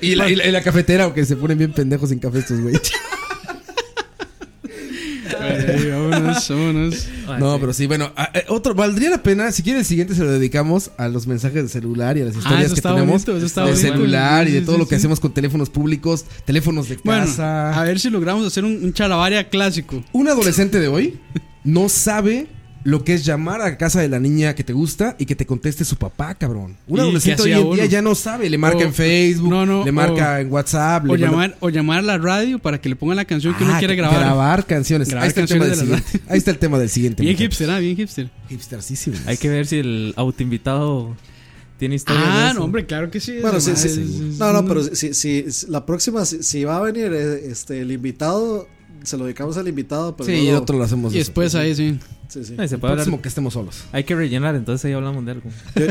Speaker 4: Y la, y la- y la cafetera, aunque se ponen bien pendejos sin café estos güey.
Speaker 5: Ay, vámonos, vámonos.
Speaker 11: Mae,
Speaker 4: No,
Speaker 11: sí.
Speaker 4: pero sí, bueno, a- eh, otro, valdría la pena, si quieren el siguiente se lo dedicamos a los mensajes de celular y a las historias
Speaker 5: Ah, eso
Speaker 4: que
Speaker 5: está
Speaker 4: tenemos
Speaker 5: bonito, eso está
Speaker 4: del
Speaker 5: bonito.
Speaker 4: celular y de
Speaker 5: Sí,
Speaker 4: todo
Speaker 5: sí,
Speaker 4: lo que
Speaker 5: sí.
Speaker 4: hacemos con teléfonos públicos, teléfonos de
Speaker 5: Bueno,
Speaker 4: casa.
Speaker 5: a ver si logramos hacer un, un chalabaria clásico.
Speaker 4: Un adolescente de hoy no sabe lo que es llamar a casa de la niña que te gusta y que te conteste su papá, cabrón. Un
Speaker 5: ¿Y
Speaker 4: adolescente hoy
Speaker 5: qué hacía
Speaker 4: en día
Speaker 5: uno?
Speaker 4: ya no sabe, le marca
Speaker 5: O-
Speaker 4: en Facebook,
Speaker 5: no, no,
Speaker 4: le
Speaker 5: o-
Speaker 4: marca en WhatsApp,
Speaker 5: O
Speaker 4: le manda-
Speaker 5: llamar, o llamar a la radio para que le pongan la canción que
Speaker 4: Ah,
Speaker 5: uno quiere grabar.
Speaker 4: Grabar canciones.
Speaker 5: Grabar
Speaker 4: Ahí está el
Speaker 5: canciones
Speaker 4: tema
Speaker 5: de
Speaker 4: del
Speaker 5: la
Speaker 4: siguiente. Ahí está el tema del siguiente.
Speaker 5: Bien
Speaker 4: muchachos.
Speaker 5: hipster, ah, bien hipster.
Speaker 4: Hipstercísimo.
Speaker 11: Hay que ver si el autoinvitado tiene historia. de
Speaker 5: Ah,
Speaker 11: eso.
Speaker 5: no, hombre, claro que sí.
Speaker 7: Bueno,
Speaker 5: esa
Speaker 7: sí,
Speaker 5: madre
Speaker 7: sí.
Speaker 5: es- es-
Speaker 7: No, no, pero si, si- si- la próxima, si, si va a venir eh, este, el invitado, se lo dedicamos al invitado. Pero
Speaker 4: Sí, y
Speaker 7: luego-
Speaker 4: otro lo hacemos.
Speaker 5: Y después ahí, sí.
Speaker 7: sí, sí.
Speaker 11: Ay, se
Speaker 4: El
Speaker 11: puede hablar-
Speaker 4: próximo que estemos solos.
Speaker 11: Hay que rellenar, entonces ahí hablamos de algo.
Speaker 7: Yo,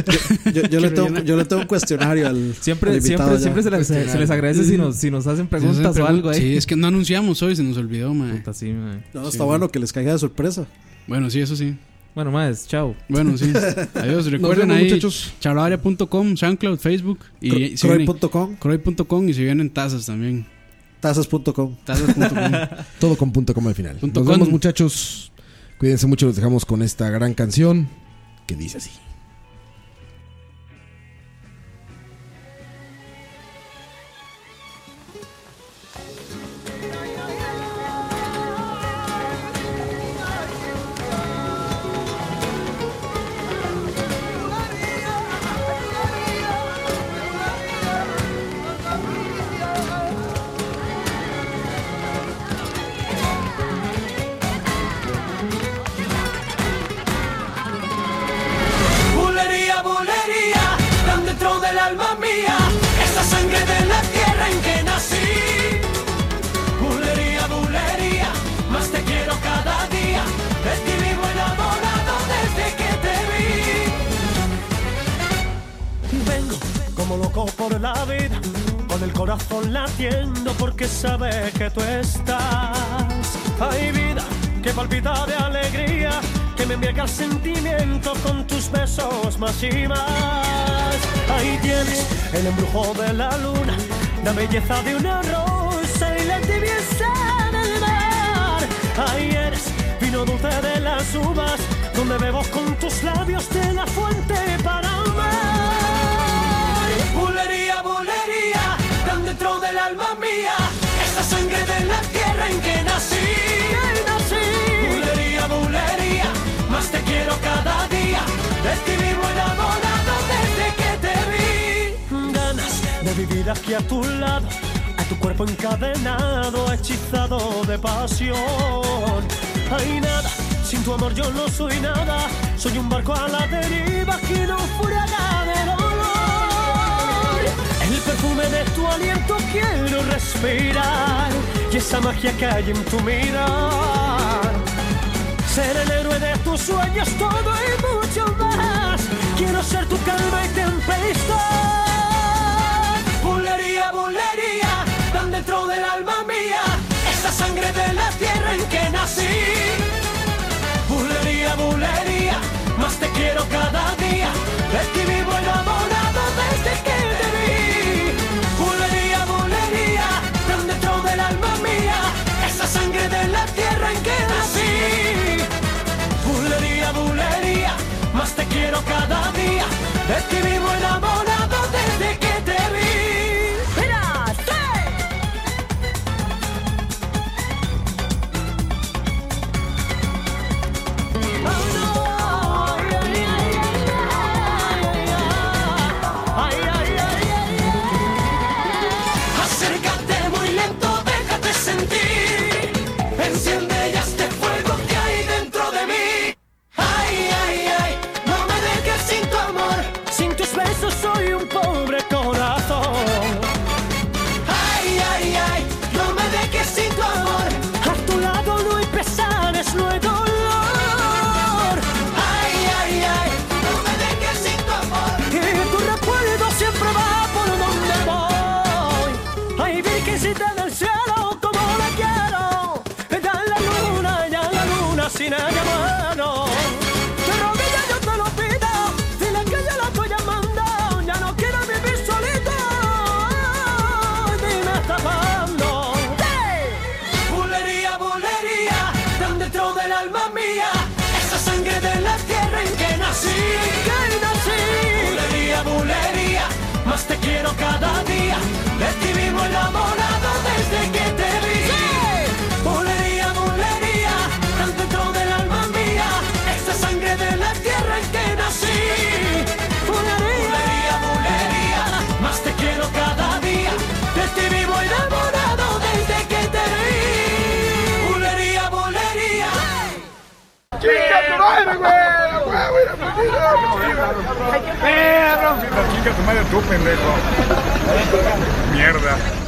Speaker 7: yo- yo- yo le tengo, yo le tengo un cuestionario al, al
Speaker 11: Siempre, siempre,
Speaker 7: invitado ya.
Speaker 11: siempre se,
Speaker 5: Pues,
Speaker 11: les, se- se les agradece si nos, si nos hacen preguntas
Speaker 5: Entonces,
Speaker 11: o
Speaker 5: pregun-
Speaker 11: algo ahí.
Speaker 5: Sí, es que no anunciamos hoy, se nos olvidó, mae.
Speaker 11: Puta, sí, mae.
Speaker 7: No, está bueno que les caiga de sorpresa.
Speaker 5: Bueno, sí, eso sí.
Speaker 11: Bueno, más, chao.
Speaker 5: Bueno, sí. Adiós, recuerden
Speaker 4: vemos,
Speaker 5: ahí.
Speaker 4: muchachos.
Speaker 5: Chalabaria.com, SoundCloud, Facebook. Y si vienen-
Speaker 7: Croy.com,
Speaker 5: Croy.com y se vienen tazas también.
Speaker 7: tazas.com.
Speaker 5: Tazas.com.
Speaker 4: Todo con punto como al final.
Speaker 5: Punto
Speaker 4: Nos
Speaker 5: com.
Speaker 4: vemos, muchachos. Cuídense mucho, los dejamos con esta gran canción que dice así.
Speaker 6: Bulería, bulería, tan dentro del alma mía, esa sangre de la tierra en que nací. Bulería, bulería, más te quiero cada día, de ti vivo enamorado desde que te vi. Vengo como loco por la vida, con el corazón latiendo porque sabe que tú estás. Hay vida que palpita de alegría, que me embriaga el sentimiento con tus besos más y más. Ahí tienes el embrujo de la luna, la belleza de una rosa y la tibieza del mar. Ahí eres vino dulce de las uvas, donde bebo con tus labios de la fuente para amar. Bulería, bulería, tan dentro del alma mía, esta sangre de la tierra en que nací. Bulería, bulería, más te quiero cada día, de ti vivo enamorado desde que te vi. Ganas de vivir aquí a tu lado, a tu cuerpo encadenado, hechizado de pasión. Hay nada, sin tu amor yo no soy nada, soy un barco a la deriva que no fuera de dolor. El perfume de tu aliento quiero respirar y esa magia que hay en tu mirar. Ser el héroe de tus sueños, todo y mucho más. Quiero ser tu calma y tempestad. Bulería, bulería, tan dentro del alma mía. Esta sangre de la tierra en que nací. Bulería, bulería, más te quiero cada día. De ti vivo enamorado desde que te vi. Bulería, bulería, tan dentro del alma mía. Esa sangre de la tierra en que nací. Bulería, bulería, más te quiero cada día. De ti vivo enamorado desde que te vi. ¡Mira! Oh, no. Ay, ay, ay, ay, ay. este
Speaker 10: madre tú, pendejo. Mierda.